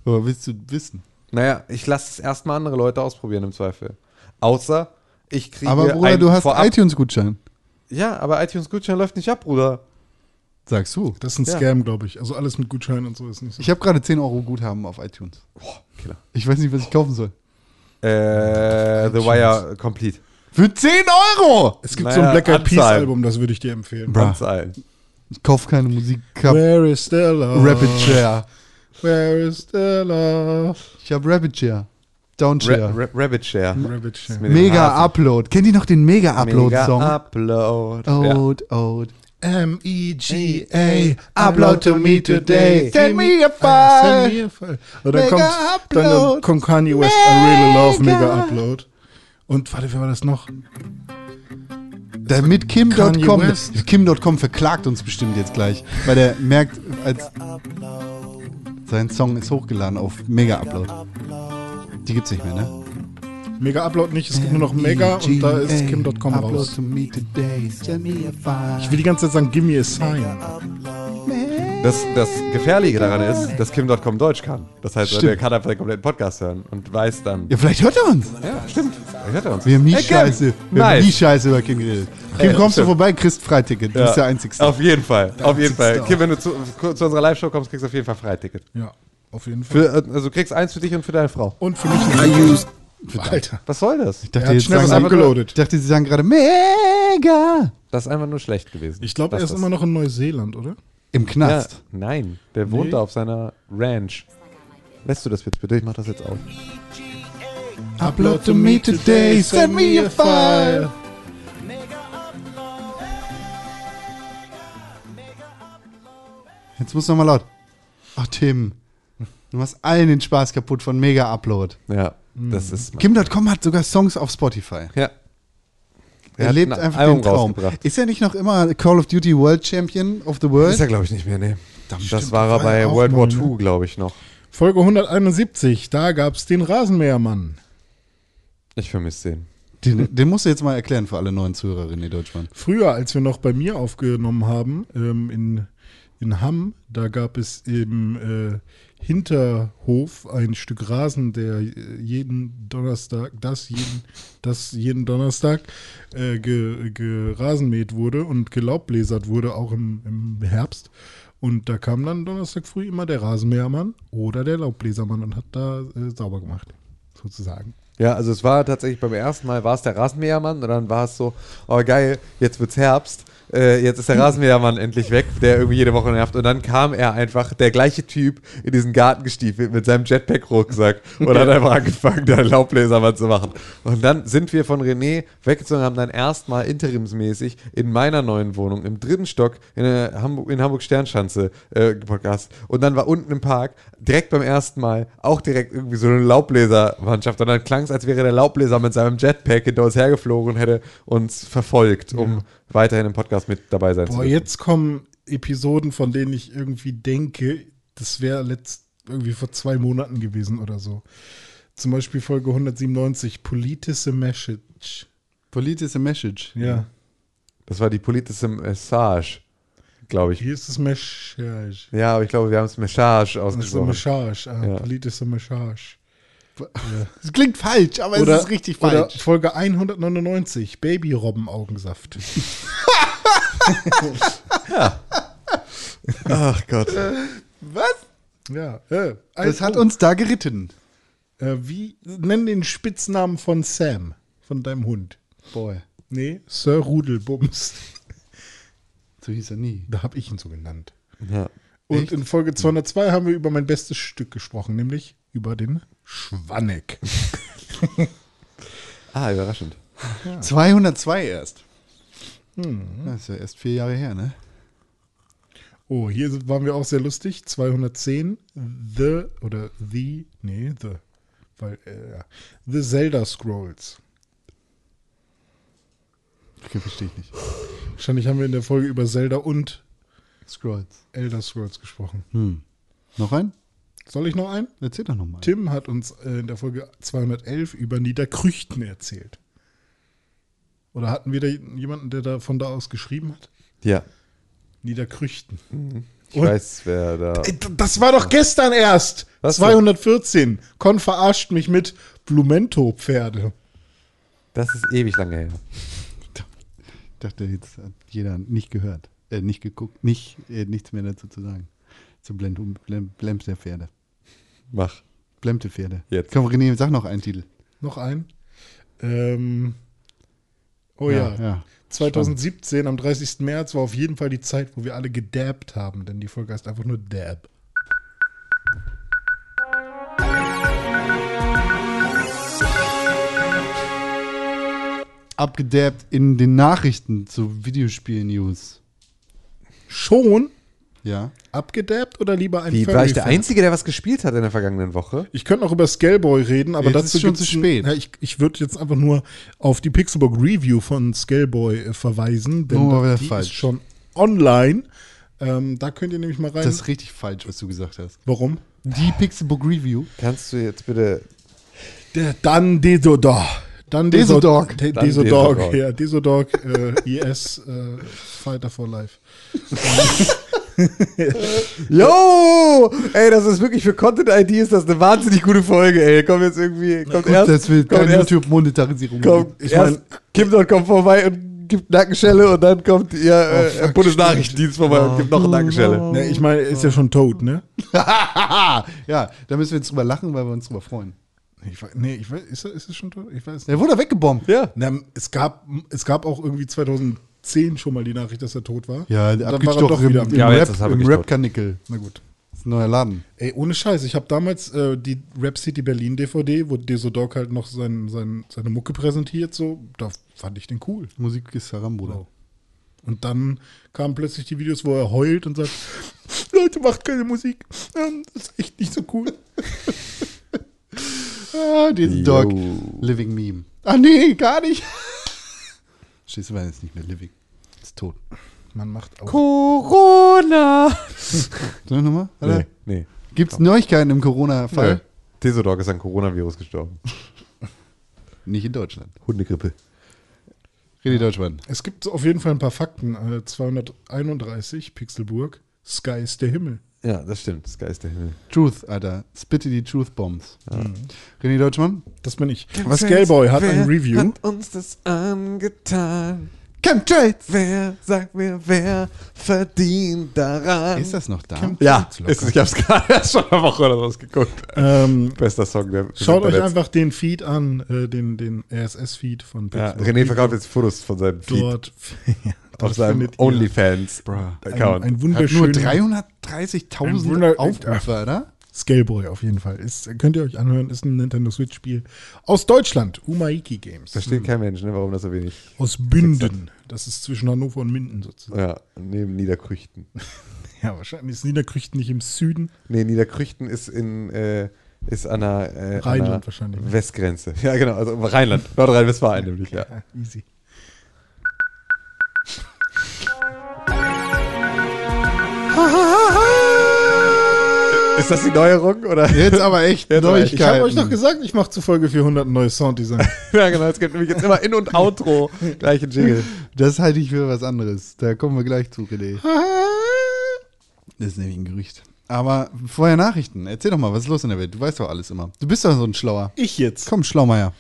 S2: Aber willst du wissen?
S3: Naja, ich lasse es erstmal andere Leute ausprobieren im Zweifel. Außer ich kriege
S2: Aber Bruder,
S3: ein
S2: du hast
S3: vorab.
S2: iTunes-Gutschein.
S3: ja, aber iTunes Gutschein läuft nicht ab, Bruder.
S2: Sagst du.
S4: Das ist ein
S3: Ja.
S4: Scam, glaube ich. Also alles mit Gutschein und so ist nicht so.
S2: Ich habe gerade 10 Euro Guthaben auf iTunes.
S3: Killer.
S2: Ich weiß nicht, was ich kaufen soll.
S3: Äh, The Wire Complete.
S2: Für 10 Euro!
S4: Es gibt
S3: Naja,
S4: so ein Black Eyed Peas
S3: Anzahl.
S4: Album, das würde ich dir empfehlen.
S2: Bruh.
S3: Ganz allen.
S2: Ich kauf keine Musik. Ich hab
S4: Where is the love?
S2: Rapid Share.
S4: Where is the love?
S2: Ich habe Rapid Share. Down
S3: Ra
S2: Share.
S3: Ra Rabbit Share.
S4: Rabbit Share.
S3: Mit dem
S2: Mega
S3: Hasen.
S2: Upload. Kennt ihr noch den Mega
S3: Mega
S2: Upload-Song?
S3: Upload.
S2: Oh.
S3: Ja.
S2: Old, old.
S4: E
S2: E
S4: M-E-G-A,
S2: upload to me today. Send me a file.
S4: Ah, Send me a file. Und dann
S2: Mega
S4: kommt,
S2: upload.
S4: dann kommt Kanye West, I really love Mega Upload. Und warte, wer war das noch?
S2: Damit Kim.com.
S4: Kanye West.
S2: Kim.com verklagt uns bestimmt jetzt gleich, weil der merkt, als sein Song ist hochgeladen auf Mega Upload. Die gibt's nicht mehr, ne?
S4: Mega Upload nicht, es gibt nur noch Mega und da
S2: E
S4: ist Kim.com raus.
S2: Ich
S4: Ich will die ganze Zeit sagen, give me a sign.
S2: will
S3: Das, das Gefährliche daran ist, dass Kim.com Deutsch kann. Das heißt,
S2: Stimmt.
S3: er kann einfach den kompletten Podcast hören und weiß dann.
S2: Ja, vielleicht hört er uns.
S3: Ja, stimmt. Da hört er uns.
S2: Wir haben nie,
S3: Hey, Kim.
S2: Scheiße, wir haben
S3: Nice.
S2: nie Scheiße über Kim geredet. Kim,
S3: Ey,
S2: kommst du
S3: stimmt.
S2: vorbei, kriegst Freiticket. Du
S3: Ja.
S2: bist der Einzigste.
S3: Auf jeden Fall. auf jeden Fall.
S4: Einzigste.
S3: Kim, wenn du zu, zu unserer Live-Show kommst, kriegst du auf jeden Fall Freiticket.
S4: Ja, auf jeden Fall.
S2: äh,
S3: Für, also du kriegst eins für dich und für deine Frau.
S4: Und für mich
S2: Ah,
S4: ein Alter.
S3: Was soll das?
S2: Ich dachte,
S4: Er hat
S2: jetzt
S4: schnell was
S2: sagen,
S4: abgeloadet.
S2: ich dachte, sie sagen gerade mega
S3: Das ist einfach nur schlecht gewesen.
S4: Ich glaube, er ist immer noch in Neuseeland, oder?
S2: im
S3: Ja,
S2: Knast.
S3: nein, der wohnt da auf seiner Ranch. Lässt du das jetzt bitte? Ich mach das jetzt auf.
S2: Upload to me today, send me a file. Jetzt muss noch mal laut. Ach Tim, du machst allen den Spaß kaputt von Mega Upload.
S3: Ja,
S4: Hm.
S3: das ist mein-
S2: Kim.com hat sogar Songs auf Spotify.
S3: Ja.
S2: Er
S3: hat
S2: lebt
S3: ein
S2: einfach
S3: Album
S2: den Traum.
S3: rausgebracht.
S2: Ist er nicht noch immer Call of Duty World Champion of the World?
S3: Ist er, glaube ich, nicht mehr, ne. Das
S4: stimmt,
S3: war er
S4: war
S3: bei
S4: er auch
S3: World War
S4: mal, ne?
S3: II, glaube ich, noch.
S4: Folge 171, da gab's den Rasenmähermann.
S3: Ich vermisse den.
S2: den, den musst du jetzt mal erklären für alle neuen Zuhörerinnen in Deutschland.
S4: Früher, als wir noch bei mir aufgenommen haben, ähm, in, in Hamm, da gab es im äh, Hinterhof ein Stück Rasen, der äh, jeden Donnerstag, das jeden, das jeden Donnerstag äh, ge, gerasenmäht wurde und gelaubbläsert wurde, auch im, im Herbst. Und da kam dann Donnerstag früh immer der Rasenmähermann oder der Laubbläsermann und hat da äh, sauber gemacht, sozusagen.
S3: Ja, also es war tatsächlich beim ersten Mal war es der Rasenmähermann und dann war es so, oh geil, jetzt wird's Herbst, äh, jetzt ist der Rasenmähermann endlich weg, der irgendwie jede Woche nervt und dann kam er einfach, der gleiche Typ, in diesen Garten gestiefelt mit seinem Jetpack-Rucksack und hat einfach angefangen, da einen Laubbläsermann zu machen. Und dann sind wir von René weggezogen, haben dann erstmal interimsmäßig in meiner neuen Wohnung im dritten Stock in, der Hamburg, in Hamburg Sternschanze äh, gepodcast und dann war unten im Park direkt beim ersten Mal auch direkt irgendwie so eine Laubbläsermannschaft. Und dann klang es, als wäre der Laubbläser mit seinem Jetpack hinter uns hergeflogen und hätte uns verfolgt, um weiterhin im Podcast mit dabei sein zu
S4: Boah,
S3: können.
S4: jetzt kommen Episoden, von denen ich irgendwie denke, das wäre letzt irgendwie vor zwei Monaten gewesen oder so. Zum Beispiel Folge 197, politische Message.
S2: Politische Message.
S4: Ja.
S3: Das war die politische Message, glaube ich.
S4: Hier ist es Message.
S3: Ja, aber ich glaube, wir haben es Message
S4: Das ist eine
S3: ausgesprochen.
S4: Message. Ah,
S3: Ja.
S4: Politische Message.
S2: Das klingt falsch, aber es ist richtig
S4: Oder
S2: falsch.
S4: Folge 199, Baby-Robben-Augensaft.
S3: Ach Gott.
S2: Äh,
S4: ja. Äh, ein-
S2: Das hat uns da geritten.
S4: Äh, wie, nenn den Spitznamen von Sam, von deinem Hund.
S2: Boy.
S4: Nee, Sir Rudelbums.
S2: So hieß er nie.
S4: Da habe ich ihn so genannt.
S3: Ja.
S4: Und in Folge 202 haben wir über mein bestes Stück gesprochen, nämlich über den Schwanneck.
S3: Ah, überraschend.
S2: 202 erst. Das ist ja erst vier Jahre her, ne?
S4: Oh, hier sind- waren wir auch sehr lustig. 210, The, oder The, nee, The, weil, äh, ja. The Zelda Scrolls.
S2: Okay, verstehe ich nicht.
S4: Wahrscheinlich haben wir in der Folge über Zelda und
S2: Scrolls.
S4: Elder Scrolls gesprochen.
S2: Noch ein?
S4: Soll ich noch einen?
S2: Erzähl doch nochmal.
S4: Tim hat uns äh, in der Folge 211 über Niederkrüchten erzählt. Oder hatten wir da jemanden, der da von da aus geschrieben hat?
S3: Ja.
S4: Niederkrüchten.
S3: Ich weiß, wer da.
S4: Ey, d- Das war doch gestern erst.
S3: Was
S4: 214. Con verarscht mich mit Blumento-Pferde.
S3: Das ist ewig lange her.
S2: Ich dachte, jetzt hat jeder nicht gehört, äh, nicht geguckt, nicht, äh, nichts mehr dazu zu sagen. Zu Blend, um, Blem, Blems der Pferde.
S3: Mach.
S2: Blemte Pferde.
S3: Jetzt.
S2: Komm, René, sag noch einen Titel.
S4: Noch ein. Ähm, oh ja.
S2: ja.
S4: 2017, am 30. März, war auf jeden Fall die Zeit, wo wir alle gedabbt haben, denn die Folge heißt einfach nur Dab.
S2: Abgedabbt in den Nachrichten zu Videospiel-News.
S4: Schon
S2: Ja.
S4: abgedabbt oder lieber ein
S3: Wie, war ich
S4: Furry-Fan?
S3: der Einzige, der was gespielt hat in der vergangenen Woche?
S4: Ich könnte noch über Scaleboy reden, aber
S2: Jetzt
S4: dazu
S2: ist schon
S4: gibt's
S2: zu spät.
S4: ein- Ja, ich ich würde jetzt einfach nur auf die Pixelburg Review von Scaleboy äh, verweisen, denn
S2: Oh, war wieder
S4: die
S2: falsch.
S4: ist schon online. Ähm, da könnt ihr nämlich mal rein.
S2: Das ist richtig falsch, was du gesagt hast.
S4: Warum?
S2: Die Pixelbook Review.
S3: Kannst du jetzt bitte
S4: Der- Dann Desodog. Dann
S2: Desodog.
S4: De-
S3: Dann
S4: Desodog,
S3: Desodog.
S4: ja. Desodog, äh, IS, äh, Fighter for Life.
S3: Yo! Ey, das ist wirklich für Content-ID ist das eine wahnsinnig gute Folge, ey. Komm jetzt irgendwie, kommt erst,
S2: das will
S3: kommt
S2: keine
S3: erst,
S2: YouTube-Monetarisierung.
S3: kommt
S2: geben.
S3: erst Kim.com vorbei und gibt Nackenschelle und dann kommt ihr äh, Bundesnachrichtendienst vorbei und gibt noch eine Nackenschelle.
S4: Ne, ich meine, er ist ja schon tot, ne?
S2: ja, da müssen wir jetzt drüber lachen, weil wir uns drüber freuen.
S4: Ich, wei- nee, ich weiß, ist, er- ist es schon tot? Ich weiß nicht.
S2: Der wurde weggebombt.
S3: Ja.
S4: Na, es, gab, es gab auch irgendwie 2010 schon mal die Nachricht, dass er tot war.
S2: Ja,
S4: Und dann war er
S2: abgestochen
S4: doch wieder. am
S2: im,
S4: Leben.
S3: Ja,
S2: im
S3: aber jetzt
S2: Rap,
S3: ist er
S2: im
S3: wirklich
S2: Rap
S3: tot.
S2: Karnickel.
S4: Na gut.
S2: Das ist ein neuer Laden.
S4: Ey, ohne Scheiß. Ich habe damals äh, die Rap City Berlin DVD, wo Desodog halt noch sein, sein, seine Mucke präsentiert, so, da fand ich den cool. halt.
S2: Musik ist Sarambo.
S4: Und dann kamen plötzlich die Videos, wo er heult und sagt, Leute, macht keine Musik. Ähm, Das ist echt nicht so cool.
S2: Ah, diesen Dog. Living Meme. Ah, nee, gar nicht. Schließlich war er jetzt nicht mehr living. Ist tot.
S4: Man macht auch.
S3: Corona!
S2: Soll ich nochmal?
S3: Nee,
S2: Nee.
S3: nee.
S2: Gibt es Neuigkeiten im Corona-Fall?
S3: Tesodog ist an Coronavirus gestorben.
S2: Nicht in Deutschland.
S3: Hundegrippe.
S2: Rede Deutschland.
S4: Es gibt auf jeden Fall ein paar Fakten. Äh, 231, Pixelburg, Sky ist der Himmel.
S3: Ja, das stimmt. Das Geist der Himmel.
S2: Truth, Alter. Spitte die Truth-Bombs.
S3: Mhm.
S2: René Deutschmann?
S4: Das bin ich. Was Scaleboy hat ein Review.
S3: Hat uns das angetan.
S2: Chemtrails!
S3: Wer, sagt mir, wer verdient daran?
S2: Ist das noch da?
S3: ja, ist, ich hab's gerade erst schon eine Woche oder was geguckt.
S4: Ähm,
S3: Bester Song der des
S4: schaut euch
S3: Internets.
S4: einfach den Feed an, äh, den, den RSS-Feed von
S3: Ja,
S4: Pixelburg.
S3: René verkauft jetzt Fotos von seinem Feed
S4: Dort, ja,
S3: auf
S4: dort
S3: seinem
S4: findet ihr ein,
S3: OnlyFans-Account.
S4: ein
S2: Hat nur
S4: wunderschöner
S2: 330.000
S4: Ein Wunder-
S2: Aufrufe, oder?
S4: Scaleboy auf jeden Fall. Ist, könnt ihr euch anhören, ist ein Nintendo Switch-Spiel aus Deutschland, Umaiki Games.
S3: Versteht kein Mensch, ne, warum das so wenig.
S4: Aus Bünden. Das ist zwischen Hannover und Minden sozusagen.
S3: Ja, neben Niederkrüchten.
S4: Ja, wahrscheinlich ist Niederkrüchten nicht im Süden.
S3: Nee, Niederkrüchten ist in äh, ist an der äh, an
S4: Rheinland
S3: der
S4: wahrscheinlich, ne?
S3: Westgrenze. Ja, genau, also Rheinland, Nordrhein-Westfalen nämlich, ja.
S4: Ja, Ah, easy.
S3: Ist das die Neuerung oder?
S2: Jetzt aber echt
S3: Jetzt aber echt.
S4: Ich habe euch
S2: Neuigkeiten.
S4: doch gesagt, ich mache zu Folge 400 ein neues Sounddesign.
S3: ja, genau, es gibt nämlich jetzt immer In- und Outro gleiche Jingle.
S2: Das halte ich für was anderes. Da kommen wir gleich zu, René. Das ist nämlich ein Gerücht. Aber vorher Nachrichten. Erzähl doch mal, was ist los in der Welt? Du weißt doch alles immer. Du bist doch so ein Schlauer.
S4: ich jetzt.
S2: Komm, Schlaumeier.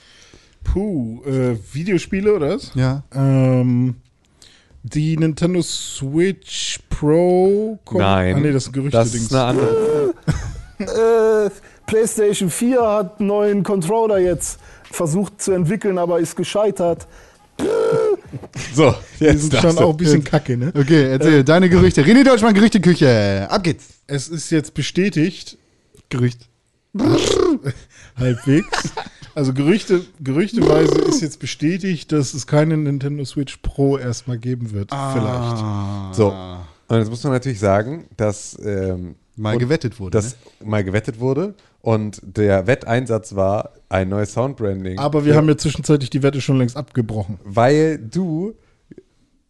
S4: Puh, äh, Videospiele oder was?
S2: Ja.
S4: Ähm, die Nintendo Switch Pro kommt.
S3: Nein.
S4: Ah, nee, das ist ein
S3: Das ist
S4: Gerüchte-Dings.
S3: eine andere.
S10: äh, PlayStation 4 hat einen neuen Controller jetzt versucht zu entwickeln, aber ist gescheitert.
S3: So,
S4: Die
S3: jetzt
S4: sind schon
S3: darfst
S4: auch
S3: du.
S4: ein bisschen kacke, ne?
S2: Okay, erzähl. Deine Gerüchte. René Deutschmann, Gerüchteküche. Ab geht's.
S4: Es ist jetzt bestätigt,
S2: Gerücht.
S4: halbwegs. Also Gerüchte, gerüchteweise ist jetzt bestätigt, dass es keine Nintendo Switch Pro erstmal geben wird.
S2: Ah.
S3: So.
S4: Ah.
S3: Und jetzt muss man natürlich sagen, dass ähm,
S2: Mal
S3: und-
S2: gewettet wurde. ne?
S3: dass mal gewettet wurde und der Wetteinsatz war ein neues Soundbranding.
S4: Vielleicht. Aber wir haben ja zwischenzeitlich die Wette schon längst abgebrochen.
S3: weil du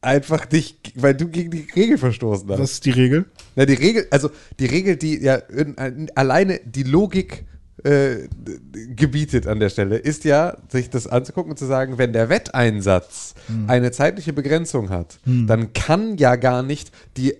S3: einfach dich, weil du gegen die Regel verstoßen hast.
S4: Das ist die Regel.
S3: Na, die Regel, also die Regel, die ja in, in, alleine die Logik äh, d- d- gebietet an der Stelle, ist ja, sich das anzugucken und zu sagen, wenn der Wetteinsatz
S4: Hm.
S3: eine zeitliche Begrenzung hat, dann kann ja gar nicht die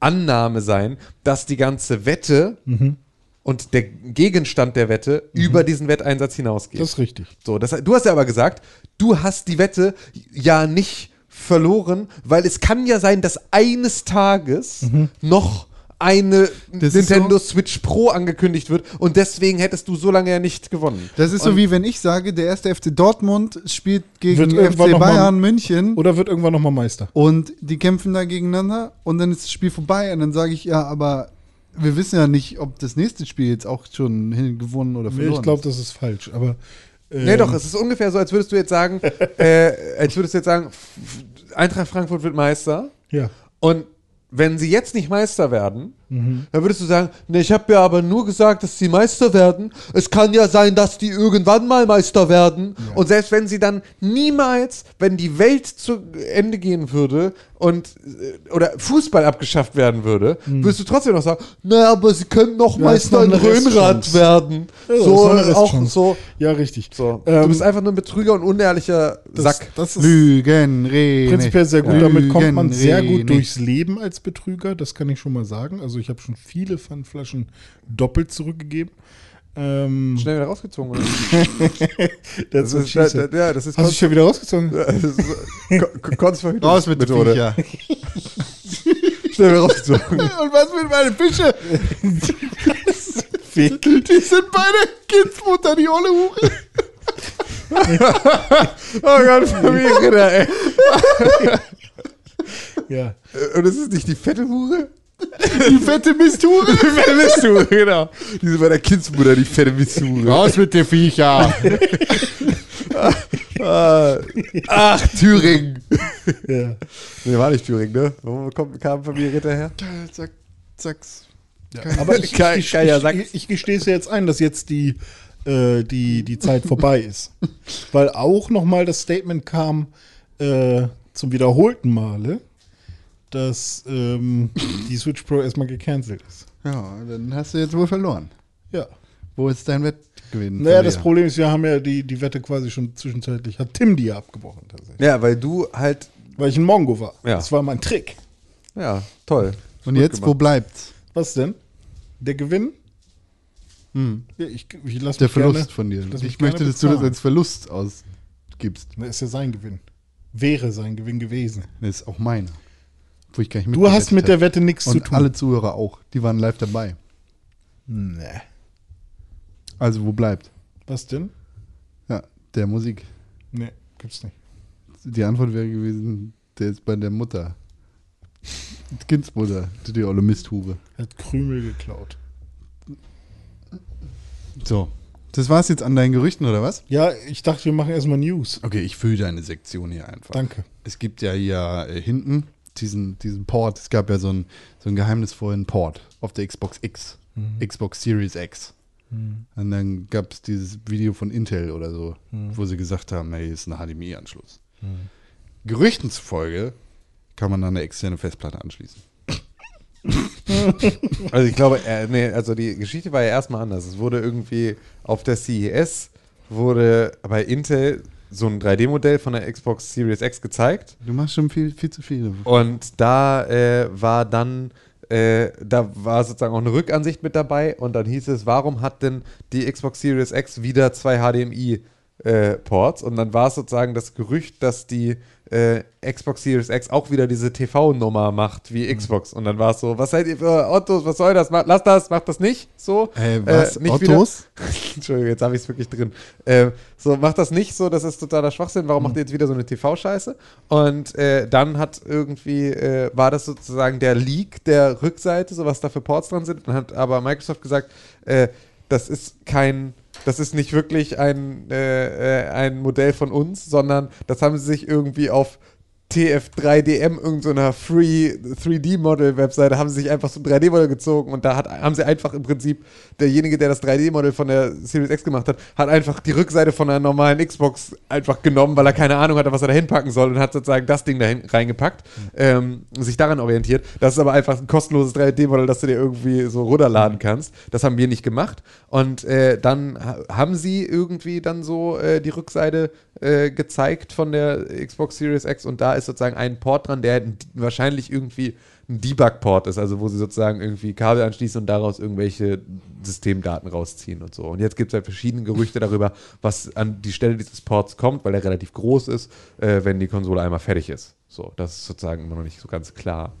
S3: Annahme sein, dass die ganze Wette
S4: Mhm.
S3: und der Gegenstand der Wette über diesen Wetteinsatz hinausgeht.
S4: Das ist richtig.
S3: So, das, du hast ja aber gesagt, du hast die Wette ja nicht verloren, weil es kann ja sein, dass eines Tages noch eine
S2: Mhm. Das ist
S3: Nintendo
S2: so-
S3: Switch Pro angekündigt wird und deswegen hättest du so lange ja nicht gewonnen.
S2: Das ist so wie wenn ich sage, der erste FC Dortmund spielt gegen
S4: Wird irgendwann
S2: FC
S4: noch mal-
S2: Bayern München
S4: Oder wird irgendwann nochmal Meister?
S2: und die kämpfen da gegeneinander und dann ist das Spiel vorbei und dann sage ich ja, aber wir wissen ja nicht, ob das nächste Spiel jetzt auch schon hin- gewonnen oder
S4: Nee,
S2: verloren.
S4: ich glaube, das ist falsch. Aber ähm,
S3: Nee, doch, es ist ungefähr so, als würdest du jetzt sagen, äh, als würdest du jetzt sagen, F- F- Eintracht Frankfurt wird Meister
S4: ja.
S3: und wenn sie jetzt nicht Meister werden,
S4: Mhm.
S3: Dann würdest du sagen, ne, ich habe ja aber nur gesagt, dass sie Meister werden. Es kann ja sein, dass die irgendwann mal Meister werden. Und selbst wenn sie dann niemals, wenn die Welt zu Ende gehen würde und äh, oder Fußball abgeschafft werden würde, würdest du trotzdem noch sagen, naja, aber sie können noch
S4: Ja, ist
S3: Meister in
S4: Mhm. noch eine
S3: Röhnrad
S4: Restchance.
S3: werden.
S4: Ja,
S3: so,
S4: das ist noch eine
S3: auch
S4: Restchance.
S3: so.
S4: Ja, richtig.
S3: So. du
S4: Ähm,
S3: bist einfach nur ein Betrüger und unehrlicher Sack.
S4: Das ist eh
S2: Lügen, reden.
S4: prinzipiell sehr gut. Damit kommt man sehr gut durchs Leben als Betrüger, das kann ich schon mal sagen. Also ich habe schon viele Pfandflaschen doppelt zurückgegeben. Ähm,
S3: Schnell wieder rausgezogen, oder?
S4: that's what
S3: ist-
S4: she said.
S3: ja, das ist
S4: Hast du schon wieder rausgezogen?
S3: Das ist Kon- Kon- Konzverhütungsmethode.
S2: Raus mit dem Viecher.
S3: Schnell wieder rausgezogen.
S2: Und was mit meinen Fische? Die sind beide Kindsmutter, die olle Hure.
S3: Oh Gott, Familie, da, ey.
S4: Ja.
S3: Äh, Und es ist nicht die fette Hure?
S2: Die fette Misture.
S3: Die fette Misshure, genau. Die sind bei der Kindsmutter, die fette Misshure.
S2: Raus mit dem Viecher.
S3: Ah, Ach, Thüringen.
S4: ja.
S3: Nee, war nicht Thüringen, ne? Wo kommt, kam Familie Ritter her?
S2: Zack, zacks.
S4: Aber ich,
S3: Kein-
S4: ich, ich,
S3: keiner
S4: ich,
S3: sagt's.
S4: ich, ich gestehe es ja jetzt ein, dass jetzt die, äh, die, die Zeit vorbei ist. Weil auch nochmal das Statement kam äh, zum wiederholten Male, dass ähm, die Switch Pro erstmal gecancelt ist.
S2: Ja, dann hast du jetzt wohl verloren.
S4: Ja.
S2: Wo ist dein Wettgewinn?
S4: Naja, das
S2: Verlierer?
S4: Problem ist, wir haben ja die, die Wette quasi schon zwischenzeitlich, hat Tim die ja abgebrochen tatsächlich.
S3: Ja, weil du halt.
S4: Weil ich ein Mongo war.
S3: Ja.
S4: Das war mein Trick.
S3: Ja, toll.
S2: Und jetzt, wo bleibt's?
S4: Was denn? Der Gewinn? Hm. Ja, ich ich lasse
S2: Der Verlust von dir.
S4: Ich, lass
S2: Ich,
S4: mich
S2: möchte,
S4: gerne
S2: dass du das
S4: bezahlen.
S2: als Verlust ausgibst.
S4: Das Ne, ist ja sein Gewinn. Wäre sein Gewinn gewesen.
S2: Das ist auch meiner. Wo ich gar nicht
S4: Du hast mit der
S2: mitgewettet
S4: Wette nichts
S2: hab.
S4: zu
S2: Und
S4: tun.
S2: alle Zuhörer auch. Die waren live dabei.
S4: Nee.
S2: Also, wo bleibt?
S4: Was denn?
S2: Ja, der Musik.
S4: Nee, gibt's nicht.
S2: Die Antwort wäre gewesen, der ist bei der Mutter. Die Kindsmutter, die, die olle Misthure.
S4: Hat Krümel geklaut.
S2: So. Das war's jetzt an deinen Gerüchten, oder was?
S4: Ja, ich dachte, wir machen erstmal News.
S2: Okay, ich fülle deine Sektion hier einfach.
S4: Danke.
S2: Es gibt ja hier äh, hinten diesen, diesen Port. Es gab ja so einen, so einen geheimnisvollen Port auf der Xbox X.
S4: Mhm.
S2: Xbox Series X. Und dann gab es dieses Video von Intel oder so,
S4: Mhm.
S2: wo sie gesagt haben, hey, ist ein HDMI-Anschluss. Gerüchten zufolge kann man da eine externe Festplatte anschließen.
S3: Also ich glaube, äh, nee, also die Geschichte war ja erstmal anders. Es wurde irgendwie auf der CES wurde bei Intel so ein 3D-Modell von der Xbox Series X gezeigt.
S2: Du machst schon viel, viel zu viel.
S3: Und da äh, war dann, äh, da war sozusagen auch eine Rückansicht mit dabei und dann hieß es, warum hat denn die Xbox Series X wieder zwei HDMI-Ports? äh, und dann war es sozusagen das Gerücht, dass die äh, Xbox Series X auch wieder diese TV-Nummer macht wie
S2: Mhm.
S3: Xbox. Und dann war es so, was seid ihr für Ottos, was soll das? Ma- Lass das, macht das nicht so.
S2: Äh, was? Ottos?
S3: Wieder. Entschuldigung, jetzt habe ich es wirklich drin. Mhm. Ähm, so, macht das nicht so, das ist totaler Schwachsinn. Warum macht ihr jetzt wieder so eine TV-Scheiße? Und äh, dann hat irgendwie, äh, war das sozusagen der Leak der Rückseite, so was da für Ports dran sind. Dann hat aber Microsoft gesagt, äh, das ist kein, das ist nicht wirklich ein, äh, äh, ein Modell von uns, sondern das haben sie sich irgendwie auf TF3DM, irgendeiner Free 3D-Model-Webseite, haben sie sich einfach so ein 3D-Modell gezogen und da hat, haben sie einfach im Prinzip, derjenige, der das 3D-Modell von der Series X gemacht hat, hat einfach die Rückseite von einer normalen Xbox einfach genommen, weil er keine Ahnung hatte, was er da hinpacken soll und hat sozusagen das Ding dahin reingepackt, ähm, sich daran orientiert. Das ist aber einfach ein kostenloses 3D-Modell, das du dir irgendwie so runterladen kannst. Das haben wir nicht gemacht. Und äh, dann ha haben sie irgendwie dann so äh, die Rückseite äh, gezeigt von der Xbox Series X und da ist sozusagen ein Port dran, der halt ein- wahrscheinlich irgendwie ein Debug-Port ist, also wo sie sozusagen irgendwie Kabel anschließen und daraus irgendwelche Systemdaten rausziehen und so. Und jetzt gibt es halt verschiedene Gerüchte darüber, was an die Stelle dieses Ports kommt, weil der relativ groß ist, äh, wenn die Konsole einmal fertig ist. So, das ist sozusagen immer noch nicht so ganz klar.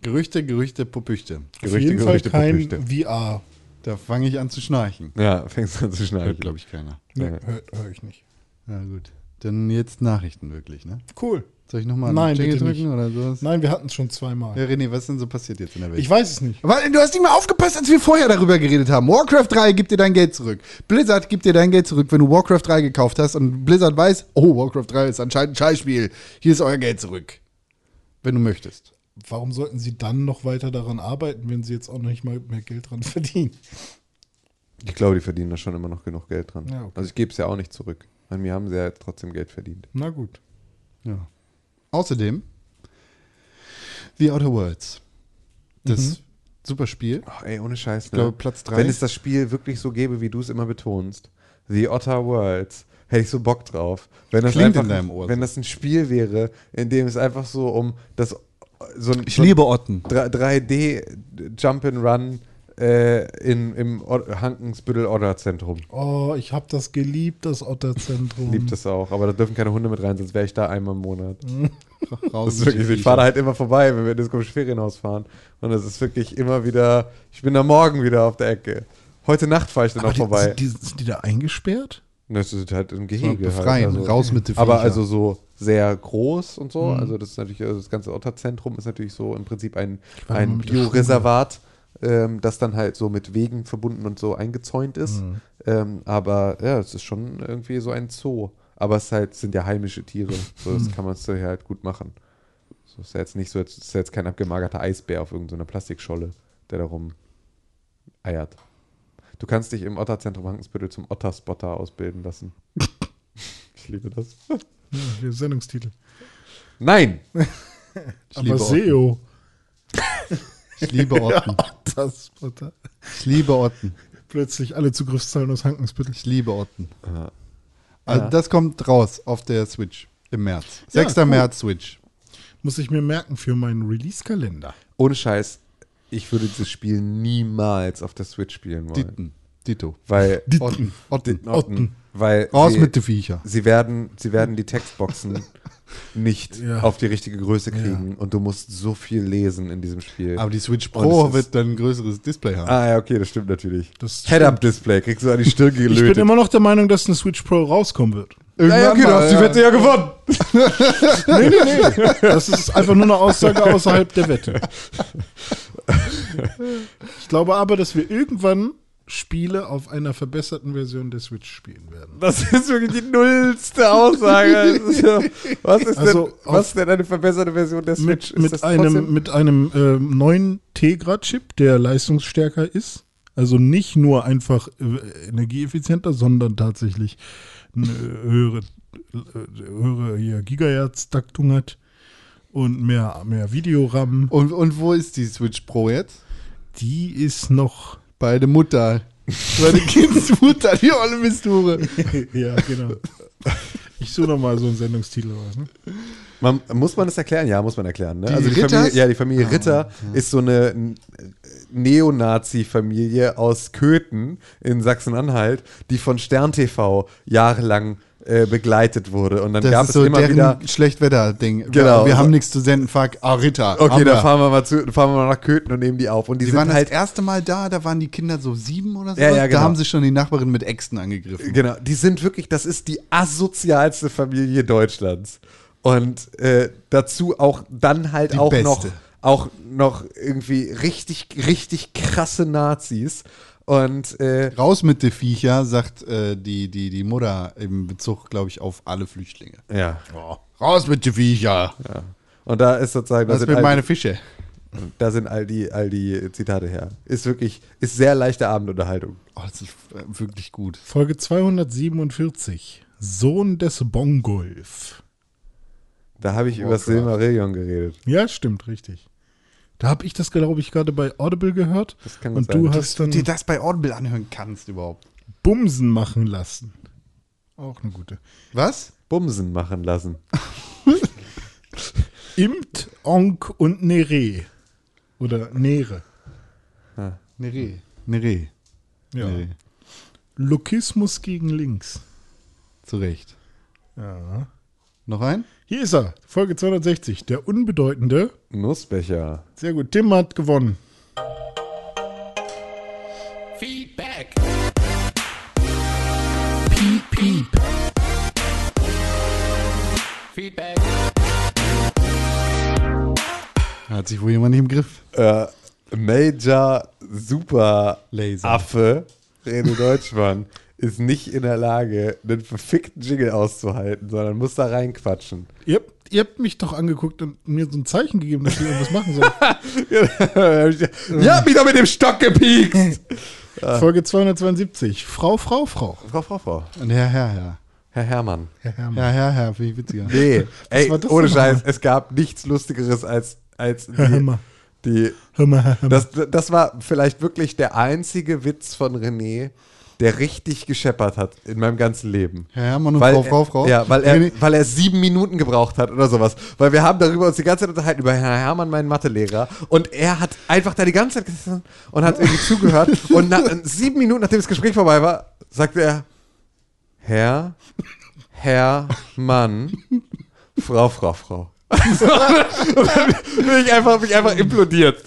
S2: Gerüchte, Gerüchte, Popüchte.
S4: Auf jeden Fall kein
S3: Gerüchte.
S4: VR.
S2: Da fange ich an zu schnarchen.
S3: Ja, fängst du an zu schneiden.
S2: Hört, glaube ich, keiner.
S4: Nee,
S3: Ja.
S4: hör, hör ich nicht.
S2: Na gut. Dann jetzt Nachrichten wirklich, ne?
S4: Cool.
S2: Soll ich nochmal
S4: Nein, bitte
S2: drücken
S4: nicht.
S2: oder sowas?
S4: Nein, wir hatten es schon zweimal.
S2: Ja, René, was ist denn so passiert jetzt in der Welt?
S4: Ich weiß es nicht.
S2: Weil du hast nicht mehr aufgepasst, als wir vorher darüber geredet haben. Warcraft 3 gibt dir dein Geld zurück. Blizzard gibt dir dein Geld zurück, wenn du Warcraft 3 gekauft hast und Blizzard weiß, oh, Warcraft 3 ist anscheinend ein Scheißspiel. Hier ist euer Geld zurück. Wenn du möchtest.
S4: warum sollten sie dann noch weiter daran arbeiten, wenn sie jetzt auch noch nicht mal mehr Geld dran verdienen?
S3: Ich glaube, die verdienen da schon immer noch genug Geld dran.
S4: Ja, okay.
S3: Also ich gebe es ja auch nicht zurück. An mir haben sie ja trotzdem Geld verdient.
S4: Na gut.
S2: Ja. Außerdem The Outer Worlds.
S4: Mhm.
S2: Das Superspiel.
S3: Ach, ey, ohne Scheiß. Ne? Ich
S2: glaube, Platz drei.
S3: Wenn es das Spiel wirklich so gäbe, wie du es immer betonst, The Otter Worlds, hätte ich so Bock drauf. Wenn das
S2: Klingt in
S3: einfach,
S2: deinem Ohr
S3: Wenn
S2: so.
S3: das ein Spiel wäre, in dem es einfach so um das so ein,
S2: Ich
S3: so ein
S2: liebe Otten.
S3: 3D Jump and Run äh, in, im Od- Hankensbüttel Otter Zentrum.
S4: Oh, ich habe das geliebt, das Otterzentrum.
S3: Liebt das auch, aber da dürfen keine Hunde mit rein, sonst wäre ich da einmal im Monat.
S2: Raus
S3: Das ist wirklich, ich fahre da halt immer vorbei, wenn wir in das komische Ferienhaus fahren. Und das ist wirklich immer wieder, ich bin da morgen wieder auf der Ecke. Heute Nacht fahre ich dann auch
S4: Aber die,
S3: vorbei.
S4: Sind, die, sind die da eingesperrt?
S3: Das ist halt im Gehege.
S2: befreien,
S3: halt,
S2: raus mit den
S3: Aber
S2: Viecher.
S3: also so sehr groß und
S4: Mhm.
S3: so. Also das ist natürlich, also das ganze Otterzentrum ist natürlich so im Prinzip ein,
S4: war da mal
S3: ein
S4: mit der Schule.
S3: Bioreservat, ähm, das dann halt so mit Wegen verbunden und so eingezäunt ist.
S4: Mhm.
S3: Ähm, aber ja, es ist schon irgendwie so ein Zoo. Aber es ist halt, sind ja heimische Tiere. So,
S4: Mhm.
S3: das kann man es daher halt gut machen. So ist ja jetzt nicht so, jetzt ist ja jetzt kein abgemagerter Eisbär auf irgendeiner Plastikscholle, der darum eiert. Du kannst dich im Otterzentrum Hankensbüttel zum Otterspotter ausbilden lassen. Ich liebe das.
S4: Der Sendungstitel.
S3: Nein!
S4: Aber SEO.
S2: Ich liebe Otten.
S4: Das Otter.
S2: Ich liebe Otten.
S4: Plötzlich alle Zugriffszahlen aus Hankensbüttel.
S2: Ich liebe Otten. Also das kommt raus auf der Switch im März. 6.
S4: cool.
S2: März Switch.
S4: Muss ich mir merken für meinen Release-Kalender.
S3: Ohne Scheiß, ich würde dieses Spiel niemals auf der Switch spielen wollen.
S2: Ditten. Dito.
S3: Weil.
S2: Otten. Otten.
S3: Otten. Weil
S2: Raus
S3: sie-
S2: mit den Viecher.
S3: Sie werden, sie werden die Textboxen nicht auf die richtige Größe kriegen und du musst so viel lesen in diesem Spiel.
S2: Aber die Switch
S3: Und
S2: Pro
S3: es ist-
S2: wird dann ein größeres Display haben.
S3: Ah, ja, okay, das stimmt natürlich.
S4: Das
S3: Head-Up-Display kriegst du an die Stirn gelötet.
S4: Ich bin immer noch der Meinung, dass eine Switch Pro rauskommen wird.
S3: ja, ja, okay, du hast die Wette ja gewonnen.
S4: Nee, nee, nee. Das ist einfach nur eine Aussage außerhalb der Wette. Ich glaube aber, dass wir irgendwann Spiele auf einer verbesserten Version der Switch spielen werden.
S3: Das ist wirklich die nullste Aussage. Das ist ja- Was ist,
S4: Also,
S3: denn,
S4: auf-
S3: was ist denn eine verbesserte Version der Switch?
S4: Mit,
S3: ist
S4: mit
S3: das
S4: einem,
S3: trotzdem-
S4: mit einem ähm, neuen Tegra-Chip, der leistungsstärker ist. Also nicht nur einfach äh, energieeffizienter, sondern tatsächlich eine höhere, äh, höhere hier Gigahertz-Taktung hat und mehr, mehr Videoram.
S3: Oh.
S2: Und, und wo ist die Switch Pro jetzt?
S4: Die ist noch
S2: Bei der Mutter. Bei der Kindsmutter, die olle Misture.
S4: ja, genau. Ich suche nochmal so einen Sendungstitel raus. Ne?
S3: Man, muss man das erklären? Ja, muss man erklären. Ne?
S2: Die
S3: also die
S2: Ritters? Ah.
S3: Familie, ja, die Familie Ritter ist so eine n- äh, Neonazi-Familie aus Köthen in Sachsen-Anhalt, die von Stern TV jahrelang äh, begleitet wurde. Und dann
S2: Das
S3: gab
S2: ist
S3: es
S2: so
S3: immer wieder.
S2: deren Schlechtwetter-Ding.
S3: Genau.
S2: Wir haben nichts zu senden, fuck. Ah, Ritter.
S3: Okay,
S2: haben
S3: dann
S2: wir.
S3: fahren wir mal zu, fahren wir mal nach Köthen und nehmen die auf. Und die,
S2: Die
S3: sind
S2: waren
S3: halt
S2: das erste Mal da, da waren die Kinder so sieben oder so.
S3: Ja, ja,
S2: Da
S3: genau.
S2: haben sie schon die Nachbarin mit Äxten angegriffen.
S3: Genau, die sind wirklich, das ist die asozialste Familie Deutschlands. Und äh, dazu auch dann halt
S2: Die
S3: auch
S2: beste.
S3: noch, auch noch irgendwie richtig, richtig krasse Nazis. Und äh,
S2: Raus mit den Viecher, sagt äh, die, die, die Mutter im Bezug, glaube ich, auf alle Flüchtlinge.
S3: ja.
S2: Raus mit den Viecher.
S3: Und da ist sozusagen, da
S2: Was
S3: sind,
S2: mit meine
S3: all,
S2: Fische?
S3: da sind all die, all die Zitate her. Ist wirklich, ist sehr leichte Abendunterhaltung.
S2: Oh, das ist äh, wirklich gut.
S4: Folge 247. Sohn des Bongolf.
S3: Da habe ich
S2: Oh
S3: über Silmarillion geredet.
S4: Ja, stimmt, richtig. Da habe ich das, glaube ich, gerade bei Audible gehört.
S3: Das kann gut
S4: und du
S3: sein.
S4: hast dann
S2: Dir das bei Audible anhören kannst überhaupt.
S4: Bumsen machen lassen. Auch eine gute.
S2: Was?
S3: Bumsen machen lassen.
S4: Imt, Onk und Nere. Oder Nere.
S2: Nere. Nere.
S4: Ja.
S2: Nere.
S4: Lokismus gegen links.
S2: Zu Recht.
S4: Ja.
S2: Noch ein?
S4: Hier ist er, Folge 260. Der Unbedeutende.
S3: Nussbecher.
S4: Sehr gut, Tim hat gewonnen.
S5: Feedback.
S4: Piep, piep.
S5: Feedback.
S2: Hat sich wohl jemand nicht im Griff.
S3: äh, Major Super
S2: Laser.
S3: Affe, Rene Deutschmann, ist nicht in der Lage, einen verfickten Jingle auszuhalten, sondern muss da reinquatschen.
S4: Yep, ihr habt mich doch angeguckt und mir so ein Zeichen gegeben, dass ich irgendwas machen soll.
S3: ja, hab Äh, mich doch mit dem Stock gepiekst.
S4: Folge 272. Frau, Frau, Frau.
S3: Frau, Frau, Frau.
S2: Und Herr, Herr, Herr.
S3: Herr Herrmann.
S4: Herr Herrmann.
S2: Ja, Herr, Herr, finde ich witziger.
S3: Nee, ey,
S4: war das
S3: ohne
S4: denn
S3: Scheiß, es gab nichts Lustigeres als, als die,
S4: Hammer.
S3: die
S4: Hör mal, Herr Herrmann.
S3: das, das war vielleicht wirklich der einzige Witz von René, der richtig gescheppert hat in meinem ganzen Leben.
S2: Herr Herrmann und
S3: weil
S2: Frau,
S3: er,
S2: Frau, Frau.
S3: Ja, weil er,
S2: René-
S3: weil er sieben Minuten gebraucht hat oder sowas. Weil wir haben darüber uns die ganze Zeit unterhalten, über Herrn Hermann, meinen Mathelehrer. Und er hat einfach da die ganze Zeit gesessen und hat irgendwie zugehört. Und nach, sieben Minuten, nachdem das Gespräch vorbei war, sagte er, Herr, Herr, Mann, Frau, Frau, Frau. bin ich einfach, bin ich einfach implodiert.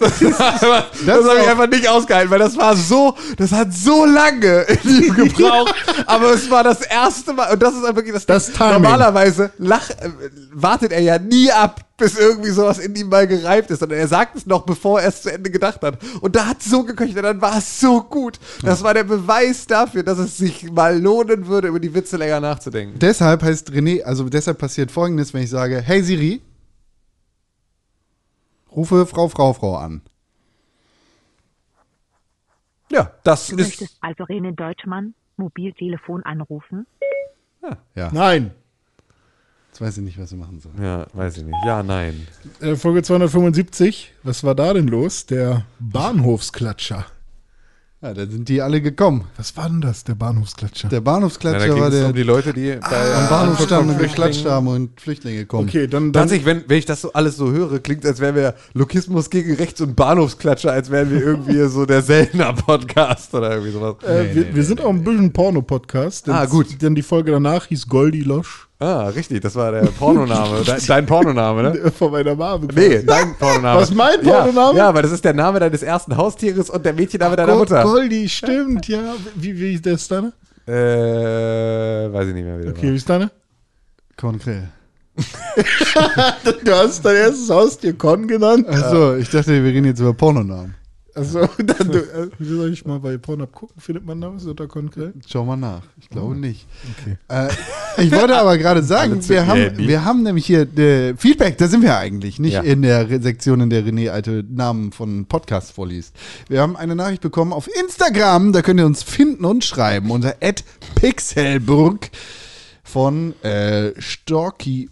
S3: Das, das, habe ich einfach nicht ausgehalten, weil das war so, das hat so lange in ihm gebraucht, aber es war das erste Mal, und das ist einfach das,
S4: Das
S3: Ding.
S4: Timing.
S3: Normalerweise lach, äh, wartet er ja nie ab, bis irgendwie sowas in ihm mal gereift ist, sondern er sagt es noch, bevor er es zu Ende gedacht hat. Und da hat es so geköchelt, und dann war es so gut. Das war der Beweis dafür, dass es sich mal lohnen würde, über die Witze länger nachzudenken.
S2: Deshalb heißt René, also deshalb passiert folgendes, wenn ich sage, hey Siri, rufe Frau, Frau, Frau an.
S3: Ja, das
S11: Du
S3: ist.
S11: möchtest also René Deutschmann, Mobiltelefon anrufen?
S4: Nein.
S2: Jetzt weiß ich nicht, was wir machen sollen.
S3: Ja, weiß ich nicht. Ja, nein.
S4: Äh, Folge 275. Was war da denn los? Der Bahnhofsklatscher.
S2: Ja, da sind die alle gekommen.
S4: Was war denn das, der Bahnhofsklatscher?
S2: Der Bahnhofsklatscher
S3: Nein, da ging
S2: war
S3: es
S2: der,
S3: um die Leute, die bei
S4: Ah,
S3: äh,
S2: am Bahnhof standen und geklatscht haben und Flüchtlinge kommen.
S4: okay, dann, dann
S3: Tatsächlich, wenn, wenn ich das so alles so höre, klingt, als wären wir Lokismus gegen Rechts und Bahnhofsklatscher, als wären wir irgendwie so der Sellner-Podcast oder irgendwie sowas.
S4: äh, wir, wir sind auch ein bisschen Porno-Podcast. denn-
S3: Ah, gut.
S4: Denn die Folge danach hieß Goldi Losch.
S3: Ah, richtig, das war der Pornoname. dein, dein Pornoname, ne?
S4: Äh, Von meiner Marbe.
S3: Nee, dein Pornoname.
S4: Was, mein Pornoname?
S3: Ja, ja, weil das ist der Name deines ersten Haustieres und der Mädchenname deiner
S4: Gold,
S3: Mutter.
S4: Goldi, stimmt, ja. Wie, wie ist der ist deine?
S3: Äh, weiß ich nicht mehr, wie der
S4: Okay, wie ist deine?
S2: Konkret.
S4: Du hast dein erstes Haustier Con genannt.
S2: Achso, ich dachte, wir reden jetzt über Pornonamen.
S4: Also, dann, du, äh, wie soll ich mal bei Pornhub gucken? Findet man da was unter konkret?
S2: Schau mal nach. Ich glaube
S3: Ah,
S2: nicht. Äh, ich wollte aber gerade sagen, wir haben, wir haben nämlich hier äh, Feedback, da sind wir eigentlich, nicht
S3: Ja.
S2: in der Re- Sektion, in der René alte Namen von Podcasts vorliest. Wir haben eine Nachricht bekommen auf Instagram, da könnt ihr uns finden und schreiben unter @pixelburg von äh, Storky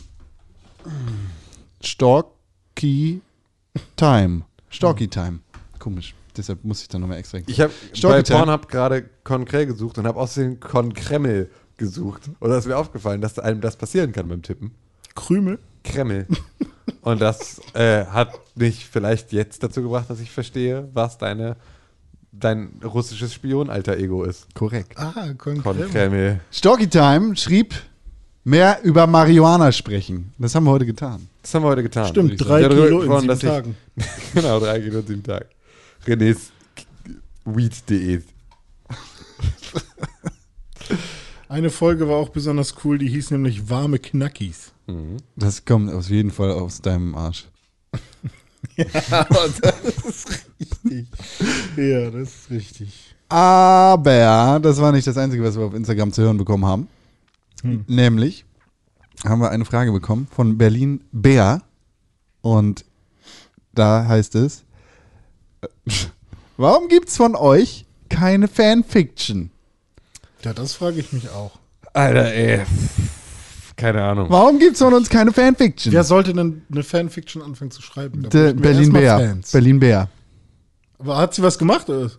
S2: Storky Time. Storky Time. Komisch. Deshalb muss ich da nochmal extra.
S3: Ich habe bei
S2: Storky Time.
S3: Pornhub gerade Konkret gesucht und habe außerdem Konkremel gesucht. Und da ist mir aufgefallen, dass einem das passieren kann beim Tippen.
S4: Krümel.
S3: Kreml. Und das äh, hat mich vielleicht jetzt dazu gebracht, dass ich verstehe, was deine, dein russisches Spion-Alter-Ego ist.
S2: Korrekt.
S4: Ah, konkret.
S3: Von Kreml.
S2: Storky Time schrieb, mehr über Marihuana sprechen. Das haben wir heute getan.
S3: Das haben wir heute getan.
S4: Stimmt,
S3: würde ich
S4: drei
S3: sagen. Ich habe
S4: Kilo
S3: darüber
S4: in
S3: gesprochen,
S4: sieben
S3: dass ich-
S4: Tagen.
S3: genau, drei Kilo in sieben Tagen. René's Weed-Diät.
S4: Eine Folge war auch besonders cool, die hieß nämlich Warme Knackis.
S2: Das kommt auf jeden Fall aus deinem Arsch.
S4: Ja, das ist richtig.
S2: Aber das war nicht das Einzige, was wir auf Instagram zu hören bekommen haben. Hm. Nämlich haben wir eine Frage bekommen von Berlin Bär. Und da heißt es, äh, warum gibt es von euch keine Fanfiction?
S4: Ja, das frage ich mich auch.
S3: Alter, ey. Keine Ahnung.
S2: Warum gibt es von uns keine Fanfiction?
S4: Wer sollte denn eine Fanfiction anfangen zu schreiben? Da
S2: Der
S4: bräuchten wir
S2: Berlin
S4: erstmal
S2: Bär.
S4: Fans.
S2: Berlin Bär.
S4: Aber hat sie was gemacht? Oder?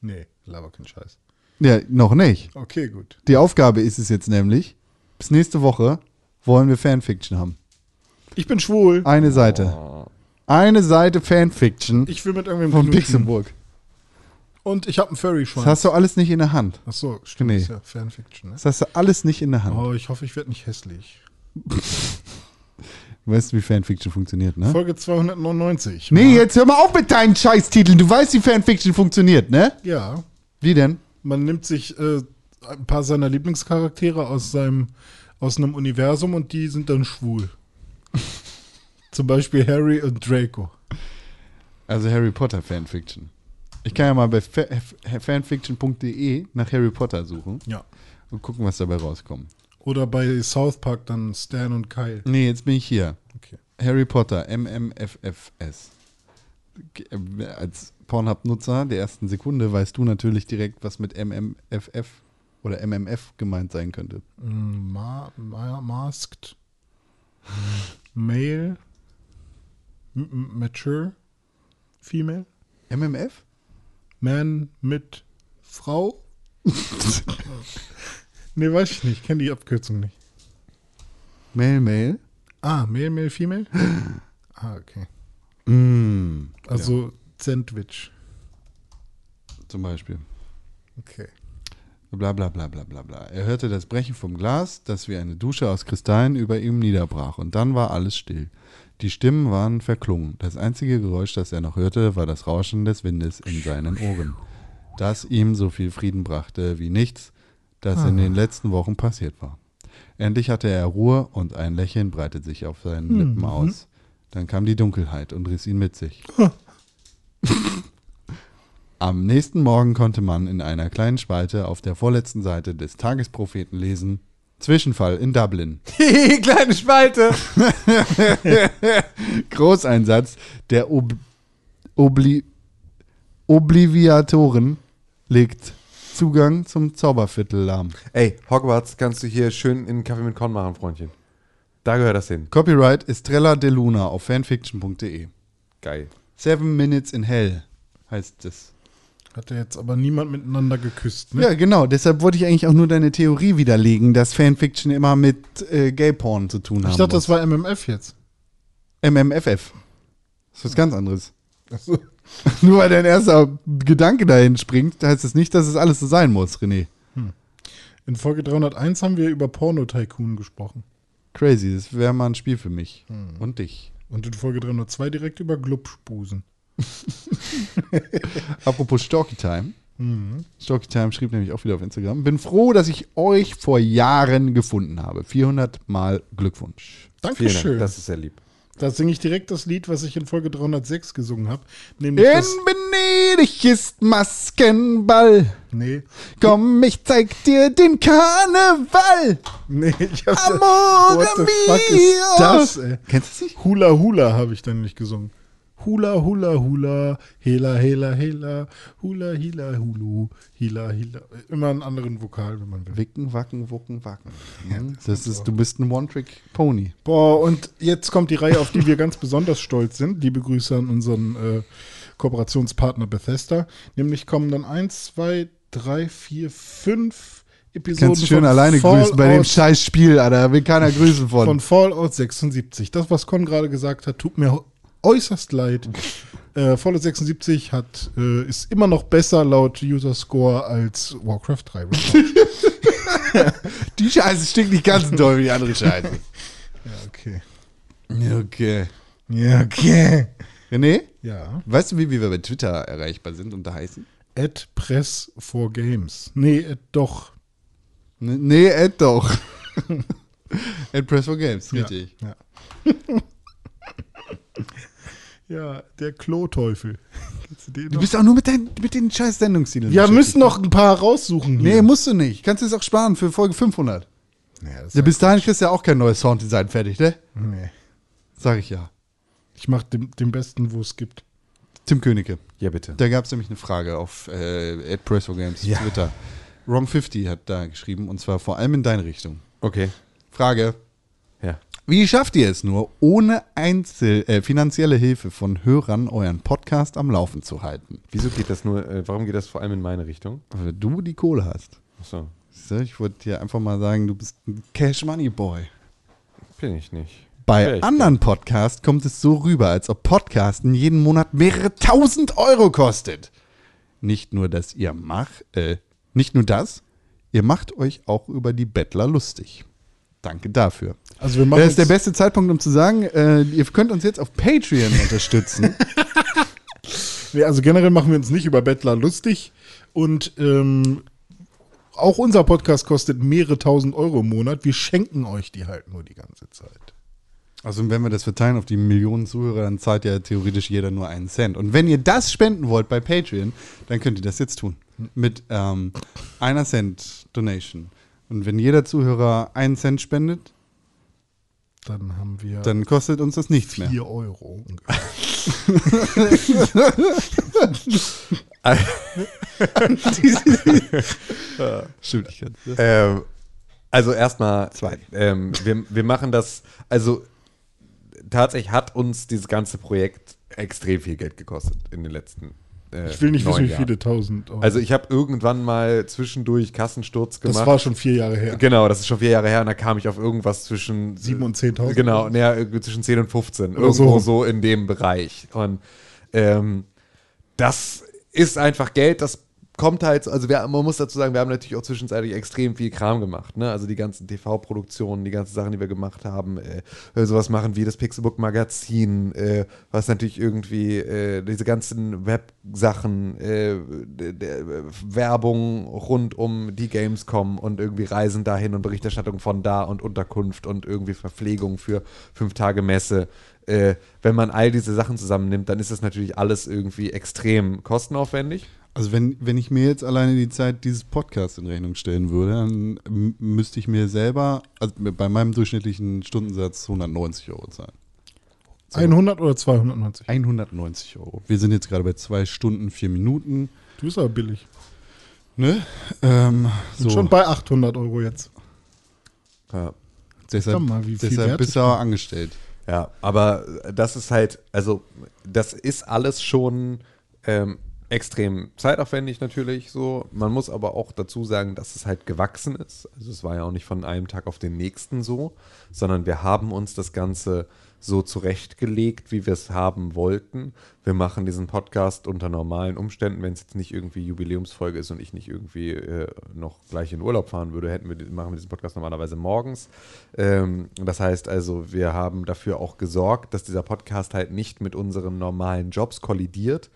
S4: Nee, laber keinen Scheiß.
S2: Ja, noch nicht.
S4: Okay, gut.
S2: Die Aufgabe ist es jetzt nämlich, bis nächste Woche wollen wir Fanfiction haben.
S4: Ich bin schwul.
S2: Eine Seite. Eine Seite Fanfiction
S4: Oh. Ich will mit irgendwem
S2: von
S4: knutschen.
S2: Pixelburg.
S4: Und ich habe einen Furry-Schwein.
S2: Das hast du alles nicht in der Hand.
S4: Achso, stimmt.
S2: Nee.
S4: Ist ja Fanfiction, ne?
S2: Das hast du alles nicht in der Hand.
S4: Oh, ich hoffe, ich werde nicht hässlich.
S2: Du weißt, wie Fanfiction funktioniert, ne?
S4: Folge 299.
S2: Nee, jetzt hör mal auf mit deinen Scheißtiteln. Du weißt, wie Fanfiction funktioniert, ne?
S4: Ja,
S2: Wie denn?
S4: man nimmt sich äh, ein paar seiner Lieblingscharaktere aus seinem aus einem Universum und die sind dann schwul. Zum Beispiel Harry und Draco.
S2: Also Harry Potter Fanfiction. Ich kann ja mal bei fa- f- fanfiction.de nach Harry Potter suchen
S4: Ja.
S2: und gucken, was dabei rauskommt.
S4: Oder bei South Park dann Stan und Kyle.
S2: Nee, jetzt bin ich hier. Harry Potter, MMFFS. G- äh, Als Pornhub-Nutzer der ersten Sekunde weißt du natürlich direkt, was mit MMFF oder MMF gemeint sein könnte.
S4: Mm, Ma Ma masked. Male. M m- mature. Female.
S2: MMF?
S4: Man mit Frau? nee, weiß ich nicht. Ich kenne die Abkürzung nicht.
S2: Mail, Mail?
S4: Ah, Male, Male, Female? ah, okay.
S2: Mm,
S4: Also Sandwich.
S2: ja, zum Beispiel.
S4: Okay.
S2: Bla bla bla bla bla bla. Er hörte das Brechen vom Glas, das wie eine Dusche aus Kristallen über ihm niederbrach, und dann war alles still. Die Stimmen waren verklungen. Das einzige Geräusch, das er noch hörte, war das Rauschen des Windes in seinen Ohren, das ihm so viel Frieden brachte wie nichts, das in den letzten Wochen passiert war. Endlich hatte er Ruhe und ein Lächeln breitete sich auf seinen
S4: Mhm.
S2: Lippen aus. Dann kam die Dunkelheit und riss ihn mit sich. Am nächsten Morgen konnte man in einer kleinen Spalte auf der vorletzten Seite des Tagespropheten lesen: Zwischenfall in Dublin.
S3: Kleine Spalte.
S2: Großeinsatz der Ob Obli Obliviatoren legt Zugang zum Zauberviertel lahm.
S3: Ey, Hogwarts kannst du hier schön in einen Kaffee mit Con machen, Freundchen. Da gehört das hin.
S2: Copyright Estrella de Luna auf fanfiction.de.
S3: Geil.
S2: Seven Minutes in Hell heißt es.
S4: Hat er jetzt aber niemand miteinander geküsst, ne?
S2: Ja, genau. Deshalb wollte ich eigentlich auch nur deine Theorie widerlegen, dass Fanfiction immer mit äh, Gay-Porn zu tun hat.
S4: ich dachte, das war MMF jetzt.
S2: MMFF. Das ist was ganz anderes.
S4: Achso.
S2: Nur weil dein erster Gedanke dahin springt, heißt es nicht, dass es alles so sein muss, René.
S4: In Folge 301 haben wir über Porno-Tycoon gesprochen.
S2: Crazy, das wäre mal ein Spiel für mich. Und dich.
S4: Und in Folge 302 direkt über Glubspusen.
S2: Apropos Storky Time. Storky Time schrieb nämlich auch wieder auf Instagram. Bin froh, dass ich euch vor Jahren gefunden habe. 400 Mal Glückwunsch.
S3: Vielen Dank.
S4: Dankeschön.
S3: Das ist sehr lieb.
S4: Da singe ich direkt das Lied, was ich in Folge 306 gesungen habe. Nämlich
S2: In
S4: das.
S2: Venedig ist Maskenball.
S4: Nee,
S2: Komm, ich zeig dir den Karneval.
S4: nee, ich hab's.
S2: Amore
S4: What the fuck ist
S2: mio.
S4: das, ey?
S2: Kennst du das nicht?
S4: Hula Hula habe ich dann nicht gesungen. Hula Hula Hula, Hela Hela Hela, Hula Hila Hulu, Hila Hila. Immer einen anderen Vokal, wenn man will.
S2: Wicken, wacken, wucken, wacken. Mhm. das ist, du bist ein One-Trick-Pony.
S4: Boah, und jetzt kommt die Reihe, auf die wir ganz besonders stolz sind. Liebe Grüße an unseren äh, Kooperationspartner Bethesda. Nämlich kommen dann eins, zwei, drei, vier, fünf Episoden
S2: Kannst schön
S4: von
S2: alleine grüßen bei dem
S4: Fallout-
S2: scheiß Spiel, Alter. Da will keiner grüßen von.
S4: von Fallout 76. Das, was Con gerade gesagt hat, tut mir äußerst leid. äh, Fallout 76 hat, äh, ist immer noch besser laut User Score als Warcraft 3.
S2: die Scheiße stinkt nicht ganz so doll wie die andere Scheiße.
S4: ja, okay.
S2: okay.
S4: Ja, okay.
S2: René,
S4: Ja.
S2: weißt du, wie, wie wir bei Twitter erreichbar sind und da heißen?
S4: At Press for Games. Nee, at doch.
S2: N nee, Ed doch. Ed Press for Games, richtig.
S4: Ja, ja. ja der Kloteufel. Kennst du den
S2: Du
S4: noch?
S2: bist auch nur mit, dein, mit den scheiß Sendungstiteln.
S4: Ja,
S2: beschäftigt.
S4: müssen noch ein paar raussuchen.
S2: Nee,
S4: Hier.
S2: musst du nicht. Kannst du es auch sparen für Folge 500.
S4: Ja, das
S2: Ja, bis dahin kriegst du ja auch kein neues Sounddesign fertig, ne?
S4: nee.
S2: Sag ich ja.
S4: Ich mach den, den besten, wo es gibt.
S2: Tim Königke.
S3: Ja, bitte.
S2: Da gab es nämlich eine Frage auf äh, Presso Games Twitter. Wrong50 hat da geschrieben, und zwar vor allem in deine Richtung.
S3: Okay.
S2: Frage:
S3: Ja.
S2: Wie schafft ihr es nur, ohne Einzel äh, finanzielle Hilfe von Hörern euren Podcast am Laufen zu halten?
S3: Wieso geht das nur, äh, warum geht das vor allem in meine Richtung?
S2: Weil du die Kohle hast.
S3: Achso,
S2: Siehst du, Ich wollte dir einfach mal sagen, du bist ein Cash Money Boy.
S3: bin ich nicht.
S2: Bei
S3: Vielleicht.
S2: anderen Podcasts kommt es so rüber, als ob Podcasten jeden Monat mehrere tausend Euro kostet. Nicht nur, dass ihr macht, äh, nicht nur das, ihr macht euch auch über die Bettler lustig. Danke dafür.
S4: Also wir machen
S2: Das ist der
S4: jetzt-
S2: beste Zeitpunkt, um zu sagen, äh, ihr könnt uns jetzt auf Patreon unterstützen.
S4: Nee, also generell machen wir uns nicht über Bettler lustig. Und ähm, auch unser Podcast kostet mehrere tausend Euro im Monat. Wir schenken euch die halt nur die ganze Zeit.
S2: Also wenn wir das verteilen auf die Millionen Zuhörer, dann zahlt ja theoretisch jeder nur einen Cent. Und wenn ihr das spenden wollt bei Patreon, dann könnt ihr das jetzt tun. Mit ähm, einer Cent Donation. Und wenn jeder Zuhörer einen Cent spendet,
S4: dann haben wir.
S2: dann kostet uns das nichts mehr.
S4: 4 Euro.
S2: Ja, Stimmt, ich kann.
S3: Ähm, also erstmal, ähm, wir, wir machen das, also tatsächlich hat uns dieses ganze Projekt extrem viel Geld gekostet in den letzten äh,
S4: Ich will nicht
S3: neun
S4: wissen, wie
S3: Jahren.
S4: viele tausend Euro.
S3: Also ich habe irgendwann mal zwischendurch Kassensturz
S4: Mhm. Das
S3: gemacht.
S4: war schon vier Jahre her.
S3: Genau, das ist schon vier Jahre her und da kam ich auf irgendwas zwischen äh,
S4: Sieben und 10.000.
S3: Genau, naja, irgendwie zwischen 10 und 15.
S4: Oder so.
S3: irgendwo so. in dem Bereich. Und ähm, das ist einfach Geld, das kommt halt, also wir, man muss dazu sagen, wir haben natürlich auch zwischenzeitlich extrem viel Kram gemacht. Ne? Also die ganzen TV-Produktionen, die ganzen Sachen, die wir gemacht haben, äh, sowas machen wie das Pixelbook-Magazin, äh, was natürlich irgendwie äh, diese ganzen Web-Sachen, äh, der, der Werbung rund um die Gamescom und irgendwie Reisen dahin und Berichterstattung von da und Unterkunft und irgendwie Verpflegung für fünf Tage Messe äh, wenn man all diese Sachen zusammennimmt, dann ist das natürlich alles irgendwie extrem kostenaufwendig.
S2: Also wenn, wenn ich mir jetzt alleine die Zeit dieses Podcasts in Rechnung stellen würde, dann m- müsste ich mir selber, also bei meinem durchschnittlichen Stundensatz 190 Euro zahlen.
S4: 100 oder 290?
S2: 190 Euro. Wir sind jetzt gerade bei zwei Stunden, vier Minuten.
S4: Du bist aber billig.
S2: Ne? Ähm, so.
S4: Sind schon bei 800 Euro jetzt.
S3: Ja.
S2: deshalb
S4: Guck mal, wie viel
S2: deshalb
S4: wert
S2: bist
S4: ist
S2: du
S4: das?
S2: aber angestellt.
S3: Ja, aber das ist halt, also das ist alles schon ähm, extrem zeitaufwendig natürlich so. Man muss aber auch dazu sagen, dass es halt gewachsen ist. Also es war ja auch nicht von einem Tag auf den nächsten so, sondern wir haben uns das Ganze so zurechtgelegt, wie wir es haben wollten. Wir machen diesen Podcast unter normalen Umständen, wenn es jetzt nicht irgendwie Jubiläumsfolge ist und ich nicht irgendwie äh, noch gleich in Urlaub fahren würde, hätten wir, die- machen wir diesen Podcast normalerweise morgens. Ähm, das heißt also, wir haben dafür auch gesorgt, dass dieser Podcast halt nicht mit unseren normalen Jobs kollidiert.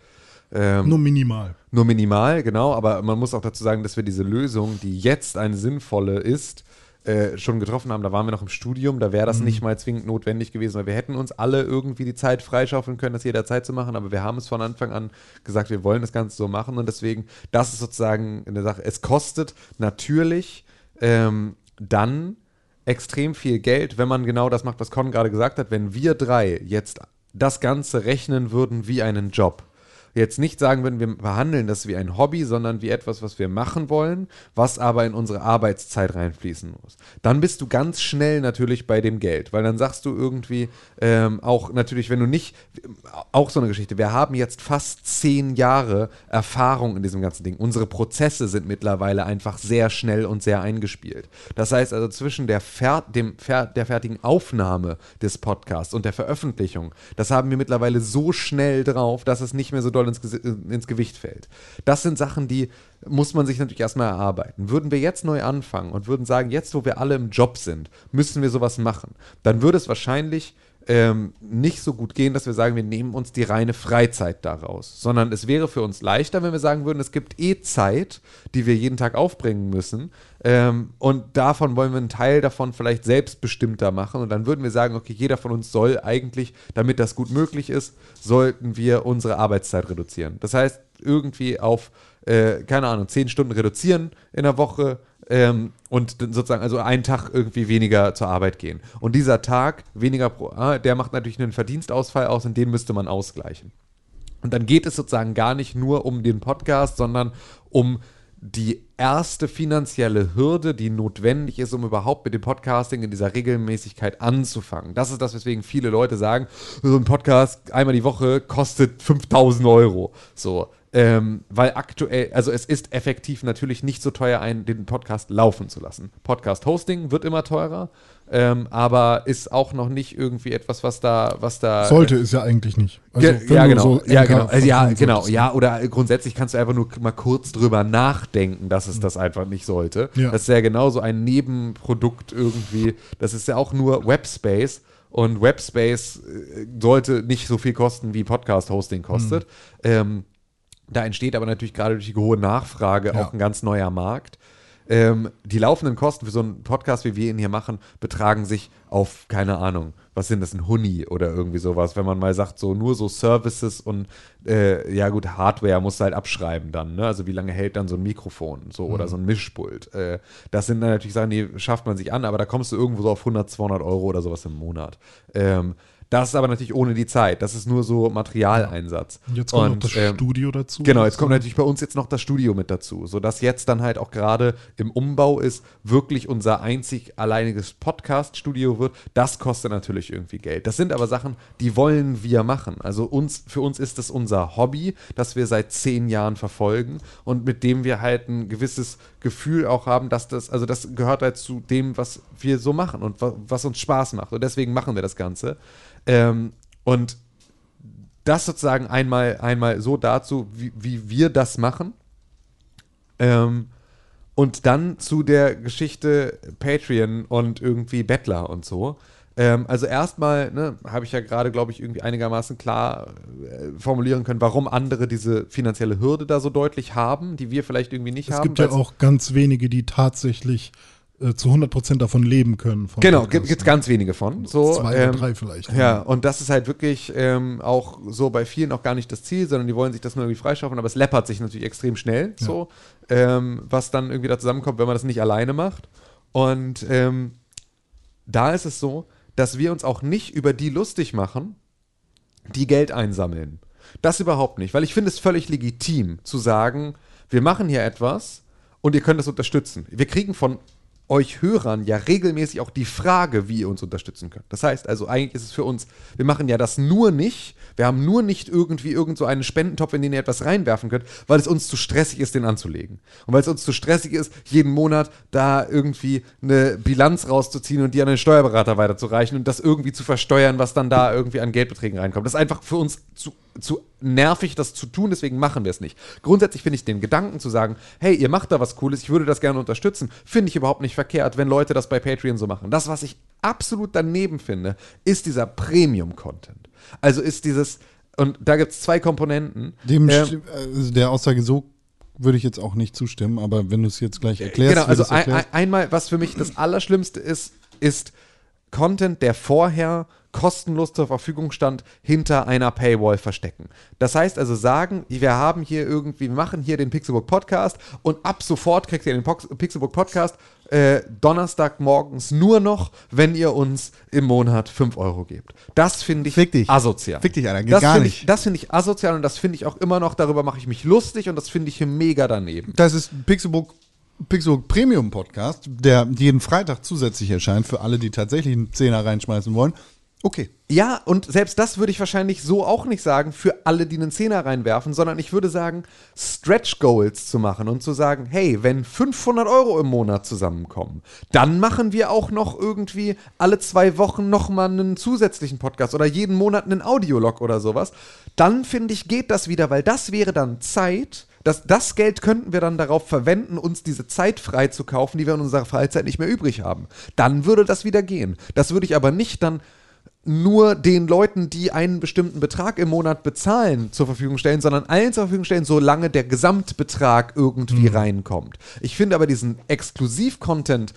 S3: Ähm,
S4: Nur minimal.
S3: nur minimal, genau, aber man muss auch dazu sagen, dass wir diese Lösung, die jetzt eine sinnvolle ist, äh, schon getroffen haben. Da waren wir noch im Studium, da wäre das nicht mal zwingend notwendig gewesen, weil wir hätten uns alle irgendwie die Zeit freischaufeln können, das jederzeit zu machen, aber wir haben es von Anfang an gesagt, wir wollen das Ganze so machen und deswegen, das ist sozusagen eine Sache. Es kostet natürlich ähm, dann extrem viel Geld, wenn man genau das macht, was Con gerade gesagt hat. Wenn wir drei jetzt das Ganze rechnen würden wie einen Job, jetzt nicht sagen würden, wir behandeln das wie ein Hobby, sondern wie etwas, was wir machen wollen, was aber in unsere Arbeitszeit reinfließen muss. Dann bist du ganz schnell natürlich bei dem Geld, weil dann sagst du irgendwie ähm, auch natürlich, wenn du nicht, auch so eine Geschichte, wir haben jetzt fast zehn Jahre Erfahrung in diesem ganzen Ding. Unsere Prozesse sind mittlerweile einfach sehr schnell und sehr eingespielt. Das heißt also zwischen der, fer dem fer der fertigen Aufnahme des Podcasts und der Veröffentlichung, das haben wir mittlerweile so schnell drauf, dass es nicht mehr so doll ins, Gesi- ins Gewicht fällt. Das sind Sachen, die muss man sich natürlich erstmal erarbeiten. Würden wir jetzt neu anfangen und würden sagen, jetzt wo wir alle im Job sind, müssen wir sowas machen, dann würde es wahrscheinlich ähm, nicht so gut gehen, dass wir sagen, wir nehmen uns die reine Freizeit daraus, sondern es wäre für uns leichter, wenn wir sagen würden, es gibt eh Zeit, die wir jeden Tag aufbringen müssen ähm, und davon wollen wir einen Teil davon vielleicht selbstbestimmter machen und dann würden wir sagen, okay, jeder von uns soll eigentlich, damit das gut möglich ist, sollten wir unsere Arbeitszeit reduzieren. Das heißt, irgendwie auf, äh, keine Ahnung, zehn Stunden reduzieren in der Woche, ähm, und dann sozusagen also einen Tag irgendwie weniger zur Arbeit gehen. Und dieser Tag weniger pro, ah, der macht natürlich einen Verdienstausfall aus und den müsste man ausgleichen. Und dann geht es sozusagen gar nicht nur um den Podcast, sondern um die erste finanzielle Hürde, die notwendig ist, um überhaupt mit dem Podcasting in dieser Regelmäßigkeit anzufangen. Das ist das, weswegen viele Leute sagen, so ein Podcast einmal die Woche kostet 5000 Euro. So, ähm, weil aktuell, also es ist effektiv natürlich nicht so teuer, einen, den Podcast laufen zu lassen. Podcast-Hosting wird immer teurer, ähm, aber ist auch noch nicht irgendwie etwas, was da, was da
S4: Sollte es ja eigentlich nicht. Also,
S3: Ge-
S4: wenn
S3: ja,
S4: du
S3: genau.
S4: so
S3: ja,
S4: NK
S3: genau. Also, ja,
S4: verkaufen
S3: genau.
S4: solltest.
S3: Ja, oder grundsätzlich kannst du einfach nur k- mal kurz drüber nachdenken, dass es das einfach nicht sollte.
S4: Hm. Ja.
S3: Das ist ja genauso ein Nebenprodukt irgendwie. Das ist ja auch nur Webspace. Und Webspace äh, sollte nicht so viel kosten, wie Podcast-Hosting kostet.
S4: Hm.
S3: Ähm, da entsteht aber natürlich gerade durch die hohe Nachfrage auch ein ganz neuer Markt. ähm, die laufenden Kosten für so einen Podcast, wie wir ihn hier machen, betragen sich auf, keine Ahnung, was sind das, ein Huni oder irgendwie sowas, wenn man mal sagt, so nur so Services und äh, ja gut, Hardware musst du halt abschreiben dann, ne? Also wie lange hält dann so ein Mikrofon so oder
S12: Mhm.
S3: so ein Mischpult? Äh, das sind dann natürlich Sachen, die schafft man sich an, aber da kommst du irgendwo so auf 100, 200 Euro oder sowas im Monat. Ähm, das ist aber natürlich ohne die Zeit. Das ist nur so Materialeinsatz.
S4: Und jetzt kommt noch das Studio dazu.
S3: Genau, jetzt kommt natürlich bei uns jetzt noch das Studio mit dazu, sodass jetzt dann halt auch gerade im Umbau ist, wirklich unser einzig alleiniges Podcast-Studio wird. Das kostet natürlich irgendwie Geld. Das sind aber Sachen, die wollen wir machen. Also uns, für uns ist das unser Hobby, das wir seit zehn Jahren verfolgen und mit dem wir halt ein gewisses Gefühl auch haben, dass das, also das gehört halt zu dem, was wir so machen und wa- was uns Spaß macht. Und deswegen machen wir das Ganze. Ähm, und das sozusagen einmal, einmal so dazu, wie, wie wir das machen. Ähm, und dann zu der Geschichte Patreon und irgendwie Bettler und so. Ähm, also erstmal ne, habe ich ja gerade, glaube ich, irgendwie einigermaßen klar äh, formulieren können, warum andere diese finanzielle Hürde da so deutlich haben, die wir vielleicht irgendwie nicht
S4: Es
S3: haben.
S4: gibt ja
S3: weil's-
S4: auch ganz wenige, die tatsächlich äh, zu 100% davon halt leben können. vom
S3: genau,
S4: Podcast.
S3: gibt es ganz wenige von. So, ähm,
S4: Zwei oder drei vielleicht. genau.
S3: Ja, und das ist halt wirklich ähm, auch so bei vielen auch gar nicht das Ziel, sondern die wollen sich das nur irgendwie freischaffen, aber es läppert sich natürlich extrem schnell,
S12: Ja.
S3: so, ähm, was dann irgendwie da zusammenkommt, wenn man das nicht alleine macht. Und ähm, da ist es so, dass wir uns auch nicht über die lustig machen, die Geld einsammeln. Das überhaupt nicht, weil ich finde es völlig legitim zu sagen, wir machen hier etwas und ihr könnt das unterstützen. Wir kriegen von euch Hörern ja regelmäßig auch die Frage, wie ihr uns unterstützen könnt. Das heißt also, eigentlich ist es für uns, wir machen ja das nur nicht, wir haben nur nicht irgendwie irgend so einen Spendentopf, in den ihr etwas reinwerfen könnt, weil es uns zu stressig ist, den anzulegen. Und weil es uns zu stressig ist, jeden Monat da irgendwie eine Bilanz rauszuziehen und die an den Steuerberater weiterzureichen und das irgendwie zu versteuern, was dann da irgendwie an Geldbeträgen reinkommt. Das ist einfach für uns zu, zu nervig, das zu tun, deswegen machen wir es nicht. Grundsätzlich finde ich den Gedanken zu sagen, hey, ihr macht da was Cooles, ich würde das gerne unterstützen, finde ich überhaupt nicht verkehrt, wenn Leute das bei Patreon so machen. Das, was ich absolut daneben finde, ist dieser Premium-Content. Also ist dieses, und da gibt es zwei Komponenten.
S2: Dem
S3: Ähm,
S2: sti- also der Aussage so würde ich jetzt auch nicht zustimmen, aber wenn du es jetzt gleich erklärst,
S3: Genau,
S2: wie
S3: also
S2: du's
S3: ein, ein,
S2: erklärst,
S3: einmal, was für mich das Allerschlimmste ist, ist Content, der vorher kostenlos zur Verfügung stand, hinter einer Paywall verstecken. Das heißt also sagen, wir haben hier irgendwie, wir machen hier den Pixelbook Podcast und ab sofort kriegt ihr den Pox Pixelbook Podcast äh, Donnerstag morgens nur noch, wenn ihr uns im Monat 5 Euro gebt. Das finde ich asozial.
S2: Fick dich, Alter, geht
S3: das
S2: gar
S3: finde
S2: nicht.
S3: Ich, das finde ich asozial und das finde ich auch immer noch, darüber mache ich mich lustig und das finde ich hier mega daneben.
S2: das ist ein Pixelbook, Pixelbook Premium Podcast, der jeden Freitag zusätzlich erscheint für alle, die tatsächlich einen Zehner reinschmeißen wollen. Okay.
S3: Ja, und selbst das würde ich wahrscheinlich so auch nicht sagen für alle, die einen Zehner reinwerfen, sondern ich würde sagen, Stretch Goals zu machen und zu sagen, hey, wenn 500 Euro im Monat zusammenkommen, dann machen wir auch noch irgendwie alle zwei Wochen nochmal einen zusätzlichen Podcast oder jeden Monat einen Audiolog oder sowas. Dann finde ich, geht das wieder, weil das wäre dann Zeit, das, das Geld könnten wir dann darauf verwenden, uns diese Zeit frei zu kaufen, die wir in unserer Freizeit nicht mehr übrig haben. Dann würde das wieder gehen. Das würde ich aber nicht dann nur den Leuten, die einen bestimmten Betrag im Monat bezahlen, zur Verfügung stellen, sondern allen zur Verfügung stellen, solange der Gesamtbetrag irgendwie reinkommt. Ich finde aber diesen Exklusiv-Content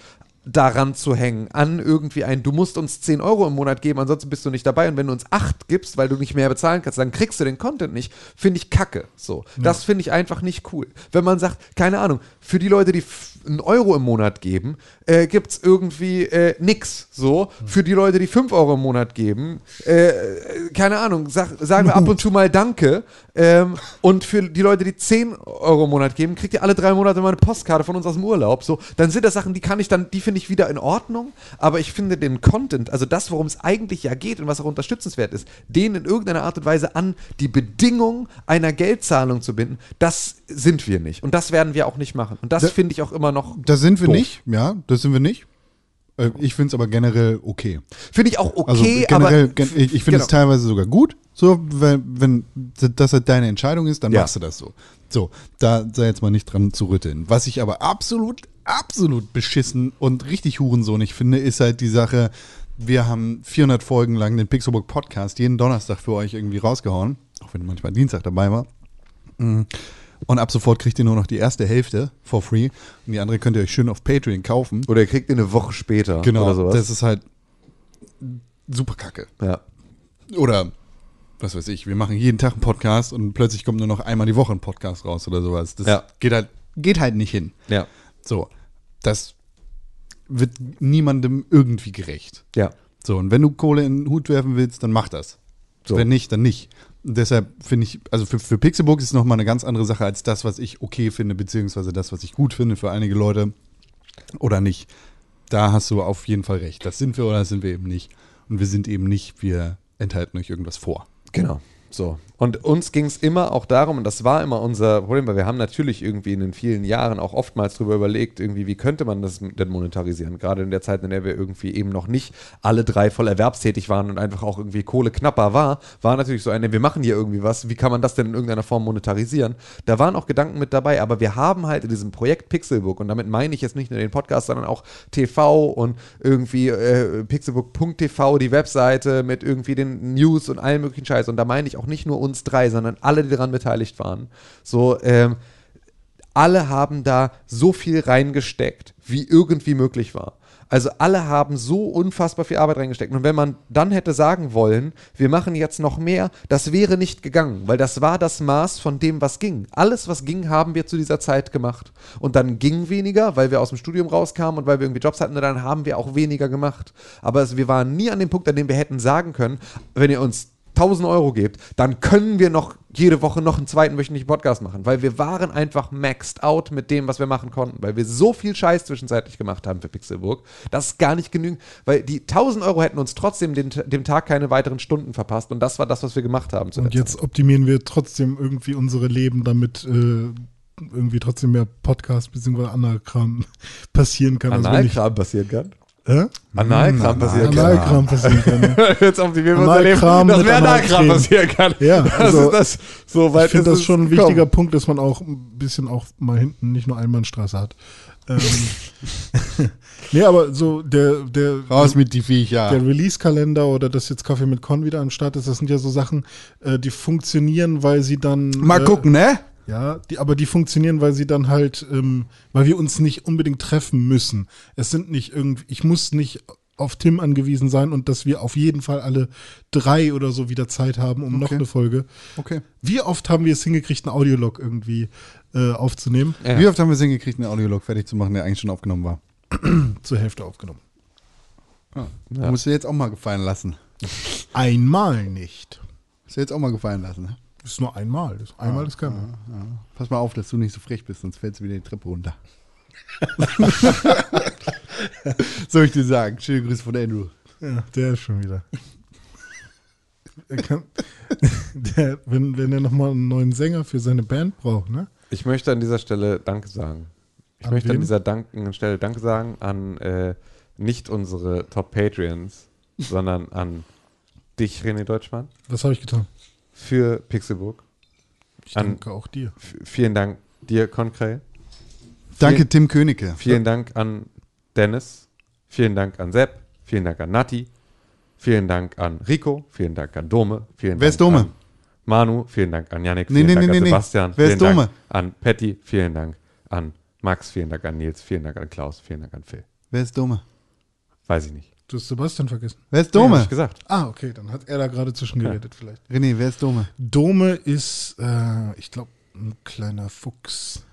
S3: daran zu hängen, an irgendwie ein, du musst uns 10 Euro im Monat geben, ansonsten bist du nicht dabei und wenn du uns 8 gibst, weil du nicht mehr bezahlen kannst, dann kriegst du den Content nicht, finde ich kacke. So. Das finde ich einfach nicht cool. Wenn man sagt, keine Ahnung, für die Leute, die f- einen Euro im Monat geben, äh, gibt es irgendwie äh, nix. So, für die Leute, die 5 Euro im Monat geben, äh, äh, keine Ahnung, sag, sagen wir ab und zu mal Danke. Ähm, und für die Leute, die 10 Euro im Monat geben, kriegt ihr alle drei Monate mal eine Postkarte von uns aus dem Urlaub. So, dann sind das Sachen, die kann ich dann, die finde ich wieder in Ordnung. Aber ich finde den Content, also das, worum es eigentlich ja geht und was auch unterstützenswert ist, den in irgendeiner Art und Weise an die Bedingung einer Geldzahlung zu binden, das sind wir nicht. Und das werden wir auch nicht machen. Und das finde ich auch immer noch.
S2: Das sind wir
S3: doof.
S2: nicht, ja, das sind wir nicht. Äh, Ich finde es aber generell okay.
S3: Finde ich auch okay,
S2: also generell,
S3: aber-
S2: gen- ich, ich finde es
S3: Genau.
S2: teilweise sogar gut. So, wenn, wenn das halt deine Entscheidung ist, dann
S3: Ja.
S2: machst du das so. So, da sei jetzt mal nicht dran zu rütteln. Was ich aber absolut, absolut beschissen und richtig hurensohnig finde, ist halt die Sache, wir haben 400 Folgen lang den Pixelbook Podcast jeden Donnerstag für euch irgendwie rausgehauen, auch wenn manchmal Dienstag dabei war. Mm. Und ab sofort kriegt ihr nur noch die erste Hälfte for free. Und die andere könnt ihr euch schön auf Patreon kaufen.
S3: Oder ihr kriegt ihr eine Woche später.
S2: Genau,
S3: Oder sowas.
S2: das ist halt super kacke.
S3: Ja.
S2: Oder was weiß ich, wir machen jeden Tag einen Podcast und plötzlich kommt nur noch einmal die Woche ein Podcast raus oder sowas. Das
S3: Ja.
S2: geht halt geht halt nicht hin.
S3: Ja.
S2: So, das wird niemandem irgendwie gerecht.
S3: Ja.
S2: So, und wenn du Kohle in den Hut werfen willst, dann mach das.
S3: So.
S2: Wenn nicht, dann nicht. Und deshalb finde ich, also für, für Pixelbook ist es nochmal eine ganz andere Sache als das, was ich okay finde, beziehungsweise das, was ich gut finde für einige Leute oder nicht. Da hast du auf jeden Fall recht. Das sind wir oder das sind wir eben nicht. Und wir sind eben nicht, wir enthalten euch irgendwas vor.
S3: Genau. So. Und uns ging es immer auch darum, und das war immer unser Problem, weil wir haben natürlich irgendwie in den vielen Jahren auch oftmals darüber überlegt, irgendwie, wie könnte man das denn monetarisieren? Gerade in der Zeit, in der wir irgendwie eben noch nicht alle drei voll erwerbstätig waren und einfach auch irgendwie Kohle knapper war, war natürlich so eine, wir machen hier irgendwie was, wie kann man das denn in irgendeiner Form monetarisieren? Da waren auch Gedanken mit dabei, aber wir haben halt in diesem Projekt Pixelbook, und damit meine ich jetzt nicht nur den Podcast, sondern auch TV und irgendwie äh, pixelbook.tv, die Webseite mit irgendwie den News und allem möglichen Scheiß. Und da meine ich auch nicht nur uns drei, sondern alle, die daran beteiligt waren. So, ähm, alle haben da so viel reingesteckt, wie irgendwie möglich war. Also alle haben so unfassbar viel Arbeit reingesteckt. Und wenn man dann hätte sagen wollen, wir machen jetzt noch mehr, das wäre nicht gegangen, weil das war das Maß von dem, was ging. Alles, was ging, haben wir zu dieser Zeit gemacht. Und dann ging weniger, weil wir aus dem Studium rauskamen und weil wir irgendwie Jobs hatten, dann haben wir auch weniger gemacht. Aber es, wir waren nie an dem Punkt, an dem wir hätten sagen können, wenn ihr uns 1000 Euro gebt, dann können wir noch jede Woche noch einen zweiten wöchentlichen Podcast machen, weil wir waren einfach maxed out mit dem, was wir machen konnten, weil wir so viel Scheiß zwischenzeitlich gemacht haben für Pixelburg, dass gar nicht genügend, weil die 1000 Euro hätten uns trotzdem den, dem Tag keine weiteren Stunden verpasst und das war das, was wir gemacht haben. zu der
S4: Und jetzt optimieren wir trotzdem irgendwie unsere Leben, damit äh, irgendwie trotzdem mehr Podcast bzw. anderer Kram passieren kann.
S3: Zeit.
S4: Also wenn ich-
S3: Analkram genau. passieren kann.
S4: Hä?
S3: Analkram passieren kann.
S4: Analkram passieren kann. ja.
S3: Jetzt optimieren wir unser Leben,
S4: Analkram
S3: dass
S4: mit
S3: mehr Analkram
S4: Analcreme.
S3: passieren kann.
S4: Ja,
S3: das
S4: also
S3: ist das. So weit
S4: ich finde
S3: ist
S4: das
S3: es
S4: schon ein
S3: gekommen.
S4: wichtiger Punkt, dass man auch ein bisschen auch mal hinten nicht nur Einbahnstraße hat. Ähm, nee, aber so der, der
S2: Raus mit die Viecher.
S4: der Release-Kalender oder dass jetzt Kaffee mit Con wieder am Start ist, das sind ja so Sachen, äh, die funktionieren, weil sie dann.
S2: Mal
S4: äh,
S2: gucken, ne?
S4: Ja, die, aber die funktionieren, weil sie dann halt, ähm, weil wir uns nicht unbedingt treffen müssen. Es sind nicht irgendwie, ich muss nicht auf Tim angewiesen sein und dass wir auf jeden Fall alle drei oder so wieder Zeit haben, um noch
S2: Okay.
S4: eine Folge.
S2: Okay.
S4: Wie oft haben wir es hingekriegt, einen Audiolog irgendwie äh, aufzunehmen?
S2: Wie oft haben wir es hingekriegt, einen Audiolog fertig zu machen, der eigentlich schon aufgenommen war?
S4: Zur Hälfte aufgenommen.
S2: Ja. Musst du jetzt auch mal gefallen lassen.
S4: Einmal nicht.
S2: Musst du jetzt auch mal gefallen lassen, ne?
S4: Das ist nur einmal. Das- Einmal ist kein Mal.
S2: Pass mal auf, dass du nicht so frech bist, sonst fällst du wieder die Treppe runter. Soll ich dir sagen. Schöne Grüße von Andrew.
S4: Ja, der ist schon wieder. er kann, der, wenn, wenn er nochmal einen neuen Sänger für seine Band braucht, ne?
S3: Ich möchte an dieser Stelle Danke sagen. Ich
S4: An
S3: möchte an
S4: wen?
S3: dieser Danken Stelle Danke sagen an äh, nicht unsere Top-Patreons, sondern an dich, René Deutschmann,
S4: Was habe ich getan?
S3: für Pixelburg.
S4: Ich
S3: An-
S4: danke auch dir.
S3: F vielen Dank dir, Konkret.
S2: Danke, Tim Königke.
S3: Vielen Dank an Dennis. Vielen Dank an Sepp. Vielen Dank an Nati. Vielen Dank an Rico. Vielen Dank an Dome. Vielen
S2: Wer
S3: Dank
S2: ist Dome?
S3: An Manu. Vielen Dank an Yannick.
S2: Nee,
S3: Vielen
S2: nee,
S3: Dank
S2: nee,
S3: an
S2: nee, nee.
S3: Sebastian.
S2: Wer ist
S3: vielen
S2: Dome?
S3: Dank an Patty. Vielen Dank an Max. Vielen Dank an Nils. Vielen Dank an Klaus. Vielen Dank an Phil.
S2: Wer ist Dome?
S3: Weiß ich nicht.
S4: Du hast Sebastian vergessen.
S2: Wer ist
S3: Nee,
S2: Dome?
S3: hab ich gesagt.
S4: Ah, okay, dann hat er da gerade zwischengeredet vielleicht.
S2: René, wer ist Dome?
S4: Dome ist, äh, ich glaube, ein kleiner Fuchs.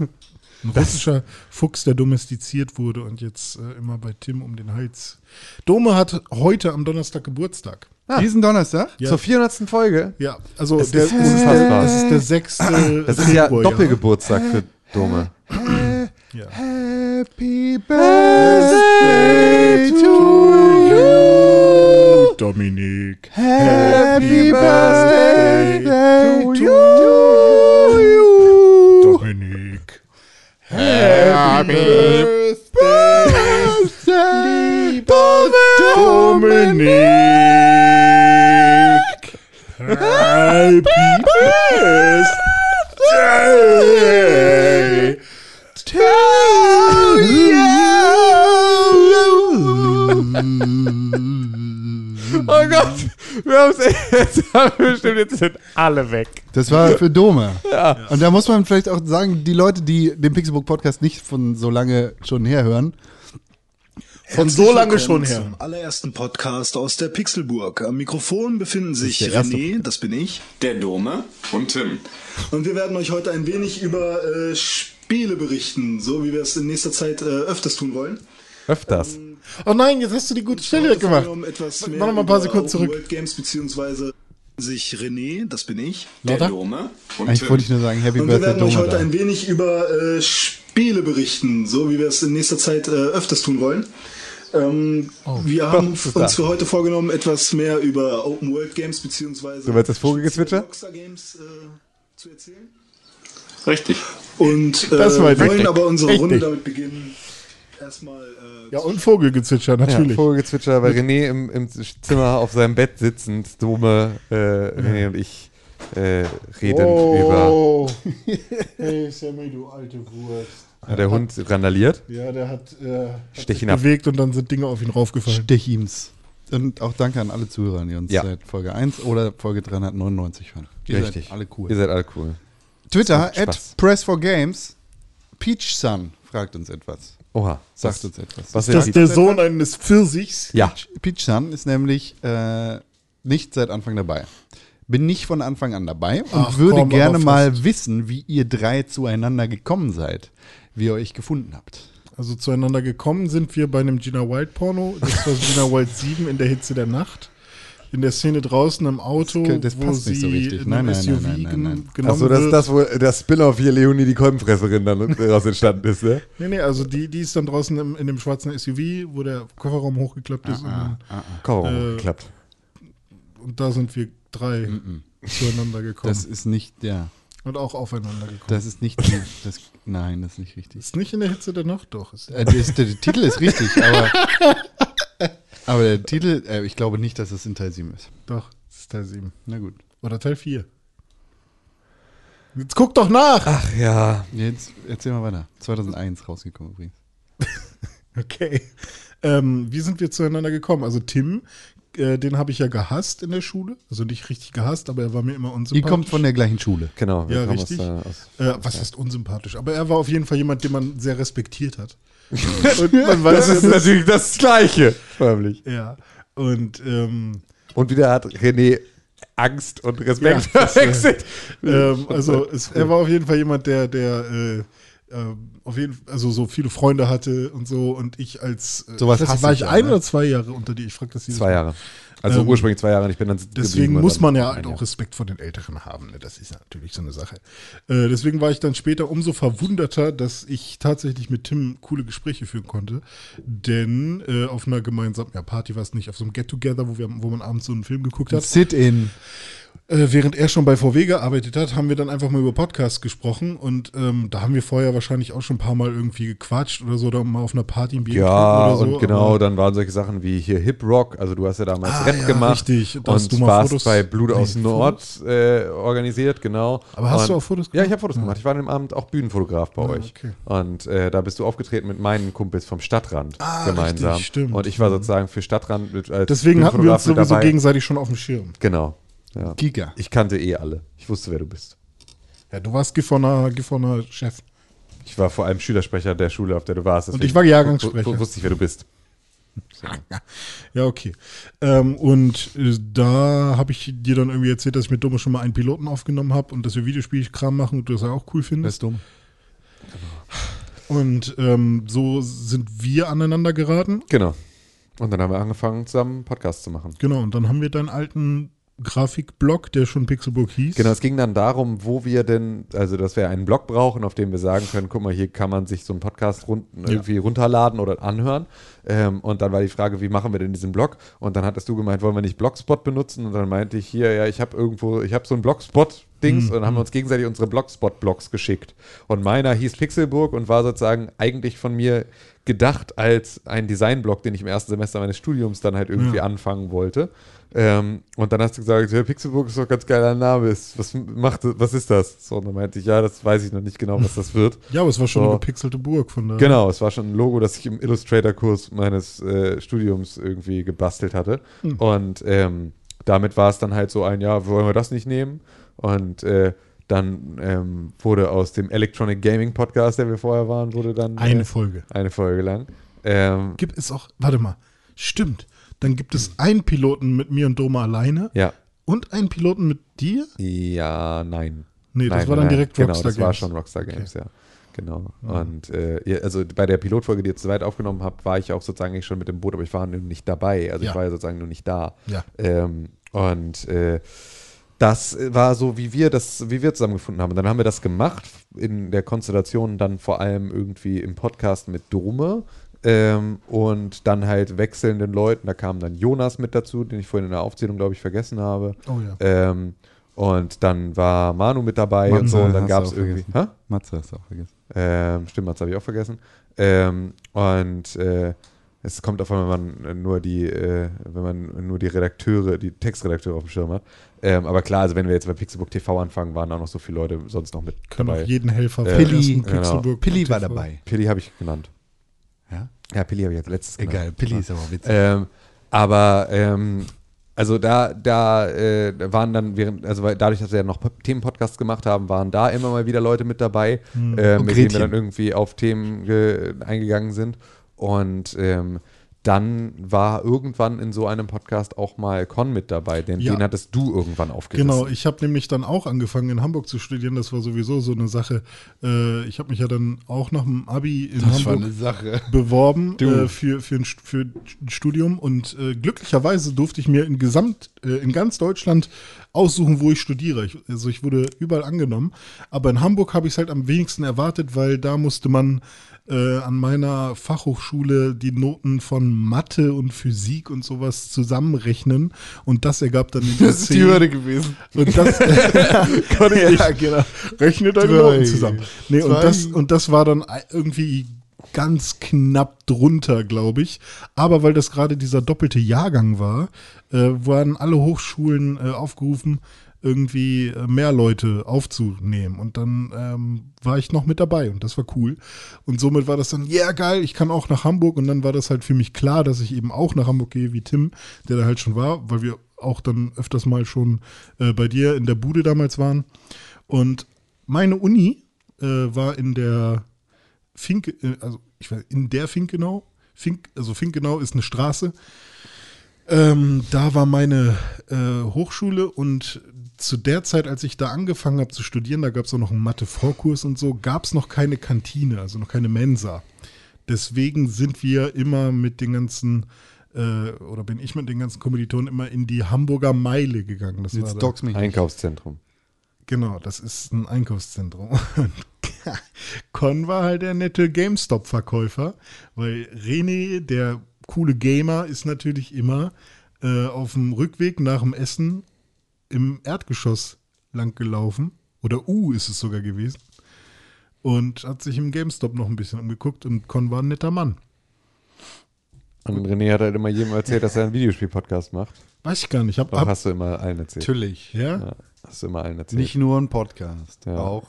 S4: Ein russischer Fuchs, der domestiziert wurde und jetzt äh, immer bei Tim um den Hals. Dome hat heute am Donnerstag Geburtstag.
S2: Diesen Donnerstag?
S4: Ja.
S3: Zur 400. Folge.
S4: Ja, also
S3: Es
S4: der,
S3: ist
S4: es ist der,
S3: unfassbar.
S4: es ist der sechste.
S3: Das ist ja
S4: Februar,
S3: Doppelgeburtstag für Dome.
S4: Ja.
S2: Happy Birthday to
S4: Oh, Dominik.
S2: Happy Birthday to
S4: Dominik.
S2: Happy Birthday, lieber
S4: Dominik. Happy Birthday.
S3: Oh Gott, wir haben es jetzt haben wir bestimmt, jetzt sind alle weg.
S2: Das war für Dome.
S3: Ja.
S2: Und da muss man vielleicht auch sagen, die Leute, die den Pixelbook Podcast nicht von so lange schon herhören,
S8: Herzlich willkommen Zum allerersten Podcast aus der Pixelburg. Am Mikrofon befinden sich
S2: der erste.
S8: René, das bin ich.
S5: Der Dome und Tim.
S8: Und wir werden euch heute ein wenig über äh, Spiele berichten, so wie wir es in nächster Zeit äh, öfters tun wollen.
S3: Öfters.
S4: Oh nein, jetzt hast du die gute Stelle weggemacht.
S8: Um etwas mehr
S4: Mach noch mal ein paar
S8: über
S4: Sekunden
S8: Open
S4: zurück.
S8: World Games beziehungsweise sich René, das bin ich.
S2: Lauter?
S8: Dome.
S2: Eigentlich wollte ich nur sagen, Happy
S8: und wir
S2: Birthday
S8: werden euch
S2: Dome.
S8: heute
S2: Da.
S8: ein wenig über äh, Spiele berichten, so wie wir es in nächster Zeit äh, öfters tun wollen. Ähm, wir haben
S3: was ist
S8: uns
S3: das?
S8: für heute vorgenommen, etwas mehr über Open World Games beziehungsweise äh,
S3: Du meinst das Vogelgezwitscher?
S5: Richtig.
S8: und äh,
S4: Das war
S8: wollen
S4: richtig.
S8: aber unsere
S4: Richtig.
S8: Runde damit beginnen. Erstmal äh,
S4: Ja, und Vogelgezwitscher, natürlich.
S3: Vogelgezwitscher, weil René im, im Zimmer auf seinem Bett sitzend, Dome, äh, René und ich äh, redend
S4: oh. hey, Sammy, du alte Wurst.
S3: über. Hat der Hund randaliert?
S4: Ja, der hat, äh, hat
S3: Stech
S4: sich
S3: ihn ab.
S4: bewegt und dann sind Dinge auf ihn raufgefallen.
S2: Stich ihm's. Und auch danke an alle Zuhörer, die uns
S3: Ja.
S2: seit Folge 1 oder Folge 399 hören. Ihr
S3: Richtig.
S2: Seid alle cool.
S3: Ihr seid alle cool.
S2: Twitter,
S3: Das macht
S2: at
S3: Spaß.
S2: Press4Games. Peach Sun fragt uns etwas.
S3: Oha.
S2: Sagt
S3: Was-
S2: uns etwas.
S3: Was
S4: Das
S3: denn?
S4: ist der Sohn eines Pfirsichs.
S3: Ja.
S2: Peach Sun ist nämlich äh, nicht seit Anfang dabei. Bin nicht von Anfang an dabei und
S4: Ach,
S2: würde
S4: komm, aber
S2: gerne mal
S4: fast.
S2: wissen, wie ihr drei zueinander gekommen seid, wie ihr euch gefunden habt.
S4: Also zueinander gekommen sind wir bei einem Gina Wild Porno. Das war Gina Wild 7 in der Hitze der Nacht. In der Szene draußen im Auto,
S2: Das- das
S4: wo
S2: passt
S4: sie
S2: nicht so richtig.
S4: in
S2: Nein,
S4: einem
S2: nein,
S4: SUV
S2: nein, nein, nein, nein.
S4: gen- genommen
S3: Achso, das ist
S4: wird.
S3: das, wo das Spin-off hier Leonie die Kolbenfresserin dann daraus entstanden ist, ne?
S4: Nee, nee, also die, die ist dann draußen im, in dem schwarzen SUV, wo der Kofferraum
S2: Ah,
S4: hochgeklappt ist.
S3: Komm,
S4: Äh,
S3: geklappt.
S4: und, und da sind wir drei zueinander gekommen.
S2: Mm, Das ist nicht, ja,
S4: und auch aufeinander gekommen.
S2: das ist nicht, die- das, nein, das ist nicht richtig.
S4: ist nicht in der Hitze der Nacht, doch. Ist
S2: Äh, das, der, der Titel ist richtig, aber, aber der Titel, äh, ich glaube nicht, dass das in Teil 7 ist.
S4: Doch, es ist Teil 7.
S2: Na gut.
S4: Oder Teil 4. Jetzt guck doch nach!
S3: Ach ja.
S2: Jetzt erzähl mal weiter. 2001 rausgekommen übrigens.
S4: Okay. Ähm, wie sind wir zueinander gekommen? Also Tim, äh, den habe ich ja gehasst in der Schule. Also nicht richtig gehasst, aber er war mir immer
S2: Ihr
S4: unsympathisch.
S2: kommt von der gleichen Schule.
S3: Genau. wir
S4: Ja,
S3: kamen
S4: richtig.
S3: Aus, äh, aus,
S4: äh, was heißt unsympathisch? Aber er war auf jeden Fall jemand, den man sehr respektiert hat. Und man weiß,
S3: das ist
S4: dass-
S3: natürlich das Gleiche. Förmlich.
S4: Ja. Und ähm,
S3: Und wieder hat René Angst und Respekt
S4: Ja, das, äh,
S3: verwechselt.
S4: ähm, also es, er war auf jeden Fall jemand, der, der äh, ähm, auf jeden also so viele Freunde hatte und so und ich als äh,
S2: Sowas
S4: ich weiß nicht,
S2: hasse
S4: war
S2: ich
S4: ich
S2: ja,
S4: ein
S2: ne?
S4: oder zwei Jahre unter dir? Ich frage das dieses
S3: Zwei
S4: Mal.
S3: Jahre. Also
S4: Mhm. Ähm,
S3: ursprünglich zwei Jahre und ich bin dann
S4: Deswegen
S3: geblieben,
S4: muss
S3: aber
S4: man ja halt
S3: ein
S4: auch
S3: Jahr.
S4: Respekt vor den Älteren haben. ne? Das ist natürlich so eine Sache. Äh, deswegen war ich dann später umso verwunderter, dass ich tatsächlich mit Tim coole Gespräche führen konnte. Denn äh, auf einer gemeinsamen ja, Party war es nicht, auf so einem Get-Together, wo, wir, wo man abends so einen Film geguckt hat.
S2: Sit-in.
S4: Äh, während er schon bei VW gearbeitet hat, haben wir dann einfach mal über Podcasts gesprochen und ähm, da haben wir vorher wahrscheinlich auch schon ein paar Mal irgendwie gequatscht oder so, oder mal auf einer Party ein Bier
S3: Ja,
S4: getrunken
S3: und genau,
S4: aber-
S3: dann waren solche Sachen wie hier Hip Rock, also du hast ja damals
S4: Ah,
S3: Rap
S4: ja,
S3: gemacht
S4: richtig.
S3: und
S4: Da hast du mal
S3: warst
S4: Fotos-
S3: bei Blut aus
S4: Nee,
S3: Nord äh, organisiert, genau.
S4: Aber hast
S3: und,
S4: du auch Fotos
S3: Ja,
S4: gemacht? Ah.
S3: ich habe Fotos gemacht. Ich war an dem Abend auch Bühnenfotograf bei euch.
S4: okay.
S3: Und äh, da bist du aufgetreten mit meinen Kumpels vom Stadtrand
S4: Ah,
S3: gemeinsam.
S4: richtig, stimmt. Mhm.
S3: Und ich war sozusagen für Stadtrand mit als
S4: Deswegen hatten wir uns
S3: Bühnenfotograf mit
S4: sowieso
S3: dabei.
S4: gegenseitig schon auf dem Schirm.
S3: Genau. Ja.
S2: Giga.
S3: Ich kannte eh alle. Ich wusste, wer du bist.
S4: Ja, du warst Gifforner, Gifforner Chef.
S3: Ich war vor allem Schülersprecher der Schule, auf der du warst. deswegen
S4: ich war Jahrgangssprecher.
S3: wu- wu- Wusste ich, wer du bist.
S4: ne? Ja, okay. Ähm, und äh, da habe ich dir dann irgendwie erzählt, dass ich mit Domo schon mal einen Piloten aufgenommen habe und dass wir Videospielkram machen und du das ja auch cool findest.
S2: dumm.
S4: Und ähm, so sind wir aneinander geraten.
S3: Genau. Und dann haben wir angefangen, zusammen einen Podcast zu machen.
S4: Genau, und dann haben wir deinen alten Grafikblock, der schon Pixelburg hieß.
S3: Genau, es ging dann darum, wo wir denn, also dass wir einen Blog brauchen, auf dem wir sagen können, guck mal, hier kann man sich so einen Podcast run irgendwie runterladen oder anhören. Ähm, und dann war die Frage, wie machen wir denn diesen Blog? Und dann hattest du gemeint, wollen wir nicht Blogspot benutzen? Und dann meinte ich hier, ja, ich habe irgendwo, ich habe so einen Blogspot. Dings
S4: Mhm.
S3: und dann haben wir uns gegenseitig unsere Blogspot-Blogs geschickt. Und meiner hieß Pixelburg und war sozusagen eigentlich von mir gedacht als ein Designblog, den ich im ersten Semester meines Studiums dann halt irgendwie anfangen wollte. Ähm, und dann hast du gesagt, ja, Pixelburg ist doch ein ganz geiler Name. Ist, was, macht, was ist das? So, und dann meinte ich, ja, das weiß ich noch nicht genau, was das wird.
S4: Ja, aber es war schon
S3: So.
S4: eine gepixelte Burg von der.
S3: Genau, es war schon ein Logo, das ich im
S4: Mhm.
S3: Illustrator-Kurs meines äh, Studiums irgendwie gebastelt hatte. Und ähm, damit war es dann halt so ein, ja, wollen wir das nicht nehmen? Und äh, dann ähm, wurde aus dem Electronic Gaming Podcast, der wir vorher waren, wurde dann
S4: Eine
S3: äh,
S4: Folge.
S3: eine Folge lang. Ähm,
S4: Gibt es auch, warte mal, stimmt. Dann gibt es einen Piloten mit mir und Doma alleine
S3: ja,
S4: und einen Piloten mit dir?
S3: ja, nein.
S4: Nee, das
S3: nein,
S4: war dann
S3: nein,
S4: direkt
S3: genau,
S4: Rockstar
S3: das war
S4: Games. Mhm.
S3: schon Rockstar Games, ja. Genau. Und äh, ihr- also bei der Pilotfolge, die ihr zu zweit aufgenommen habt, war ich auch sozusagen eigentlich schon mit dem Boot, aber ich war nur nicht dabei. Also
S4: Ja.
S3: ich war ja sozusagen nur nicht da.
S4: Ja.
S3: Ähm, und äh, das war so, wie wir das, wie wir zusammengefunden haben. Und dann haben wir das gemacht in der Konstellation dann vor allem irgendwie im Podcast mit Dome ähm, und dann halt wechselnden Leuten. Da kam dann Jonas mit dazu, den ich vorhin in der Aufzählung glaube ich vergessen habe.
S4: Oh ja.
S3: Ähm, und dann war Manu mit dabei Genau, und so. Und dann gab es irgendwie. Hä?
S2: Matze hast du auch vergessen.
S3: Ähm, stimmt, das habe ich auch vergessen. Ähm, und äh, es kommt davon, wenn man nur die, äh, wenn man nur die Redakteure, die Textredakteure auf dem Schirm hat. Ähm, aber klar, also wenn wir jetzt bei Pixelbook TV anfangen, waren auch noch so viele Leute sonst noch mit
S4: Kann auch
S3: dabei.
S4: jeden Helfer vom
S2: Pilli,
S4: ersten
S3: genau.
S4: Pixelburg
S2: Pilli war
S4: TV.
S2: dabei.
S3: Pilli habe ich genannt.
S2: Ja?
S3: Ja, Pilli habe ich als letztes genannt.
S2: Egal, Pilli ist aber witzig.
S3: Ähm, aber ähm, also da, da äh, da waren dann während, also weil dadurch, dass wir ja noch Pop- Themenpodcasts gemacht haben, waren da immer mal wieder Leute mit dabei,
S4: Hm.
S3: äh,
S2: Und
S3: mit denen wir
S2: Gretchen.
S3: dann irgendwie auf Themen ge- eingegangen sind. Und ähm, dann war irgendwann in so einem Podcast auch mal Con mit dabei, denn
S4: Ja.
S3: den hattest du irgendwann aufgerissen.
S4: Genau, ich habe nämlich dann auch angefangen in Hamburg zu studieren. Das war sowieso so eine Sache. Äh, ich habe mich ja dann auch nach dem Abi in
S2: Das war
S4: Hamburg
S2: eine Sache.
S4: beworben
S2: Du.
S4: äh, für, für, ein, St- für ein Studium und äh, glücklicherweise durfte ich mir in gesamt äh, in ganz Deutschland aussuchen, wo ich studiere. Ich, also ich wurde überall angenommen, aber in Hamburg habe ich es halt am wenigsten erwartet, weil da musste man äh, an meiner Fachhochschule die Noten von Mathe und Physik und sowas zusammenrechnen und das ergab dann den SC.
S2: gewesen.
S4: Und das kann ich nicht.
S3: genau.
S4: Rechne deine
S2: Drei,
S4: Noten zusammen. Nee, und
S2: genau. zwei.
S4: das, und das war dann irgendwie ganz knapp drunter, glaube ich. Aber weil das gerade dieser doppelte Jahrgang war, äh, waren alle Hochschulen äh, aufgerufen, irgendwie äh, mehr Leute aufzunehmen. Und dann ähm, war ich noch mit dabei und das war cool. Und somit war das dann, ja geil, ich kann auch nach Hamburg. Und dann war das halt für mich klar, dass ich eben auch nach Hamburg gehe, wie Tim, der da halt schon war, weil wir auch dann öfters mal schon äh, bei dir in der Bude damals waren. Und meine Uni äh, war in der Fink, äh, also ich weiß, in der Finkenau. Fink, also Finkenau ist eine Straße. Ähm, da war meine äh, Hochschule und zu der Zeit, als ich da angefangen habe zu studieren, da gab es auch noch einen Mathe-Vorkurs und so, gab es noch keine Kantine, also noch keine Mensa. Deswegen sind wir immer mit den ganzen, äh, oder bin ich mit den ganzen Kommilitonen immer in die Hamburger Meile gegangen. Das war
S2: Jetzt
S4: da-
S2: dox mich.
S3: Einkaufszentrum.
S4: Genau, das ist ein Einkaufszentrum. Und Con war halt der nette GameStop-Verkäufer, weil René, der coole Gamer, ist natürlich immer äh, auf dem Rückweg nach dem Essen im Erdgeschoss lang gelaufen. Oder U ist es sogar gewesen. Und hat sich im GameStop noch ein bisschen umgeguckt und Con war ein netter Mann.
S3: Und René hat halt immer jedem erzählt, dass er einen Videospiel-Podcast macht.
S4: Weiß ich gar nicht. Hab,
S3: Doch,
S4: hab,
S3: hast du immer allen erzählt.
S2: Natürlich.
S4: ja?
S3: Ja, hast du immer allen erzählt.
S2: Nicht nur ein Podcast,
S3: Ja.
S2: auch.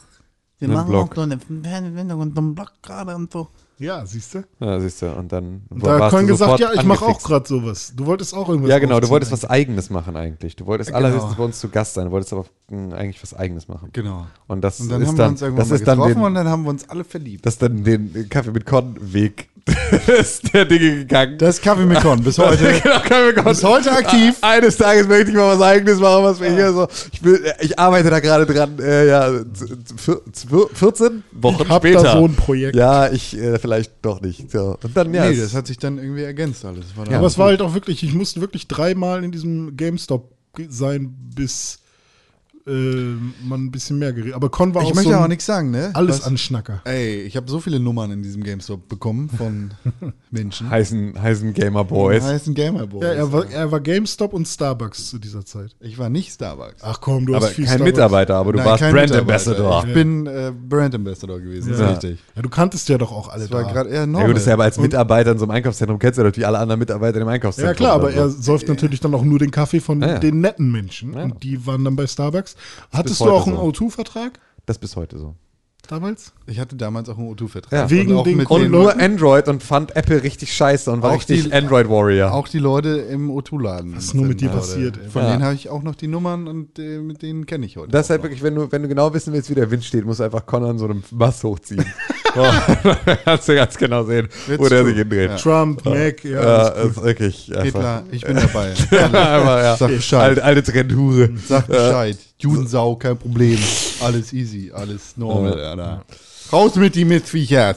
S12: Wir
S3: Einen
S12: machen
S3: Blog.
S12: auch so eine Fernsehsendung und so einen Blog gerade und so.
S4: ja, siehst du?
S3: Ja, siehst du, und dann
S4: Und da hat Con gesagt,
S3: sofort
S4: ja, ich mache auch
S3: angefixt.
S4: gerade sowas. Du wolltest auch irgendwas
S3: Ja, genau, du
S4: aufziehen
S3: wolltest was
S4: eigentlich.
S3: Eigenes machen eigentlich. Du wolltest
S2: Ja, genau.
S3: allerhöchstens bei uns zu Gast sein, du wolltest aber mh, eigentlich was Eigenes machen.
S2: Genau.
S3: Und das
S2: Und dann
S3: ist
S2: haben wir
S3: dann,
S2: uns irgendwann
S3: das
S2: mal
S3: ist dann
S2: getroffen
S3: den,
S2: und dann haben wir uns alle verliebt.
S3: das ist dann den Kaffee mit Con-Weg der Dinge gegangen.
S2: Das ist Kaffee mit Con, bis heute.
S3: Genau, Kaffee mit Con.
S2: Bis heute aktiv.
S3: Eines Tages möchte ich mal was Eigenes machen, was wir hier so. Ich, will, ich arbeite da gerade dran, äh, ja, z- z- vier- z- 14 Wochen
S4: Ich hab da
S3: später.
S4: so ein Projekt.
S3: Ja, ich äh, vielleicht doch nicht. So. Und dann, ja,
S2: nee,
S3: es-
S2: das hat sich dann irgendwie ergänzt alles. War dann-
S4: Aber es war halt auch wirklich, ich musste wirklich dreimal in diesem GameStop ge- sein, bis äh, man ein bisschen mehr geredet. Aber Con war
S2: ich
S4: auch
S2: möchte
S4: so
S2: auch
S4: ein
S2: nichts sagen, ne?
S4: alles
S2: Was-
S4: Anschnacker.
S2: Ey, ich habe so viele Nummern in diesem GameStop bekommen von Menschen.
S3: heißen, heißen Gamer Boys.
S2: Heißen Gamerboy.
S4: Ja, er war, er war GameStop und Starbucks zu dieser Zeit.
S2: ich war nicht Starbucks.
S4: Ach komm, du
S3: aber
S4: hast viel
S3: kein
S4: Starbucks.
S3: Mitarbeiter, aber Ah, du
S2: Nein,
S3: warst
S2: kein
S3: Brand
S2: Mitarbeiter.
S3: Ambassador.
S2: Ich bin äh, Brand Ambassador gewesen,
S4: Ja.
S2: ist richtig.
S4: Ja, du kanntest ja doch auch alle
S2: Das war
S4: da.
S2: gerade eher
S3: Ja, gut, das ist
S2: normal.
S3: ja aber als Mitarbeiter in so einem Einkaufszentrum kennst du natürlich alle anderen Mitarbeiter im Einkaufszentrum.
S4: Ja klar, aber
S3: oder
S4: er
S3: so.
S4: säuft natürlich dann auch nur den Kaffee von
S3: Ja, ja.
S4: den netten Menschen.
S3: Ja.
S4: Und die waren dann bei Starbucks. Hattest
S3: bis
S4: du
S3: heute
S4: auch einen
S3: so.
S4: O2-Vertrag?
S3: Das ist bis heute so.
S4: damals?
S2: Ich hatte damals auch einen O2-Vertrag.
S3: Ja.
S2: Und auch
S3: und,
S2: mit
S3: und
S2: den-
S3: nur Android und fand Apple richtig scheiße und war
S2: Auch
S3: richtig
S2: die-
S3: Android-Warrior.
S2: Auch die Leute im O2-Laden.
S4: Was nur mit dir
S2: sind,
S4: passiert,
S2: Leute.
S4: ey.
S2: Von
S3: Ja.
S2: denen habe ich auch noch die Nummern und äh, mit denen kenne ich heute.
S3: Das ist halt wirklich, wenn du, wenn du genau wissen willst, wie der Wind steht, musst du einfach Connor an so einem Bass hochziehen. Oh, kannst du ganz genau sehen, wo
S2: Wird's
S3: der
S2: true.
S3: sich hindreht.
S2: Ja.
S4: Trump, Mac, ja,
S3: ja
S4: alles
S3: ist wirklich. einfach-
S2: Hitler, ich bin dabei.
S3: Einmal, ja.
S2: Sag Bescheid. Mhm.
S3: Alte, alte Trendhure.
S2: Sag Bescheid. Judensau, kein Problem. Alles easy, alles normal.
S3: Ja.
S2: Alter. Raus mit die Mistviecher.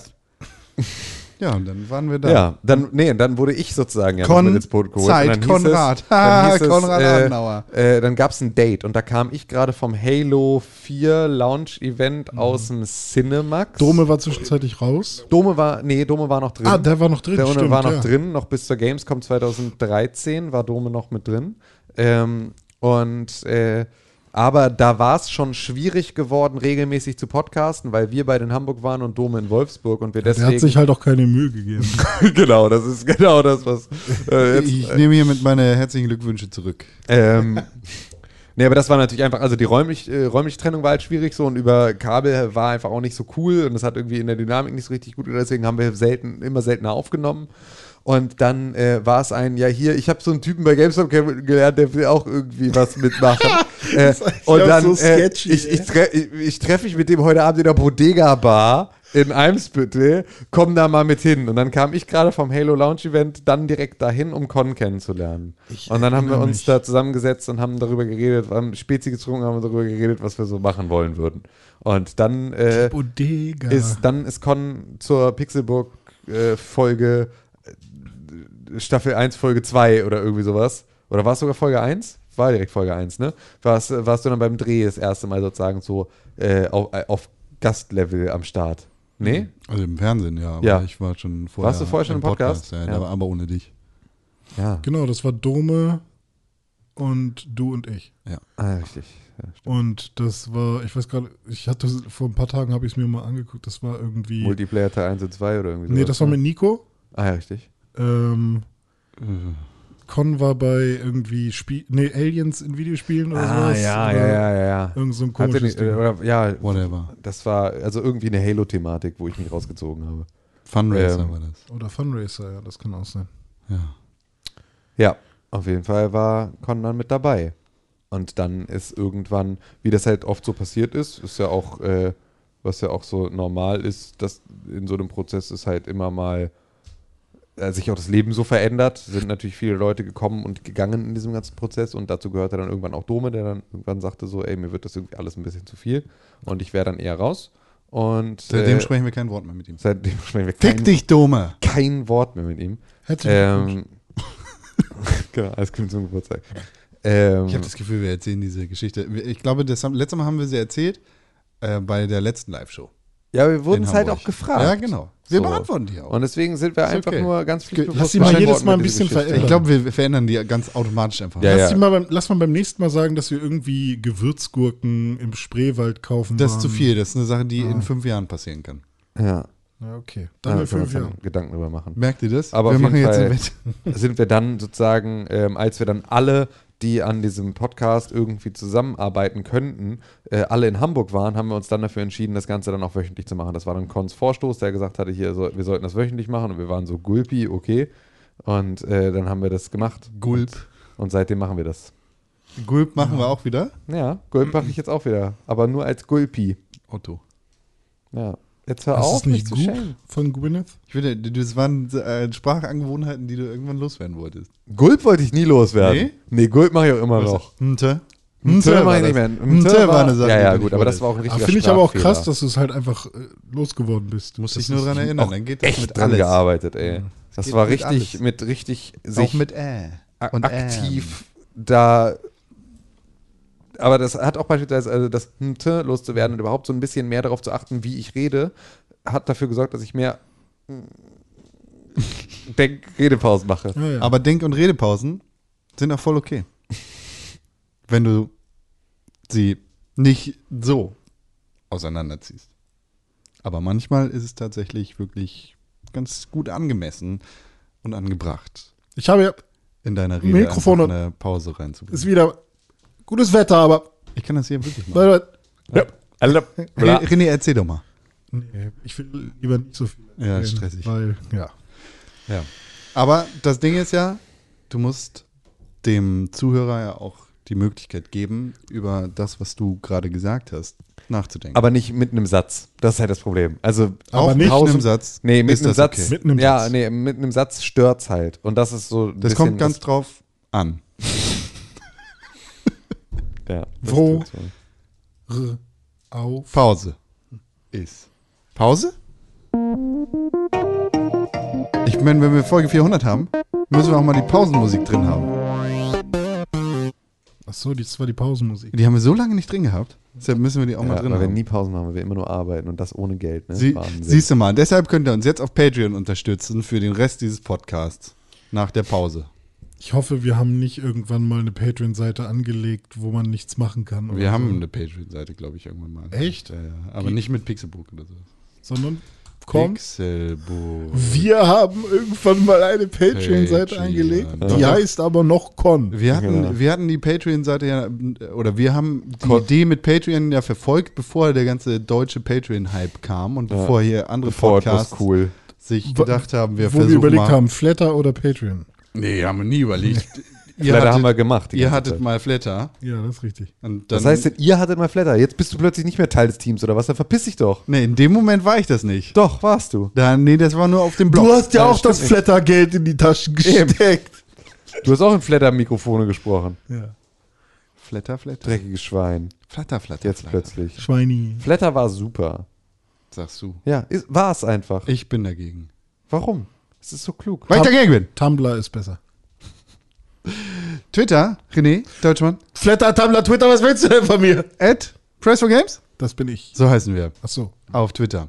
S2: Ja, und dann waren wir da.
S3: Ja, dann, nee, dann wurde ich sozusagen ja
S2: Kon-
S3: mit ins Boot geholt.
S2: Zeit,
S3: und dann hieß
S2: Konrad.
S3: Es, dann hieß
S2: Konrad
S3: es,
S2: Adenauer.
S3: Äh, äh, dann gab es ein Date und da kam ich gerade vom Halo 4 Launch Event aus dem Cinemax.
S4: Mhm. Dome war zwischenzeitlich raus.
S3: Dome war, nee, Dome war noch drin.
S4: Ah, der war noch drin,
S3: Der Dome
S4: stimmt,
S3: war noch
S4: ja.
S3: drin, noch bis zur Gamescom 2013 war Dome noch mit drin. Ähm, und äh, aber da war es schon schwierig geworden, regelmäßig zu podcasten, weil wir beide in Hamburg waren und Dome in Wolfsburg und wir
S4: Der
S3: deswegen.
S4: hat sich halt auch keine Mühe gegeben.
S3: genau, das ist genau das, was äh, jetzt,
S2: ich nehme hiermit meine herzlichen Glückwünsche zurück.
S3: ähm, nee, aber das war natürlich einfach, also die räumlich, äh, räumliche Trennung war halt schwierig so und über Kabel war einfach auch nicht so cool und das hat irgendwie in der Dynamik nicht so richtig gut und deswegen haben wir selten, immer seltener aufgenommen. Und dann äh, war es ein, ja hier, ich habe so einen Typen bei GameStop ge- gelernt, der will auch irgendwie was mitmachen. äh, und
S4: auch
S3: dann,
S4: so
S3: äh,
S4: sketchy,
S3: ich, ich, tre ich, ich treffe mich mit dem heute Abend in der Bodega Bar in Eimsbüttel, komm da mal mit hin. Und dann kam ich gerade vom Halo Lounge Event dann direkt dahin, um Con kennenzulernen. und dann haben wir uns da zusammengesetzt und haben darüber geredet, haben Spezi getrunken, haben darüber geredet, was wir so machen wollen würden. Und dann äh,
S4: Bodega.
S3: ist dann ist Con zur Pixelburg äh, Folge äh, Staffel 1 Folge 2 oder irgendwie sowas oder war es sogar Folge 1? War direkt Folge 1, ne? Warst, warst du dann beim Dreh das erste Mal sozusagen so äh, auf, auf Gastlevel am Start?
S4: Mhm.
S3: Nee?
S2: Also im Fernsehen, ja. Aber
S3: Ja.
S2: ich war schon vorher.
S3: Warst du vorher schon im Podcast?
S2: ja,
S3: Ja.
S2: Aber, aber ohne dich.
S3: Ja.
S4: Genau, das war Dome und du und ich.
S2: Ja.
S3: Ah, richtig. Ja, stimmt.
S4: Und das war, ich weiß gerade, ich hatte vor ein paar Tagen habe ich es mir mal angeguckt. Das war irgendwie.
S3: Multiplayer Teil 1 und 2 oder irgendwie
S4: nee, das war
S3: ne?
S4: mit Nico.
S3: Ah, ja, richtig.
S4: Ähm,
S3: Mhm.
S4: Con war bei irgendwie Spiel, nee, Aliens in Videospielen oder
S3: Ah,
S4: sowas.
S3: ja,
S4: oder
S3: ja, ja, ja, ja.
S4: Irgend so ein
S3: Habt ihr
S4: komisches
S3: nicht, äh,
S4: Ding.
S3: oder, ja,
S2: Whatever.
S3: das war also irgendwie eine Halo-Thematik, wo ich mich rausgezogen habe.
S2: Fundraiser
S3: Ähm,
S2: war das.
S4: Oder Funracer, ja, das kann auch sein.
S2: Ja.
S3: Ja, auf jeden Fall war Con dann mit dabei. Und dann ist irgendwann, wie das halt oft so passiert ist, ist ja auch, äh, was ja auch so normal ist, dass in so einem Prozess ist halt immer mal äh, sich auch das Leben so verändert, sind natürlich viele Leute gekommen und gegangen in diesem ganzen Prozess und dazu gehörte dann irgendwann auch Dome, der dann irgendwann sagte so, ey, mir wird das irgendwie alles ein bisschen zu viel und ich wäre dann eher raus. Und
S2: Seitdem
S3: äh,
S2: sprechen wir kein Wort mehr mit ihm.
S3: seitdem sprechen wir
S2: Fick
S3: kein-
S2: dich, Dome!
S3: kein Wort mehr mit ihm.
S4: Herzlichen Glückwunsch.
S3: Ähm, genau, alles Gute zum Geburtstag. Ähm,
S2: Ich habe das Gefühl, wir erzählen diese Geschichte. Ich glaube, das haben, letzte Mal haben wir sie erzählt äh, bei der letzten Live-Show.
S3: ja, wir wurden
S2: in
S3: es halt
S2: Hamburg.
S3: auch gefragt.
S2: Ja, genau. Wir
S3: So.
S2: beantworten die auch.
S3: Und deswegen sind wir
S2: Ist
S3: einfach
S2: okay.
S3: nur ganz pflichtbewusst
S4: Lass sie mal jedes
S3: beantworten
S4: Mal ein
S3: mit dieser
S4: bisschen
S3: Geschichte.
S4: verändern.
S2: ich glaube, wir verändern die ganz automatisch einfach.
S3: Ja,
S4: Lass,
S3: ja.
S4: die mal beim, lass mal beim nächsten Mal sagen, dass wir irgendwie Gewürzgurken im Spreewald kaufen.
S2: Das ist
S4: waren.
S2: zu viel. Das ist eine Sache, die in fünf Jahren passieren kann.
S3: Ja,
S4: Ja, okay.
S3: da
S4: Dann
S3: können wir
S4: in fünf
S3: uns dann
S4: Jahren.
S3: Gedanken drüber machen.
S2: Merkt ihr das?
S3: Aber
S2: wir
S3: auf
S2: machen
S3: jeden
S2: jetzt
S3: Fall
S2: ein Wett.
S3: sind wir dann sozusagen, ähm, als wir dann alle, die an diesem Podcast irgendwie zusammenarbeiten könnten, äh, alle in Hamburg waren, haben wir uns dann dafür entschieden, das Ganze dann auch wöchentlich zu machen. Das war dann Cons Vorstoß, der gesagt hatte, hier, so, wir sollten das wöchentlich machen und wir waren so gulpi, okay. Und äh, dann haben wir das gemacht.
S2: Gulp.
S3: Und seitdem machen wir das.
S2: Gulp machen wir auch wieder.
S3: Ja, Gulp mache ich jetzt auch wieder, aber nur als Gulpi.
S2: Otto.
S3: Ja. Jetzt hör
S4: Ist
S3: auf,
S4: das nicht
S3: mich zu
S4: gut
S3: schämen.
S4: von Gwyneth?
S2: Ich würde, das waren äh, Sprachangewohnheiten, die du irgendwann loswerden wolltest.
S3: Gulp wollte ich nie loswerden. Nee, Gulp mache ich auch immer noch.
S2: Mte.
S3: Mte mache ich nicht mehr. Mte war eine Sache. Ja,
S2: die
S3: ja,
S2: du
S3: gut,
S2: nicht
S3: aber das war auch ein
S2: wolltest.
S3: richtiger
S4: Finde ich aber auch
S3: Sprachfehler.
S4: krass, dass du es halt einfach äh, losgeworden bist.
S2: Muss
S4: Das
S2: ich nur
S4: ist-
S2: dran erinnern. Dann geht das
S3: echt
S2: mit
S3: dran
S2: alles.
S3: gearbeitet, ey. Das
S2: geht
S3: war
S2: mit
S3: richtig,
S2: alles.
S3: mit richtig
S2: Auch
S3: sich
S2: mit Ä.
S3: ak-
S2: und
S3: aktiv da. Aber das hat auch beispielsweise, also das Mte loszuwerden und überhaupt so ein bisschen mehr darauf zu achten, wie ich rede, hat dafür gesorgt, dass ich mehr Denk-Redepausen mache.
S4: Ja, ja.
S2: Aber Denk- und Redepausen sind auch voll okay. Wenn du sie nicht so auseinanderziehst. Aber manchmal ist es tatsächlich wirklich ganz gut angemessen und angebracht,
S4: ich habe ja,
S2: in deiner Rede
S4: Mikrofone.
S2: einfach eine Pause reinzubringen.
S4: ist wieder gutes Wetter, aber.
S2: Ich kann das hier wirklich machen.
S4: Warte, warte.
S3: Ja.
S2: Re- René, erzähl doch mal.
S4: Nee, ich will lieber nicht so viel.
S2: Ja,
S4: erzählen,
S2: stressig.
S4: Weil, ja.
S2: Ja. Aber das Ding ist ja, du musst dem Zuhörer ja auch die Möglichkeit geben, über das, was du gerade gesagt hast, nachzudenken.
S3: Aber nicht mit einem Satz. Das ist halt das Problem. Also
S2: Aber
S3: auch
S2: nicht
S3: Pausen-
S2: mit einem Satz
S3: Nee, mit
S2: ist
S3: einem
S2: das
S3: Satz.
S2: okay. Mit einem
S3: ja,
S2: Satz.
S3: nee, mit einem Satz stört's halt. Und das ist so. ein
S2: das
S3: bisschen
S2: kommt ganz drauf an.
S3: Ja. das
S4: Wo?
S3: tut's so.
S4: R auf.
S2: Pause. Ist. Pause? Ich meine, wenn wir Folge 400 haben, müssen wir auch mal die Pausenmusik drin haben.
S4: Achso, das war die Pausenmusik.
S2: Die haben wir so lange nicht drin gehabt. Deshalb müssen wir die auch
S3: Ja,
S2: mal drin
S3: weil wir
S2: haben.
S3: nie Pausen machen, weil wir immer nur arbeiten und das ohne Geld. Ne?
S2: Sie,
S3: Wahnsinn.
S2: siehst du mal, deshalb könnt ihr uns jetzt auf Patreon unterstützen für den Rest dieses Podcasts. Nach der Pause.
S4: Ich hoffe, wir haben nicht irgendwann mal eine Patreon-Seite angelegt, wo man nichts machen kann. oder
S2: Wir haben
S4: so.
S2: eine Patreon-Seite, glaube ich, irgendwann mal.
S4: Echt?
S2: Ja, ja. Aber
S4: Ge-
S2: nicht mit Pixelbook oder so.
S4: Sondern kommt.
S2: Pixelbook.
S4: Wir haben irgendwann mal eine Patreon-Seite
S2: Patreon.
S4: angelegt, die
S2: Ja.
S4: heißt aber noch Con.
S2: Wir hatten, wir hatten die Patreon-Seite ja, oder wir haben die Idee mit Patreon ja verfolgt, bevor der ganze deutsche Patreon-Hype kam und
S3: Ja.
S2: bevor hier andere
S3: Bevor das
S2: Podcasts
S3: cool.
S2: sich gedacht haben, wir
S4: wo wir
S2: versuchen
S4: überlegt
S2: mal.
S4: haben, Flatter oder Patreon.
S2: Nee, haben wir nie überlegt. Ihr
S3: Flatter haben wir gemacht, die
S2: Ihr
S3: ganze
S2: hattet
S3: Zeit.
S2: mal Flatter.
S4: Ja, das ist richtig.
S2: Und dann,
S3: Das heißt, denn, ihr hattet mal Flatter. Jetzt bist du plötzlich nicht mehr Teil des Teams oder was? Dann verpiss dich doch.
S2: nee, in dem Moment war ich das nicht.
S3: Doch, warst du.
S2: Dann, nee, das war nur auf dem Blog.
S4: Du hast ja, auch
S2: stimmt
S4: das Flatter-Geld in die Taschen
S3: Eben.
S4: gesteckt.
S3: Du hast auch in Flatter-Mikrofone gesprochen.
S2: Flatter, Flatter.
S3: Dreckiges Schwein.
S2: Flatter, Flatter.
S3: Jetzt
S2: Flatter,
S3: plötzlich.
S4: Schweini.
S3: Flatter war super.
S2: sagst du.
S3: Ja, ist, war es einfach.
S2: Ich bin dagegen.
S3: Warum? Es ist so klug.
S2: Weil ich dagegen bin.
S4: Tumblr ist besser.
S2: Twitter, René, Deutschmann,
S4: Flatter, Tumblr, Twitter, was willst du denn von mir?
S2: at Press for Games.
S4: Das bin ich.
S2: So heißen wir.
S4: Achso.
S2: Auf Twitter.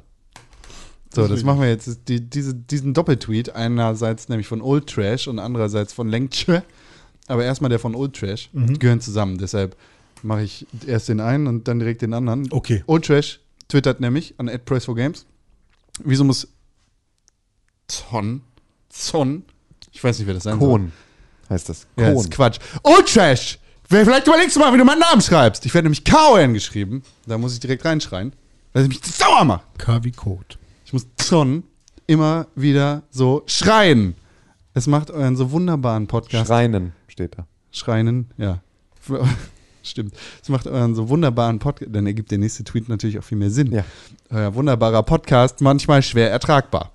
S2: So, das
S4: Deswegen.
S2: machen wir jetzt. Die, diese, diesen Doppeltweet, einerseits nämlich von Old Trash und andererseits von Lenkche. Aber erstmal der von Old Trash. Die gehören zusammen. Deshalb mache ich erst den einen und dann direkt den anderen.
S4: Okay.
S2: Old Trash twittert nämlich an @press4games. Wieso muss Zon, Zon, ich weiß nicht, wer das sein soll.
S3: Kohn heißt das.
S2: Ja,
S3: Kohn.
S2: ist Quatsch. Old Trash! Wer- Vielleicht überlegst du mal, wie du meinen Namen schreibst. Ich werde nämlich KON geschrieben. Da muss ich direkt reinschreien, weil es mich sauer macht.
S4: KW Code.
S2: Ich muss schon immer wieder so schreien. Es macht euren so wunderbaren Podcast.
S3: Schreinen steht da.
S2: Schreinen, ja. Stimmt. Es macht euren so wunderbaren Podcast. Dann ergibt der nächste Tweet natürlich auch viel mehr Sinn.
S3: Ja.
S2: Euer wunderbarer Podcast manchmal schwer ertragbar.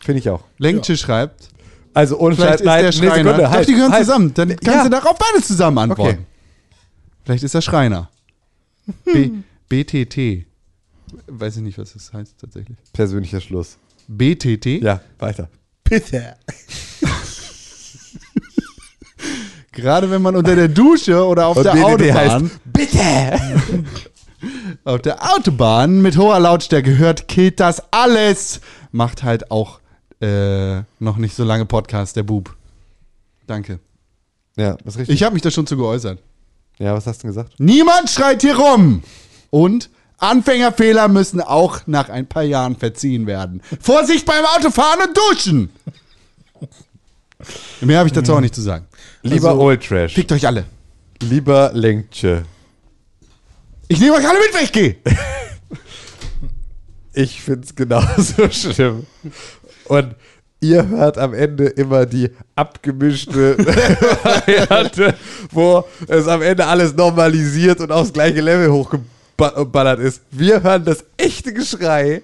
S3: Finde ich auch.
S2: Lenksche schreibt,
S3: Also ohne
S2: vielleicht ist der Schreiner. Doch, die gehören zusammen. Dann kannst
S3: halt, Ja.
S2: du darauf beides zusammen antworten.
S3: Okay.
S2: Vielleicht ist er Schreiner. B BTT. Weiß ich nicht, was das heißt tatsächlich.
S3: Persönlicher Schluss.
S2: BTT?
S3: Ja, weiter.
S4: Bitte.
S2: Gerade wenn man unter der Dusche oder auf
S3: Und
S2: der
S3: BDD
S2: Autobahn,
S3: heißt, bitte!
S2: auf der Autobahn mit hoher Lautstärke hört, killt das alles. Macht halt auch äh, noch nicht so lange Podcast, der Bub. Danke.
S3: Ja, das ist richtig.
S2: Ich habe mich da schon zu geäußert.
S3: ja, was hast du denn gesagt?
S2: Niemand schreit hier rum. Und Anfängerfehler müssen auch nach ein paar Jahren verziehen werden. Vorsicht beim Autofahren und Duschen. Mehr habe ich dazu auch nicht zu sagen. Also,
S3: Lieber Old Trash.
S2: Fickt euch alle.
S3: Lieber Lenkche.
S2: Ich nehme euch alle mit, wenn ich gehe.
S3: Ich find's genauso schlimm. Und ihr hört am Ende immer die abgemischte Variante, wo es am Ende alles normalisiert und aufs gleiche Level hochgeballert ist. Wir hören das echte Geschrei,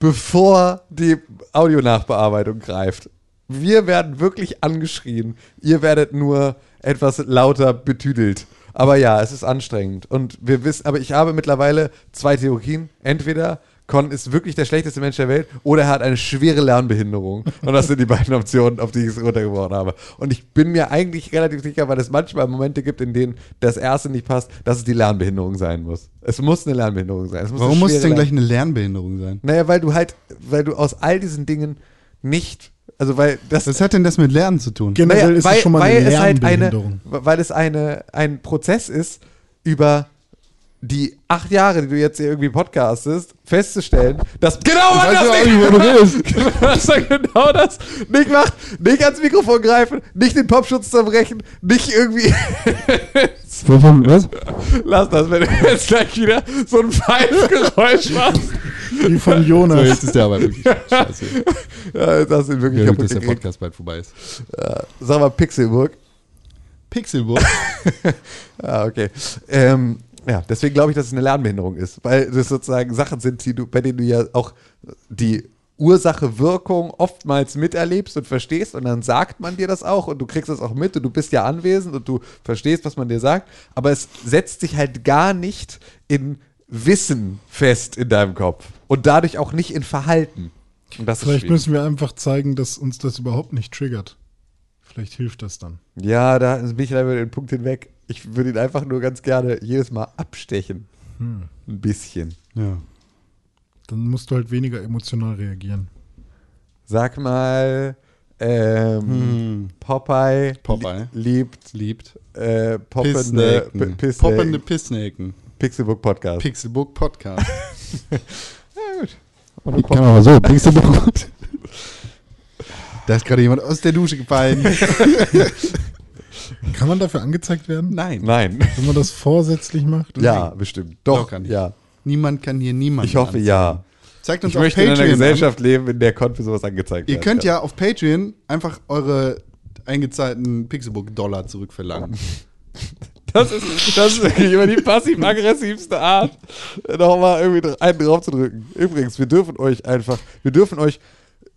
S3: bevor die Audionachbearbeitung greift. Wir werden wirklich angeschrien. Ihr werdet nur etwas lauter betüdelt. Aber ja, es ist anstrengend. Und wir wissen, aber ich habe mittlerweile zwei Theorien. Entweder Con ist wirklich der schlechteste Mensch der Welt oder er hat eine schwere Lernbehinderung. Und das sind die beiden Optionen, auf die ich es runtergebrochen habe. Und ich bin mir eigentlich relativ sicher, weil es manchmal Momente gibt, in denen das erste nicht passt, dass es die Lernbehinderung sein muss. Es muss eine Lernbehinderung sein. Es muss
S2: Warum
S3: eine
S2: muss es
S3: schwere
S2: denn
S3: Lern-
S2: gleich eine Lernbehinderung sein?
S3: Naja, weil du halt, weil du aus all diesen Dingen nicht, also weil das
S2: Was hat denn das mit Lernen zu tun?
S4: Generell
S3: naja,
S4: ist
S3: weil,
S4: es schon mal eine
S3: weil es halt eine,
S4: Lernbehinderung.
S3: weil es eine, ein Prozess ist, über die acht Jahre, die du jetzt hier irgendwie podcastest, festzustellen, dass genau
S2: weiß
S3: man das
S2: ja
S3: nicht,
S2: auch nicht, wo
S3: dass er genau das nicht macht, nicht ans Mikrofon greifen, nicht den Popschutz zerbrechen, nicht irgendwie
S2: Was?
S3: Lass das, wenn du jetzt gleich wieder so ein Pfeifgeräusch machst.
S4: Die von Jonas.
S2: So hilft es dir aber wirklich. Scheiße.
S3: ja, das hast du ihn wirklich
S2: Ja, gut,
S3: kaputt
S2: dass der
S3: gekriegt.
S2: Podcast bald vorbei ist.
S3: Äh, sag mal Pixelburg.
S2: Pixelburg?
S3: ah, okay. Ähm, ja, deswegen glaube ich, dass es eine Lernbehinderung ist, weil das sozusagen Sachen sind, die du, bei denen du ja auch die Ursache, Wirkung oftmals miterlebst und verstehst und dann sagt man dir das auch und du kriegst das auch mit und du bist ja anwesend und du verstehst, was man dir sagt, aber es setzt sich halt gar nicht in Wissen fest in deinem Kopf und dadurch auch nicht in Verhalten. Und das
S4: Vielleicht
S3: ist schwierig.
S4: müssen wir einfach zeigen, dass uns das überhaupt nicht triggert. Vielleicht hilft das dann.
S3: Ja, da bin ich leider über den Punkt hinweg. Ich würde ihn einfach nur ganz gerne jedes Mal abstechen.
S4: Hm.
S3: Ein bisschen.
S4: Ja. Dann musst du halt weniger emotional reagieren.
S3: Sag mal, ähm, Popeye,
S2: Hm. Popeye.
S3: li- liebt,
S2: liebt.
S3: Äh, poppende,
S2: Pissnaken.
S3: P- Pissnaken.
S2: Poppende Pissnaken.
S3: Pixelbook Podcast.
S2: Pixelburg Podcast.
S3: ja, gut.
S2: Die kann man aber so, Pixelburg. da ist gerade jemand aus der Dusche gefallen.
S4: Kann man dafür angezeigt werden?
S2: Nein.
S3: Nein.
S4: Wenn man das vorsätzlich macht?
S3: Ja, bestimmt. Doch,
S2: Locker nicht.
S3: ja.
S2: Niemand kann hier niemanden.
S3: Ich hoffe, ja.
S2: Zeigt uns
S3: ich
S2: auf
S3: möchte in einer
S2: Patreon an.
S3: Gesellschaft leben, in der Konfi sowas angezeigt
S2: Ihr
S3: wird,
S2: könnt ja auf Patreon einfach eure eingezahlten Pixelburg-Dollar zurückverlangen.
S3: Das ist, das ist wirklich immer die passiv-aggressivste Art, nochmal irgendwie dr- einen draufzudrücken. Übrigens, wir dürfen euch einfach, wir dürfen euch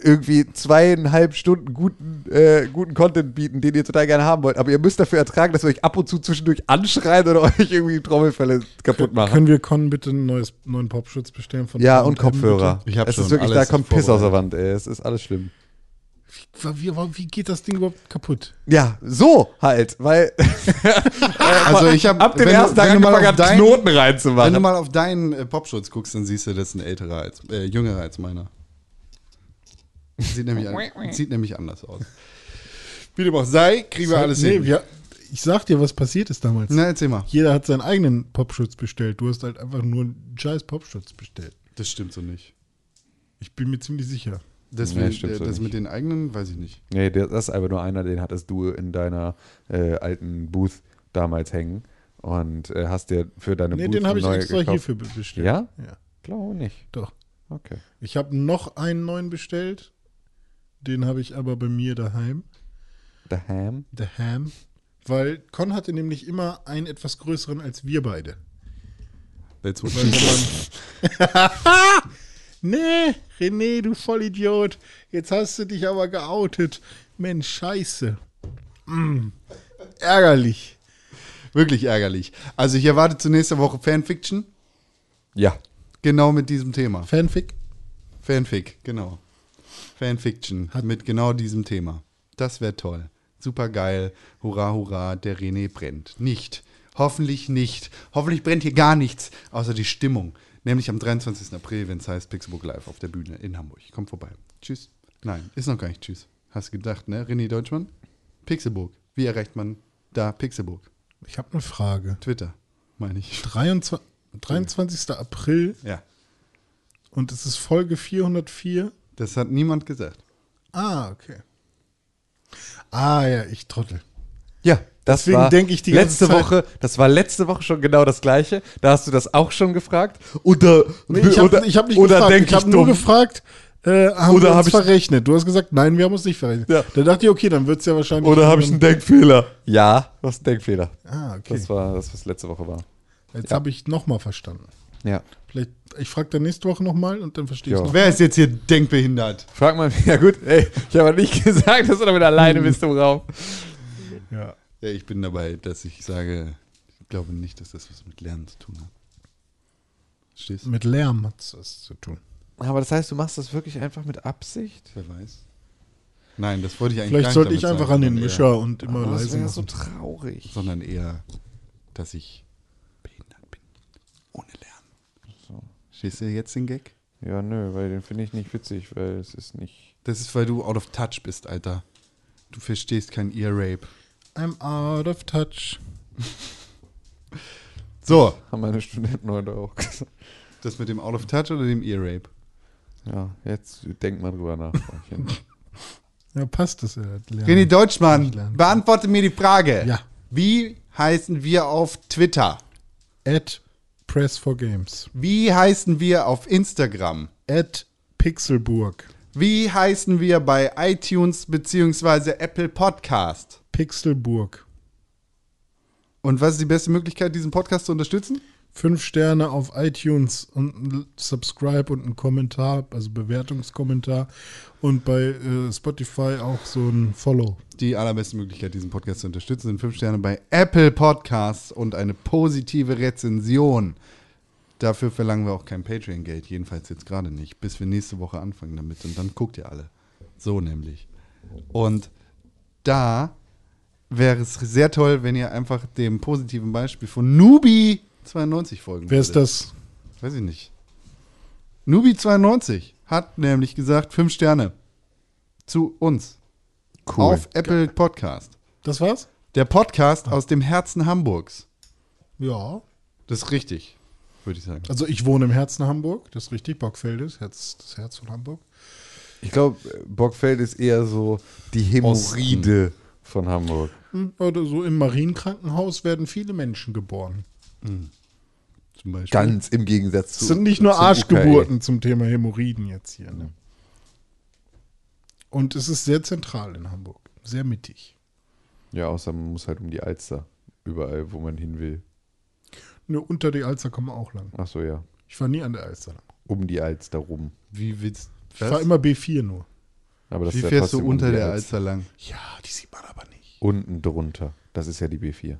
S3: irgendwie zweieinhalb Stunden guten, äh, guten Content bieten, den ihr total gerne haben wollt. Aber ihr müsst dafür ertragen, dass wir euch ab und zu zwischendurch anschreien oder euch irgendwie Trommelfälle kaputt machen.
S4: Können wir Con bitte einen neues, neuen Popschutz bestellen? Von
S3: ja,
S4: H&M,
S3: und Kopfhörer.
S4: bitte?
S2: Ich hab
S3: es
S2: schon
S3: ist wirklich, da
S2: alles
S3: kommt Piss aus der
S2: vorbereitet.
S3: Wand, ey. Es ist alles schlimm.
S4: Wie, wie, wie geht das Ding überhaupt kaputt?
S3: Ja, so halt, weil
S2: Also ich habe
S3: ab dem ersten Tag angefangen hat, Knoten reinzumachen.
S2: Wenn du mal auf deinen äh, Popschutz guckst, dann siehst du, das ist ein älterer als äh, jüngerer als meiner. Sieht nämlich, an, sieht nämlich anders aus. Wie dem auch sei, kriegen wir alles
S4: nee,
S2: hin.
S4: Wir, Ne. ich sag dir, was passiert ist damals.
S2: Na, erzähl mal.
S4: Jeder hat seinen eigenen Popschutz bestellt. Du hast halt einfach nur einen scheiß Popschutz bestellt.
S2: Das stimmt so nicht.
S4: Ich bin mir ziemlich sicher.
S2: Das,
S3: Nee,
S2: mit,
S3: stimmt
S2: äh,
S3: so
S2: das
S3: nicht.
S2: mit den eigenen, weiß ich nicht.
S3: Nee, der- das ist einfach nur einer, den hattest du in deiner äh, alten Booth damals hängen und äh, hast dir für deine
S4: Nee,
S3: Booth
S4: den habe ich
S3: neu
S4: extra
S3: gekauft.
S4: hierfür be- bestellt.
S3: Ja?
S4: Ja.
S3: Glaube nicht.
S4: Doch.
S3: Okay.
S4: Ich habe noch einen neuen bestellt. Den habe ich aber bei mir daheim.
S3: The Ham?
S4: The Ham. Weil Con hatte nämlich immer einen etwas größeren als wir beide.
S2: That's
S4: Weil wenn man nee, René, du Vollidiot. Jetzt hast du dich aber geoutet. Mensch, scheiße. Mm. Ärgerlich.
S2: Wirklich ärgerlich. Also ich erwarte zunächst der Woche Fanfiction,
S3: Ja.
S2: genau mit diesem Thema.
S4: Fanfic?
S2: Fanfic, genau. Fanfiction mit genau diesem Thema. Das wäre toll. Super geil. Hurra, hurra, der René brennt. Nicht. Hoffentlich nicht. Hoffentlich brennt hier gar nichts, außer die Stimmung. Nämlich am 23. April, wenn es heißt Pixelbook Live auf der Bühne in Hamburg. Kommt vorbei. Tschüss. Nein, ist noch gar nicht Tschüss. Hast gedacht, ne? René Deutschmann? Pixelburg. Wie erreicht man da Pixelburg?
S4: Ich habe eine Frage.
S2: Twitter, meine ich.
S4: 23, 23. April
S2: Ja,
S4: und es ist Folge 404.
S2: das hat niemand gesagt.
S4: Ah, okay. Ah ja, ich trottel.
S3: Ja, das
S4: Deswegen
S3: war
S4: denk ich die ganze
S3: letzte
S4: Zeit-
S3: Woche, das war letzte Woche schon genau das gleiche. Da hast du das auch schon gefragt. Oder
S4: Nee, ich habe
S3: oder,
S4: hab nicht
S3: oder
S4: gefragt.
S3: denk
S4: ich habe nur
S3: dumm?
S4: gefragt, äh, haben
S3: Oder
S4: wir
S3: hab
S4: uns
S3: ich-
S4: verrechnet? Du hast gesagt, nein, wir haben uns nicht verrechnet.
S3: Ja.
S4: Da dachte ich, okay, dann wird's ja wahrscheinlich.
S3: Oder habe ich einen Denkfehler? Ja, du hast einen Denkfehler.
S4: Hm. Ah, okay.
S3: Das war das, was letzte Woche war.
S4: Jetzt
S3: Ja.
S4: habe ich nochmal verstanden.
S3: Ja.
S4: Vielleicht, ich frage dann nächste Woche nochmal und dann verstehe ich
S3: Ja.
S4: noch.
S2: Wer ist jetzt hier denkbehindert?
S3: Frag mal, ja gut, ey, ich habe nicht gesagt, dass du damit
S4: Hm.
S3: alleine bist im Raum.
S4: Ja.
S2: Ja, ich bin dabei, dass ich sage, ich glaube nicht, dass das was mit Lernen zu tun hat. Stehst du?
S4: Mit Lärm hat es was zu tun.
S3: Aber das heißt, du machst das wirklich einfach mit Absicht?
S2: Wer weiß? Nein, das wollte ich eigentlich
S4: Vielleicht
S2: gar
S4: sollte
S2: nicht
S4: ich
S2: damit
S4: einfach
S2: sagen,
S4: an den
S2: sondern
S4: Mischer und immer
S3: Oh, das
S4: leise
S3: wäre
S4: machen.
S3: so traurig.
S2: Eher, sondern eher, dass ich behindert bin. Ohne Lernen.
S3: So.
S2: Stehst du jetzt den Gag?
S3: Ja, nö, weil den finde ich nicht witzig, weil es ist nicht.
S2: Das ist, weil du out of touch bist, Alter. Du verstehst kein Ear-Rape.
S4: I'm out of touch.
S2: So,
S3: Haben meine Studenten heute auch gesagt.
S2: das mit dem out of touch oder dem Ear-Rape?
S3: Ja, jetzt denk mal drüber nach. Freundchen.
S4: Ja, passt das. Äh, Lärm.
S2: René Deutschmann,
S4: Ich lerne.
S2: beantworte mir die Frage.
S4: Ja.
S2: Wie heißen wir auf Twitter?
S4: At Press for Games.
S2: Wie heißen wir auf Instagram?
S4: At Pixelburg.
S2: Wie heißen wir bei iTunes bzw. Apple Podcast?
S4: Pixelburg.
S2: Und was ist die beste Möglichkeit, diesen Podcast zu unterstützen?
S4: Fünf Sterne auf iTunes und ein Subscribe und ein Kommentar, also Bewertungskommentar. Und bei äh, Spotify auch so ein Follow.
S2: Die allerbeste Möglichkeit, diesen Podcast zu unterstützen, sind fünf Sterne bei Apple Podcasts und eine positive Rezension. Dafür verlangen wir auch kein Patreon-Geld, jedenfalls jetzt gerade nicht, bis wir nächste Woche anfangen damit. Und dann guckt ihr alle. So nämlich. Und da wäre es sehr toll, wenn ihr einfach dem positiven Beispiel von Nubi92 folgen
S4: Wer ist
S2: würdet.
S4: das?
S2: Weiß ich nicht. Nubi92 hat nämlich gesagt, fünf Sterne zu uns.
S4: Cool.
S2: Auf Apple Podcast.
S4: Das war's?
S2: Der Podcast aus dem Herzen Hamburgs.
S4: Ja.
S2: Das ist richtig, würde ich sagen.
S4: Also ich wohne im Herzen Hamburg, das ist richtig, Bockfeldes, Herz, das Herz von Hamburg.
S3: Ich glaube, Bockfeld ist eher so die Hämorrhoide von Hamburg.
S4: Hm, Oder so im Marienkrankenhaus werden viele Menschen geboren.
S2: Hm. Zum Beispiel.
S3: Ganz im Gegensatz zu.
S4: Es sind nicht nur
S3: zum
S4: Arschgeburten zum Thema Hämorrhoiden jetzt hier. Ne? Und es ist sehr zentral in Hamburg, sehr mittig.
S3: UKE. Ja, außer man muss halt um die Alster. Überall, wo man hin will.
S4: Nur unter die Alster kann man auch lang.
S3: Achso, ja.
S4: Ich war nie an der Alster.
S3: Um die Alster rum.
S2: Wie willst
S4: Ich war immer B4 nur.
S3: Aber das
S2: Wie
S3: ist ja
S2: fährst du
S3: trotzdem um
S2: unter
S3: die
S2: der Alster lang?
S4: Ja, die sieht man aber nicht.
S3: Unten drunter. Das ist ja die B4.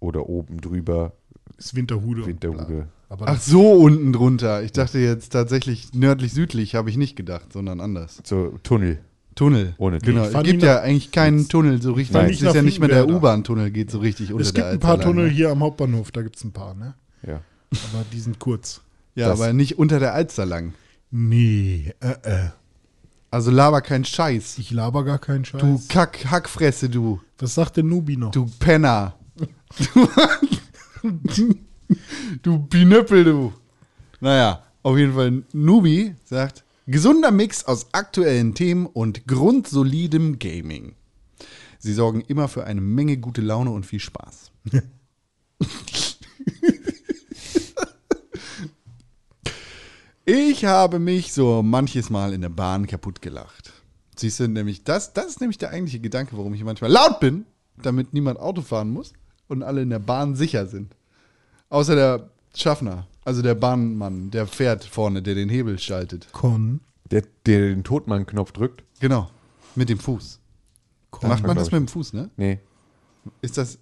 S3: Oder oben drüber.
S4: Ist Winterhude.
S3: Winterhude.
S4: Aber
S2: Ach so, unten drunter. Ich dachte jetzt tatsächlich nördlich-südlich, habe ich nicht gedacht, sondern anders.
S3: So, Tunnel.
S2: Tunnel.
S3: Ohne Tunnel.
S2: Genau.
S3: Ich
S2: Es
S4: fand
S2: gibt
S4: ihn
S2: ja
S4: nach-
S2: eigentlich keinen Tunnel so richtig.
S4: fand
S2: Es
S4: ich
S2: ist
S4: nach
S2: ja nicht mehr der
S4: Finkenwerder.
S2: U-Bahn-Tunnel geht so richtig unter
S4: es gibt
S2: der
S4: ein paar
S2: Alster lang,
S4: Tunnel
S2: ne?
S4: hier am Hauptbahnhof, da gibt es ein paar, ne?
S3: Ja.
S4: Aber die sind kurz.
S2: Ja,
S3: Das-
S2: aber nicht unter der Alster lang.
S4: Nee, äh, äh.
S2: Also laber kein Scheiß.
S4: Ich laber gar keinen Scheiß.
S2: Du Kack, Hackfresse, du.
S4: Was sagt der Nubi noch?
S2: Du Penner. du Pinöppel, du. Naja, auf jeden Fall, Nubi sagt, gesunder Mix aus aktuellen Themen und grundsolidem Gaming. Sie sorgen immer für eine Menge gute Laune und viel Spaß. Ich habe mich so manches Mal in der Bahn kaputt gelacht. Siehst du, nämlich das, das ist nämlich der eigentliche Gedanke, warum ich manchmal laut bin, damit niemand Auto fahren muss und alle in der Bahn sicher sind. Außer der Schaffner, also der Bahnmann, der fährt vorne, der den Hebel schaltet.
S4: Con.
S3: Der, der den Todmann-Knopf drückt.
S2: Genau, mit dem Fuß. Macht man das mit dem Fuß, ne?
S3: Nee.
S2: Ist das,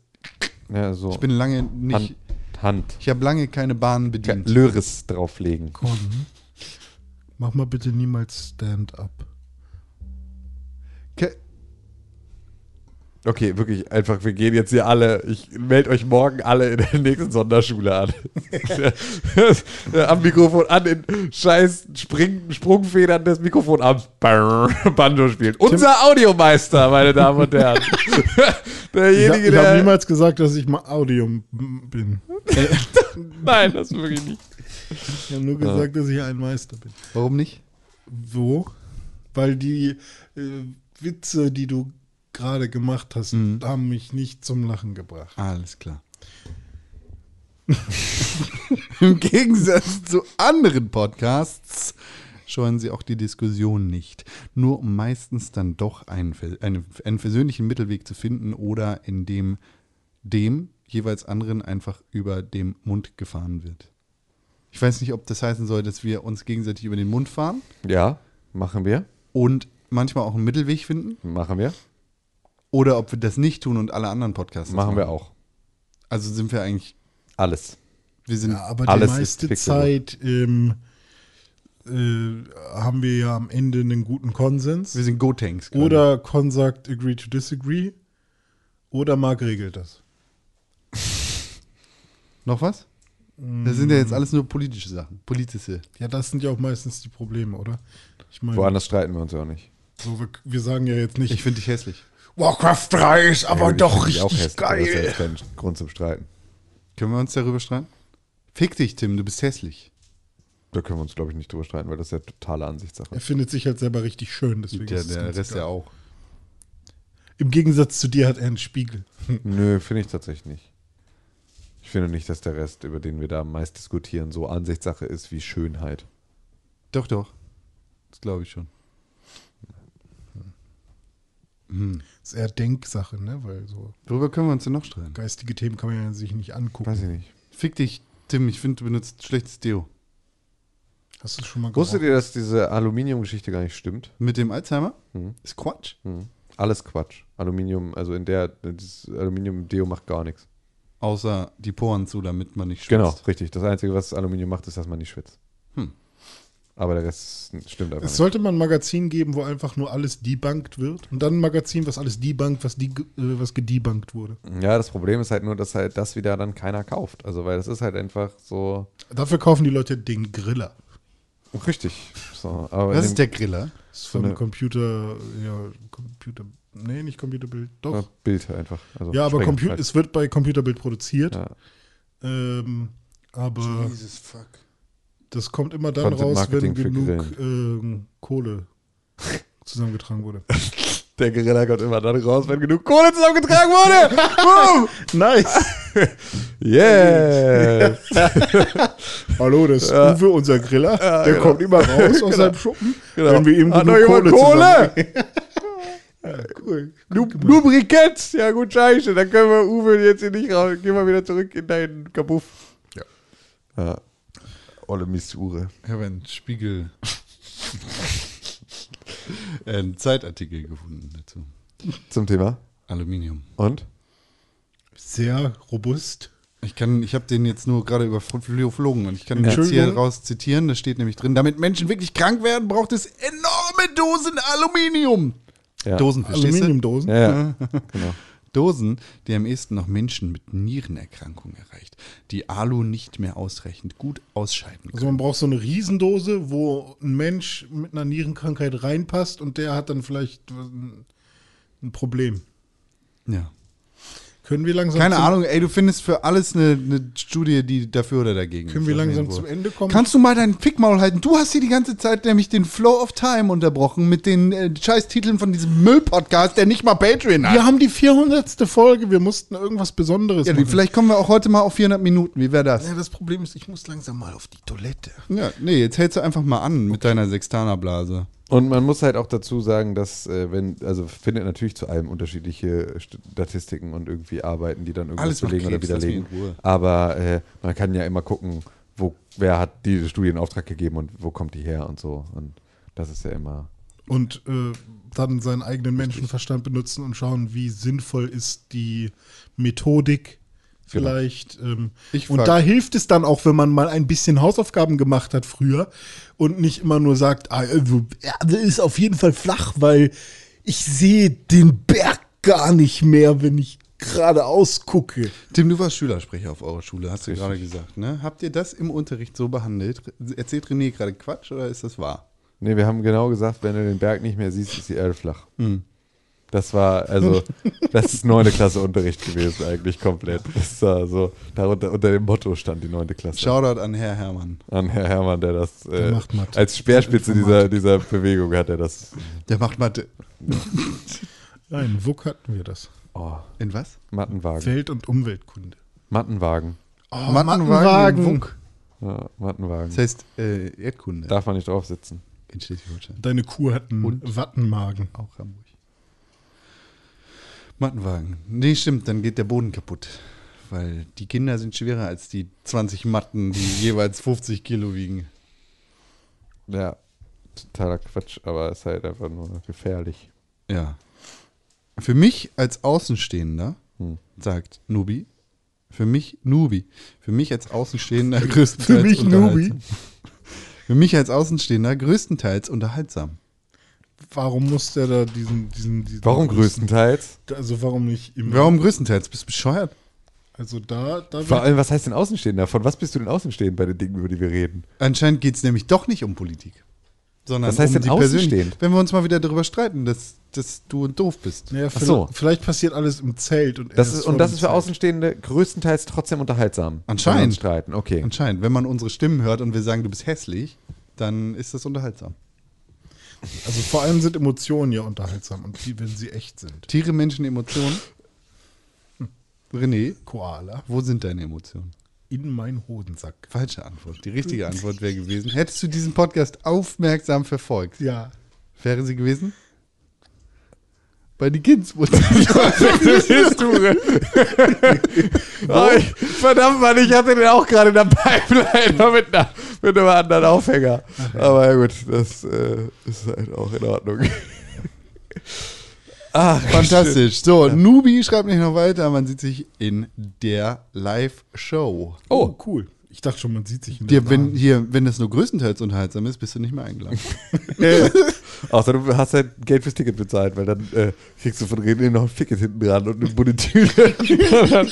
S3: Ja, so.
S2: ich bin lange nicht,
S3: Hand. Hand.
S2: ich habe lange keine Bahn bedient.
S3: Löris drauflegen.
S4: Con. Mach mal bitte niemals Stand-up.
S2: Ke-
S3: Okay, wirklich einfach, wir gehen jetzt hier alle, ich melde euch morgen alle in der nächsten Sonderschule an. am Mikrofon an, in scheiß Spring, Sprungfedern des Mikrofon am Brrr, Banjo spielt. Unser Audiomeister, meine Damen und Herren.
S4: Ich, hab-
S3: Derjenige,
S4: ich habe
S3: der...
S4: niemals gesagt, dass ich mal Audio bin.
S3: Nein, das wirklich nicht.
S4: Ich habe nur gesagt, dass ich ein Meister bin.
S2: Warum nicht?
S4: Wo? Weil die äh, Witze, die du gerade gemacht hast, haben mich nicht zum Lachen gebracht.
S2: Alles klar. Im Gegensatz zu anderen Podcasts scheuen sie auch die Diskussion nicht. Nur um meistens dann doch einen, vers- einen, einen versöhnlichen Mittelweg zu finden oder in dem dem jeweils anderen einfach über dem Mund gefahren wird. Ich weiß nicht, ob das heißen soll, dass wir uns gegenseitig über den Mund fahren
S3: Ja, machen wir,
S2: und manchmal auch einen Mittelweg finden
S3: machen wir,
S2: oder ob wir das nicht tun und alle anderen Podcasts. das
S3: machen wir auch.
S2: Also sind wir eigentlich,
S3: Alles.
S2: wir sind
S4: Ja, aber
S3: Alles
S4: die
S3: ist
S4: meiste
S2: also.
S3: Pixelbook.
S4: Zeit ähm, äh, haben wir ja am Ende einen guten Konsens.
S2: wir sind Go-Tanks. gerade.
S4: Oder Con sagt agree to disagree. Oder Marc regelt das.
S2: Noch was? Das sind ja jetzt alles nur politische Sachen. Politische.
S4: Ja, das sind ja auch meistens die Probleme, oder? Ich meine,
S3: Woanders streiten wir uns ja auch nicht.
S4: so, wir, wir sagen ja jetzt nicht,
S2: Ich finde dich hässlich.
S4: Warcraft 3 ist aber
S3: Ja, ich
S4: doch
S3: find die
S4: richtig
S3: hässlich, aber
S2: Also,
S3: Das ist
S4: geil.
S3: jetzt kein Grund zum Streiten.
S2: Können wir uns darüber streiten? Fick dich, Tim, du bist hässlich.
S3: Da können wir uns, glaube ich, nicht drüber streiten, weil das ist ja totale Ansichtssache.
S4: Er findet sich halt selber richtig schön, deswegen
S2: Der,
S4: ist es
S2: der
S4: ganz
S2: Rest
S4: egal.
S2: ja auch.
S4: Im Gegensatz zu dir hat er einen Spiegel.
S3: Nö, finde ich tatsächlich nicht. Ich Ich finde nicht, dass der Rest, über den wir da am meisten diskutieren, so Ansichtssache ist wie Schönheit.
S2: Doch, doch. Das glaube ich schon.
S4: Ist eher Denksache, ne? Weil so
S2: Worüber können wir uns denn noch streiten?
S4: geistige Themen kann man ja sich nicht angucken.
S3: Weiß ich nicht.
S2: Fick dich, Tim. Ich finde, du benutzt schlechtes Deo.
S4: Hast du schon mal
S3: Wusstet ihr, dass diese Aluminium-Geschichte gar nicht stimmt?
S2: Mit dem Alzheimer?
S3: Hm.
S2: Ist Quatsch.
S3: Hm. Alles Quatsch. Aluminium, also in der, das Aluminium-Deo macht gar nichts.
S2: Außer die Poren zu, damit man nicht schwitzt.
S3: Genau, richtig. Das Einzige, was Aluminium macht, ist, dass man nicht schwitzt.
S2: Hm.
S3: Aber der Rest stimmt einfach
S4: Es
S3: nicht.
S4: sollte mal ein Magazin geben, wo einfach nur alles debunked wird. Und dann ein Magazin, was alles debunkt, was, die, äh, was gedebunked wurde.
S3: Ja, das Problem ist halt nur, dass halt das wieder dann keiner kauft. Also, weil das ist halt einfach so.
S4: Dafür kaufen die Leute den Griller.
S3: Richtig. So, aber
S2: Was
S3: in
S2: ist der
S3: dem-
S2: Griller?
S4: Das ist von
S3: So eine-
S4: Computer, ja, Computer, nee, nicht Computerbild, doch.
S3: Ja, Bild einfach. Also
S4: ja, aber
S3: Sprenger
S4: Compu
S3: halt.
S4: es wird bei Computerbild produziert.
S3: Ja.
S4: Ähm, aber
S2: Jesus, fuck.
S4: das kommt immer dann
S3: Content
S4: raus, wenn
S3: Marketing für
S4: genug ähm, Kohle zusammengetragen wurde.
S3: Der Gorilla kommt immer dann raus, wenn genug Kohle zusammengetragen wurde. Boom!
S4: nice!
S3: Yes!
S4: Hallo, das ist Uwe, unser Griller.
S3: Ja,
S4: Der
S3: genau.
S4: kommt immer raus aus
S3: Genau.
S4: seinem Schuppen,
S3: Genau.
S4: wenn wir ihm
S3: Hat
S4: genug
S3: noch jemand
S4: Kohle,
S3: Kohle?
S4: zusammen- ja, cool.
S3: Lub- Lubrikant! Ja, gut, scheiße. Dann können wir Uwe jetzt hier nicht raus. Gehen wir wieder zurück in deinen Kabuff.
S4: Ja.
S3: ja. Olle Missure.
S2: Ich habe einen Spiegel. Äh, einen Zeitartikel gefunden dazu.
S3: Zum Thema.
S2: Aluminium.
S3: Und?
S4: Sehr robust.
S2: Ich kann, ich habe den jetzt nur gerade überflogen und ich kann ihn jetzt
S4: Entschuldigung.
S2: hier raus zitieren. Da steht nämlich drin, damit Menschen wirklich krank werden, braucht es enorme Dosen Aluminium.
S3: Ja.
S2: Dosen, verstehst du?
S4: Aluminiumdosen.
S3: Ja, genau.
S2: Dosen, die am ehesten noch Menschen mit Nierenerkrankungen erreicht, die Alu nicht mehr ausreichend gut ausscheiden
S4: Also
S2: können.
S4: man braucht so eine Riesendose, wo ein Mensch mit einer Nierenkrankheit reinpasst und der hat dann vielleicht ein ein Problem.
S2: ja.
S4: Können wir langsam
S2: Keine
S4: zum,
S2: Ahnung, ey, du findest für alles eine, eine Studie, die dafür oder dagegen
S4: Können
S2: ist.
S4: wir
S2: Das
S4: langsam
S2: nehmen
S4: zum
S2: wir.
S4: Ende kommen?
S2: Kannst du mal deinen Fickmaul halten? Du hast hier die ganze Zeit nämlich den Flow of Time unterbrochen mit den äh, Scheißtiteln von diesem Müllpodcast, der nicht mal Patreon hat.
S4: wir haben die 400. Folge, wir mussten irgendwas Besonderes
S2: Ja, die-
S4: machen.
S2: vielleicht kommen wir auch heute mal auf 400 Minuten. Wie wäre das?
S4: Ja, das Problem ist, ich muss langsam mal auf die Toilette.
S2: Ja, nee, jetzt hältst du einfach mal an mit deiner Sextanerblase.
S3: Und man muss halt auch dazu sagen, dass, äh, wenn, also findet natürlich zu allem unterschiedliche St- Statistiken und irgendwie Arbeiten, die dann irgendwas
S2: Alles macht
S3: belegen oder
S2: Krebs, lass mich
S3: widerlegen.
S2: in Ruhe.
S3: Aber äh, man kann ja immer gucken, wo, wer hat diese Studie in Auftrag gegeben und wo kommt die her und so. Und das ist ja immer.
S4: Und äh, dann seinen eigenen Menschenverstand benutzen und schauen, wie sinnvoll ist die Methodik vielleicht. Ähm,
S2: Genau. Ich
S4: und
S2: frag-
S4: da hilft es dann auch, wenn man mal ein bisschen Hausaufgaben gemacht hat früher und nicht immer nur sagt, ah, äh, ja, das ist auf jeden Fall flach, weil ich sehe den Berg gar nicht mehr, wenn ich geradeaus gucke.
S2: Tim, du warst Schülersprecher auf eurer Schule, hast du gerade gesagt, ne? Habt ihr das im Unterricht so behandelt? Erzählt René gerade Quatsch oder ist das wahr?
S3: Nee, wir haben genau gesagt, wenn du den Berg nicht mehr siehst, ist die Erde flach.
S2: Mhm.
S3: Das war, also, das ist neunte Klasse Unterricht gewesen, eigentlich komplett. Das war so, darunter, unter dem Motto stand die neunte Klasse.
S2: Shoutout an Herr Hermann.
S3: an Herr Hermann, der das äh,
S4: macht Mathe.
S3: als Speerspitze dieser, dieser Bewegung hat er das.
S2: Der macht Mathe.
S4: Nein, Wuck hatten wir das.
S3: Oh,
S2: In was?
S3: Mattenwagen.
S4: Welt- und Umweltkunde.
S3: Mattenwagen.
S4: Oh,
S2: Mattenwagen.
S4: Wuck.
S3: Ja, Mattenwagen.
S2: Das heißt äh, Erdkunde
S3: Darf man nicht drauf sitzen.
S2: in Schleswig-Holstein.
S4: Deine Kuh hat einen Wattenmagen.
S2: Auch Hamburg. Mattenwagen. Nee, stimmt, dann geht der Boden kaputt. Weil die Kinder sind schwerer als die 20 Matten, die jeweils 50 Kilo wiegen.
S3: Ja, totaler Quatsch, aber ist halt einfach nur gefährlich.
S2: Ja. Für mich als Außenstehender,
S3: Hm.
S2: sagt Nubi, für mich Nubi, für mich als Außenstehender größtenteils
S4: Für mich Nubi.
S2: unterhaltsam. Für mich als Außenstehender größtenteils unterhaltsam.
S4: Warum muss der da diesen, diesen, diesen
S3: Warum größtenteils?
S4: Also warum nicht immer?
S2: Warum größtenteils? Bist du bescheuert?
S4: Also da, da
S3: Vor allem, was heißt denn Außenstehender? Von was bist du denn Außenstehend bei den Dingen, über die wir reden?
S2: Anscheinend geht es nämlich doch nicht um Politik. Sondern
S3: Was heißt
S2: um
S3: denn
S2: Persönlich-
S3: außenstehend?
S2: Wenn wir uns mal wieder darüber streiten, dass, dass du doof bist.
S4: naja,
S3: Ach so.
S4: vielleicht, vielleicht passiert alles im Zelt und
S3: Das
S4: erst
S3: ist,
S4: vor
S3: und das
S4: dem
S3: ist für
S4: Zelt.
S3: Außenstehende größtenteils trotzdem unterhaltsam.
S2: Anscheinend.
S3: Wenn wir uns Streiten, okay.
S2: Anscheinend, wenn man unsere Stimmen hört und wir sagen, du bist hässlich, dann ist das unterhaltsam.
S4: Also vor allem sind Emotionen ja unterhaltsam und die, wenn sie echt sind.
S2: Tiere, Menschen, Emotionen. René,
S4: Koala.
S2: wo sind deine Emotionen?
S4: In meinen Hodensack.
S2: Falsche Antwort. Die richtige Antwort wäre gewesen. Hättest du diesen Podcast aufmerksam verfolgt?
S4: Ja.
S2: Wäre sie gewesen? Bei die Kids. wo du
S3: Oh, ich, verdammt, Mann, ich hatte den auch gerade in der Pipeline nur mit, einer, mit einem anderen Aufhänger. Aber ja gut, das äh, ist halt auch in Ordnung.
S2: Ach, fantastisch. So, Nubi schreibt nicht noch weiter. Man sieht sich in der Live-Show.
S4: Oh, cool. Ich dachte schon, man sieht sich in
S2: Dir,
S4: der
S2: wenn,
S4: Bahn.
S2: hier, wenn das nur größtenteils unterhaltsam ist, bist du nicht mehr eingeladen.
S3: Außer du hast halt Geld fürs Ticket bezahlt, weil dann äh, kriegst du von René noch ein Ticket hinten dran und eine Budetüte. dann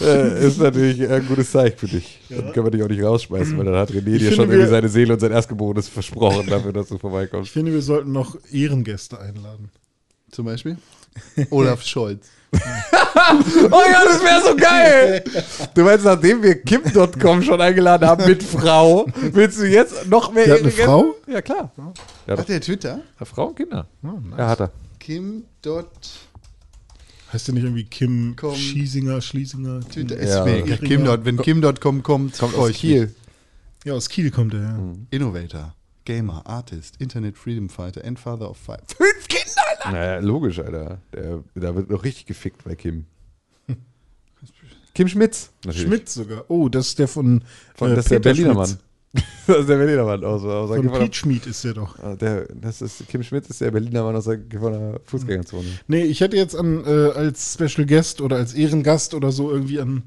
S3: äh, ist natürlich ein gutes Zeichen für dich. Dann können wir dich auch nicht rausschmeißen, weil dann hat René dir
S4: finde,
S3: schon irgendwie
S4: wir-
S3: seine Seele und sein Erstgeborenes versprochen dafür, dass du
S4: Ich
S3: vorbeikommst.
S4: finde, wir sollten noch Ehrengäste einladen.
S2: Zum Beispiel? Olaf Scholz.
S3: Oh ja, das wäre so geil! Du meinst, nachdem wir Kim.com schon eingeladen haben mit Frau, willst du jetzt noch mehr
S2: Der hat eine
S3: Ehrengäste?
S2: Frau?
S3: Ja, klar. Ja, doch.
S2: Hat der Twitter?
S3: Hat Frau und Kinder. Ja, hat er.
S2: Kim. Dort
S4: Heißt der nicht irgendwie Kim
S2: Com.
S4: Schiesinger, Schlesinger?
S2: Twitter.
S4: Kim-
S2: Ist mega. Kim dort, wenn Kim.com kommt, kommt
S3: aus Kiel.
S4: Ja, aus Kiel kommt er, ja.
S3: Mhm.
S2: Innovator, Gamer, Artist, Internet Freedom Fighter and Father of Five.
S3: Fünf Kinder, Alter! Naja, logisch, Alter. Der, da wird noch richtig gefickt bei Kim. Kim Schmitz. natürlich.
S4: Schmidt sogar. Oh, das ist der von.
S3: Von,
S4: äh,
S3: das ist der
S4: Peter
S3: Berliner
S4: Schmitz.
S3: Mann. Das ist der Berliner Mann aus, aus
S4: Von
S3: der Gifhorner-
S4: Pete Schmied ist der doch.
S3: Ah, der, das ist, Kim Schmitz ist der Berliner Mann aus der Gifhorner Fußgängerzone.
S4: Nee, ich hätte jetzt an, äh, als Special Guest oder als Ehrengast oder so irgendwie an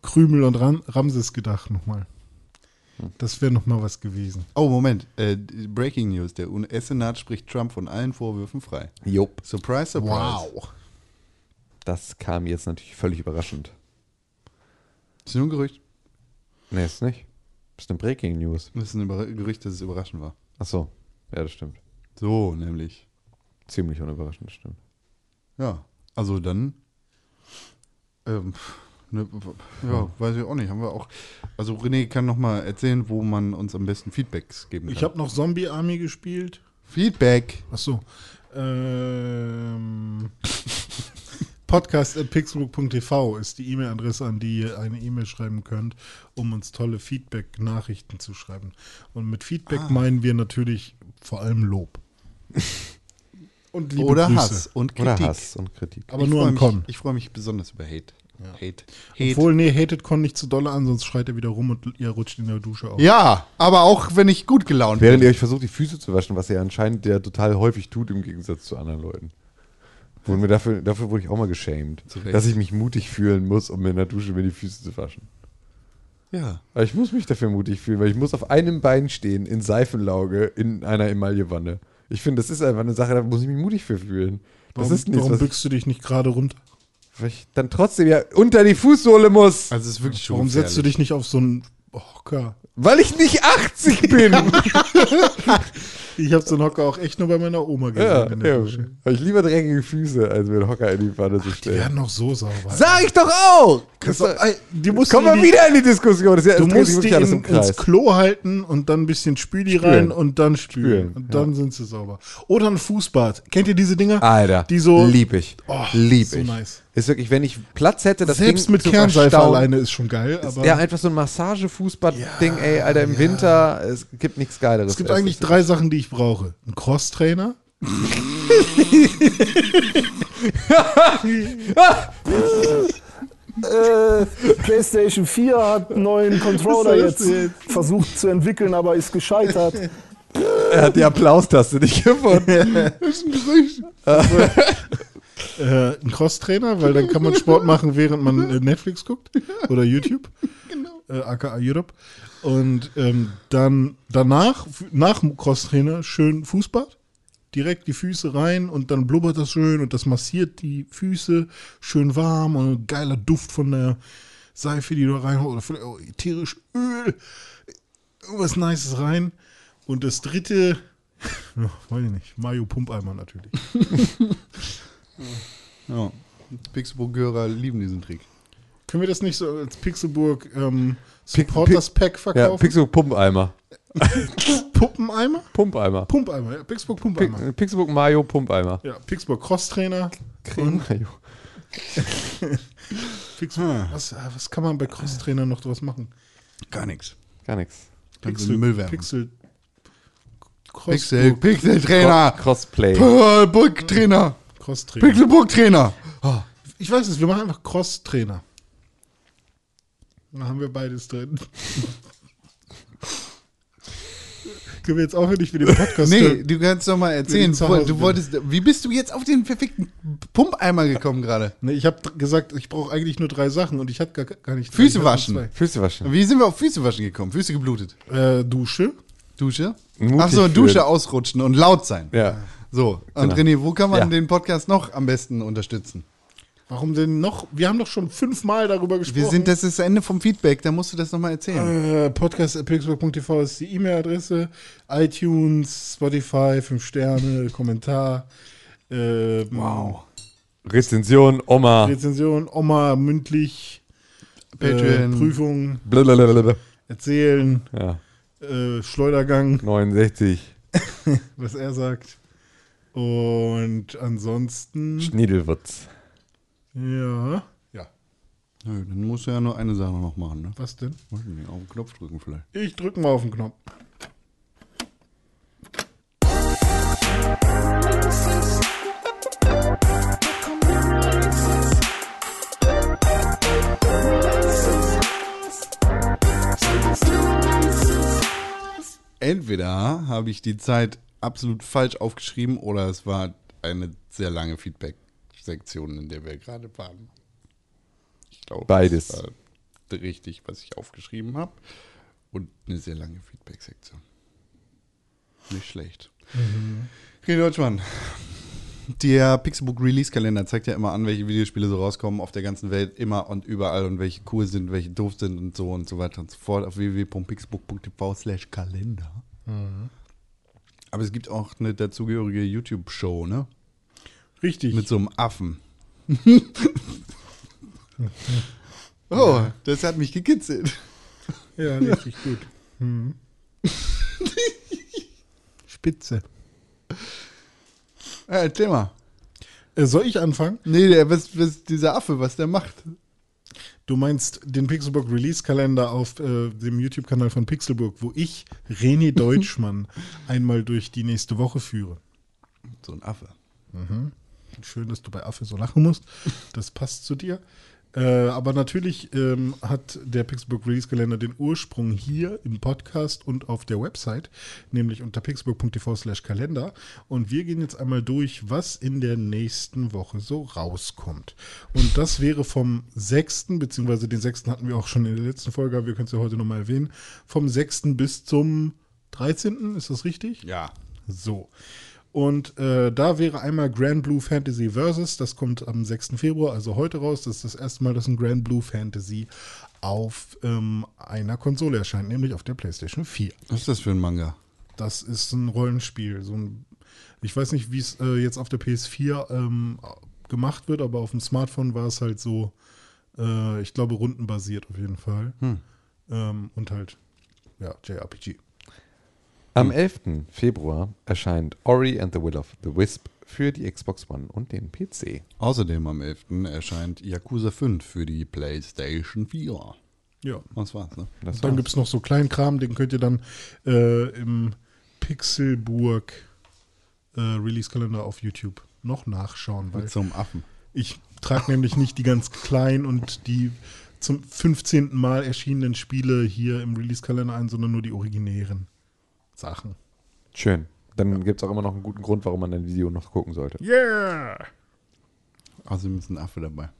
S4: Krümel und Ram Ramses gedacht nochmal.
S3: Hm.
S4: Das wäre nochmal was gewesen.
S2: Oh, Moment. Äh, Breaking News. Der US-Senat spricht Trump von allen Vorwürfen frei.
S3: Jop.
S2: Surprise, surprise.
S4: Wow.
S3: Das kam jetzt natürlich völlig überraschend.
S2: Ist nur ein Gerücht.
S3: Nee, ist nicht. Ist eine Breaking News.
S2: Das ist ein Überra- Gerücht, dass es überraschend war.
S3: Ach so. Ja, das stimmt.
S2: So, nämlich.
S3: Ziemlich unüberraschend, das stimmt.
S2: Ja. Also dann. Ähm, pff, ne,
S4: Hm.
S2: ja, weiß ich auch nicht. Haben wir auch. Also René kann nochmal erzählen, wo man uns am besten Feedbacks geben kann.
S4: Ich habe noch Zombie Army gespielt.
S2: Feedback.
S4: Ach so. Ähm, Podcast at pixelbook.tv ist die E-Mail-Adresse, an die ihr eine E-Mail schreiben könnt, um uns tolle Feedback-Nachrichten zu schreiben. Und mit Feedback meinen wir natürlich vor allem Lob. Und liebe
S2: Oder
S4: Grüße.
S2: Hass und Kritik.
S3: Oder Hass und Kritik.
S4: Aber
S2: ich
S4: nur
S2: freu
S4: am
S2: mich-
S4: Kommen.
S2: Ich freue mich besonders über Hate. Hate. Hate.
S4: Obwohl, nee, hatet Con nicht zu doll an, sonst schreit er wieder rum und ihr rutscht in der Dusche auf.
S2: Ja, aber auch wenn ich gut gelaunt
S3: Während
S2: bin.
S3: ihr euch versucht, die Füße zu waschen, was ihr anscheinend ja total häufig tut im Gegensatz zu anderen Leuten. Wurden mir dafür, dafür wurde ich auch mal geschämt,
S2: Zu Recht.
S3: dass ich mich mutig fühlen muss, um in der Dusche mir die Füße zu waschen.
S2: Ja.
S3: Aber ich muss mich dafür mutig fühlen, weil ich muss auf einem Bein stehen, in Seifenlauge, in einer Emaillewanne. Ich finde, das ist einfach eine Sache, da muss ich mich mutig für fühlen. Das
S4: warum
S3: ist nichts,
S4: warum
S3: was ich,
S4: bückst du dich nicht gerade runter?
S3: weil ich dann trotzdem ja unter die Fußsohle muss,
S2: Also es ist wirklich schon
S4: Warum setzt du
S2: gefährlich.
S4: dich nicht auf so einen Hocker?
S3: weil ich nicht 80 bin.
S4: Ich habe so einen Hocker auch echt nur bei meiner Oma gesehen
S3: ja,
S4: in der
S3: ja.
S4: Dusche.
S3: Weil ich lieber dreckige Füße, als mir einen Hocker in die Wanne zu
S4: Die
S3: stellen.
S4: werden noch so sauber.
S3: Sag ich doch auch!
S4: Das war- ey, die musst
S3: Kommen
S4: du
S3: wir
S4: die-
S3: wieder in die Diskussion. Das ist ja,
S4: Du
S3: es dreht sich
S4: musst die
S3: wirklich alles
S4: in,
S3: im Kreis.
S4: ins Klo halten und dann ein bisschen Spüli
S3: Spülen.
S4: rein und dann spülen.
S3: Spülen,
S4: und dann sind sie sauber. Oder ein Fußbad. Kennt ihr diese Dinger?
S3: Alter,
S4: Die so
S3: lieb ich.
S4: Oh,
S3: lieb
S4: so
S3: ich.
S4: nice.
S3: Ist wirklich, wenn ich Platz hätte, das
S4: selbst
S3: Ding
S4: mit
S3: zu
S4: Kernseife
S3: verstauen,
S4: alleine ist schon geil,
S3: Ist
S4: aber
S3: ja, einfach so ein Massagefußbad-Ding, ey, Alter, im Winter, es gibt nichts Geileres.
S4: es gibt
S3: als
S4: eigentlich
S3: das.
S4: drei Sachen, die ich brauche. Ein Crosstrainer,
S10: Äh, PlayStation 4 hat einen neuen Controller
S4: Was
S10: jetzt
S4: soll das
S10: versucht zu entwickeln, aber ist gescheitert.
S3: Er hat die Applaustaste nicht gefunden.
S4: äh, ein Crosstrainer, weil dann kann man Sport machen, während man äh, Netflix guckt oder YouTube. Äh, aka Europe. Und ähm, dann danach, f- nach dem Crosstrainer, schön Fußbad. Direkt die Füße rein und dann blubbert das schön und das massiert die Füße schön warm und ein geiler Duft von der Seife, die du da reinhaust oder vielleicht auch ätherisch Öl. Irgendwas Nices rein. Und das dritte, ja, weiß ich nicht, Mayo Pumpeimer natürlich.
S2: Ja. Pixelburg-Hörer lieben diesen Trick.
S4: Können wir das nicht so als Pixelburg ähm,
S3: Pix-
S4: Supporters Pack
S3: ja,
S4: verkaufen?
S3: Pixelbook Pumpeimer.
S4: Puppeneimer?
S3: Pumpeimer.
S4: Pumpeimer, ja. Pixelburg Pumpeimer.
S3: Pix- Pixelbook Mayo Pumpeimer.
S4: Ja, Pixelburg Crosstrainer.
S3: Mayo.
S4: Fix,
S2: Ah.
S4: was, äh, was kann man bei Crosstrainer noch draus machen?
S2: Gar nichts.
S3: Gar nichts.
S4: Pixel,
S2: Müll werfen.
S4: Pixel,
S2: Pixel, Pixel-Trainer. Äh,
S3: Cro- Crossplay.
S2: Pearl Burg Trainer.
S4: Cross-Trainer.
S2: Pixelburg-Trainer.
S4: Ich weiß es, wir machen einfach Cross-Trainer. Da haben wir beides drin. Können wir jetzt aufhören, nicht mit dem Podcast
S2: Nee, du kannst doch mal erzählen.
S4: zu Hause
S2: Du
S4: bin.
S2: wolltest, wie bist du jetzt auf den perfekten Pumpeimer gekommen gerade?
S4: Nee, ich habe gesagt, ich brauche eigentlich nur drei Sachen und ich hatte gar, gar nicht drei,
S2: Füße
S4: ich hatte
S2: waschen.
S4: zwei.
S3: Füße waschen.
S2: Wie sind wir auf Füße waschen gekommen? Füße geblutet.
S4: Äh, Dusche.
S2: Dusche?
S3: Mutig
S2: Ach so,
S3: fühlen.
S2: Dusche ausrutschen und laut sein.
S3: Ja.
S2: So, und
S3: Genau.
S2: René, wo kann man
S3: Ja.
S2: den Podcast noch am besten unterstützen?
S4: Warum denn noch? Wir haben doch schon fünfmal darüber gesprochen.
S2: Wir sind, das ist das Ende vom Feedback, da musst du das nochmal erzählen.
S4: Oh. Äh, Podcast.pixburg.tv ist die E-Mail-Adresse. iTunes, Spotify, 5 Sterne, Kommentar. Ähm, wow.
S3: Rezension, Oma.
S4: Rezension, Oma, mündlich. Äh,
S2: Patreon.
S4: Prüfung,
S3: Blablabla.
S4: erzählen.
S3: Ja.
S4: Äh, Schleudergang,
S3: 69.
S4: was er sagt. Und ansonsten.
S3: Schniedelwurz.
S4: Ja. Ja.
S2: Nö, dann musst du ja nur eine Sache noch machen, ne?
S4: Was denn?
S2: Weiß ich nicht, Auf den Knopf drücken vielleicht.
S4: Ich drück mal auf den Knopf.
S2: Entweder habe ich die Zeit absolut falsch aufgeschrieben oder es war eine sehr lange Feedback-Sektion, in der wir gerade waren. Ich glaube,
S3: Beides.
S2: Das war richtig, was ich aufgeschrieben habe. Und eine sehr lange Feedback-Sektion. Nicht schlecht. René Deutschmann. Der Pixelbook Release Kalender zeigt ja immer an, welche Videospiele so rauskommen auf der ganzen Welt, immer und überall und welche cool sind, welche doof sind und so und so weiter und so fort auf www.pixelbook.tv slash Kalender. Aber es gibt auch eine dazugehörige YouTube-Show, ne?
S4: Richtig.
S2: Mit so einem Affen. oh, das hat mich gekitzelt.
S4: Ja, richtig gut. Hm. Spitze.
S2: Ja, erzähl mal.
S4: Äh, soll ich anfangen?
S2: Nee, der, was, was, dieser Affe, was der macht.
S4: Du meinst den Pixelburg Release Kalender auf äh, dem YouTube-Kanal von Pixelburg, wo ich René Deutschmann einmal durch die nächste Woche führe.
S2: So ein Affe.
S4: Schön, dass du bei Affe so lachen musst. Das passt zu dir. Äh, aber natürlich ähm, hat der Pixelburg Release Kalender den Ursprung hier im Podcast und auf der Website, nämlich unter pixelburg.tv slash Kalender. Und wir gehen jetzt einmal durch, was in der nächsten Woche so rauskommt. Und das wäre vom 6., beziehungsweise den 6. hatten wir auch schon in der letzten Folge, aber wir können es ja heute nochmal erwähnen, vom 6. bis zum 13., ist das richtig?
S2: Ja.
S4: So. Und äh, da wäre einmal Grand Blue Fantasy Versus, das kommt am 6. Februar, also heute raus. Das ist das erste Mal, dass ein Grand Blue Fantasy auf ähm, einer Konsole erscheint, nämlich auf der PlayStation 4.
S2: Was ist das für ein Manga?
S4: Das ist ein Rollenspiel. So ein, ich weiß nicht, wie es äh, jetzt auf der PS4 ähm, gemacht wird, aber auf dem Smartphone war es halt so, äh, ich glaube, rundenbasiert auf jeden Fall. Ähm, und halt, ja, JRPG.
S3: Am 11. Februar erscheint Ori and the Will of the Wisp für die Xbox One und den PC.
S2: Außerdem am 11. erscheint Yakuza 5 für die PlayStation 4.
S4: Ja.
S2: Was war's, ne?
S3: Das
S4: Dann
S3: war's.
S4: gibt es noch so Kleinkram, den könnt ihr dann äh, im Pixelburg äh, Release-Kalender auf YouTube noch nachschauen, weil
S2: Mit so einem Affen.
S4: ich trage nämlich nicht die ganz kleinen und die zum 15. Mal erschienenen Spiele hier im Release-Kalender ein, sondern nur die originären Sachen.
S3: Schön. Dann gibt es auch immer noch einen guten Grund, warum man ein Video noch gucken sollte.
S4: Yeah!
S2: Außerdem ist ein Affe dabei.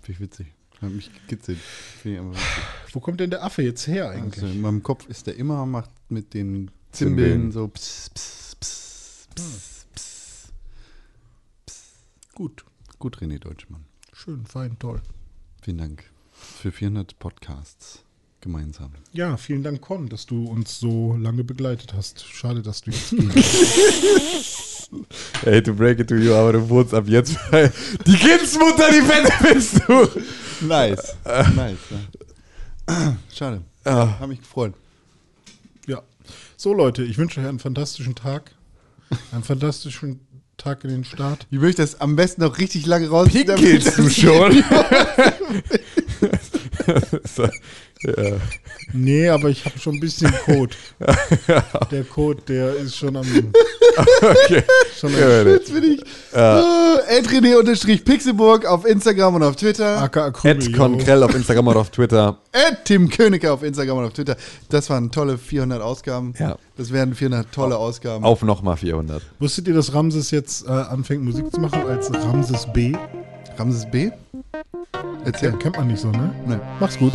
S2: Finde ich witzig. Hat mich gekitzelt. Finde ich einfach witzig.
S4: Wo kommt denn der Affe jetzt her eigentlich?
S2: Also in meinem Kopf ist der immer, macht mit den Zimbeln
S3: Zimbeln.
S2: so pss, pss, pss, pss, pss.
S4: Gut,
S2: Gut, René Deutschmann.
S4: schön, fein, toll.
S2: Vielen Dank für 400 Podcasts gemeinsam.
S4: Ja, vielen Dank, Con, dass du uns so lange begleitet hast. Schade, dass du jetzt
S3: Ey, to break it to you, aber du wohnst ab jetzt bei die Kindsmutter, die fette bist du.
S2: Nice. Äh, nice. ne? Schade.
S3: Ah.
S2: Hab mich gefreut.
S4: Ja. So, Leute, ich wünsche euch einen fantastischen Tag, einen fantastischen Tag in den Start.
S2: Ich möchte das am besten noch richtig lange raus.
S3: Pinkelst du schon? ja.
S4: Nee, aber ich habe schon ein bisschen Code. der Code, der ist schon am.
S3: okay.
S4: Schon
S3: Ja,
S4: am
S3: Leute.
S2: Jetzt bin ich.
S3: Ja.
S2: Äh, Edrene-Pixelburg auf Instagram und auf
S3: Ah,
S2: Twitter.
S3: Ed Conkrell auf Instagram oder auf Twitter.
S2: Ed Tim Königke auf Instagram und auf Twitter. Das waren tolle 400 Ausgaben.
S3: Ja.
S2: Das wären 400 tolle Ausgaben.
S3: Auf nochmal 400.
S4: Wusstet ihr, dass Ramses jetzt äh, anfängt, Musik zu machen als Ramses B?
S2: Ramses B? Erzähl.
S4: Kennt man nicht so, ne?
S2: Nee.
S4: Mach's gut.